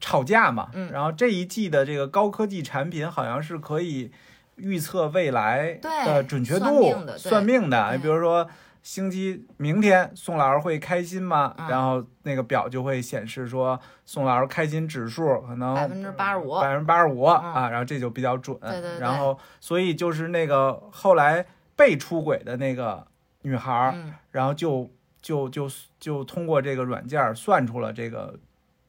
Speaker 2: 吵架嘛，
Speaker 1: 嗯
Speaker 2: 然后这一季的这个高科技产品好像是可以预测未来
Speaker 1: 对
Speaker 2: 的准确
Speaker 1: 算
Speaker 2: 度，
Speaker 1: 命的对
Speaker 2: 算命的，
Speaker 1: 对
Speaker 2: 比如说。星期明天宋老师会开心吗？
Speaker 1: 嗯
Speaker 2: 然后那个表就会显示说宋老师开心指数可能
Speaker 1: 百分之八十五，
Speaker 2: 百分哦之八十五
Speaker 1: 嗯
Speaker 2: 啊，然后这就比较准。
Speaker 1: 对对对
Speaker 2: 然后所以就是那个后来被出轨的那个女孩儿，
Speaker 1: 嗯，
Speaker 2: 然后就就就就通过这个软件儿算出了这个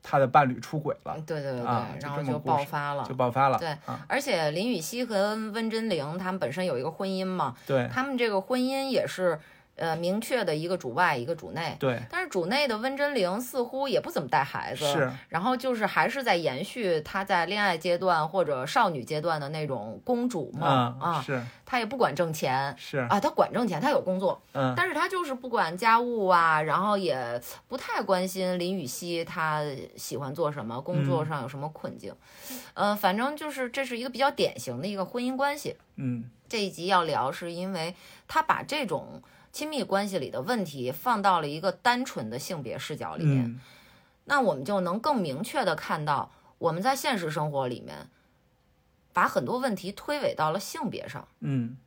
Speaker 2: 他的伴侣出轨了，
Speaker 1: 对对对对，
Speaker 2: 啊就
Speaker 1: 然后
Speaker 2: 这么
Speaker 1: 就
Speaker 2: 故事
Speaker 1: 爆发了
Speaker 2: 就。爆发了。
Speaker 1: 对
Speaker 2: 啊，
Speaker 1: 而且林雨熙和温真菱他们本身有一个婚姻嘛，
Speaker 2: 对
Speaker 1: 他们这个婚姻也是呃明确的一个主外一个主内，
Speaker 2: 对
Speaker 1: 但是主内的温真菱似乎也不怎么带孩子，
Speaker 2: 是，
Speaker 1: 然后就是还是在延续她在恋爱阶段或者少女阶段的那种公主梦
Speaker 2: 嗯
Speaker 1: 啊，
Speaker 2: 是
Speaker 1: 她也不管挣钱
Speaker 2: 是
Speaker 1: 啊，她管挣钱，她有工作，
Speaker 2: 嗯
Speaker 1: 但是她就是不管家务啊，然后也不太关心林雨熙她喜欢做什么，工
Speaker 2: 嗯
Speaker 1: 作上有什么困境，呃，反正就是这是一个比较典型的一个婚姻关系。
Speaker 2: 嗯
Speaker 1: 这一集要聊，是因为他把这种亲密关系里的问题放到了一个单纯的性别视角里面，
Speaker 2: 嗯
Speaker 1: 那我们就能更明确的看到我们在现实生活里面把很多问题推诿到了性别上，
Speaker 2: 嗯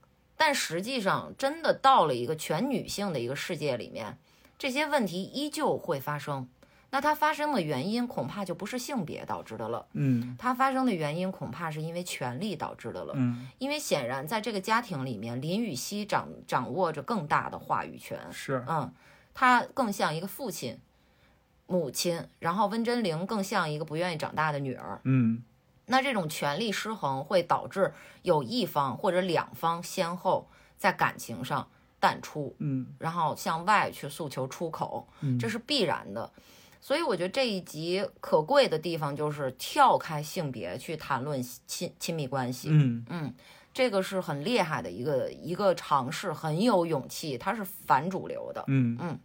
Speaker 1: 但实际上真的到了一个全女性的一个世界里面，这些问题依旧会发生。那它发生的原因恐怕就不是性别导致的了，
Speaker 2: 嗯
Speaker 1: 它发生的原因恐怕是因为权力导致的了。
Speaker 2: 嗯
Speaker 1: 因为显然在这个家庭里面，林雨熙掌掌握着更大的话语权。
Speaker 2: 是
Speaker 1: 嗯，他更像一个父亲、母亲，然后温真菱更像一个不愿意长大的女儿。
Speaker 2: 嗯
Speaker 1: 那这种权力失衡会导致有一方或者两方先后在感情上淡出，
Speaker 2: 嗯
Speaker 1: 然后向外去诉求出口，
Speaker 2: 嗯
Speaker 1: 这是必然的。所以我觉得这一集可贵的地方就是跳开性别去谈论亲亲密关系。
Speaker 2: 嗯
Speaker 1: 嗯，这个是很厉害的一个一个尝试，很有勇气，它是反主流的。
Speaker 2: 嗯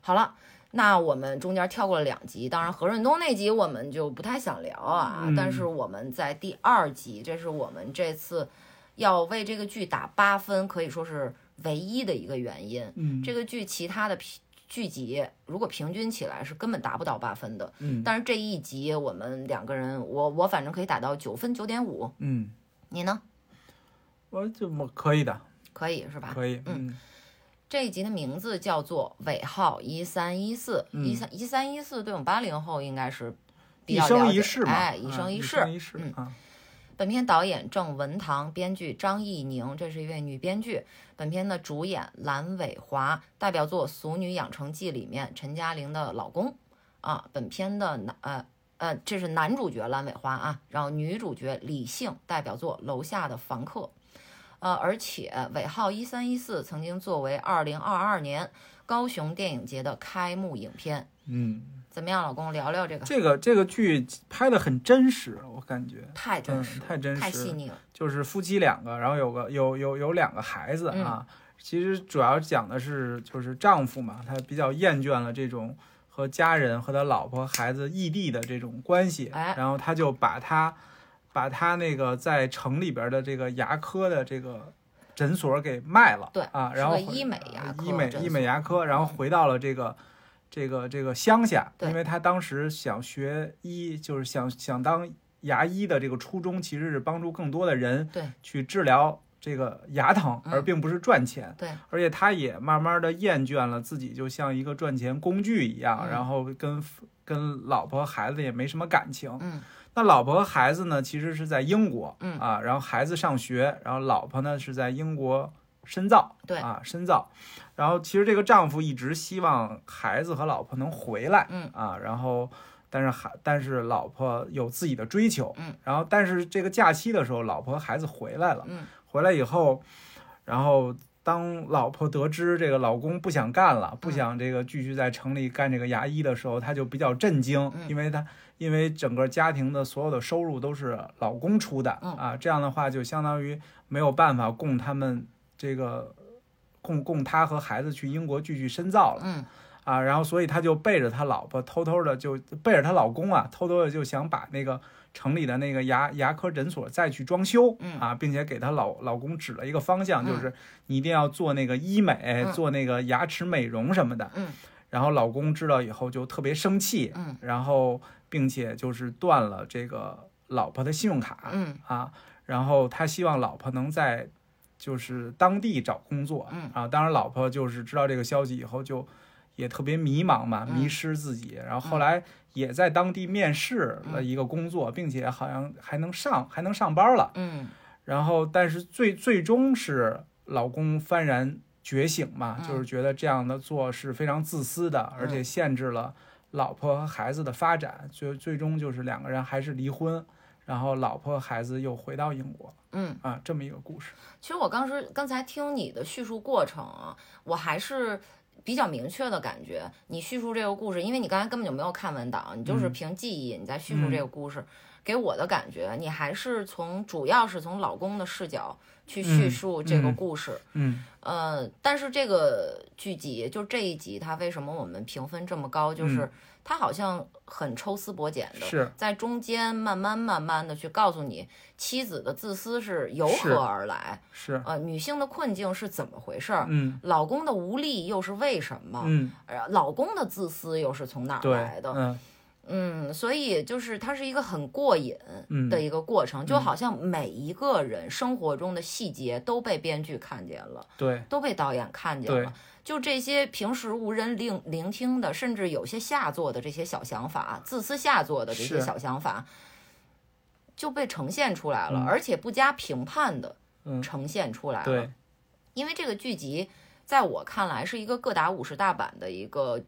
Speaker 1: 好了。那我们中间跳过了两集，当然何润东那集我们就不太想聊啊。
Speaker 2: 嗯
Speaker 1: 但是我们在第二集，这是我们这次要为这个剧打八分，可以说是唯一的一个原因。
Speaker 2: 嗯
Speaker 1: 这个剧其他的剧剧集如果平均起来是根本达不到八分的，
Speaker 2: 嗯
Speaker 1: 但是这一集我们两个人，我我反正可以打到九分九点五，
Speaker 2: 嗯，
Speaker 1: 你呢？
Speaker 2: 我就我可以的，
Speaker 1: 可以是吧？
Speaker 2: 可以，嗯
Speaker 1: 这一集的名字叫做尾号一三一四
Speaker 2: 嗯
Speaker 1: 一三一三一四，对我们八零后应该是比
Speaker 2: 一
Speaker 1: 较了
Speaker 2: 生
Speaker 1: 解。
Speaker 2: 一世嘛，
Speaker 1: 哎，
Speaker 2: 啊
Speaker 1: 一生
Speaker 2: 一
Speaker 1: 一世。
Speaker 2: 一世
Speaker 1: 嗯
Speaker 2: 啊，
Speaker 1: 本片导演郑文堂，编剧张艺宁，这是一位女编剧。本片的主演蓝伟华，代表作《俗女养成记》里面陈嘉玲的老公啊。本片的男呃呃，这是男主角蓝伟华啊，然后女主角李杏，代表作《楼下的房客》。呃，而且尾号一三一四曾经作为二零二二年高雄电影节的开幕影片，
Speaker 2: 嗯，
Speaker 1: 怎么样，老公聊聊这个？
Speaker 2: 这个这个剧拍的很真实，我感觉。
Speaker 1: 太真
Speaker 2: 嗯
Speaker 1: 实了，
Speaker 2: 太真
Speaker 1: 太
Speaker 2: 实
Speaker 1: 细
Speaker 2: 了
Speaker 1: 腻了。
Speaker 2: 就是夫妻两个，然后有个有有有两个孩子
Speaker 1: 嗯
Speaker 2: 啊。其实主要讲的是就是丈夫嘛，他比较厌倦了这种和家人和他老婆孩子异地的这种关系，
Speaker 1: 哎
Speaker 2: 然后他就把他把他那个在城里边的这个牙科的这个。诊所给卖了，
Speaker 1: 对
Speaker 2: 啊，
Speaker 1: 是
Speaker 2: 然后
Speaker 1: 个
Speaker 2: 回
Speaker 1: 医美牙科
Speaker 2: 医美
Speaker 1: 诊
Speaker 2: 医
Speaker 1: 所
Speaker 2: 美牙科，然后回到了这个这个这个乡下，
Speaker 1: 对
Speaker 2: 因为他当时想学医，就是想想当牙医的这个初衷，其实是帮助更多的人
Speaker 1: 对
Speaker 2: 去治疗这个牙疼，
Speaker 1: 嗯
Speaker 2: 而并不是赚钱。
Speaker 1: 对，
Speaker 2: 而且他也慢慢的厌倦了自己，就像一个赚钱工具一样，
Speaker 1: 嗯
Speaker 2: 然后跟夫跟老婆孩子也没什么感情。
Speaker 1: 嗯
Speaker 2: 那老婆和孩子呢，其实是在英国，
Speaker 1: 嗯
Speaker 2: 啊，然后孩子上学，然后老婆呢是在英国深造，
Speaker 1: 对
Speaker 2: 啊，深造。然后其实这个丈夫一直希望孩子和老婆能回来，
Speaker 1: 嗯
Speaker 2: 啊，然后但是孩但是老婆有自己的追求，
Speaker 1: 嗯，
Speaker 2: 然后但是这个假期的时候，老婆和孩子回来了，
Speaker 1: 嗯，
Speaker 2: 回来以后，然后。当老婆得知这个老公不想干了，不
Speaker 1: 嗯
Speaker 2: 想这个继续在城里干这个牙医的时候，她就比较震惊，
Speaker 1: 嗯
Speaker 2: 因为她因为整个家庭的所有的收入都是老公出的、
Speaker 1: 嗯
Speaker 2: 啊，这样的话就相当于没有办法供他们这个供供他和孩子去英国继续深造了
Speaker 1: 嗯
Speaker 2: 啊，然后所以他就背着他老婆偷偷的就背着他老公啊，偷偷的就想把那个城里的那个牙牙科诊所再去装修
Speaker 1: 嗯
Speaker 2: 啊，并且给她老老公指了一个方向，
Speaker 1: 嗯
Speaker 2: 就是你一定要做那个医美
Speaker 1: 嗯，
Speaker 2: 做那个牙齿美容什么的
Speaker 1: 嗯。
Speaker 2: 然后老公知道以后就特别生气，
Speaker 1: 嗯
Speaker 2: 然后并且就是断了这个老婆的信用卡
Speaker 1: 嗯
Speaker 2: 啊，然后他希望老婆能在就是当地找工作
Speaker 1: 嗯
Speaker 2: 啊。当然，老婆就是知道这个消息以后就也特别迷茫嘛，
Speaker 1: 嗯
Speaker 2: 迷失自己。然后后来也在当地面试
Speaker 1: 嗯
Speaker 2: 了一个工作，并且好像还能上还能上班了。
Speaker 1: 嗯
Speaker 2: 然后，但是最最终是老公幡然觉醒嘛，
Speaker 1: 嗯
Speaker 2: 就是觉得这样的做是非常自私的，而且限制了老婆和孩子的发展，最最终就是两个人还是离婚，然后老婆和孩子又回到英国
Speaker 1: 嗯，
Speaker 2: 啊，这么一个故事。
Speaker 1: 其实我刚是刚才听你的叙述过程啊，我还是比较明确的感觉，你叙述这个故事，因为你刚才根本就没有看文档，你就是
Speaker 2: 嗯
Speaker 1: 凭记忆你在叙述这个故事，给我的感觉，你还是从主要是从老公的视角去叙
Speaker 2: 嗯
Speaker 1: 述这个
Speaker 2: 嗯
Speaker 1: 故事。
Speaker 2: 嗯
Speaker 1: 呃，但是这个剧集就这一集，它为什么我们评分这么高？就是
Speaker 2: 嗯
Speaker 1: 它好像很抽丝剥�茧的，
Speaker 2: 是
Speaker 1: 在中间慢慢慢慢的去告诉你妻子的自私是由
Speaker 2: 是
Speaker 1: 何而来，
Speaker 2: 是，
Speaker 1: 呃，女性的困境是怎么回事儿，
Speaker 2: 嗯
Speaker 1: 老公的无力又是为什么，
Speaker 2: 嗯，
Speaker 1: 呃老公的自私又是从哪儿
Speaker 2: 对
Speaker 1: 来，的？
Speaker 2: 嗯
Speaker 1: 嗯，所以就是它是一个很过瘾
Speaker 2: 嗯
Speaker 1: 的，一个过程，就好像每一个人生活中的细节都被编剧看见了。
Speaker 2: 对
Speaker 1: 都被导演看见
Speaker 2: 对
Speaker 1: 了。就这些平时无人聆聆听的，甚至有些下作的这些小想法，自私下作的这些
Speaker 2: 是
Speaker 1: 小想法，就被呈现出来了，
Speaker 2: 嗯
Speaker 1: 而且不加评判的
Speaker 2: 嗯
Speaker 1: 呈现出来了。
Speaker 2: 对，
Speaker 1: 因为这个剧集在我看来是一个各打五十大板的一个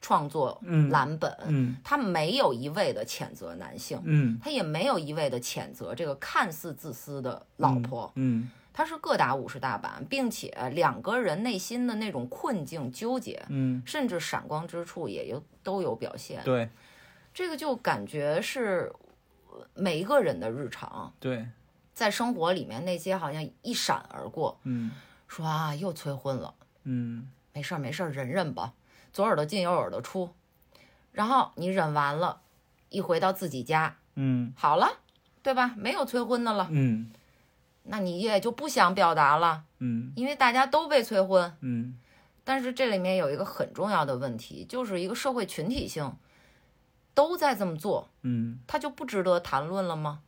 Speaker 1: 创作
Speaker 2: 嗯
Speaker 1: 蓝本，
Speaker 2: 嗯
Speaker 1: 它没有一味的谴责男性。
Speaker 2: 嗯
Speaker 1: 它也没有一味的谴责这个看似自私的老婆，
Speaker 2: 嗯
Speaker 1: 他是各打五十大板，并且两个人内心的那种困境、纠结，
Speaker 2: 嗯，
Speaker 1: 甚至闪光之处也有都有表现。
Speaker 2: 对
Speaker 1: 这个就感觉是呃每一个人的日常，
Speaker 2: 对，
Speaker 1: 在生活里面那些好像一闪而过，
Speaker 2: 嗯
Speaker 1: 说啊又催婚了，
Speaker 2: 嗯
Speaker 1: 没事儿没事儿，忍忍吧，左耳朵进右耳朵出，然后你忍完了，一回到自己家，
Speaker 2: 嗯
Speaker 1: 好了，对吧？没有催婚的了，
Speaker 2: 嗯
Speaker 1: 那你也就不想表达了，
Speaker 2: 嗯
Speaker 1: 因为大家都被催婚。
Speaker 2: 嗯，
Speaker 1: 但是这里面有一个很重要的问题，就是一个社会群体性都在这么做，
Speaker 2: 嗯
Speaker 1: 它就不值得谈论了吗？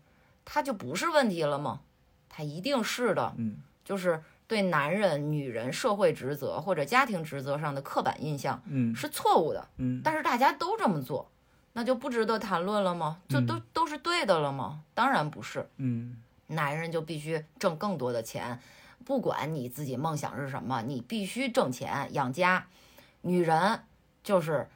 Speaker 1: 它就不是问题了吗？它一定是的，
Speaker 2: 嗯
Speaker 1: 就是对男人、女人社会职责或者家庭职责上的刻板印象
Speaker 2: 嗯
Speaker 1: 是错误的，
Speaker 2: 嗯，
Speaker 1: 但是大家都这么做，那就不值得谈论了吗？就都都是对的了吗？当然不是，
Speaker 2: 嗯
Speaker 1: 男人就必须挣更多的钱，不管你自己梦想是什么，你必须挣钱养家。女人就是，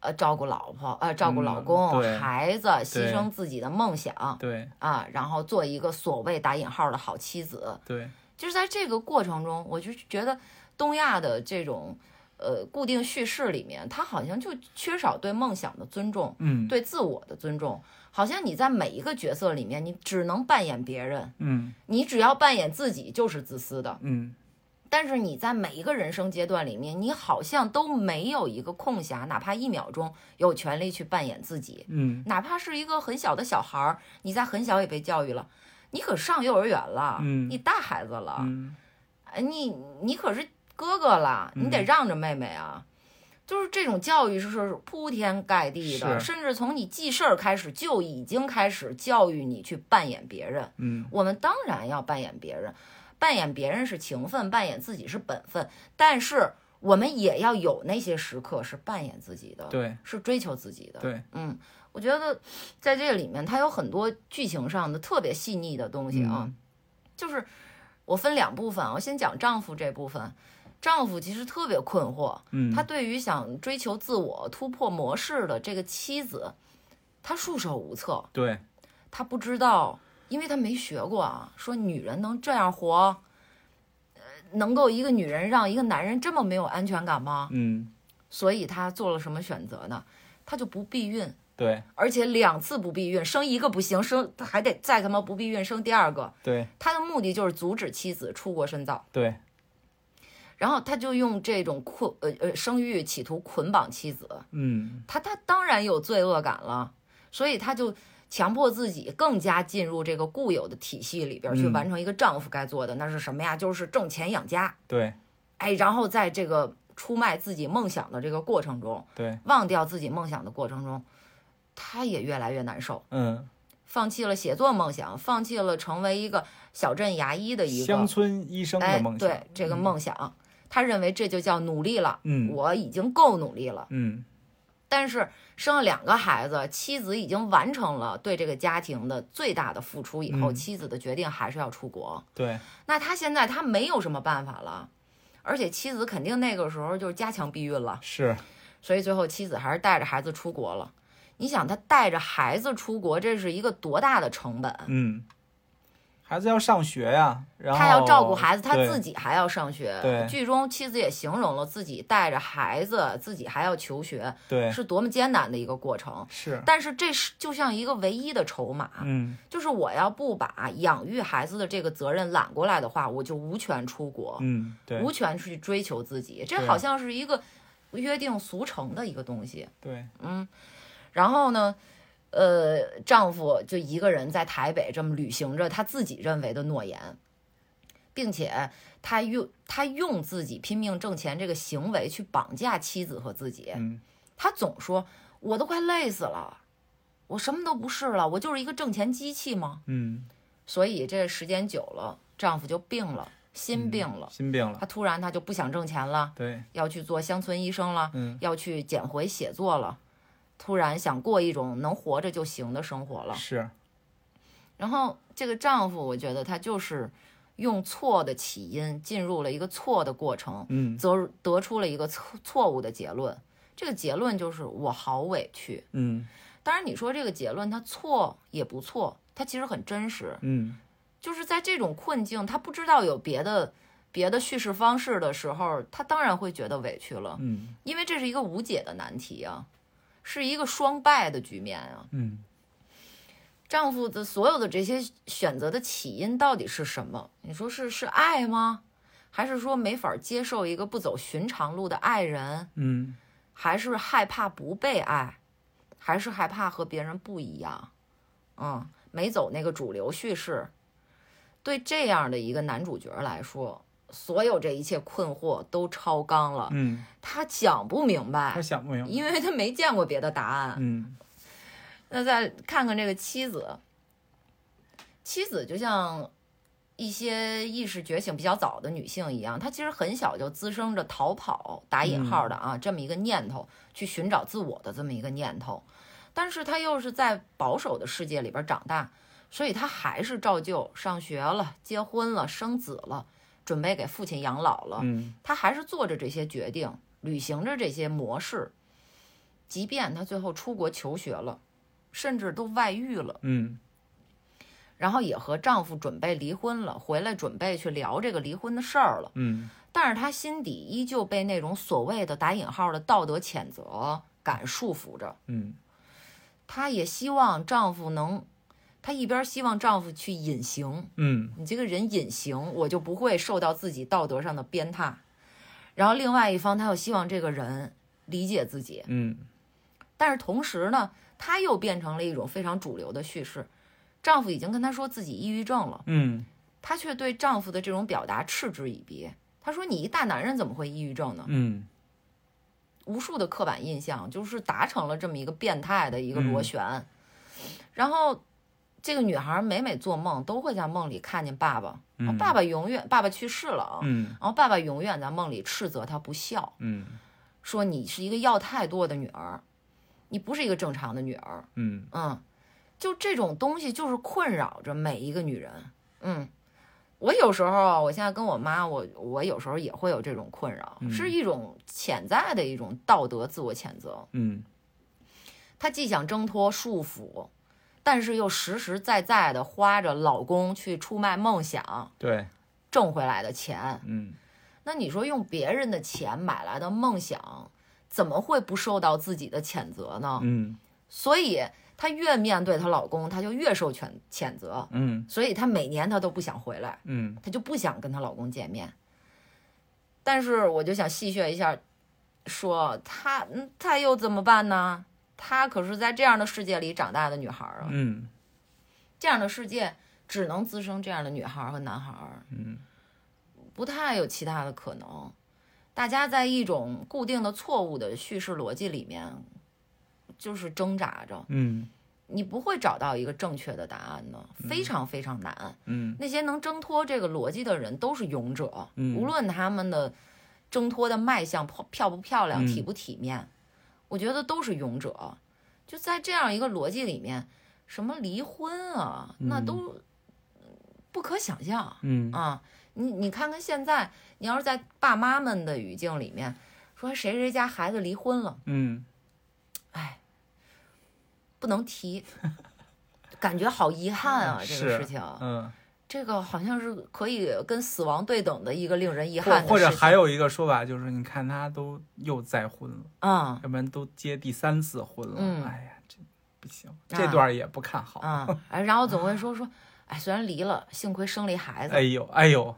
Speaker 1: 呃，照顾老婆，呃，照顾老公、
Speaker 2: 嗯对
Speaker 1: 孩子，牺牲自己的梦想
Speaker 2: 对
Speaker 1: 啊，然后做一个所谓打引号的好妻子。
Speaker 2: 对，
Speaker 1: 就是在这个过程中，我就觉得东亚的这种呃固定叙事里面，它好像就缺少对梦想的尊重，
Speaker 2: 嗯
Speaker 1: 对自我的尊重。好像你在每一个角色里面，你只能扮演别人，
Speaker 2: 嗯
Speaker 1: 你只要扮演自己就是自私的，
Speaker 2: 嗯
Speaker 1: 但是你在每一个人生阶段里面，你好像都没有一个空暇，哪怕一秒钟，有权利去扮演自己。
Speaker 2: 嗯
Speaker 1: 哪怕是一个很小的小孩儿，你在很小也被教育了，你可上幼儿园了，
Speaker 2: 嗯
Speaker 1: 你大孩子了，
Speaker 2: 嗯
Speaker 1: 哎，你你可是哥哥了，你得
Speaker 2: 嗯
Speaker 1: 让着妹妹啊。就是这种教育是铺天盖地的，
Speaker 2: 是
Speaker 1: 甚至从你记事儿开始就已经开始教育你去扮演别人。
Speaker 2: 嗯
Speaker 1: 我们当然要扮演别人，扮演别人是情分，扮演自己是本分，但是我们也要有那些时刻是扮演自己的，
Speaker 2: 对
Speaker 1: 是追求自己的。
Speaker 2: 对，
Speaker 1: 嗯，我觉得在这里面它有很多剧情上的特别细腻的东西啊，
Speaker 2: 嗯
Speaker 1: 就是我分两部分啊，我先讲丈夫这部分。丈夫其实特别困惑，
Speaker 2: 嗯
Speaker 1: 他对于想追求自我、突破模式的这个妻子，他束手无策。
Speaker 2: 对
Speaker 1: 他不知道，因为他没学过啊。说女人能这样活，呃，能够一个女人让一个男人这么没有安全感吗？
Speaker 2: 嗯
Speaker 1: 所以他做了什么选择呢？他就不避孕，
Speaker 2: 对
Speaker 1: 而且两次不避孕，生一个不行，生还得再他妈不避孕生第二个。
Speaker 2: 对
Speaker 1: 他的目的就是阻止妻子出国深造，
Speaker 2: 对
Speaker 1: 然后他就用这种捆呃呃生育企图捆绑妻子，
Speaker 2: 嗯
Speaker 1: 他他当然有罪恶感了，所以他就强迫自己更加进入这个固有的体系里边儿去
Speaker 2: 嗯
Speaker 1: 完成一个丈夫该做的，那是什么呀？就是挣钱养家，
Speaker 2: 对
Speaker 1: 哎，然后在这个出卖自己梦想的这个过程中，
Speaker 2: 对，
Speaker 1: 忘掉自己梦想的过程中，他也越来越难受，
Speaker 2: 嗯，
Speaker 1: 放弃了写作梦想，放弃了成为一个小镇牙医的一
Speaker 2: 乡
Speaker 1: 个
Speaker 2: 村医生
Speaker 1: 哎
Speaker 2: 的，梦想，
Speaker 1: 对这个梦想，他认为这就叫努力了，
Speaker 2: 嗯
Speaker 1: 我已经够努力了。
Speaker 2: 嗯
Speaker 1: 但是生了两个孩子，妻子已经完成了对这个家庭的最大的付出以后，
Speaker 2: 嗯
Speaker 1: 妻子的决定还是要出国。
Speaker 2: 对
Speaker 1: 那他现在他没有什么办法了，而且妻子肯定那个时候就是加强避孕了，
Speaker 2: 是
Speaker 1: 所以最后妻子还是带着孩子出国了。你想，他带着孩子出国，这是一个多大的成本？ (sniffs)
Speaker 2: 嗯，孩子要上学呀、然后
Speaker 1: 他要照顾孩子，他
Speaker 2: 对
Speaker 1: 自己还要上学。
Speaker 2: 对
Speaker 1: 剧中妻子也形容了自己带着孩子，自己还要求学，
Speaker 2: 对
Speaker 1: 是多么艰难的一个过程。
Speaker 2: 是，
Speaker 1: 但是这是就像一个唯一的筹码，
Speaker 2: 嗯
Speaker 1: 就是我要不把养育孩子的这个责任揽过来的话，我就无权出国，
Speaker 2: 嗯，对
Speaker 1: 无权去追求自己。这
Speaker 2: 对
Speaker 1: 好像是一个约定俗成的一个东西。
Speaker 2: 对，
Speaker 1: 然后呢，呃，丈夫就一个人在台北这么履行着他自己认为的诺言，并且他用他用自己拼命挣钱这个行为去绑架妻子和自己。
Speaker 2: 嗯
Speaker 1: 他总说：“我都快累死了，我什么都不是了，我就是一个挣钱机器吗
Speaker 2: 嗯，？”
Speaker 1: 所以这时间久了，丈夫就病了，心病了。
Speaker 2: 嗯心病了，
Speaker 1: 他突然他就不想挣钱了，
Speaker 2: 对，
Speaker 1: 要去做乡村医生了，
Speaker 2: 嗯，
Speaker 1: 要去捡回写作了，突然想过一种能活着就行的生活了。
Speaker 2: 是，
Speaker 1: 然后这个丈夫，我觉得他就是用错的起因进入了一个错的过程，
Speaker 2: 嗯
Speaker 1: 则得出了一个错错误的结论。这个结论就是我好委屈。
Speaker 2: 嗯
Speaker 1: 当然，你说这个结论它错也不错，它其实很真实。
Speaker 2: 嗯，
Speaker 1: 就是在这种困境，他不知道有别的别的叙事方式的时候，他当然会觉得委屈了。
Speaker 2: 嗯
Speaker 1: 因为这是一个无解的难题啊，是一个双败的局面啊。
Speaker 2: 嗯
Speaker 1: 丈夫的所有的这些选择的起因到底是什么？你说是是爱吗？还是说没法接受一个不走寻常路的爱人？
Speaker 2: 嗯
Speaker 1: 还是害怕不被爱？还是害怕和别人不一样？嗯，没走那个主流叙事。对这样的一个男主角来说，所有这一切困惑都超纲了，
Speaker 2: 嗯，
Speaker 1: 他想不明白
Speaker 2: 我。想不明白，
Speaker 1: 因为他没见过别的答案。
Speaker 2: 嗯
Speaker 1: 那再看看这个妻子，妻子就像一些意识觉醒比较早的女性一样，她其实很小就滋生着逃跑（打引号的啊）这么一个念头，去寻找自我的这么一个念头。但是她又是在保守的世界里边长大，所以她还是照旧上学了、结婚了、生子了，准备给父亲养老了。
Speaker 2: 嗯
Speaker 1: 他还是做着这些决定，履行着这些模式，即便他最后出国求学了，甚至都外遇了，
Speaker 2: 嗯
Speaker 1: 然后也和丈夫准备离婚了，回来准备去聊这个离婚的事儿了，
Speaker 2: 嗯
Speaker 1: 但是他心底依旧被那种所谓的打引号的道德谴责感束缚着。
Speaker 2: 嗯
Speaker 1: 她也希望丈夫能，她一边希望丈夫去隐形，
Speaker 2: 嗯
Speaker 1: 你这个人隐形，我就不会受到自己道德上的鞭挞。然后另外一方，他又希望这个人理解自己，
Speaker 2: 嗯
Speaker 1: 但是同时呢，他又变成了一种非常主流的叙事。丈夫已经跟她说自己抑郁症了，
Speaker 2: 嗯，
Speaker 1: 她却对丈夫的这种表达嗤之以鼻。她说：“你一大男人怎么会抑郁症呢？”
Speaker 2: 嗯
Speaker 1: 无数的刻板印象，就是达成了这么一个变态的一个
Speaker 2: 嗯
Speaker 1: 螺旋。然后，这个女孩每每做梦都会在梦里看见爸爸，
Speaker 2: 嗯
Speaker 1: 爸爸永远爸爸去世了啊，
Speaker 2: 嗯
Speaker 1: 然后爸爸永远在梦里斥责她不孝，
Speaker 2: 嗯
Speaker 1: 说你是一个要太多的女儿，你不是一个正常的女儿，
Speaker 2: 嗯
Speaker 1: 嗯，就这种东西就是困扰着每一个女人，嗯。我有时候，啊我现在跟我妈，我我有时候也会有这种困扰，
Speaker 2: 嗯
Speaker 1: 是一种潜在的一种道德自我谴责。
Speaker 2: 嗯
Speaker 1: 她既想挣脱束缚，但是又实实在在的花着老公去出卖梦想
Speaker 2: 对，
Speaker 1: 挣回来的钱。
Speaker 2: 嗯
Speaker 1: 那你说用别人的钱买来的梦想，怎么会不受到自己的谴责呢？
Speaker 2: 嗯
Speaker 1: 所以她越面对她老公，她就越受谴谴责。
Speaker 2: 嗯
Speaker 1: 所以她每年她都不想回来，
Speaker 2: 嗯
Speaker 1: 她就不想跟她老公见面。但是我就想戏谑一下，说她，嗯她又怎么办呢？她可是在这样的世界里长大的女孩儿啊，
Speaker 2: 嗯
Speaker 1: 这样的世界只能滋生这样的女孩儿和男孩儿，
Speaker 2: 嗯，
Speaker 1: 不太有其他的可能。大家在一种固定的错误的叙事逻辑里面，就是挣扎着，
Speaker 2: 嗯
Speaker 1: 你不会找到一个正确的答案的，非常非常难。
Speaker 2: 嗯
Speaker 1: 那些能挣脱这个逻辑的人都是勇者，
Speaker 2: 嗯
Speaker 1: 无论他们的挣脱的迈向漂漂不漂亮、
Speaker 2: 嗯
Speaker 1: 体不体面，我觉得都是勇者。就在这样一个逻辑里面，什么离婚啊，那
Speaker 2: 嗯
Speaker 1: 都不可想象
Speaker 2: 嗯
Speaker 1: 啊！你你看看现在，你要是在爸妈们的语境里面，说谁谁家孩子离婚了，
Speaker 2: 嗯，
Speaker 1: 哎，不能
Speaker 2: (laughs)
Speaker 1: 提，感觉好遗憾啊，这个
Speaker 2: 是
Speaker 1: 事情，
Speaker 2: 嗯，
Speaker 1: 这个好像是可以跟死亡对等的一个令人遗
Speaker 2: 或
Speaker 1: 憾的
Speaker 2: 或
Speaker 1: 事情，啊
Speaker 2: 者还有一个说法就是，你看他都又再婚了，
Speaker 1: 嗯
Speaker 2: 要不然都结第三次婚了，
Speaker 1: 嗯啊
Speaker 2: 哎呀，这不行，这段也不看好，
Speaker 1: 嗯，哎然后总会说说，哎，虽然离了，幸亏生了一孩子，
Speaker 2: 哎呦，哎呦，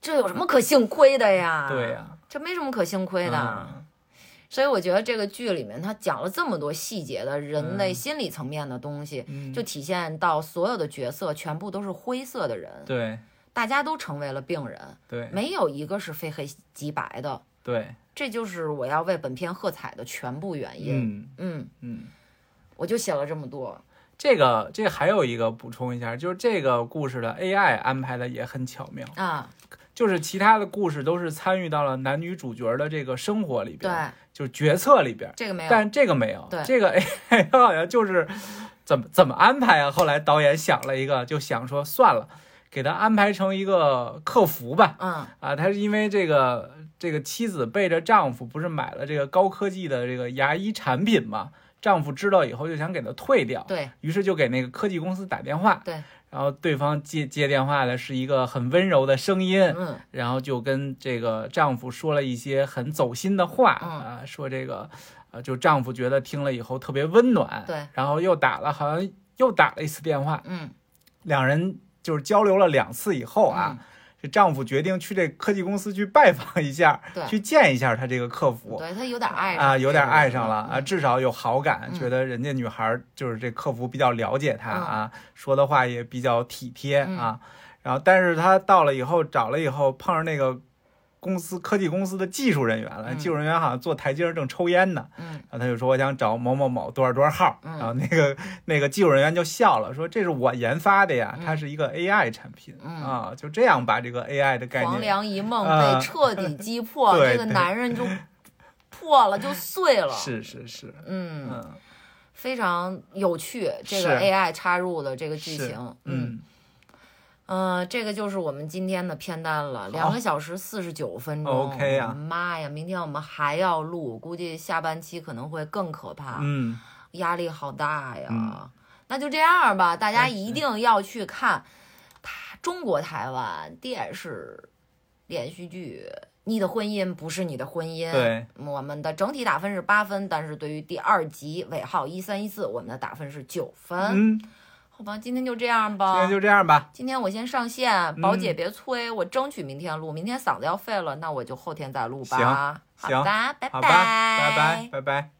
Speaker 1: 这有什么可幸亏的呀？
Speaker 2: 对呀、
Speaker 1: 这没什么可幸啊亏的。
Speaker 2: 嗯
Speaker 1: 所以我觉得这个剧里面他讲了这么多细节的人类
Speaker 2: 嗯
Speaker 1: 心理层面的东西，
Speaker 2: 嗯，
Speaker 1: 就体现到所有的角色全部都是灰色的人，
Speaker 2: 对
Speaker 1: 大家都成为了病人，
Speaker 2: 对
Speaker 1: 没有一个是非黑即白的。
Speaker 2: 对，
Speaker 1: 这就是我要为本片喝彩的全部原因。
Speaker 2: 嗯
Speaker 1: 嗯，
Speaker 2: 嗯。
Speaker 1: 我就写了这么多。
Speaker 2: 这个这还有一个补充一下，就是这个故事的 AI 安排的也很巧妙，
Speaker 1: 啊，
Speaker 2: 就是其他的故事都是参与到了男女主角的这个生活里
Speaker 1: 对
Speaker 2: 边，，就是决策里边，
Speaker 1: 这个没有。
Speaker 2: 但这个没有
Speaker 1: 对，
Speaker 2: 这个 (laughs) AI 好像就是怎么怎么安排啊？后来导演想了一个，就想说算了，给他安排成一个客服吧，
Speaker 1: 嗯
Speaker 2: 啊，他是因为这个这个妻子背着丈夫不是买了这个高科技的这个牙医产品嘛，丈夫知道以后就想给他退掉， (laughs)
Speaker 1: 对，
Speaker 2: 于是就给那个科技公司打电话，
Speaker 1: 对，
Speaker 2: 然后对方接接电话的是一个很温柔的声音，
Speaker 1: 嗯
Speaker 2: 然后就跟这个丈夫说了一些很走心的话
Speaker 1: 嗯
Speaker 2: 啊、说这个，呃，就丈夫觉得听了以后特别温暖，
Speaker 1: 对，
Speaker 2: 然后又打了，好像又打了一次电话，
Speaker 1: 嗯，
Speaker 2: 两人就是交流了两次以后啊。这丈夫决定去这科技公司去拜访一下
Speaker 1: 对，
Speaker 2: 去见一下他这个客服。
Speaker 1: 嗯对他有点爱上
Speaker 2: 啊，有点
Speaker 1: 这个
Speaker 2: 爱
Speaker 1: 人
Speaker 2: 上了啊，
Speaker 1: 嗯
Speaker 2: 至少有好感，
Speaker 1: 嗯
Speaker 2: 觉得人家女孩儿就是这客服比较了解她
Speaker 1: 嗯
Speaker 2: 啊，说的话也比较体贴啊。然后，但是她到了以后，找了以后，碰上那个公司科技公司的技术人员了，
Speaker 1: 嗯
Speaker 2: 技术人员好像坐台阶儿正抽烟呢。
Speaker 1: 嗯
Speaker 2: 然后他就说我想找某某某多少多少号，
Speaker 1: 嗯
Speaker 2: 然后那个那个技术人员就笑了，说这是我研发的呀，
Speaker 1: 嗯
Speaker 2: 它是一个 AI 产品、
Speaker 1: 嗯
Speaker 2: 啊，就这样把这个 AI 的概
Speaker 1: 黄
Speaker 2: 念
Speaker 1: 粱一梦
Speaker 2: 啊
Speaker 1: 被彻底击破，
Speaker 2: (laughs) 对
Speaker 1: 这个
Speaker 2: 对
Speaker 1: 男人就 (laughs) 破了，就碎了。，
Speaker 2: 是是是，
Speaker 1: 嗯，
Speaker 2: 嗯
Speaker 1: 非常有趣，这个
Speaker 2: 是
Speaker 1: AI 插入的这个剧
Speaker 2: 是
Speaker 1: 情，嗯
Speaker 2: 嗯，
Speaker 1: 呃，这个就是我们今天的片单了，两个小时四十九分钟。
Speaker 2: OK 啊
Speaker 1: 妈呀，明天我们还要录，估计下半期可能会更可怕，
Speaker 2: 嗯，
Speaker 1: 压力好大呀。
Speaker 2: 嗯
Speaker 1: 那就这样吧，大家
Speaker 2: 哎
Speaker 1: 一定要去看他中国台湾电视连续剧《你的婚姻不是你的婚姻》。
Speaker 2: 对，
Speaker 1: 我们的整体打分是八分，但是对于第二集尾号一三一四，我们的打分是九分。
Speaker 2: 嗯，
Speaker 1: 好吧，今天就这样
Speaker 2: 今
Speaker 1: 吧
Speaker 2: 天。就这样吧。
Speaker 1: 今天我先上线，宝姐
Speaker 2: 嗯
Speaker 1: 别催，我争取明天录，明天嗓子要废了，那我就后天再录吧。
Speaker 2: 行
Speaker 1: 好的，拜拜，
Speaker 2: 好吧，拜拜，拜拜。